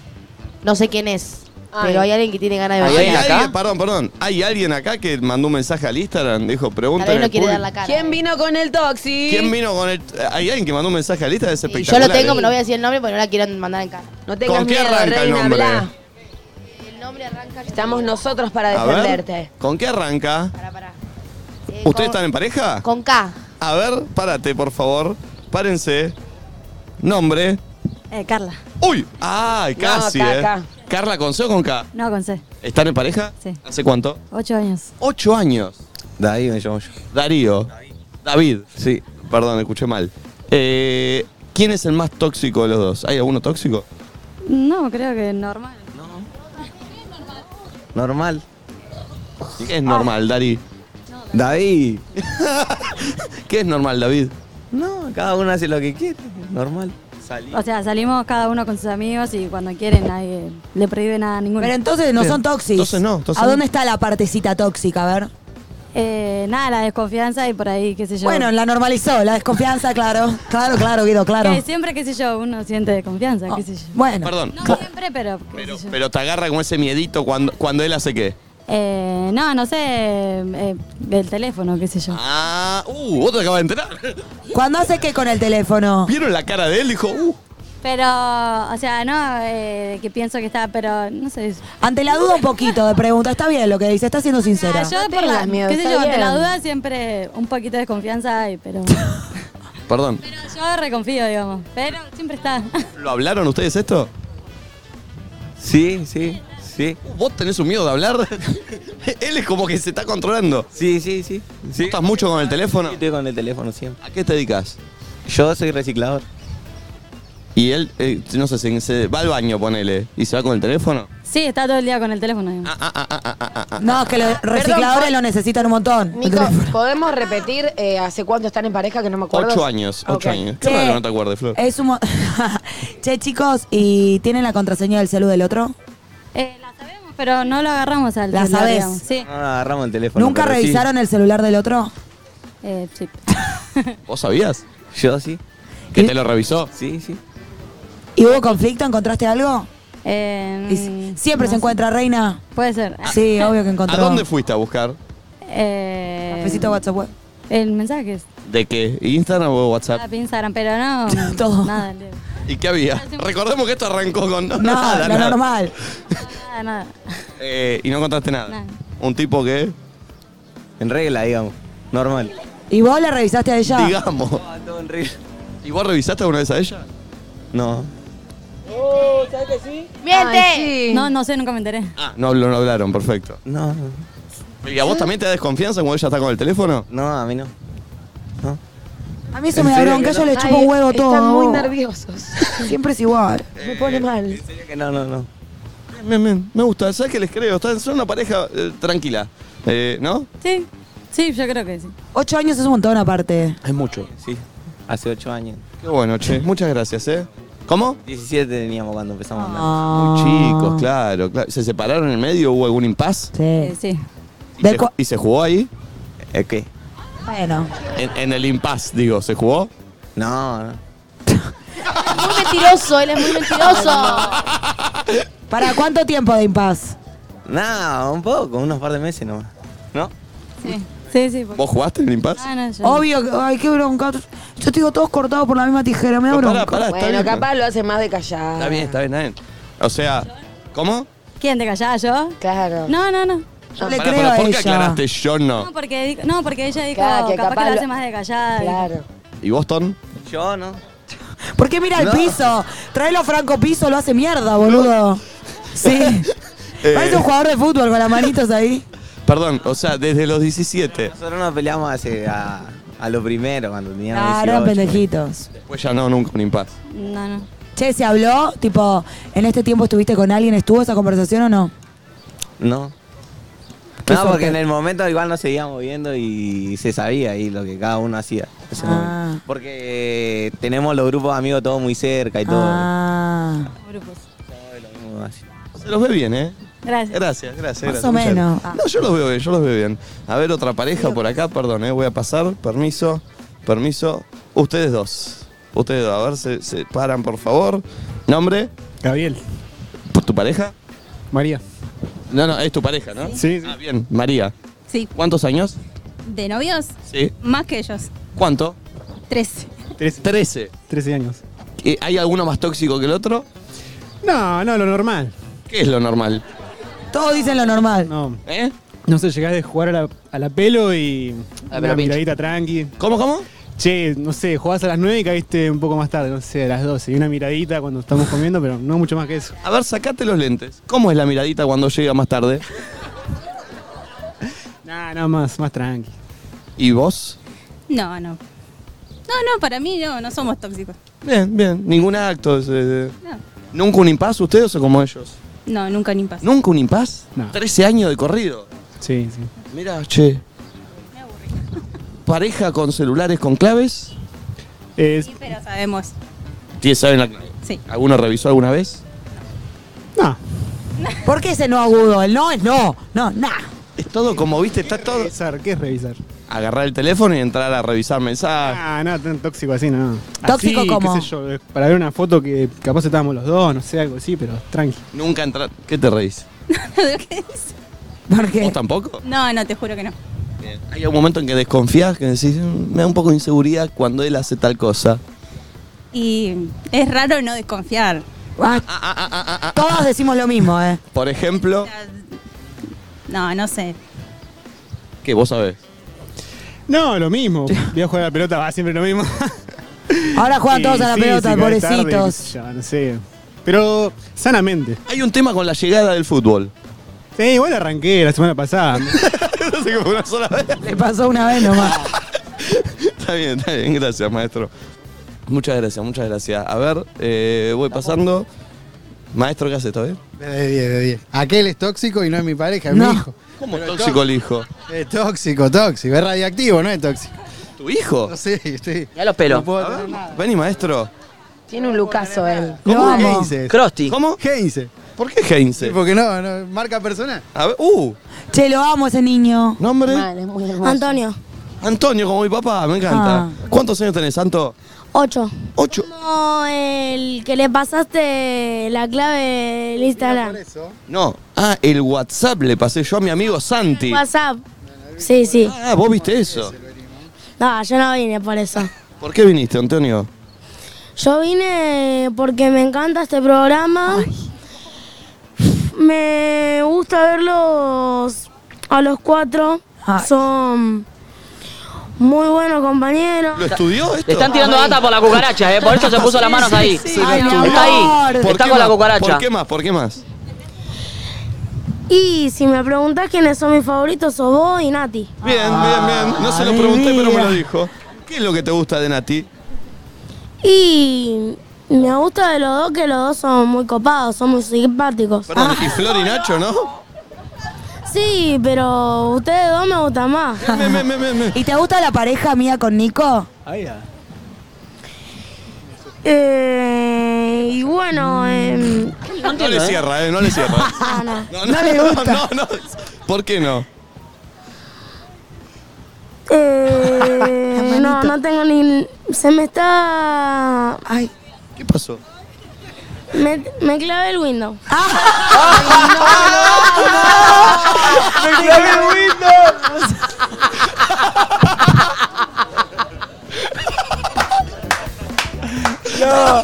Speaker 5: No sé quién es, pero hay alguien que tiene ganas de
Speaker 1: ¿Hay
Speaker 5: vacilar.
Speaker 1: alguien, perdón, perdón. ¿Hay alguien acá que mandó un mensaje al Instagram? Dijo, pregunta.
Speaker 5: cara.
Speaker 2: ¿Quién vino con el toxi?
Speaker 1: ¿Quién vino con el.? ¿Hay alguien que mandó un mensaje al Instagram? Es
Speaker 5: Y yo lo
Speaker 1: espectacular. ¿eh?
Speaker 5: tengo, pero no voy a decir el nombre porque no la quiero mandar en cara.
Speaker 2: No tengas
Speaker 1: ¿Con qué
Speaker 2: miedo,
Speaker 1: arranca el
Speaker 2: reina,
Speaker 1: nombre?
Speaker 2: hablá. Estamos nosotros para
Speaker 1: A ver.
Speaker 2: defenderte.
Speaker 1: ¿Con qué arranca? ¿Ustedes
Speaker 5: con-
Speaker 1: están en pareja?
Speaker 5: Eh, Con K.
Speaker 1: A ver, párate, por favor. Párense. Nombre.
Speaker 4: Eh,
Speaker 7: Carla.
Speaker 1: ¡Uy! ¡Ay,
Speaker 7: No,
Speaker 1: casi,
Speaker 7: K,
Speaker 1: eh!
Speaker 7: K.
Speaker 1: ¿Carla con C o con K?
Speaker 7: No, con C.
Speaker 1: ¿Están en pareja?
Speaker 7: Sí.
Speaker 1: ¿Hace cuánto?
Speaker 7: Ocho años.
Speaker 1: Ocho años. David me llamo yo. Darío. David. Sí. Perdón, escuché mal. Eh, ¿Quién es el más tóxico de los dos? ¿Hay alguno tóxico?
Speaker 7: No, creo que normal.
Speaker 1: Normal. ¿Qué es normal, Darí? David. ¿Qué es normal, David?
Speaker 7: No.
Speaker 1: Cada uno hace lo que quiere, normal.
Speaker 7: O sea, salimos cada uno con sus amigos y cuando quieren nadie le prohíbe nada a ninguno.
Speaker 4: Pero entonces no son tóxicos.
Speaker 1: Entonces no, entonces
Speaker 4: ¿A
Speaker 1: no.
Speaker 4: dónde está la partecita tóxica? A ver.
Speaker 7: Eh, nada, la desconfianza y por ahí, qué sé yo.
Speaker 4: Bueno, la normalizó, la desconfianza, claro. Claro, claro, Guido, claro. Oh.
Speaker 7: Que siempre, qué sé yo, uno siente confianza, qué sé yo.
Speaker 4: Bueno.
Speaker 1: Perdón.
Speaker 7: No siempre, pero... qué sé yo.
Speaker 1: Pero te agarra como ese miedito cuando, cuando él hace qué.
Speaker 7: Eh, no, no sé, eh, el teléfono, qué sé yo.
Speaker 1: Ah, uh, otro acaba de entrar.
Speaker 4: ¿Cuándo hace qué con el teléfono?
Speaker 1: ¿Vieron la cara de él? Dijo, uh.
Speaker 7: Pero, o sea, no, eh, que pienso que está, pero no sé.
Speaker 4: Ante la duda un poquito de pregunta. Está bien lo que dice, está siendo sincera.
Speaker 7: Ah, yo por la,
Speaker 2: miedo,
Speaker 7: qué sé
Speaker 2: está
Speaker 7: yo, ante la
Speaker 2: bien.
Speaker 7: duda siempre un poquito de desconfianza hay, pero,
Speaker 1: Perdón.
Speaker 7: pero yo reconfío, digamos. Pero siempre está.
Speaker 1: ¿Lo hablaron ustedes esto? Sí, sí, sí. ¿Vos tenés un miedo de hablar? Él es como que se está controlando. Sí, sí, sí. ¿Estás mucho con el teléfono? Estoy con el teléfono siempre. ¿A qué te dedicas? Yo soy reciclador. Y él, eh, no sé, se, se va al baño, ponele, y se va con el teléfono.
Speaker 7: Sí, está todo el día con el teléfono. digamos.
Speaker 1: Ah,
Speaker 12: Ah,
Speaker 4: No, que los recicladores
Speaker 2: Perdón,
Speaker 4: lo necesitan un montón.
Speaker 2: Nico, ¿podemos repetir eh, hace cuánto están en pareja que no me acuerdo?
Speaker 1: Ocho años, ocho
Speaker 2: Ok.
Speaker 1: años. Qué
Speaker 4: Che,
Speaker 1: raro que no te acuerdes, Flor.
Speaker 4: Es un mo- Che, chicos, ¿y tienen la contraseña del celu del otro?
Speaker 7: Eh, la sabemos, pero no lo agarramos al
Speaker 4: La
Speaker 7: celular,
Speaker 4: sabés.
Speaker 7: digamos. Sí.
Speaker 12: No, no, agarramos el teléfono.
Speaker 4: ¿Nunca
Speaker 12: pero sí.
Speaker 4: revisaron el celular del otro?
Speaker 7: Eh, sí.
Speaker 1: ¿Vos sabías?
Speaker 12: Yo sí.
Speaker 1: ¿Que te lo revisó?
Speaker 12: Sí, sí.
Speaker 4: ¿Y hubo conflicto? ¿Encontraste algo?
Speaker 7: Eh,
Speaker 2: Em,
Speaker 4: Y si- Siempre se encuentra, reina.
Speaker 7: Puede ser.
Speaker 4: Sí, obvio que
Speaker 1: Ah. ¿A
Speaker 4: encontró.
Speaker 1: dónde fuiste a buscar?
Speaker 7: Eh,
Speaker 4: Cafecito WhatsApp. web.
Speaker 7: El mensaje es
Speaker 1: ¿De qué? ¿Instagram o WhatsApp?
Speaker 7: Instagram, pero no.
Speaker 4: Todo.
Speaker 7: Nada, le-
Speaker 1: Ah. ¿Y qué había? Recordemos que esto arrancó con no,
Speaker 4: No,
Speaker 1: nada,
Speaker 4: lo
Speaker 1: nada.
Speaker 4: normal.
Speaker 7: nada, nada.
Speaker 1: Eh, y no contaste nada.
Speaker 7: Nada.
Speaker 1: Un tipo que,
Speaker 12: En regla, digamos. Normal.
Speaker 4: ¿Y vos la revisaste a ella?
Speaker 1: digamos. ¿Y vos revisaste alguna vez a ella? No.
Speaker 7: Oh, ¿sabes que sí? ¡Miente! No, no sé, nunca me enteré.
Speaker 1: Ah, no, hablo- no hablaron, perfecto.
Speaker 12: No, no.
Speaker 1: ¿Y a vos
Speaker 4: Ah.
Speaker 1: también te da desconfianza cuando ella está con el teléfono?
Speaker 12: No, a mí no.
Speaker 4: A mí eso
Speaker 12: ¿En
Speaker 4: me da
Speaker 12: serio
Speaker 4: bronca,
Speaker 12: que
Speaker 4: yo
Speaker 12: no?
Speaker 4: le chupo
Speaker 2: Ay,
Speaker 4: un huevo
Speaker 2: están
Speaker 4: todo.
Speaker 2: muy nerviosos.
Speaker 4: Siempre es igual.
Speaker 1: Eh,
Speaker 2: Me pone mal.
Speaker 12: Creo que no, no, no.
Speaker 1: Men, men, me gusta, ¿sabes qué les creo? Están- son una pareja eh, tranquila, eh, ¿no?
Speaker 7: Sí, sí, yo creo que sí.
Speaker 4: Ocho años es un montón aparte.
Speaker 12: Es mucho. Sí. Hace ocho años.
Speaker 1: Qué bueno, che. Muchas gracias, ¿eh? ¿Cómo?
Speaker 12: 17 teníamos cuando empezamos a andar.
Speaker 1: Muy
Speaker 4: Ah.
Speaker 1: chicos, claro, claro. ¿Se separaron en el medio? ¿Hubo algún impasse?
Speaker 7: Eh, sí.
Speaker 1: ¿Y, se, y se jugó ahí?
Speaker 12: ¿Eh, qué?
Speaker 4: Bueno.
Speaker 1: En, en el impasse, digo, ¿se jugó?
Speaker 12: No, no.
Speaker 5: Muy mentiroso, él es muy mentiroso.
Speaker 4: ¿Para cuánto tiempo de impas?
Speaker 12: Nada, un poco, unos par de meses nomás. ¿No?
Speaker 7: Sí, sí, sí. porque-
Speaker 1: ¿Vos jugaste en el impasse?
Speaker 7: Ah, no, yo no.
Speaker 4: Obvio, que- ay, qué bronca. Yo te digo, todos cortados por la misma tijera, me da
Speaker 1: No, pará,
Speaker 4: bronca.
Speaker 1: pará, está
Speaker 2: Bueno,
Speaker 1: bien.
Speaker 2: capaz lo hace más de callado.
Speaker 1: Está bien, está bien, está bien. O sea, ¿cómo?
Speaker 7: ¿Quién te callaba yo?
Speaker 2: Claro.
Speaker 7: No, no, no.
Speaker 4: le
Speaker 1: Ah, Pará,
Speaker 4: creo
Speaker 1: pará,
Speaker 4: a
Speaker 1: ¿Por qué
Speaker 4: ella.
Speaker 1: aclaraste yo no?
Speaker 7: No, porque, di- no, porque ella dijo,
Speaker 2: Claro, que
Speaker 7: capaz,
Speaker 2: capaz
Speaker 7: que
Speaker 2: lo-
Speaker 7: lo hace más de callada.
Speaker 2: Claro.
Speaker 1: ¿Y vos, Ton?
Speaker 12: Yo no.
Speaker 4: ¿Por qué mira el
Speaker 12: No.
Speaker 4: piso? Traelo a Franco Piso, lo hace mierda, boludo. Sí.
Speaker 1: Eh,
Speaker 4: Parece un jugador de fútbol con las manitos ahí.
Speaker 1: Perdón, o sea, desde los 17.
Speaker 12: Nosotros nos peleamos hace a, a lo primero, cuando teníamos
Speaker 4: Ah,
Speaker 12: 18.
Speaker 4: eran pendejitos.
Speaker 1: Después ya no, nunca un impasse.
Speaker 7: No, no.
Speaker 4: Che, ¿se habló? Tipo, ¿en este tiempo estuviste con alguien? ¿Estuvo esa conversación o no?
Speaker 12: No.
Speaker 4: Qué
Speaker 12: no,
Speaker 4: suerte.
Speaker 12: porque en el momento igual nos seguíamos viendo y se sabía ahí lo que cada uno hacía.
Speaker 4: Ah.
Speaker 12: Ese momento. Porque eh, tenemos los grupos de amigos todos muy cerca y todo.
Speaker 4: Ah.
Speaker 7: Grupos.
Speaker 12: Muy así.
Speaker 1: Se los ve bien, ¿eh?
Speaker 7: Gracias.
Speaker 1: Gracias, gracias.
Speaker 4: Más
Speaker 1: gracias,
Speaker 4: o
Speaker 1: muchas
Speaker 4: menos.
Speaker 1: gracias. No, yo los veo bien, yo los veo bien. A ver, otra pareja por acá, perdón, ¿eh? Voy a pasar, permiso, permiso. Ustedes dos. Ustedes dos, a ver, se, se paran, por favor. ¿Nombre?
Speaker 9: Gabriel.
Speaker 1: ¿Tu pareja?
Speaker 9: María.
Speaker 1: No, no, es tu pareja, ¿no?
Speaker 9: Sí.
Speaker 1: Ah, bien, María.
Speaker 25: Sí.
Speaker 1: ¿Cuántos años?
Speaker 25: ¿De novios?
Speaker 1: Sí.
Speaker 25: Más que ellos.
Speaker 1: ¿Cuánto?
Speaker 25: Tres.
Speaker 1: Trece. Trece.
Speaker 9: 13 años.
Speaker 1: Eh, ¿Hay alguno más tóxico que el otro?
Speaker 9: No, no, lo normal.
Speaker 1: ¿Qué es lo normal?
Speaker 4: Todos dicen lo normal.
Speaker 9: No.
Speaker 1: ¿Eh?
Speaker 9: No sé, llegás de jugar a la, a la pelo y.
Speaker 1: A la
Speaker 9: una
Speaker 1: pelo pincho.
Speaker 9: miradita tranqui.
Speaker 1: ¿Cómo, cómo?
Speaker 9: Che, no sé, jugás a las 9 y caíste un poco más tarde, no sé, a las 12. Y una miradita cuando estamos comiendo, pero no mucho más que eso.
Speaker 1: A ver, sacate los lentes. ¿Cómo es la miradita cuando llega más tarde?
Speaker 9: Nah, nada más, más tranqui.
Speaker 1: ¿Y vos?
Speaker 25: No, no. No, no, para mí no, no somos tóxicos.
Speaker 1: Bien, bien. Ningún acto. eh, eh.
Speaker 25: No.
Speaker 1: ¿Nunca un impasse ustedes o como ellos?
Speaker 25: No, nunca ni pasa.
Speaker 1: ¿Nunca un impasse? 13 años de corrido.
Speaker 9: Sí, sí.
Speaker 1: Mira, che. ¿Pareja con celulares con claves?
Speaker 9: Es...
Speaker 25: Pero sabemos.
Speaker 1: Sí, saben la clave.
Speaker 25: Sí.
Speaker 1: ¿Alguno revisó alguna vez?
Speaker 4: ¿Por qué ese no agudo? El no es no. No, nah.
Speaker 1: Es todo como, viste, está todo...
Speaker 9: Revisar, ¿qué es revisar?
Speaker 1: Agarrar el teléfono y entrar a revisar mensajes.
Speaker 9: Ah, no, tan tóxico así, no.
Speaker 1: ¿Tóxico
Speaker 9: Así,
Speaker 1: cómo?
Speaker 9: qué sé yo, eh, para ver una foto que capaz estábamos los dos, no sé, algo así, pero tranqui.
Speaker 1: Nunca entrar... ¿Qué te reís?
Speaker 4: ¿Por
Speaker 1: ¿Vos tampoco?
Speaker 25: No, no, te juro que no.
Speaker 1: ¿Hay algún momento en que desconfías, que decís, "Mm, me da un poco de inseguridad cuando él hace tal cosa?
Speaker 25: Y es raro no desconfiar.
Speaker 4: Ah.
Speaker 1: Ah,
Speaker 4: Todos decimos lo mismo, ¿eh?
Speaker 1: Por ejemplo,
Speaker 25: No, no sé.
Speaker 1: que vos sabés.
Speaker 9: No, lo mismo. Voy a jugar a la pelota, va siempre lo mismo.
Speaker 4: Ahora juegan
Speaker 9: Y
Speaker 4: todos a la
Speaker 9: sí,
Speaker 4: pelota,
Speaker 9: se cae tarde,
Speaker 4: pobrecitos.
Speaker 9: qué sé yo, no sé. Pero sanamente.
Speaker 1: Hay un tema con la llegada del fútbol.
Speaker 9: Sí, igual arranqué la semana pasada.
Speaker 1: no sé cómo una sola vez.
Speaker 4: Le pasó una vez nomás.
Speaker 1: Está bien, está bien, gracias, maestro. Muchas gracias, muchas gracias. A ver, eh, voy pasando. Maestro, ¿qué haces? ¿Todo bien?
Speaker 15: De 10, de 10. Aquel es tóxico y no es mi pareja, es mi hijo.
Speaker 1: ¿Cómo tóxico el hijo?
Speaker 15: Es tóxico, tóxico. Es radiactivo, no es tóxico.
Speaker 1: ¿Tu hijo?
Speaker 15: Sí, sí.
Speaker 3: Ya los pelos.
Speaker 15: No puedo
Speaker 1: A ver,
Speaker 15: tener nada.
Speaker 1: Vení, maestro.
Speaker 2: Tiene un lucazo él.
Speaker 15: ¿Cómo
Speaker 1: amo.
Speaker 15: Heinze?
Speaker 3: Crosti.
Speaker 1: ¿Cómo?
Speaker 15: Heinze.
Speaker 1: ¿Por qué Heinze?
Speaker 15: Sí, porque no, no, marca personal.
Speaker 1: A ver, uh,
Speaker 4: Che, lo amo ese niño.
Speaker 1: nombre.
Speaker 6: Antonio,
Speaker 1: Antonio, como mi papá, me encanta.
Speaker 3: Ah.
Speaker 1: ¿Cuántos años tenés, Santo?
Speaker 6: 8.
Speaker 1: Ocho.
Speaker 6: Como el que le pasaste la clave del Instagram.
Speaker 1: No. Ah, el WhatsApp le pasé yo a mi amigo Santi.
Speaker 6: WhatsApp. Sí, sí.
Speaker 1: Ah, vos viste eso.
Speaker 6: No, yo no vine por eso.
Speaker 1: ¿Por qué viniste, Antonio?
Speaker 6: Yo vine porque me encanta este programa. Me gusta verlos a los cuatro. Son muy buenos compañeros.
Speaker 1: ¿Lo estudió esto?
Speaker 6: Le están
Speaker 3: tirando data por la cucaracha, eh, por eso se puso las manos ahí.
Speaker 6: Sí, sí, Ay, mi
Speaker 3: Está
Speaker 6: amor.
Speaker 3: ahí,
Speaker 1: ¿Por
Speaker 3: está
Speaker 1: qué
Speaker 3: con la
Speaker 1: más?
Speaker 3: cucaracha.
Speaker 1: ¿Por qué más? ¿Por qué más?
Speaker 6: Y si me preguntás quiénes son mis favoritos, sos vos y Nati.
Speaker 1: Bien, bien, bien. No se lo
Speaker 6: mi
Speaker 1: pregunté, pero me
Speaker 6: vida.
Speaker 1: lo dijo. ¿Qué es lo que te gusta de Nati?
Speaker 6: Y me gusta de los dos que los dos son muy copados, son muy simpáticos. Ah,
Speaker 1: Perdón, y Flor y Nacho, ¿no?
Speaker 6: Sí, pero ustedes dos me gustan más.
Speaker 4: ¿Y te gusta la pareja mía con Nico?
Speaker 6: Eh, y bueno, em,
Speaker 1: No le cierra, ¿eh? No le cierra.
Speaker 6: ah, no.
Speaker 1: No, no, no, no, no. ¿Por qué no?
Speaker 6: Eh, no, no tengo ni... Se me está...
Speaker 4: Ay.
Speaker 1: ¿Qué pasó?
Speaker 6: Me, me clavé el window.
Speaker 11: ¡Me clavé el Windows!
Speaker 6: No.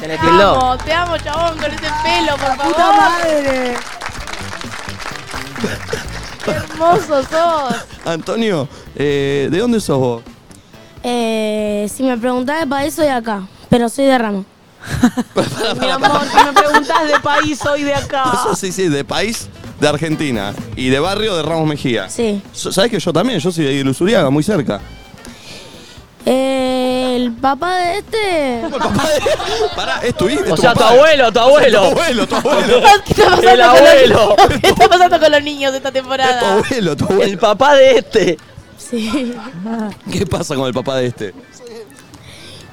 Speaker 3: Se le tildó.
Speaker 6: te amo, chabón, con ese pelo, por favor.
Speaker 4: ¡Puta madre!
Speaker 6: ¡Qué hermoso sos!
Speaker 1: Antonio, eh, ¿de dónde sos vos?
Speaker 6: Eh, si me preguntás de país, soy de acá, pero soy de Ramos.
Speaker 14: Mi amor, si me preguntás de país, soy de acá.
Speaker 1: Ah, sí, sí, de país de Argentina y de barrio de Ramos Mejía.
Speaker 6: Sí.
Speaker 1: ¿Sabes que yo también? Yo soy de Luzuriaga, muy cerca.
Speaker 6: Eh, el papá de este.
Speaker 1: Pará, es tu hijo.
Speaker 3: Ah. O sea, tu abuelo, tu abuelo.
Speaker 1: Tu abuelo, tu abuelo.
Speaker 6: ¿Qué está
Speaker 3: pasando El con los- abuelo.
Speaker 6: ¿Qué está pasando con los niños esta temporada?
Speaker 1: Tu abuelo, tu abuelo.
Speaker 3: El papá de este.
Speaker 6: Sí.
Speaker 1: ¿Qué pasa con el papá de este?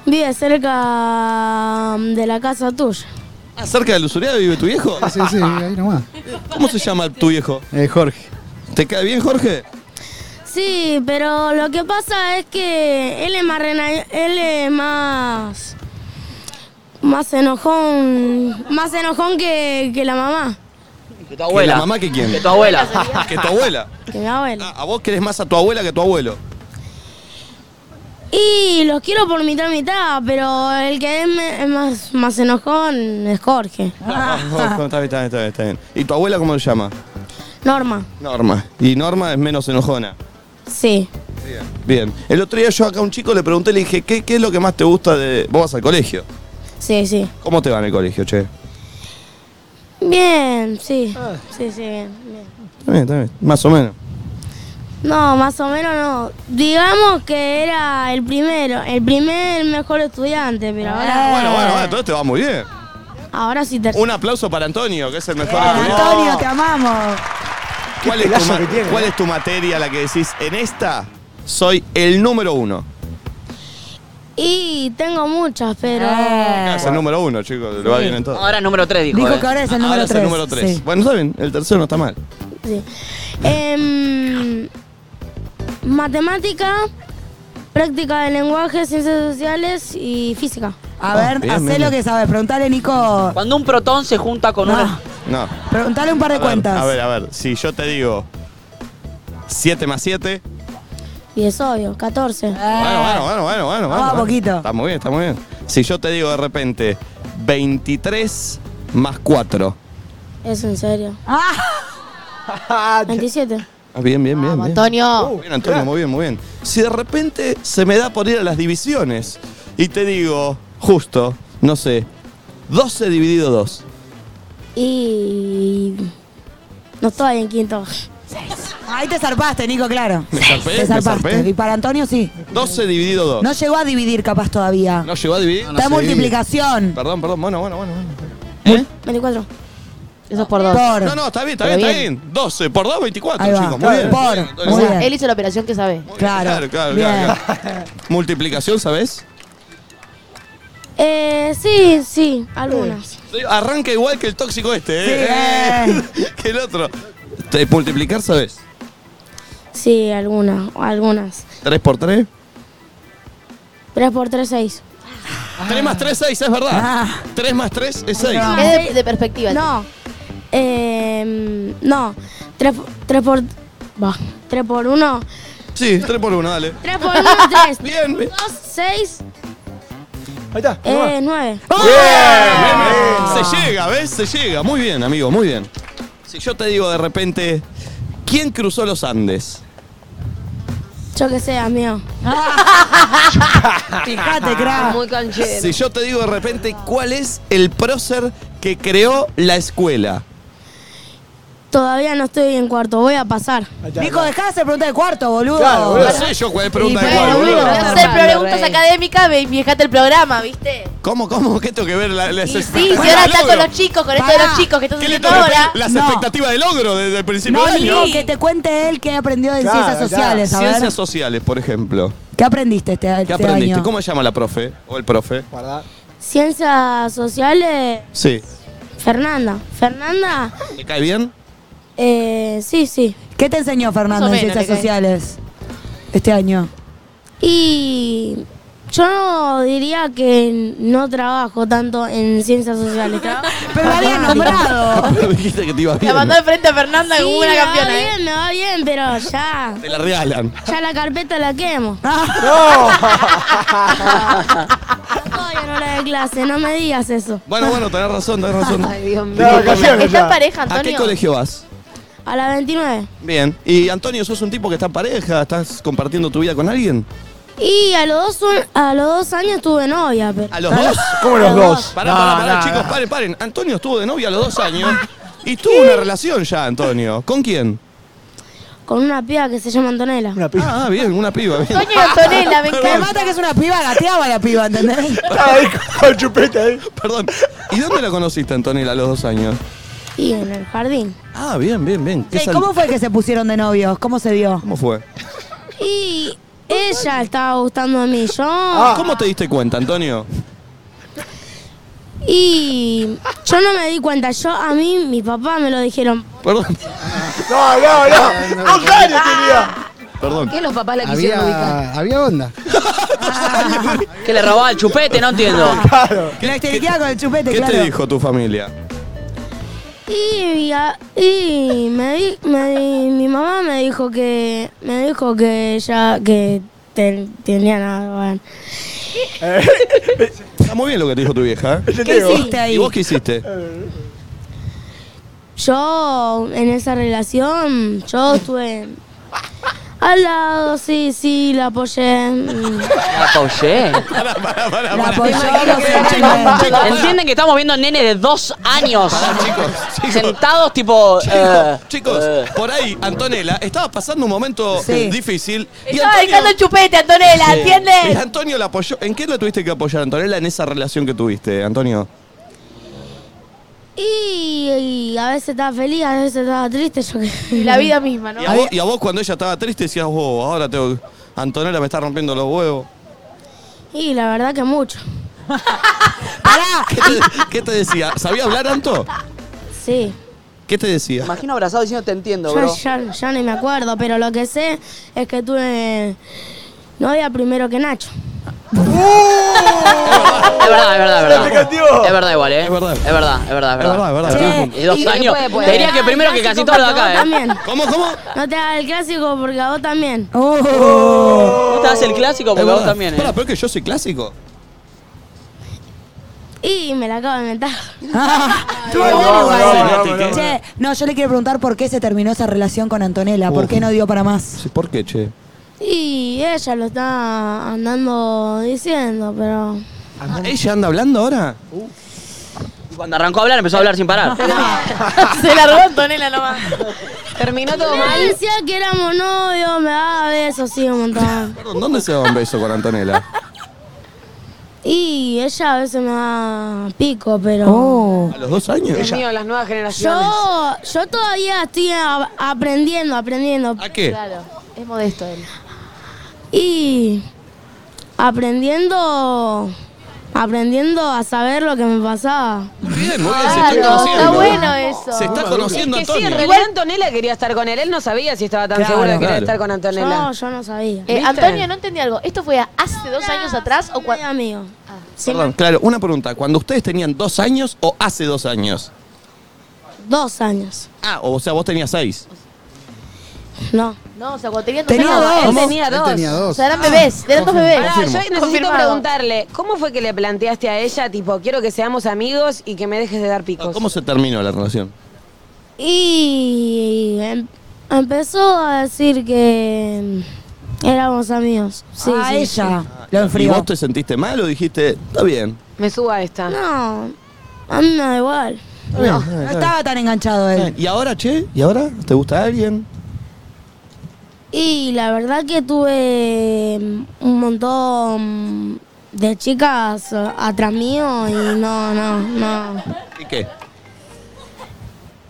Speaker 6: Vive cerca de la casa tuya.
Speaker 1: Ah, cerca de Luzuriaga vive tu viejo.
Speaker 15: Sí, sí, ahí nomás. Eh,
Speaker 1: ¿Cómo se llama tu viejo?
Speaker 15: Jorge.
Speaker 1: ¿Te cae bien, Jorge?
Speaker 6: Sí, pero lo que pasa es que él es más rena- él es más más enojón, más enojón que, que la mamá,
Speaker 3: Que tu abuela.
Speaker 1: ¿Que la mamá que quién?
Speaker 3: Que tu abuela.
Speaker 1: que tu abuela.
Speaker 6: que mi abuela.
Speaker 1: Ah, a vos querés más a tu abuela que a tu abuelo.
Speaker 6: Y los quiero por mitad mitad, pero el que es, me- es más, más enojón es Jorge.
Speaker 1: Ah. No, está bien, está bien, está bien, está bien. ¿Y tu abuela cómo se llama?
Speaker 6: Norma,
Speaker 1: Norma. Y Norma es menos enojona.
Speaker 6: sí.
Speaker 1: Bien. El otro día yo acá a un chico le pregunté, le dije, ¿qué, qué es lo que más te gusta de. Vos vas al colegio?
Speaker 6: Sí, sí.
Speaker 1: ¿Cómo te va en el colegio, che?
Speaker 6: Bien, sí. Sí, sí, bien, bien.
Speaker 1: Está bien, está bien. Más o menos.
Speaker 6: No, más o menos no. Digamos que era el primero, el primer mejor estudiante, pero
Speaker 4: Ah.
Speaker 6: ahora,
Speaker 1: Bueno, bueno, bueno, entonces te va muy bien.
Speaker 6: ahora sí tercero.
Speaker 1: Un aplauso para Antonio, que es el mejor estudiante.
Speaker 4: Ah, Antonio, te amamos.
Speaker 1: ¿Cuál, es tu, ma- cuál
Speaker 6: ¿eh?
Speaker 1: es tu materia la que decís? En esta soy el número uno.
Speaker 6: Y tengo muchas, pero.
Speaker 4: Ah.
Speaker 1: Es el número uno, chicos. Le va Ah, bien en todo. Ah,
Speaker 3: Ahora es número 3, dijo.
Speaker 6: Dijo
Speaker 3: eh.
Speaker 6: que ahora es el
Speaker 1: Ahora
Speaker 6: número
Speaker 1: es el
Speaker 6: 3.
Speaker 1: número tres. Bueno, saben, el tercero no está mal.
Speaker 6: Sí. Em, matemática, práctica de lenguaje, ciencias sociales y física.
Speaker 4: A ver,
Speaker 3: bien,
Speaker 4: hacé
Speaker 3: bien,
Speaker 4: lo
Speaker 3: bien.
Speaker 4: que sabes. Preguntale, Nico.
Speaker 3: Cuando un protón se junta con una.
Speaker 1: No.
Speaker 4: Preguntale un par de
Speaker 1: A ver,
Speaker 4: cuentas.
Speaker 1: A ver, a ver, si yo te digo 7 más 7.
Speaker 6: Y es obvio, 14.
Speaker 4: Ah.
Speaker 1: Bueno, bueno, bueno, bueno, bueno.
Speaker 6: Ah. Vamos
Speaker 1: bueno,
Speaker 6: a
Speaker 1: bueno.
Speaker 6: poquito.
Speaker 1: Está muy bien, está muy bien. Si yo te digo de repente 23 más 4.
Speaker 6: Es en serio. 27.
Speaker 1: Ah, bien, bien, bien. bien.
Speaker 6: Antonio.
Speaker 1: Muy bien, Antonio, muy bien, muy bien. Si de repente se me da por ir a las divisiones y te digo, justo, no sé, 12 dividido 2.
Speaker 6: Y. No estoy en quinto.
Speaker 4: Ahí te zarpaste, Nico, claro.
Speaker 1: ¿Me zarpé?
Speaker 4: Te
Speaker 1: ¿Me
Speaker 4: zarpaste.
Speaker 1: zarpé?
Speaker 4: Y para Antonio sí.
Speaker 1: 12 dividido 2.
Speaker 4: No llegó a dividir capaz todavía.
Speaker 1: ¿No llegó a dividir?
Speaker 4: Está en multiplicación.
Speaker 1: Perdón, perdón. Bueno, bueno, bueno. bueno.
Speaker 4: ¿Eh?
Speaker 5: 24. Eso es por dos.
Speaker 1: No, no, está bien, está bien, está bien. 12 por 2, 24,
Speaker 5: Ahí va.
Speaker 1: chicos. Muy bien.
Speaker 5: Por,
Speaker 1: Entonces,
Speaker 5: O sea, él hizo la operación que sabe.
Speaker 1: Claro, claro, claro, claro. ¿Multiplicación, sabes?
Speaker 6: Eh, sí, sí, algunas.
Speaker 1: Arranca igual que el tóxico este, ¿eh? que el otro. Te- ¿Multiplicar, sabes?
Speaker 6: Sí, algunas, algunas.
Speaker 1: 3 por 3.
Speaker 6: 3 por 3, 6.
Speaker 1: 3 Ah. más 3, 6, es verdad.
Speaker 4: Ah.
Speaker 1: 3 más 3 es 6.
Speaker 5: Es de, de perspectiva.
Speaker 6: Ah. No. Eh, no. 3, por. Va. 3 por 1.
Speaker 1: Sí, 3 por 1, dale.
Speaker 6: 3 por 1, 3.
Speaker 1: Bien.
Speaker 6: 2, 6.
Speaker 11: Ahí está.
Speaker 6: Eh, 9.
Speaker 1: Se llega, ¿ves? Se llega. Muy bien, amigo, muy bien. Si yo te digo de repente, ¿quién cruzó los Andes?
Speaker 6: Yo que sé, amigo.
Speaker 4: Fíjate, crack.
Speaker 2: Muy canchero.
Speaker 1: Si yo te digo de repente, ¿cuál es el prócer que creó la escuela?
Speaker 6: Todavía no estoy en cuarto, voy a pasar.
Speaker 4: Nico, dejá de hacer preguntas de cuarto, boludo.
Speaker 1: Claro, boludo. No sé yo cuál es pregunta de cuál, boludo.
Speaker 5: Voy a hacer preguntas académicas ve- y viajate el programa, ¿viste?
Speaker 1: ¿Cómo, cómo? ¿Qué tengo que ver la, las
Speaker 5: Y sí, si
Speaker 1: expectativas
Speaker 5: ahora
Speaker 1: de
Speaker 5: está con
Speaker 1: logro?
Speaker 5: los chicos, con esto de los chicos que estás
Speaker 1: ¿Qué le
Speaker 5: haciendo
Speaker 1: tengo que
Speaker 5: ahora.
Speaker 1: pedir? Las
Speaker 4: No.
Speaker 1: expectativas de logro desde el principio
Speaker 4: No,
Speaker 1: del año.
Speaker 4: Nico, que te cuente él qué aprendió de
Speaker 1: Claro,
Speaker 4: ciencias
Speaker 1: claro.
Speaker 4: sociales, a ver.
Speaker 1: Ciencias sociales, por ejemplo.
Speaker 4: ¿Qué aprendiste este,
Speaker 1: ¿Qué
Speaker 4: este
Speaker 1: aprendiste?
Speaker 4: año?
Speaker 1: ¿Cómo se llama la profe? ¿O el profe?
Speaker 6: Ciencias sociales,
Speaker 1: Sí.
Speaker 6: Fernanda. Fernanda,
Speaker 1: ¿Te cae bien?
Speaker 6: eh, sí, sí.
Speaker 4: ¿Qué te enseñó Fernanda
Speaker 6: Más o
Speaker 4: en
Speaker 6: menos,
Speaker 4: ciencias
Speaker 6: le cae.
Speaker 4: sociales este año?
Speaker 6: Y yo no diría que no trabajo tanto en ciencias sociales.
Speaker 4: Pero la había nombrado.
Speaker 1: Pero dijiste que te iba bien.
Speaker 5: La mandó de frente a Fernanda
Speaker 6: Sí,
Speaker 5: como una
Speaker 6: me va
Speaker 5: campeona, ¿eh?
Speaker 6: bien, me va bien, pero ya,
Speaker 1: Te la regalan.
Speaker 6: ya la carpeta la quemo. Todavía no la de clase, no me digas eso.
Speaker 1: Bueno, bueno, tenés razón, tenés razón. Ay, Dios mío.
Speaker 6: Está en pareja,
Speaker 1: ¿A qué
Speaker 6: Antonio.
Speaker 1: colegio vas?
Speaker 6: A la 29.
Speaker 1: Bien. ¿Y Antonio, sos un tipo que está en pareja? ¿Estás compartiendo tu vida con alguien?
Speaker 6: Y a los dos, a los dos años tuve novia. Pero...
Speaker 1: ¿A los dos?
Speaker 11: ¿Cómo los dos?
Speaker 1: Pará,
Speaker 11: No,
Speaker 1: pará, pará,
Speaker 11: no,
Speaker 1: chicos,
Speaker 11: no.
Speaker 1: paren, paren. Antonio estuvo de novia a los dos años y tuvo una relación ya, Antonio. ¿Con quién?
Speaker 6: Con una piba que se llama Antonela.
Speaker 11: Una
Speaker 1: Ah, bien, una piba, bien.
Speaker 5: Antonio y Antonella, me
Speaker 4: Me
Speaker 5: encanta.
Speaker 4: mata que es una piba, gateaba la piba, ¿entendés?
Speaker 11: Con chupeta, ¿eh?
Speaker 1: Perdón. ¿Y dónde la conociste, Antonio, a los dos años?
Speaker 6: Y en el jardín.
Speaker 1: Ah, bien, bien, bien. ¿Qué
Speaker 4: Che,
Speaker 1: sal-
Speaker 4: ¿Cómo fue que se pusieron de novios? ¿Cómo se dio?
Speaker 1: ¿Cómo fue?
Speaker 6: Y ella estaba gustando a mí, yo.
Speaker 4: Ah.
Speaker 11: Ah.
Speaker 1: ¿Cómo te diste cuenta, Antonio?
Speaker 6: Y yo no me di cuenta. Yo, a mí, mi papá me lo dijeron.
Speaker 1: Perdón.
Speaker 11: No, no, no. ¡Dos años tenía!
Speaker 1: Perdón.
Speaker 2: ¿Qué los papás la quisieron ubicar?
Speaker 15: Había, había onda.
Speaker 3: Ah. Que le robaba el chupete, no entiendo.
Speaker 11: Claro.
Speaker 4: La esteriqueaba con el chupete,
Speaker 1: ¿Qué
Speaker 4: claro.
Speaker 1: te dijo tu familia?
Speaker 6: Y, a- y me di- me di- mi mamá me dijo que. Me dijo que ella. Que ten- tenía nada. bueno.
Speaker 11: Eh.
Speaker 1: Está muy bien lo que te dijo tu vieja. ¿eh?
Speaker 4: ¿Qué hiciste ahí?
Speaker 1: ¿Y vos qué hiciste?
Speaker 11: Eh.
Speaker 6: Yo, en esa relación, yo estuve. Al lado, sí, sí, la apoyé. Mm.
Speaker 3: La apoyé.
Speaker 1: Pará, pará,
Speaker 4: La
Speaker 1: pará.
Speaker 4: apoyó, no sé,
Speaker 1: chicos, pará.
Speaker 3: Entienden que estamos viendo nenes de dos años.
Speaker 1: Chicos, chicos,
Speaker 3: Sentados tipo. eh,
Speaker 1: chicos, chicos, por ahí Antonella estaba pasando un momento
Speaker 4: Sí.
Speaker 1: eh, difícil y
Speaker 5: Estaba dejando
Speaker 1: Antonio,
Speaker 5: el chupete, Antonella,
Speaker 1: Sí. y
Speaker 5: ¿entiendes?
Speaker 1: Antonio la apoyó. ¿En qué la tuviste que apoyar, Antonella, en esa relación que tuviste, Antonio?
Speaker 6: Y, y a veces estaba feliz, a veces estaba triste. Yo que...
Speaker 5: Y la vida misma, ¿no?
Speaker 1: Y a, vos, y a vos cuando ella estaba triste decías, wow, ahora tengo... Antonella me está rompiendo los huevos.
Speaker 6: Y la verdad que mucho.
Speaker 1: ¿Qué te, qué te decía? ¿Sabía hablar, Anto?
Speaker 6: Sí.
Speaker 1: ¿Qué te decía?
Speaker 3: Imagino abrazado diciendo te entiendo,
Speaker 6: Yo
Speaker 3: bro.
Speaker 6: ya, ya ni me acuerdo, pero lo que sé es que tuve novia primero que Nacho.
Speaker 3: ¡Uh! Es verdad, es verdad, es
Speaker 11: ¡Está
Speaker 3: verdad.
Speaker 11: picativo!
Speaker 3: Es verdad igual, ¿eh? Es
Speaker 1: verdad.
Speaker 3: Es verdad, es verdad, es
Speaker 1: Es verdad,
Speaker 3: verdad.
Speaker 1: es verdad.
Speaker 3: Y dos
Speaker 2: Y
Speaker 3: años.
Speaker 2: puede,
Speaker 5: pues,
Speaker 6: pues,
Speaker 2: puede.
Speaker 3: Te
Speaker 5: eh.
Speaker 3: diría que primero que casi todos los de acá, ¿eh?
Speaker 6: También.
Speaker 1: ¿Cómo, cómo?
Speaker 6: No te hagas el clásico porque a vos también.
Speaker 4: Oh.
Speaker 3: Vos te das el clásico porque vos también,
Speaker 1: Pará,
Speaker 3: ¿eh?
Speaker 1: pero es que yo soy clásico.
Speaker 6: Y me la acabo de inventar.
Speaker 4: Estuvo Ah, bueno igual.
Speaker 11: no, no, no, no, no.
Speaker 4: Che, no, yo le quiero preguntar por qué se terminó esa relación con Antonella, por
Speaker 1: Uf.
Speaker 4: qué no dio para más.
Speaker 1: Sí, ¿Por qué, che?
Speaker 6: Y ella lo está andando diciendo, pero.
Speaker 1: ¿Ella anda hablando ahora?
Speaker 3: Uh. Cuando arrancó a hablar, empezó a hablar sin parar.
Speaker 5: Se largó Antonella nomás.
Speaker 2: Terminó todo
Speaker 6: Yo
Speaker 2: mal.
Speaker 6: decía que éramos novios, me daba besos, sí, un montón.
Speaker 1: Perdón, ¿dónde se daba un beso con Antonella?
Speaker 6: Y ella a veces me da pico, pero...
Speaker 1: ¿A los dos años?
Speaker 2: Dios mío, las nuevas generaciones.
Speaker 6: Yo, yo todavía estoy a- aprendiendo, aprendiendo.
Speaker 1: ¿A qué?
Speaker 5: Claro, es modesto él.
Speaker 6: Y aprendiendo, aprendiendo a saber lo que me pasaba.
Speaker 1: Bien, muy bien, se
Speaker 5: Claro,
Speaker 1: está conociendo.
Speaker 5: Ah, está bueno eso.
Speaker 1: Se está conociendo
Speaker 2: Es que sí, en
Speaker 1: Antonio.
Speaker 2: realidad Antonella quería estar con él. Él no sabía si estaba tan
Speaker 1: Claro,
Speaker 2: seguro de que quería
Speaker 1: claro.
Speaker 2: estar con Antonella.
Speaker 6: No, yo no sabía.
Speaker 5: Eh,
Speaker 2: ¿Viste?
Speaker 5: Antonio, no entendí algo. ¿Esto fue hace dos años atrás o cuándo?
Speaker 6: amigo.
Speaker 1: Perdón, claro, una pregunta. ¿Cuando ustedes tenían dos años o hace dos años?
Speaker 6: Dos años.
Speaker 1: Ah, o sea, vos tenías seis.
Speaker 6: No.
Speaker 5: No, o sea, cuando tenían
Speaker 4: Tenía
Speaker 5: años,
Speaker 4: dos.
Speaker 5: él
Speaker 4: ¿Cómo?
Speaker 5: tenía-
Speaker 2: Tenía
Speaker 4: Él
Speaker 2: dos. Ah,
Speaker 4: tenía dos.
Speaker 5: O sea, eran bebés, eran dos bebés.
Speaker 2: Pará, yo necesito
Speaker 5: Confirmado.
Speaker 2: preguntarle, ¿cómo fue que le planteaste a ella, tipo, quiero que seamos amigos y que me dejes de dar picos?
Speaker 1: Ah, ¿Cómo se terminó la relación?
Speaker 6: Y em- empezó a decir que em, éramos amigos. Sí,
Speaker 4: Ah,
Speaker 6: sí,
Speaker 4: ella.
Speaker 6: sí.
Speaker 4: Lo
Speaker 1: ¿Y
Speaker 4: enfrió.
Speaker 1: vos te sentiste mal o dijiste, está bien?
Speaker 2: Me subo a esta.
Speaker 6: No, a mí me da igual.
Speaker 1: Está bien, está
Speaker 4: No
Speaker 1: bien, está
Speaker 4: estaba tan enganchado él.
Speaker 1: bien. ¿Y ahora, che? ¿Y ahora? ¿Te gusta alguien?
Speaker 6: Y la verdad que tuve mm, un montón de chicas eh, atrás mío y no, no, no.
Speaker 1: ¿Y qué?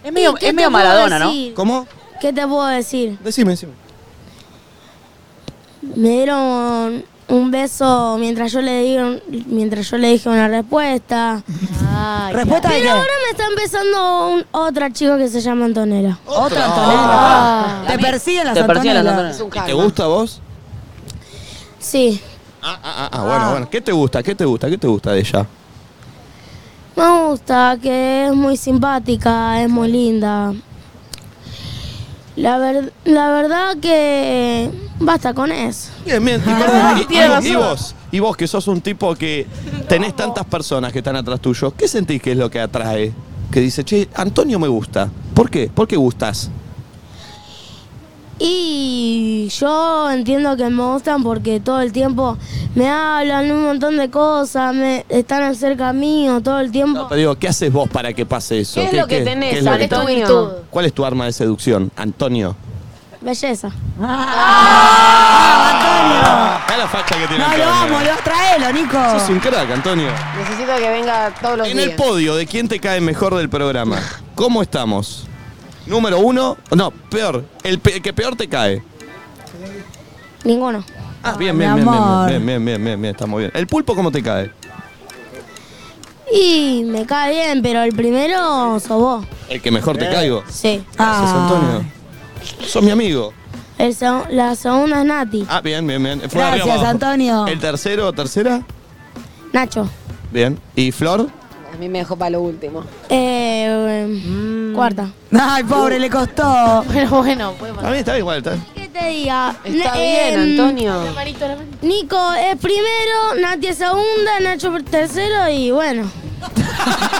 Speaker 3: Es medio,
Speaker 6: ¿Y qué
Speaker 3: es medio
Speaker 6: te puedo
Speaker 3: Maradona, ¿no?
Speaker 6: decir?
Speaker 1: ¿Cómo?
Speaker 6: ¿Qué te puedo decir?
Speaker 1: Decime, decime.
Speaker 6: Me dieron un beso mientras yo le dieron, mientras yo le dije una respuesta.
Speaker 5: Ah,
Speaker 4: ¿Respuesta de
Speaker 6: Pero
Speaker 4: qué?
Speaker 6: ahora me está empezando un, otra chica que se llama Antonella.
Speaker 4: Otra
Speaker 5: Ah.
Speaker 4: Antonella. Te persiguen las
Speaker 3: Te persiguen las Antonellas.
Speaker 4: Antonellas.
Speaker 2: Es un
Speaker 1: ¿Y
Speaker 2: karma.
Speaker 1: te gusta a vos?
Speaker 6: Sí.
Speaker 1: Ah, ah, ah, ah, bueno, bueno. ¿Qué te gusta? ¿Qué te gusta? ¿Qué te gusta de ella?
Speaker 6: Me gusta, que es muy simpática, es muy linda. La, ver- la verdad que basta con eso.
Speaker 1: Bien, bien. Y,
Speaker 5: Ah,
Speaker 1: y-
Speaker 5: tiene
Speaker 1: y-
Speaker 5: razón.
Speaker 1: y vos, y vos que sos un tipo que tenés tantas personas que están atrás tuyo, ¿qué sentís que es lo que atrae? Que dice, che, Antonio me gusta. ¿Por qué? ¿Por qué gustás?
Speaker 6: Y yo entiendo que me gustan porque todo el tiempo me hablan un montón de cosas, me están cerca mío todo el tiempo.
Speaker 1: Pero digo, ¿qué haces vos para que pase eso?
Speaker 2: ¿Qué es lo que tenés,
Speaker 1: qué es lo que
Speaker 2: Antonio?
Speaker 1: tenés? ¿Cuál es tu arma de seducción, Antonio?
Speaker 6: Belleza.
Speaker 1: Mirá Ah, la facha que tiene
Speaker 4: No, lo
Speaker 1: Antonio.
Speaker 4: amo, lo traelo, Nico.
Speaker 1: Sos un crack, Antonio.
Speaker 2: Necesito que venga todos los
Speaker 1: En
Speaker 2: días.
Speaker 1: el podio de quién te cae mejor del programa, ¿cómo estamos? Número uno, no, peor, el pe- que peor te cae.
Speaker 6: Ninguno.
Speaker 1: Ah, bien,
Speaker 4: mi
Speaker 1: bien, bien, bien,
Speaker 4: amor.
Speaker 1: bien, bien, bien, bien, bien, estamos bien. ¿El pulpo cómo te cae?
Speaker 6: Y me cae bien, pero el primero sos vos.
Speaker 1: El que mejor te caigo.
Speaker 6: Eh, Sí.
Speaker 1: Gracias,
Speaker 4: Ah.
Speaker 1: Antonio. Sos mi amigo.
Speaker 6: El seg- la segunda es Nati.
Speaker 1: Ah, bien, bien, bien. Fue arriba,
Speaker 4: Gracias,
Speaker 1: abajo.
Speaker 4: Antonio.
Speaker 1: ¿El tercero o tercera?
Speaker 6: Nacho.
Speaker 1: Bien. ¿Y Flor?
Speaker 2: A mí me dejó para lo último.
Speaker 6: Eh,
Speaker 4: Mm.
Speaker 6: em, Cuarta.
Speaker 4: Ay, pobre, le costó.
Speaker 5: Pero bueno, pues, puede
Speaker 1: A
Speaker 5: pasar.
Speaker 1: mí está bien, igual. Está. bien.
Speaker 6: ¿Qué te diga?
Speaker 2: Está
Speaker 6: Ne-
Speaker 2: bien,
Speaker 6: em,
Speaker 5: La
Speaker 2: Antonio.
Speaker 5: manito, la manito.
Speaker 6: Nico es primero, Nati es segunda, Nacho es tercero y bueno.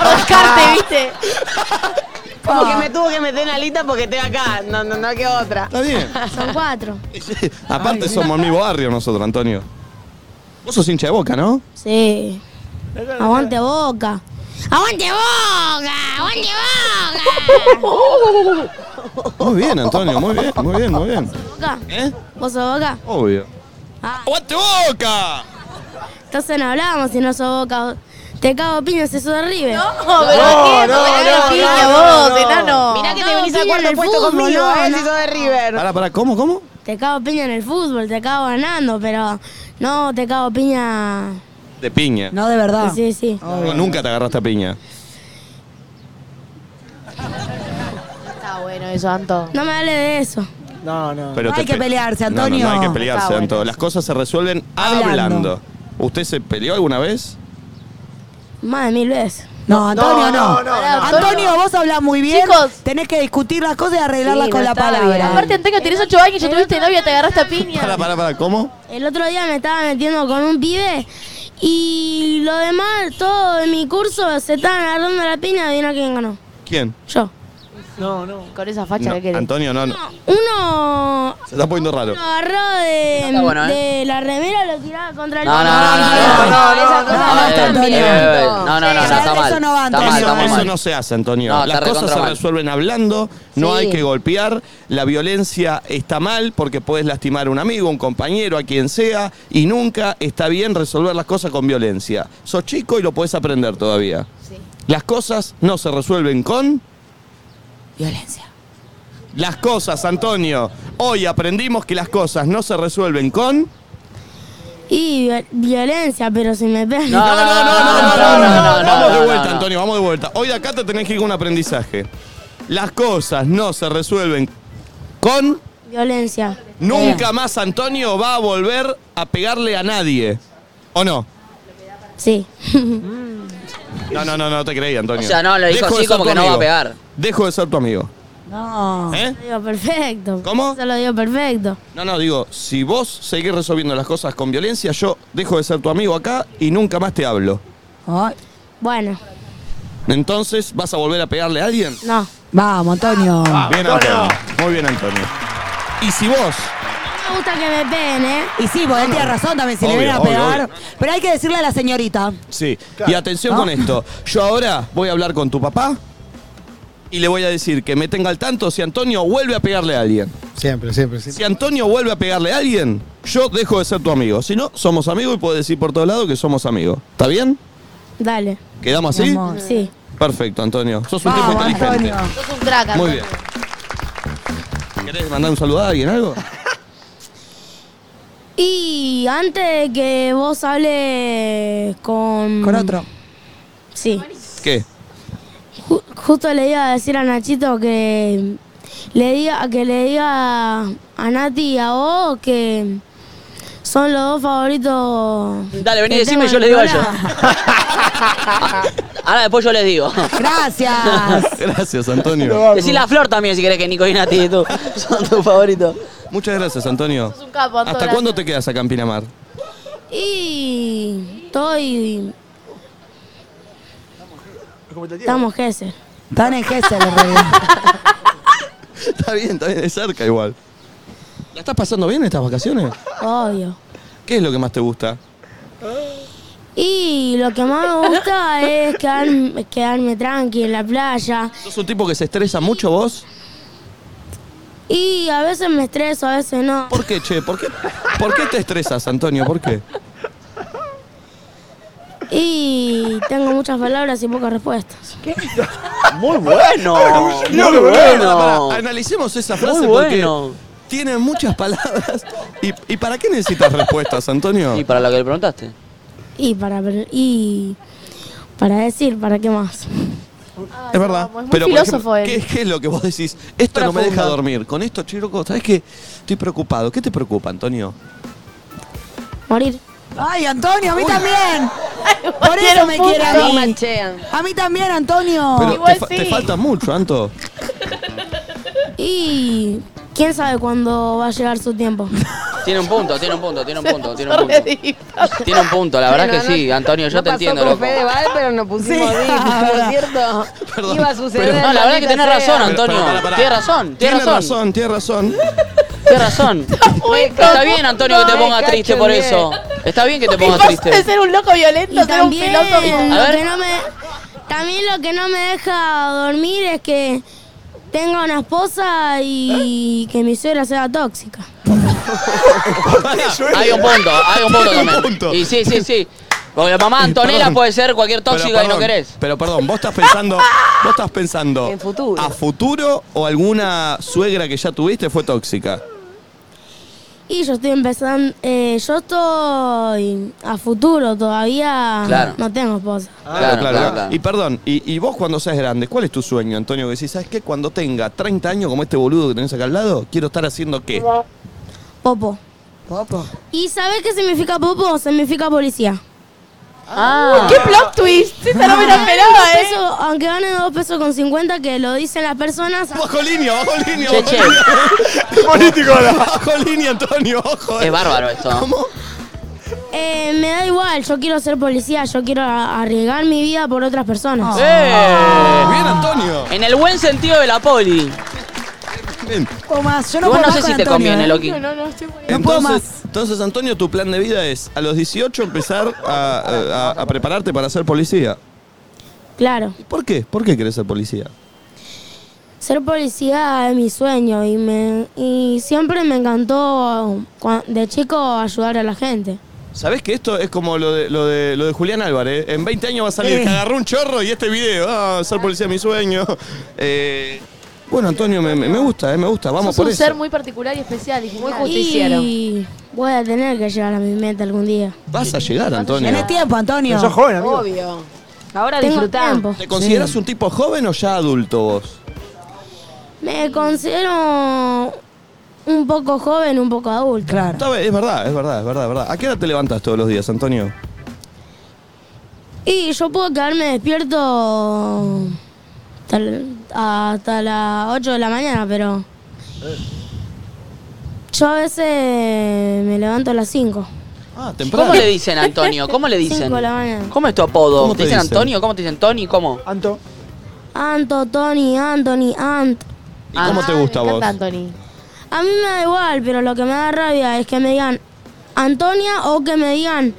Speaker 5: Rascarte, ¿viste?
Speaker 2: Como
Speaker 6: Ah.
Speaker 2: que me tuvo que meter en alita porque estoy acá. No, no, no, que otra.
Speaker 1: Está bien.
Speaker 6: Son cuatro.
Speaker 1: Sí, Aparte somos mi barrio nosotros, Antonio. Vos sos hincha de boca, ¿no?
Speaker 6: Sí. Aguante boca. ¡Aguante boca! ¡Aguante boca!
Speaker 1: Muy bien, Antonio, muy bien, muy bien, muy bien.
Speaker 6: boca.
Speaker 1: ¿Eh?
Speaker 6: ¿Vos sos boca?
Speaker 1: Obvio.
Speaker 6: Ah,
Speaker 1: ¡Aguante boca!
Speaker 6: entonces no hablamos si no sos boca. Te cago piña si sos River.
Speaker 5: No, pero ¿qué?
Speaker 11: no,
Speaker 5: Porque era
Speaker 11: no,
Speaker 5: piña
Speaker 11: no,
Speaker 5: vos,
Speaker 11: no, no.
Speaker 5: enano.
Speaker 2: Mirá que te
Speaker 6: No,
Speaker 2: venís a
Speaker 6: sí,
Speaker 2: cuarto
Speaker 6: en el
Speaker 2: puesto
Speaker 6: fútbol,
Speaker 2: conmigo,
Speaker 6: no,
Speaker 2: eh,
Speaker 6: no.
Speaker 2: si sos de River.
Speaker 1: Pará, pará, ¿cómo, cómo?
Speaker 6: Te cago piña en el fútbol, te cago ganando, pero no te cago piña.
Speaker 1: De piña.
Speaker 4: No, de verdad.
Speaker 6: Sí, sí.
Speaker 1: No, nunca te agarraste a piña.
Speaker 5: Está bueno eso, Anto.
Speaker 6: No me hable de eso.
Speaker 11: No, no.
Speaker 1: Pero
Speaker 4: No
Speaker 1: te
Speaker 4: hay que
Speaker 1: pe-
Speaker 4: pelearse,
Speaker 1: No, no, No, hay
Speaker 4: Antonio.
Speaker 1: que pelearse,
Speaker 5: Está bueno.
Speaker 1: Anto. Las cosas se resuelven hablando.
Speaker 4: Hablando.
Speaker 1: ¿Usted se peleó alguna vez?
Speaker 6: Más de mil veces.
Speaker 4: No, Antonio,
Speaker 11: no,
Speaker 4: no.
Speaker 11: no,
Speaker 5: no.
Speaker 4: Antonio, vos hablás muy bien.
Speaker 5: Chicos.
Speaker 4: Tenés que discutir las cosas y arreglarlas
Speaker 2: Sí,
Speaker 4: con
Speaker 2: no
Speaker 4: la
Speaker 2: está bien.
Speaker 4: palabra.
Speaker 5: Aparte, Antonio, tenés 8 años, ya tuviste novia, te agarraste a piña.
Speaker 1: Pará, pará, pará, ¿cómo?
Speaker 6: El otro día me estaba metiendo con un pibe y lo demás, todo de mi curso, se estaban agarrando la piña y vino quién ganó.
Speaker 1: ¿Quién?
Speaker 6: Yo.
Speaker 11: No, no.
Speaker 5: Con esa facha
Speaker 1: No,
Speaker 5: que querés.
Speaker 1: Antonio, no, no.
Speaker 6: Uno
Speaker 1: Se está poniendo raro.
Speaker 6: lo agarró de,
Speaker 1: No está bueno, ¿eh?
Speaker 6: de la remera, lo tiraba contra el
Speaker 3: No, no,
Speaker 6: balcón.
Speaker 3: no, no, no, no,
Speaker 6: esa cosa
Speaker 3: no,
Speaker 6: no
Speaker 3: eh,
Speaker 6: está
Speaker 3: eh,
Speaker 6: bien.
Speaker 3: eh, eh, no, no, no, no, está mal.
Speaker 6: eso no va,
Speaker 3: Está mal,
Speaker 1: eso,
Speaker 3: está muy
Speaker 1: eso
Speaker 3: mal.
Speaker 1: no se hace, Antonio.
Speaker 3: No,
Speaker 1: Las
Speaker 3: está
Speaker 1: cosas se
Speaker 3: recontra mal.
Speaker 1: resuelven hablando, no
Speaker 3: Sí.
Speaker 1: hay que golpear, la violencia está mal porque puedes lastimar a un amigo, un compañero, a quien sea, y nunca está bien resolver las cosas con violencia. Sos chico y lo puedes aprender todavía. Las cosas no se resuelven con...
Speaker 4: Violencia.
Speaker 1: Las cosas, Antonio. Hoy aprendimos que las cosas no se resuelven con...
Speaker 6: Y vi- violencia, pero si me pegan.
Speaker 1: No, no, no, no, no, no, no, no, Vamos de vuelta,
Speaker 3: no.
Speaker 1: Antonio, vamos de vuelta. Hoy de acá te tenés que ir con un aprendizaje. Las cosas no se resuelven con...
Speaker 6: Violencia.
Speaker 1: Nunca más Antonio va a volver a pegarle a nadie. ¿O no?
Speaker 6: Eh, Sí.
Speaker 1: No, no, no, no te creí, Antonio.
Speaker 3: O sea, no, lo dijo
Speaker 1: Dejo de
Speaker 3: así
Speaker 1: ser
Speaker 3: como
Speaker 1: tu
Speaker 3: que no va a
Speaker 1: amigo.
Speaker 3: pegar.
Speaker 1: Dejo de ser tu amigo.
Speaker 6: No.
Speaker 1: ¿Eh?
Speaker 6: Lo digo perfecto.
Speaker 1: ¿Cómo?
Speaker 6: Se lo digo perfecto.
Speaker 1: No, no, digo, si vos seguís resolviendo las cosas con violencia, yo dejo de ser tu amigo acá y nunca más te hablo.
Speaker 6: Bueno,
Speaker 1: Entonces, ¿vas a volver a pegarle a alguien?
Speaker 6: no.
Speaker 4: Vamos, Antonio.
Speaker 3: Ah,
Speaker 1: Bien, Antonio. Muy bien, Antonio. Y si vos...
Speaker 6: Me gusta que me peguen, ¿eh?
Speaker 4: Y sí, porque él tiene razón también, si
Speaker 1: Obvio,
Speaker 4: le vienen a
Speaker 1: obvio,
Speaker 4: pegar.
Speaker 1: obvio.
Speaker 4: Pero hay que decirle a la señorita.
Speaker 1: Sí. Y atención con esto. Yo ahora voy a hablar con tu papá y le voy a decir que me tenga al tanto si Antonio vuelve a pegarle a alguien.
Speaker 15: Siempre, siempre,
Speaker 1: Si
Speaker 15: siempre.
Speaker 1: Antonio vuelve a pegarle a alguien, yo dejo de ser tu amigo. Si no, somos amigos y puedes decir por todos lados que somos amigos. ¿Está bien?
Speaker 6: Dale.
Speaker 1: ¿Quedamos así?
Speaker 6: Sí.
Speaker 1: Perfecto, Antonio. Sos un tipo
Speaker 5: Vamos,
Speaker 1: inteligente.
Speaker 5: Antonio. Sos un crack,
Speaker 1: Muy
Speaker 5: Antonio.
Speaker 1: bien. ¿Querés mandar un saludo a alguien, algo?
Speaker 6: Y antes de que vos hables con.
Speaker 4: Con otro.
Speaker 6: Sí.
Speaker 1: ¿Qué?
Speaker 6: Ju- justo le iba a decir a Nachito que le diga que le diga a Nati y a vos que son los dos favoritos.
Speaker 3: Dale, vení,
Speaker 6: que
Speaker 3: decime,
Speaker 6: tengo
Speaker 3: yo
Speaker 6: en el
Speaker 3: les digo a ellos.
Speaker 6: programa.
Speaker 3: Ahora después yo les digo.
Speaker 4: Gracias.
Speaker 1: Gracias, Antonio.
Speaker 3: Decí la flor también si querés que Nico y Nati tú, son tus favoritos.
Speaker 1: Muchas gracias, Antonio.
Speaker 5: un capo, Antonio,
Speaker 1: ¿Hasta
Speaker 5: gracias.
Speaker 1: cuándo te quedas acá en Pinamar?
Speaker 6: Y estoy. Estamos Gesser.
Speaker 4: Están en Gessel, en realidad.
Speaker 1: Está bien, está bien, de cerca igual. ¿La estás pasando bien estas vacaciones?
Speaker 6: Obvio.
Speaker 1: ¿Qué es lo que más te gusta?
Speaker 6: Y lo que más me gusta es quedarme, quedarme tranqui en la playa.
Speaker 1: ¿Sos un tipo que se estresa mucho vos?
Speaker 6: Y a veces me estreso, a veces no.
Speaker 1: ¿Por qué, che? ¿Por qué, ¿por qué te estresas, Antonio? ¿Por qué?
Speaker 6: Y tengo muchas palabras y pocas respuestas.
Speaker 3: Muy bueno. Muy
Speaker 1: Pará, pará,
Speaker 3: bueno.
Speaker 1: pará, analicemos esa frase
Speaker 3: Muy bueno.
Speaker 1: porque tiene muchas palabras. ¿Y, y para qué necesitas respuestas, Antonio?
Speaker 3: Y para lo que le preguntaste.
Speaker 6: Y para ver- y para decir, ¿para qué más?
Speaker 1: es verdad.
Speaker 6: vamos, es muy
Speaker 1: por
Speaker 6: filósofo él.
Speaker 1: ¿qué, qué es lo que vos decís? Esto no me
Speaker 6: Profundo.
Speaker 1: deja dormir. Con esto, chico, ¿sabes qué? Estoy preocupado. ¿Qué te preocupa, Antonio?
Speaker 6: Morir.
Speaker 4: Ay, Antonio, a mí también. Por eso me
Speaker 2: punto.
Speaker 4: quiere a mí.
Speaker 2: Sí, manchean.
Speaker 4: A mí también, Antonio.
Speaker 1: Pero te, fa- te falta mucho, Anto.
Speaker 6: Y quién sabe cuándo va a llegar su tiempo.
Speaker 3: Tiene un punto, tiene un punto, tiene un punto, tiene un punto. Tiene un punto, la verdad
Speaker 2: Bueno,
Speaker 3: que sí,
Speaker 2: no-
Speaker 3: Antonio, yo
Speaker 2: no
Speaker 3: te
Speaker 2: pasó
Speaker 3: entiendo,
Speaker 2: con
Speaker 3: loco.
Speaker 2: Fedeval, pero nos pusimos
Speaker 4: Sí,
Speaker 2: bien,
Speaker 4: la
Speaker 2: por
Speaker 4: verdad.
Speaker 2: cierto.
Speaker 1: Perdón,
Speaker 2: Iba a suceder.
Speaker 3: pero- No, la verdad que tenés
Speaker 2: maldita
Speaker 3: razón,
Speaker 2: sea.
Speaker 3: Antonio. Tienes razón, tienes
Speaker 1: Tienes
Speaker 3: razón.
Speaker 1: razón, tienes razón.
Speaker 3: Tienes razón. Está bien, Antonio, que te
Speaker 2: Me
Speaker 3: ponga
Speaker 2: cacho
Speaker 3: triste por
Speaker 2: en
Speaker 3: eso. Está bien que te pongas
Speaker 5: Paso de
Speaker 3: triste.
Speaker 5: ser un loco violento
Speaker 6: Y
Speaker 5: a ser un
Speaker 6: también,
Speaker 5: filósofo.
Speaker 3: A
Speaker 6: lo
Speaker 3: ver.
Speaker 6: que no me, también lo que no me deja dormir es que tenga una esposa y que mi suegra sea tóxica.
Speaker 3: Hay un punto, hay un punto
Speaker 1: Tiene un punto.
Speaker 3: también. Y sí, sí, sí. Porque la mamá Antonela
Speaker 1: Perdón.
Speaker 3: puede ser cualquier
Speaker 1: Pero
Speaker 3: tóxica y no
Speaker 1: perdón,
Speaker 3: querés.
Speaker 1: Pero perdón, vos estás pensando, vos estás pensando
Speaker 2: En futuro.
Speaker 1: a futuro o alguna suegra que ya tuviste fue tóxica.
Speaker 6: Y yo estoy empezando, eh, yo estoy a futuro todavía,
Speaker 1: Claro.
Speaker 6: no tengo esposa.
Speaker 1: Claro, claro,
Speaker 3: Ah, claro,
Speaker 1: claro.
Speaker 3: claro.
Speaker 1: Y perdón, y, y vos cuando seas grande, ¿cuál es tu sueño, Antonio? Que decís, ¿sabes qué? Cuando tenga 30 años como este boludo que tenés acá al lado, quiero estar haciendo qué?
Speaker 6: Popo.
Speaker 4: Popo.
Speaker 6: ¿Y sabés qué significa popo? Significa policía.
Speaker 3: Ah.
Speaker 5: ¡Qué plot twist! Esta no me la esperaba,
Speaker 6: Dos
Speaker 5: ¿eh?
Speaker 6: pesos, aunque gane dos pesos con 50, que lo dicen las personas.
Speaker 1: Bajo línea, bajo línea,
Speaker 3: Che,
Speaker 1: bajo
Speaker 3: che.
Speaker 1: línea. Político ahora. Bajo línea, Antonio, ojo. eh.
Speaker 3: Es bárbaro esto.
Speaker 1: ¿Cómo?
Speaker 6: Eh, me da igual, yo quiero ser policía, yo quiero a- arriesgar mi vida por otras personas.
Speaker 3: ¡Eh!
Speaker 1: Ah. Bien, Antonio.
Speaker 3: En el buen sentido de la poli.
Speaker 4: O más, yo no
Speaker 3: Igual
Speaker 4: puedo
Speaker 3: no
Speaker 4: más
Speaker 3: sé
Speaker 4: con
Speaker 3: si te
Speaker 4: Antonio,
Speaker 3: conviene,
Speaker 4: ¿eh?
Speaker 3: Loki.
Speaker 4: No, no, puedo
Speaker 1: Entonces,
Speaker 4: más.
Speaker 1: entonces, Antonio, tu plan de vida es a los 18 empezar a, a- a prepararte para ser policía.
Speaker 6: Claro.
Speaker 1: ¿Por qué? ¿Por qué querés ser policía?
Speaker 6: Ser policía es mi sueño y, me, y siempre me encantó cua- de chico ayudar a la gente.
Speaker 1: ¿Sabés que esto es como lo de, lo de, lo de Julián Álvarez? En 20 años va a salir,
Speaker 6: Eh.
Speaker 1: que agarró un chorro y este video, ah, ser policía es mi sueño. Eh, bueno, Antonio, me, me- me gusta, eh, me gusta, vamos
Speaker 5: Sos
Speaker 1: por
Speaker 5: un
Speaker 1: eso.
Speaker 5: ser muy particular y especial. Y muy
Speaker 6: Y voy a tener que llegar a mi meta algún día.
Speaker 1: Vas a llegar, Antonio.
Speaker 4: Tenés este tiempo, Antonio.
Speaker 1: Sos joven, amigo.
Speaker 2: Obvio. Ahora
Speaker 6: Tengo
Speaker 2: disfrutá.
Speaker 6: tiempo.
Speaker 1: ¿Te consideras un tipo joven o ya adulto vos?
Speaker 6: Me considero un poco joven, un poco adulto.
Speaker 4: Claro.
Speaker 1: Está bien, Es verdad, es verdad, es verdad, es verdad. ¿A qué hora te levantas todos los días, Antonio?
Speaker 6: Y yo puedo quedarme despierto hasta, hasta las 8 de la mañana, pero yo a veces me levanto a las 5. Ah,
Speaker 1: Ah,
Speaker 3: ¿Cómo le dicen, Antonio? ¿Cómo le dicen?
Speaker 6: Cinco de la mañana.
Speaker 3: ¿Cómo es tu apodo?
Speaker 6: ¿Cómo
Speaker 3: ¿Te
Speaker 6: te
Speaker 3: dicen
Speaker 6: dicen?
Speaker 3: Antonio? ¿Cómo te dicen Tony? ¿Cómo?
Speaker 26: Anto.
Speaker 6: Anto, Tony, Anthony, Ant.
Speaker 1: ¿Y cómo te gusta a vos?
Speaker 6: Anthony. A mí me da igual, pero lo que me da rabia es que me digan Antonia o que me digan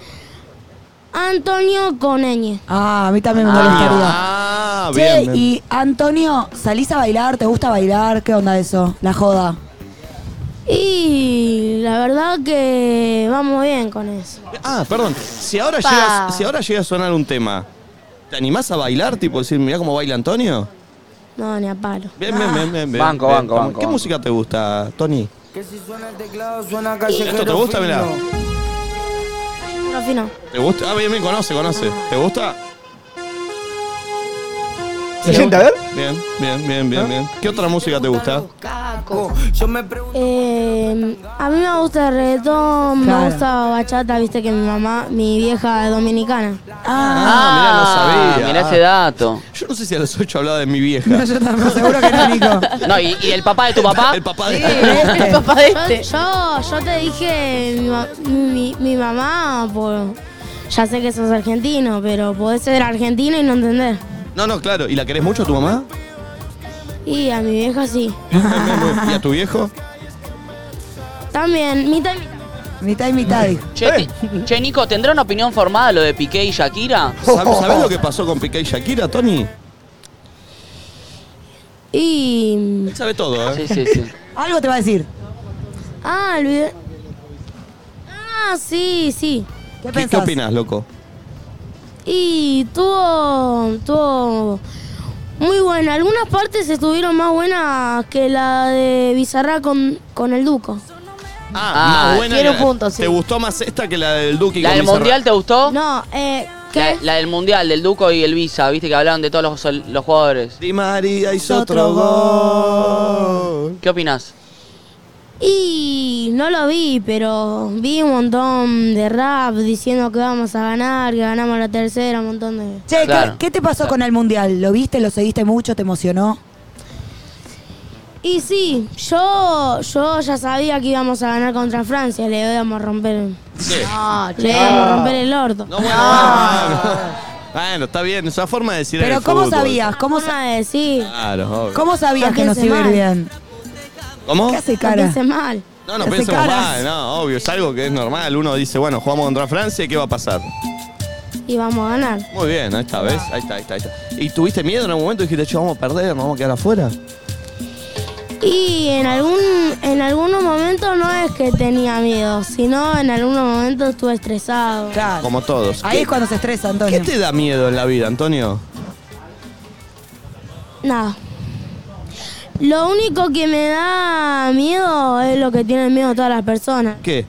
Speaker 6: Antonio con ñ.
Speaker 4: Ah, a mí también me
Speaker 6: Ah,
Speaker 4: molestaría.
Speaker 1: Ah,
Speaker 4: Che,
Speaker 1: bien.
Speaker 4: y Antonio, ¿salís a bailar? ¿Te gusta bailar? ¿Qué onda eso? La joda.
Speaker 6: Y la verdad que vamos bien con eso.
Speaker 1: Ah, perdón. Si ahora,
Speaker 6: Pa.
Speaker 1: llegas, si ahora llega a sonar un tema, ¿te animás a bailar? Tipo decir, mirá cómo baila Antonio.
Speaker 6: No, ni a palo.
Speaker 1: Bien, bien, bien, bien, bien.
Speaker 3: Banco,
Speaker 1: Bien,
Speaker 3: banco,
Speaker 1: ¿Qué
Speaker 3: banco,
Speaker 1: ¿Qué
Speaker 3: banco.
Speaker 1: música te gusta, Tony? ¿Esto te gusta? Mirá.
Speaker 6: Pero fino.
Speaker 1: ¿Te gusta? Ah, bien, bien, conoce, conoce. ¿Te gusta?
Speaker 26: ¿Se sienta a ver?
Speaker 1: Bien, bien, bien, bien, bien. ¿Qué otra música te gusta?
Speaker 6: Eh, a mí me gusta el reggaetón,
Speaker 1: Claro.
Speaker 6: me gusta bachata, viste que mi mamá, mi vieja es dominicana.
Speaker 1: Ah, mirá, no sabía.
Speaker 3: mirá ese dato.
Speaker 1: Yo no sé si a los 8 hablaba de mi vieja. No,
Speaker 4: yo también, seguro que no, Nico.
Speaker 3: No, ¿y, y el papá de tu papá? El
Speaker 1: papá de este.
Speaker 4: el
Speaker 6: papá Yo, yo te dije, mi, ma- mi- mi mamá, por, ya sé que sos argentino, pero podés ser argentino y no entender.
Speaker 1: No, no, claro. ¿Y la querés mucho a tu mamá?
Speaker 6: Y a mi vieja sí.
Speaker 1: ¿Y a tu viejo?
Speaker 6: También, mitad y mitad.
Speaker 4: Mitad y mitad.
Speaker 3: Che, ti- che, Nico, ¿tendrá una opinión formada lo de Piqué y Shakira?
Speaker 1: ¿Sab- ¿Sabés lo que pasó con Piqué y Shakira, Tony?
Speaker 6: Y.
Speaker 1: Él sabe todo, ¿eh?
Speaker 3: Sí, sí, sí.
Speaker 4: Algo te va a decir.
Speaker 6: Ah, el video- Ah, sí, sí.
Speaker 4: ¿Qué
Speaker 1: ¿Qué, qué opinás, loco?
Speaker 6: Y tuvo, tuvo muy buena. Algunas partes estuvieron más buenas que la de Bizarra con, con el Duco.
Speaker 1: Ah, más buena
Speaker 6: tiene un
Speaker 1: que-
Speaker 6: punto, sí.
Speaker 1: ¿Te gustó más esta que la del Duque?
Speaker 3: ¿La del Mundial te gustó?
Speaker 6: No, eh,
Speaker 3: La, la del Mundial, del Duco y el Visa, viste que hablaron de todos los, sol- los jugadores.
Speaker 1: Di María hizo otro gol.
Speaker 3: ¿Qué opinás?
Speaker 6: Y no lo vi, pero vi un montón de rap diciendo que vamos a ganar, que ganamos la tercera, un montón de...
Speaker 4: Che, ¿qué-
Speaker 6: Claro.
Speaker 4: ¿qué, te pasó con el mundial? ¿Lo viste? ¿Lo seguiste mucho? ¿Te emocionó?
Speaker 6: Y sí, yo, yo ya sabía que íbamos a ganar contra Francia, le íbamos a romper,
Speaker 4: Ah,
Speaker 5: No,
Speaker 6: le íbamos a romper el orto.
Speaker 1: Bueno, está bien, es una forma de decir en
Speaker 4: Pero
Speaker 1: el
Speaker 4: ¿cómo
Speaker 1: fútbol.
Speaker 4: sabías? ¿Cómo, sa-
Speaker 1: Claro, obvio.
Speaker 4: ¿Cómo sabías
Speaker 6: No
Speaker 4: que nos
Speaker 6: pienses
Speaker 4: iba a ir
Speaker 6: mal.
Speaker 4: bien?
Speaker 1: ¿Cómo?
Speaker 4: ¿Qué hace
Speaker 6: No
Speaker 4: cara?
Speaker 6: pienses mal.
Speaker 1: No, no
Speaker 4: Hace
Speaker 1: pensemos
Speaker 4: caras.
Speaker 1: mal, no, obvio, es algo que es normal. Uno dice, bueno, jugamos contra Francia y ¿qué va a pasar?
Speaker 6: Y vamos a ganar.
Speaker 1: Muy bien, ahí está, ¿ves? Ahí está, ahí está, ahí está. ¿Y tuviste miedo en algún momento? Dijiste, che, vamos a perder, nos vamos a quedar afuera.
Speaker 6: Y en algún en algunos momentos no es que tenía miedo, sino en algunos momentos estuve estresado.
Speaker 1: Como todos.
Speaker 4: Ahí es cuando se estresa, Antonio.
Speaker 1: ¿Qué te da miedo en la vida, Antonio?
Speaker 6: Nada. Lo único que me da miedo es lo que tienen miedo todas las personas.
Speaker 1: ¿Qué?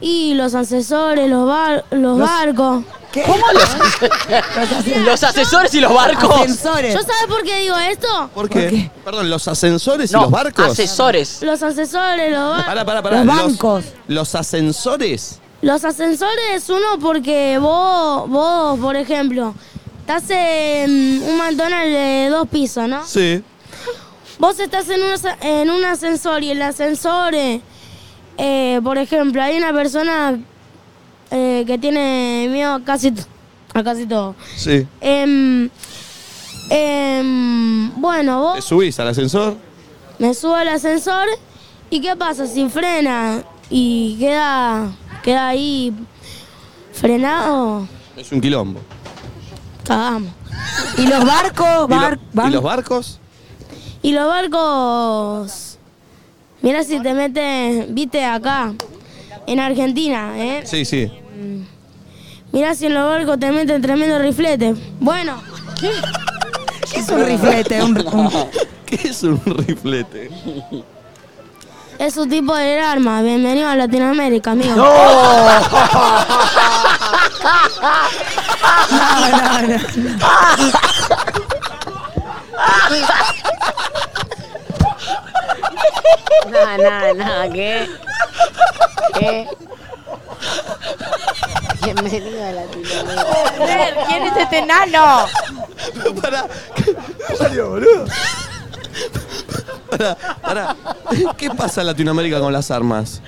Speaker 6: Y los asesores, los bar- los barcos.
Speaker 4: ¿Cómo
Speaker 3: ¿Los asesores y los barcos?
Speaker 6: ¿Yo sabes por qué digo esto?
Speaker 1: ¿Por qué? Perdón, ¿los ascensores y los barcos?
Speaker 3: asesores.
Speaker 6: Los asesores, los barcos.
Speaker 1: Pará, pará, pará. ¿Los ascensores?
Speaker 6: Los ascensores, uno porque vos, vos, por ejemplo, estás en un McDonald's de dos pisos, ¿no?
Speaker 1: Sí.
Speaker 6: Vos estás en un, asa- en un ascensor y el ascensor, eh, eh, por ejemplo, hay una persona eh, que tiene miedo a casi, t- a casi todo.
Speaker 1: Sí.
Speaker 6: Em, em, Em, bueno, vos
Speaker 1: ¿Te subís al ascensor?
Speaker 6: me subo al ascensor y ¿qué pasa? Si frena y queda, queda ahí frenado,
Speaker 1: Es un quilombo.
Speaker 6: cagamos.
Speaker 4: ¿Y los barcos?
Speaker 1: ¿Y, lo- y los barcos?
Speaker 6: Y los barcos. Mira si te metes, viste acá, en Argentina, ¿eh?
Speaker 1: Sí, sí.
Speaker 6: Mira si en los barcos te meten tremendo riflete. Bueno. ¿Qué?
Speaker 4: es un riflete? Un- un-
Speaker 1: ¿Qué es un riflete?
Speaker 6: Es un tipo de arma. Bienvenido a Latinoamérica, amigo.
Speaker 14: No, no, no, ¿qué? ¿Qué? Bienvenido a Latinoamérica.
Speaker 27: ¿Quién es este enano?
Speaker 1: Para. Salió, boludo. Pará, pará. ¿Qué pasa en Latinoamérica con las armas?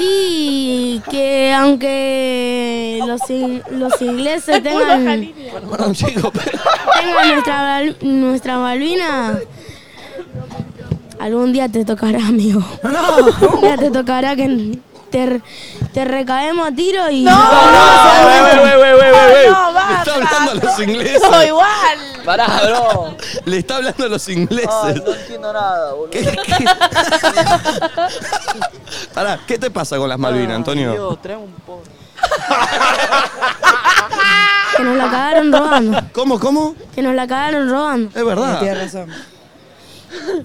Speaker 6: Y que aunque los, in- los ingleses tengan,
Speaker 1: Perdón, chico, pero-
Speaker 6: tengan nuestra, bal- nuestra Malvina, algún día te tocará, amigo. Algún día te tocará que te, re- te recaemos a tiro y...
Speaker 1: Le está hablando a los ingleses.
Speaker 27: No, igual.
Speaker 3: Pará, bro.
Speaker 1: Le está hablando a los ingleses.
Speaker 27: entiendo nada, boludo.
Speaker 1: Pará, ¿qué te pasa con las Malvinas, Antonio?
Speaker 27: un poco.
Speaker 6: Que nos la cagaron robando.
Speaker 1: ¿Cómo, cómo?
Speaker 6: Que nos la cagaron robando.
Speaker 1: Es verdad. Tienes
Speaker 4: razón.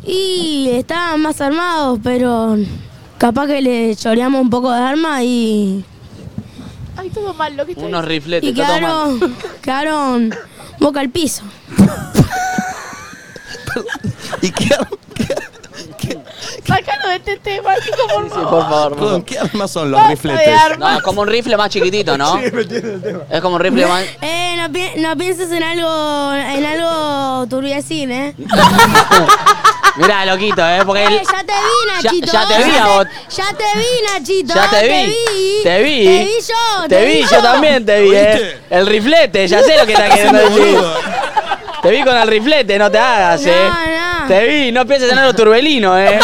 Speaker 6: Y estaban más armados, pero capaz que le choreamos un poco de arma y.
Speaker 27: Ay, todo mal lo que estoy
Speaker 3: Unos rifletes,
Speaker 6: Y
Speaker 3: está todo mal.
Speaker 6: quedaron, quedaron boca al piso.
Speaker 27: Sácalo de este tema, chico, por favor.
Speaker 3: Por favor,
Speaker 1: Perdón, ¿qué armas son los
Speaker 27: Basta de
Speaker 1: rifletes?
Speaker 3: No, es como un rifle más chiquitito, ¿no?
Speaker 1: Sí,
Speaker 3: Es como un rifle más.
Speaker 6: Eh, no, pi- no pienses en algo, en algo turbiacín, eh.
Speaker 3: Mirá, loquito, ¿eh? Porque el-
Speaker 6: Eh, ya te vi,
Speaker 3: Ya-
Speaker 6: Nachito.
Speaker 3: ya te
Speaker 6: eh,
Speaker 3: vi a vos.
Speaker 6: Ya te vi, Nachito.
Speaker 3: Ya
Speaker 6: eh,
Speaker 3: te vi. Te vi.
Speaker 6: Te vi yo.
Speaker 3: Te vi, yo también te vi, ¿eh? El riflete, ya sé lo que está queriendo decir. Te vi con el riflete, no te hagas, ¿eh?
Speaker 6: No, no.
Speaker 3: Te vi, no pienses en algo turbelino, ¿eh?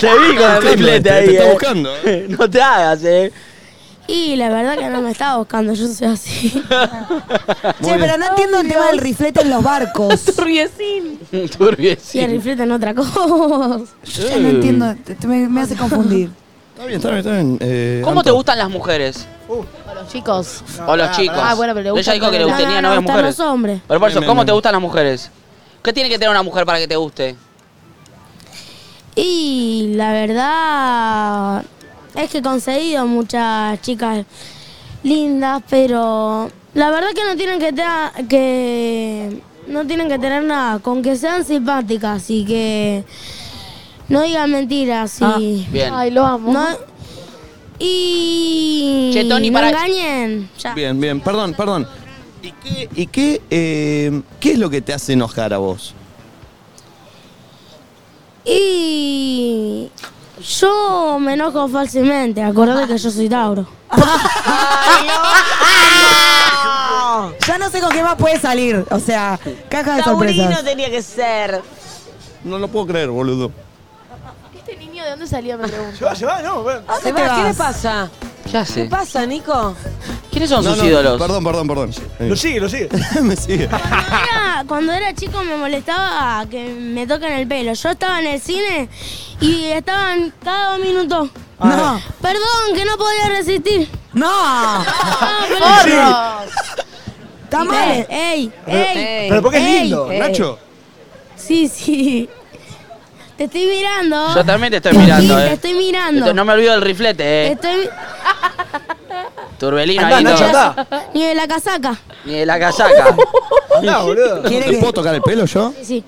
Speaker 3: Te vi con el
Speaker 1: Buscando,
Speaker 3: riflete
Speaker 1: te-
Speaker 3: ahí,
Speaker 1: te está
Speaker 3: ¿eh?
Speaker 1: buscando,
Speaker 3: No te hagas, ¿eh?
Speaker 6: Y la verdad que no me estaba buscando, yo soy así.
Speaker 4: Che, pero no entiendo el tema del riflete en los barcos.
Speaker 27: Turbiecín.
Speaker 3: Turbiecín.
Speaker 6: Sí, el riflete en otra cosa.
Speaker 4: Yo ya no entiendo, te- te- me, me hace confundir.
Speaker 1: Eh, Está bien, está bien, está bien. Eh,
Speaker 3: ¿Cómo te
Speaker 1: Anto.
Speaker 3: gustan las mujeres?
Speaker 27: Uh.
Speaker 5: O los chicos.
Speaker 3: O los chicos.
Speaker 5: Ah, bueno, pero le gusta
Speaker 3: Ella dijo
Speaker 5: todo
Speaker 3: que
Speaker 5: el
Speaker 3: le
Speaker 5: mundo.
Speaker 3: tenía novias
Speaker 6: gustan
Speaker 3: mujeres.
Speaker 6: los hombres.
Speaker 3: Pero por
Speaker 5: Bien,
Speaker 3: eso,
Speaker 5: bien,
Speaker 3: ¿cómo
Speaker 5: bien.
Speaker 3: te gustan las mujeres? ¿Qué tiene que tener una mujer para que te guste?
Speaker 6: Y la verdad es que he conseguido muchas chicas lindas, pero la verdad que no tienen que ta- que no tienen que tener nada, con que sean simpáticas y que no digan mentiras y
Speaker 3: bien.
Speaker 27: Ay, lo amo.
Speaker 6: No- y
Speaker 27: Che, Tony,
Speaker 6: no
Speaker 27: para-
Speaker 6: engañen. Ya.
Speaker 1: Bien, bien, perdón, perdón. ¿Y qué, y qué, eh, qué es lo que te hace enojar a vos?
Speaker 6: Y yo me enojo fácilmente, acordate que yo soy Tauro.
Speaker 4: Ya no sé con qué más puede salir. O sea, caja de
Speaker 14: Taurino
Speaker 4: sorpresas.
Speaker 14: tenía que ser.
Speaker 1: No lo puedo creer, boludo.
Speaker 27: ¿Este niño de dónde salía, me pregunto? ¿Se va, se va? No, bueno.
Speaker 14: ¿Dónde está? ¿Qué le pasa?
Speaker 3: ¿Qué hace?
Speaker 14: ¿Qué pasa, Nico?
Speaker 3: ¿Quiénes son
Speaker 1: No,
Speaker 3: sus
Speaker 1: no,
Speaker 3: ídolos?
Speaker 1: Perdón, perdón, perdón. Lo sigue, lo sigue. me sigue.
Speaker 6: Ah. Era- cuando era chico me molestaba que me toquen el pelo. Yo estaba en el cine y estaban cada dos minutos.
Speaker 4: No.
Speaker 6: Perdón, que no podía resistir.
Speaker 4: Ah.
Speaker 6: Ah,
Speaker 4: No.
Speaker 6: Está
Speaker 4: mal.
Speaker 6: Ey,
Speaker 4: Pero-
Speaker 6: ey.
Speaker 4: pero porque es
Speaker 6: ey,
Speaker 4: lindo,
Speaker 6: ey.
Speaker 1: Nacho.
Speaker 6: Sí, sí. Te estoy mirando.
Speaker 3: Yo también te estoy
Speaker 6: Te
Speaker 3: mirando,
Speaker 6: estoy-
Speaker 3: ¿eh?
Speaker 6: Ah. Te estoy mirando.
Speaker 3: Esto- no me olvido del riflete, ¿eh?
Speaker 6: Estoy
Speaker 3: Turbelino
Speaker 1: Andá,
Speaker 3: ahí
Speaker 1: Nacho,
Speaker 3: todo.
Speaker 1: andá.
Speaker 6: ni de la casaca.
Speaker 3: Ni de la casaca.
Speaker 1: No, boludo. ¿Te puedo tocar el pelo yo?
Speaker 6: Sí, sí.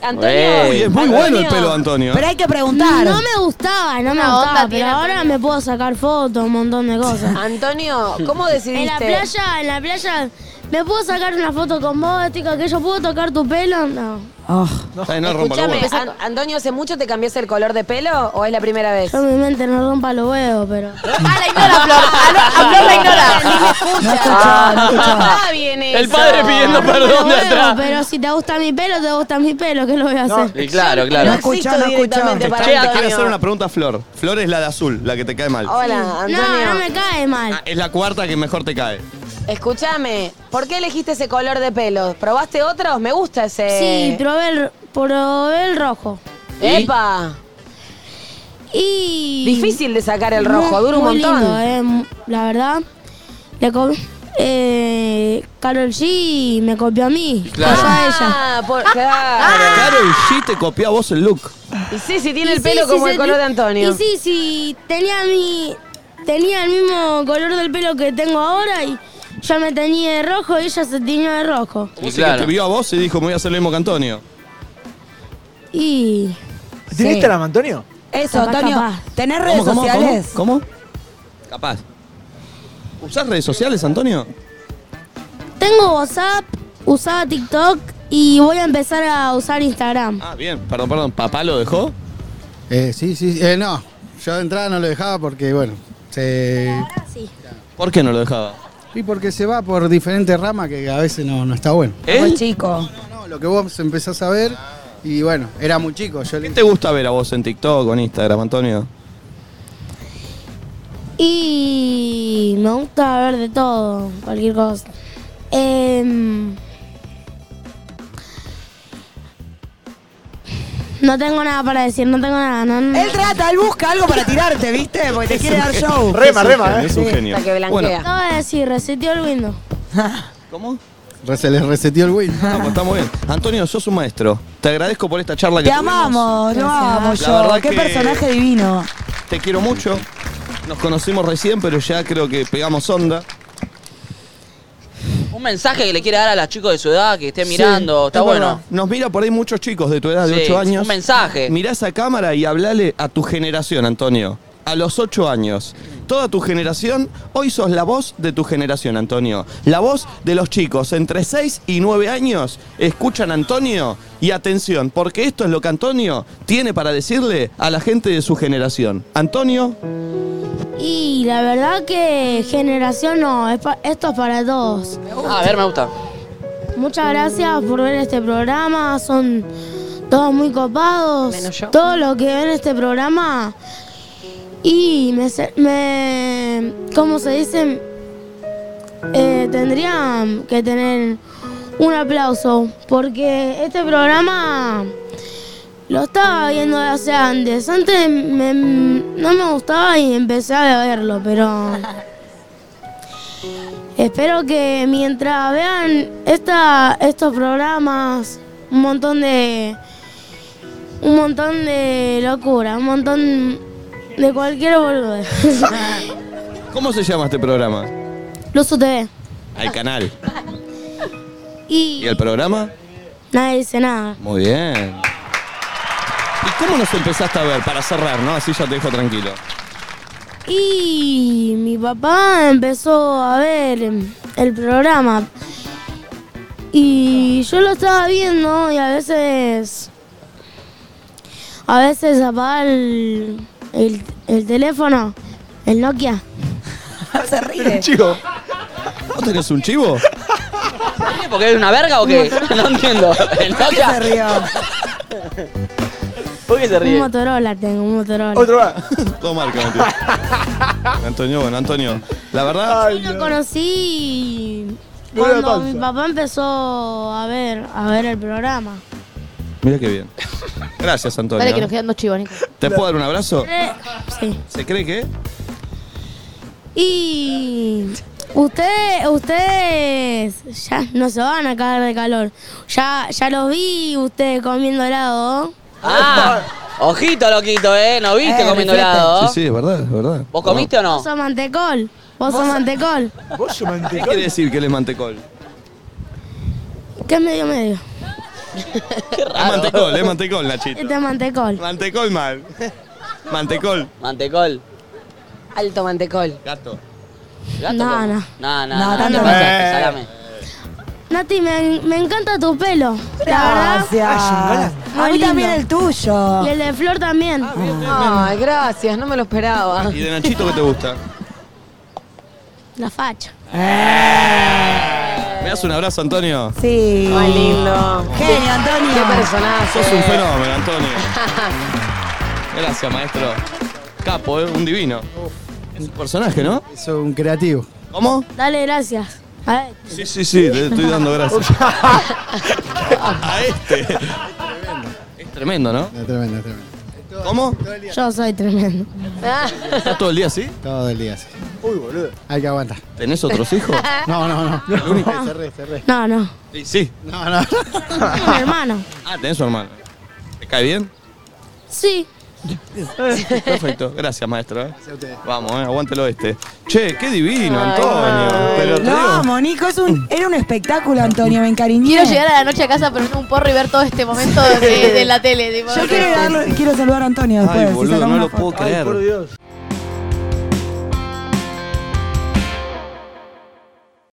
Speaker 1: Antonio. Uy, es muy bueno el pelo, Antonio. ¿eh?
Speaker 4: Pero hay que preguntar.
Speaker 6: No me gustaba, no
Speaker 27: Una
Speaker 6: me
Speaker 27: onda
Speaker 6: gustaba, pero
Speaker 27: tiene,
Speaker 6: ahora me puedo sacar fotos, un montón de cosas.
Speaker 14: Antonio, ¿cómo decidiste?
Speaker 6: En la playa, en la playa ¿Me puedo sacar una foto con vos, esto y que aquello? ¿Puedo tocar tu pelo? No.
Speaker 1: Ay, no rompa los
Speaker 2: Escúchame,
Speaker 1: huevos.
Speaker 2: An- Antonio, ¿hace mucho te cambiaste el color de pelo o es la primera vez? Ah,
Speaker 6: Yo en mi mente no rompa los huevos, pero.
Speaker 2: No
Speaker 6: escuchaba, no escuchaba.
Speaker 2: Ah, viene
Speaker 6: El
Speaker 2: padre
Speaker 6: pidiendo
Speaker 2: perdón de atrás.
Speaker 6: Pero si te gusta mi pelo, te gusta mi pelo, ¿qué lo voy a hacer?
Speaker 1: Y claro,
Speaker 6: claro. No escuchá, no escuchá. directamente para
Speaker 1: Che,
Speaker 6: Antonio.
Speaker 1: quiero hacer una pregunta a Flor. Flor es la de azul, la que te cae mal. Ah,
Speaker 2: Hola, Antonio. Ah,
Speaker 6: No, no me cae mal.
Speaker 1: Es la cuarta que mejor te cae.
Speaker 2: Escúchame, ¿por qué elegiste ese color de pelo? ¿Probaste otros? Me gusta ese.
Speaker 6: Sí, probé el, probé el rojo.
Speaker 2: ¡Epa!
Speaker 6: Y.
Speaker 2: Difícil de sacar el rojo,
Speaker 6: Muy-
Speaker 2: dura un
Speaker 6: muy
Speaker 2: montón.
Speaker 6: lindo, eh, m- la verdad. Le co- eh, Carol G me copió a mí.
Speaker 1: Claro.
Speaker 6: no a ella.
Speaker 2: Ah, por- claro.
Speaker 1: Claro, y G te copió a vos el look.
Speaker 2: Y sí, sí, tiene
Speaker 6: Y
Speaker 2: el
Speaker 6: sí,
Speaker 2: pelo
Speaker 6: sí,
Speaker 2: como
Speaker 6: se-
Speaker 2: el color de Antonio.
Speaker 6: Y sí, sí, tenía mi. Tenía el mismo color del pelo que tengo ahora y yo me tenía de rojo y ella se tenía de rojo.
Speaker 1: Y que te vio a vos y dijo, me voy a hacer lo mismo que Antonio.
Speaker 6: Y.
Speaker 11: ¿Tiene Instagram, Antonio?
Speaker 4: Eso,
Speaker 6: Capaz,
Speaker 4: Antonio,
Speaker 6: capaz.
Speaker 4: ¿tenés redes sociales?
Speaker 1: ¿Cómo? Capaz. ¿Usás redes sociales, Antonio?
Speaker 6: Tengo WhatsApp, usaba TikTok y voy a empezar a usar Instagram.
Speaker 1: Ah, bien. Perdón, perdón. ¿Papá lo dejó?
Speaker 15: Eh, sí, sí, eh, no. Yo de entrada no lo dejaba porque, bueno, se...
Speaker 1: ¿Por qué no lo dejaba?
Speaker 15: Y porque se va por diferentes ramas que a veces no, no está bueno.
Speaker 1: ¿Eh?
Speaker 4: chico.
Speaker 15: No, lo que vos empezás a ver y, bueno, era muy chico. Yo
Speaker 1: ¿Qué te gusta ver a vos en TikTok o en Instagram, Antonio?
Speaker 6: Y me gusta ver de todo, cualquier cosa. Em, no tengo nada para decir, no tengo nada. no, no.
Speaker 4: Él trata, él busca algo para tirarte, ¿viste? Porque te quiere dar show.
Speaker 15: Rema, rema,
Speaker 1: Es un
Speaker 15: Sí,
Speaker 1: genio.
Speaker 15: hasta que blanquea.
Speaker 1: Bueno,
Speaker 6: Acaba de decir, reseteó el Windows.
Speaker 1: ¿Cómo?
Speaker 15: Se les reseteó el win.
Speaker 1: No, pues está muy bien. Antonio, sos un maestro. Te agradezco por esta charla que
Speaker 4: Te
Speaker 1: tuvimos.
Speaker 4: amamos, lo
Speaker 1: Gracias.
Speaker 4: amo
Speaker 1: La
Speaker 4: yo.
Speaker 1: verdad
Speaker 4: Qué
Speaker 1: que-
Speaker 4: personaje divino.
Speaker 1: Te quiero mucho. Nos conocimos recién, pero ya creo que pegamos onda.
Speaker 3: Un mensaje que le quiere dar a los chicos de su edad que estén mirando,
Speaker 1: Sí,
Speaker 3: está
Speaker 1: es
Speaker 3: bueno.
Speaker 1: verdad. Nos mira por ahí muchos chicos de tu edad, de
Speaker 3: Sí,
Speaker 1: 8 años.
Speaker 3: un mensaje.
Speaker 1: Mirá esa cámara y hablale a tu generación, Antonio. A los 8 años. Toda tu generación, hoy sos la voz de tu generación, Antonio. La voz de los chicos entre 6 y 9 años. Escuchan a Antonio y atención, porque esto es lo que Antonio tiene para decirle a la gente de su generación. Antonio,
Speaker 6: Y la verdad que generación no, es pa- esto es para todos.
Speaker 3: Ah, a ver, me gusta.
Speaker 6: Muchas gracias por ver este programa, son todos muy copados.
Speaker 2: Menos yo.
Speaker 6: Todo lo que ven este programa. Y me, se- me ¿cómo se dice? Eh, tendrían que tener un aplauso, porque este programa lo estaba viendo hace antes. Antes me- no me gustaba y empecé a verlo, pero... Espero que mientras vean esta, estos programas, un montón de. un montón de locura, un montón de cualquier boludo.
Speaker 1: ¿cómo se llama este programa?
Speaker 6: Luz TV.
Speaker 1: Al canal.
Speaker 6: Y
Speaker 1: ¿Y el programa?
Speaker 6: nadie dice nada.
Speaker 1: Muy bien. ¿Y cómo nos empezaste a ver? Para cerrar, ¿no? Así ya te dejo tranquilo.
Speaker 6: Y mi papá empezó a ver el programa. Y yo lo estaba viendo y a veces. A veces apagaba el, el, el teléfono, el Nokia.
Speaker 4: Se ríe.
Speaker 1: Chivo. ¿Vos tenés un chivo?
Speaker 3: ¿Porque es una verga o qué? No entiendo. ¿El Nokia? ¿Por qué se
Speaker 6: Un
Speaker 3: ríe?
Speaker 6: Motorola tengo, un Motorola.
Speaker 1: Todo marca, Antonio. Antonio, bueno, Antonio. La verdad.
Speaker 6: Lo conocí
Speaker 1: Muy
Speaker 6: cuando
Speaker 1: avanza.
Speaker 6: mi papá empezó a ver, a ver el programa.
Speaker 1: Mira qué bien. Gracias, Antonio. ¿eh?
Speaker 5: Dale, que nos quedan dos chivos, Nico.
Speaker 1: ¿Te puedo dar un abrazo?
Speaker 6: Eh, sí.
Speaker 1: ¿Se cree que?
Speaker 6: Y ustedes, ustedes ya no se van a caer de calor. Ya, ya los vi ustedes comiendo helado.
Speaker 3: Ah, ojito, loquito, ¿eh? ¿No viste comiendo helado?
Speaker 1: Sí, sí, es verdad, es verdad.
Speaker 3: ¿Vos comiste o no?
Speaker 6: Vos sos mantecol. Vos sos mantecol.
Speaker 1: ¿Vos ¿Qué quiere decir que él es mantecol?
Speaker 6: ¿Qué es medio medio?
Speaker 1: Es mantecol, es mantecol, Nachito.
Speaker 6: Este es mantecol.
Speaker 1: Mantecol mal. Mantecol.
Speaker 3: Mantecol.
Speaker 2: Alto mantecol.
Speaker 1: Gato.
Speaker 3: Gato,
Speaker 6: No,
Speaker 3: ¿cómo?
Speaker 6: no.
Speaker 2: No,
Speaker 3: No, no, no,
Speaker 2: tanto
Speaker 3: te
Speaker 2: no.
Speaker 3: pasaste, salame.
Speaker 6: Nati, me, me encanta tu pelo.
Speaker 4: Gracias. A mí también el tuyo.
Speaker 6: Y el de Flor también.
Speaker 1: Ah,
Speaker 2: Ay, gracias, no me lo esperaba.
Speaker 1: ¿Y de Nachito qué te gusta?
Speaker 6: La facha.
Speaker 1: ¿Me das un abrazo, Antonio?
Speaker 4: Sí.
Speaker 2: Muy lindo.
Speaker 4: Genio, Antonio.
Speaker 2: Qué personaje.
Speaker 1: Sos un fenómeno, Antonio. Gracias, maestro. Capo, ¿eh? un divino. Es un personaje, ¿no?
Speaker 15: Es un creativo.
Speaker 1: ¿Cómo?
Speaker 6: Dale, gracias. A ver.
Speaker 1: Sí, sí, sí, te estoy dando gracias. A este. Es tremendo, ¿no?
Speaker 15: Es tremendo, es tremendo.
Speaker 1: ¿Cómo?
Speaker 6: Yo soy tremendo.
Speaker 1: ¿Estás todo el día así?
Speaker 15: Todo el día así.
Speaker 11: Uy, boludo.
Speaker 15: Hay que aguantar.
Speaker 1: ¿Tenés otros hijos?
Speaker 15: No, no, no.
Speaker 1: El único.
Speaker 15: Cerré, cerré.
Speaker 6: No, no.
Speaker 1: Sí, sí.
Speaker 15: No, no.
Speaker 6: Mi hermano.
Speaker 1: Ah, tenés un hermano. ¿Te cae bien?
Speaker 6: Sí.
Speaker 1: Perfecto, gracias maestro. ¿eh? Vamos, eh, aguántelo este. Che, qué divino, Antonio. Pero te
Speaker 4: No,
Speaker 1: digo,
Speaker 4: Monico, es un, era un espectáculo, Antonio, me encariñé.
Speaker 5: Quiero llegar a la noche a casa, pero no un porro y ver todo este momento de, de la tele. tipo,
Speaker 4: Yo quiero, darle- quiero saludar a Antonio después.
Speaker 1: ay,
Speaker 4: si
Speaker 1: boludo,
Speaker 4: sacamos
Speaker 1: no
Speaker 4: una
Speaker 1: lo
Speaker 4: foto.
Speaker 1: puedo creer.
Speaker 11: Por Dios.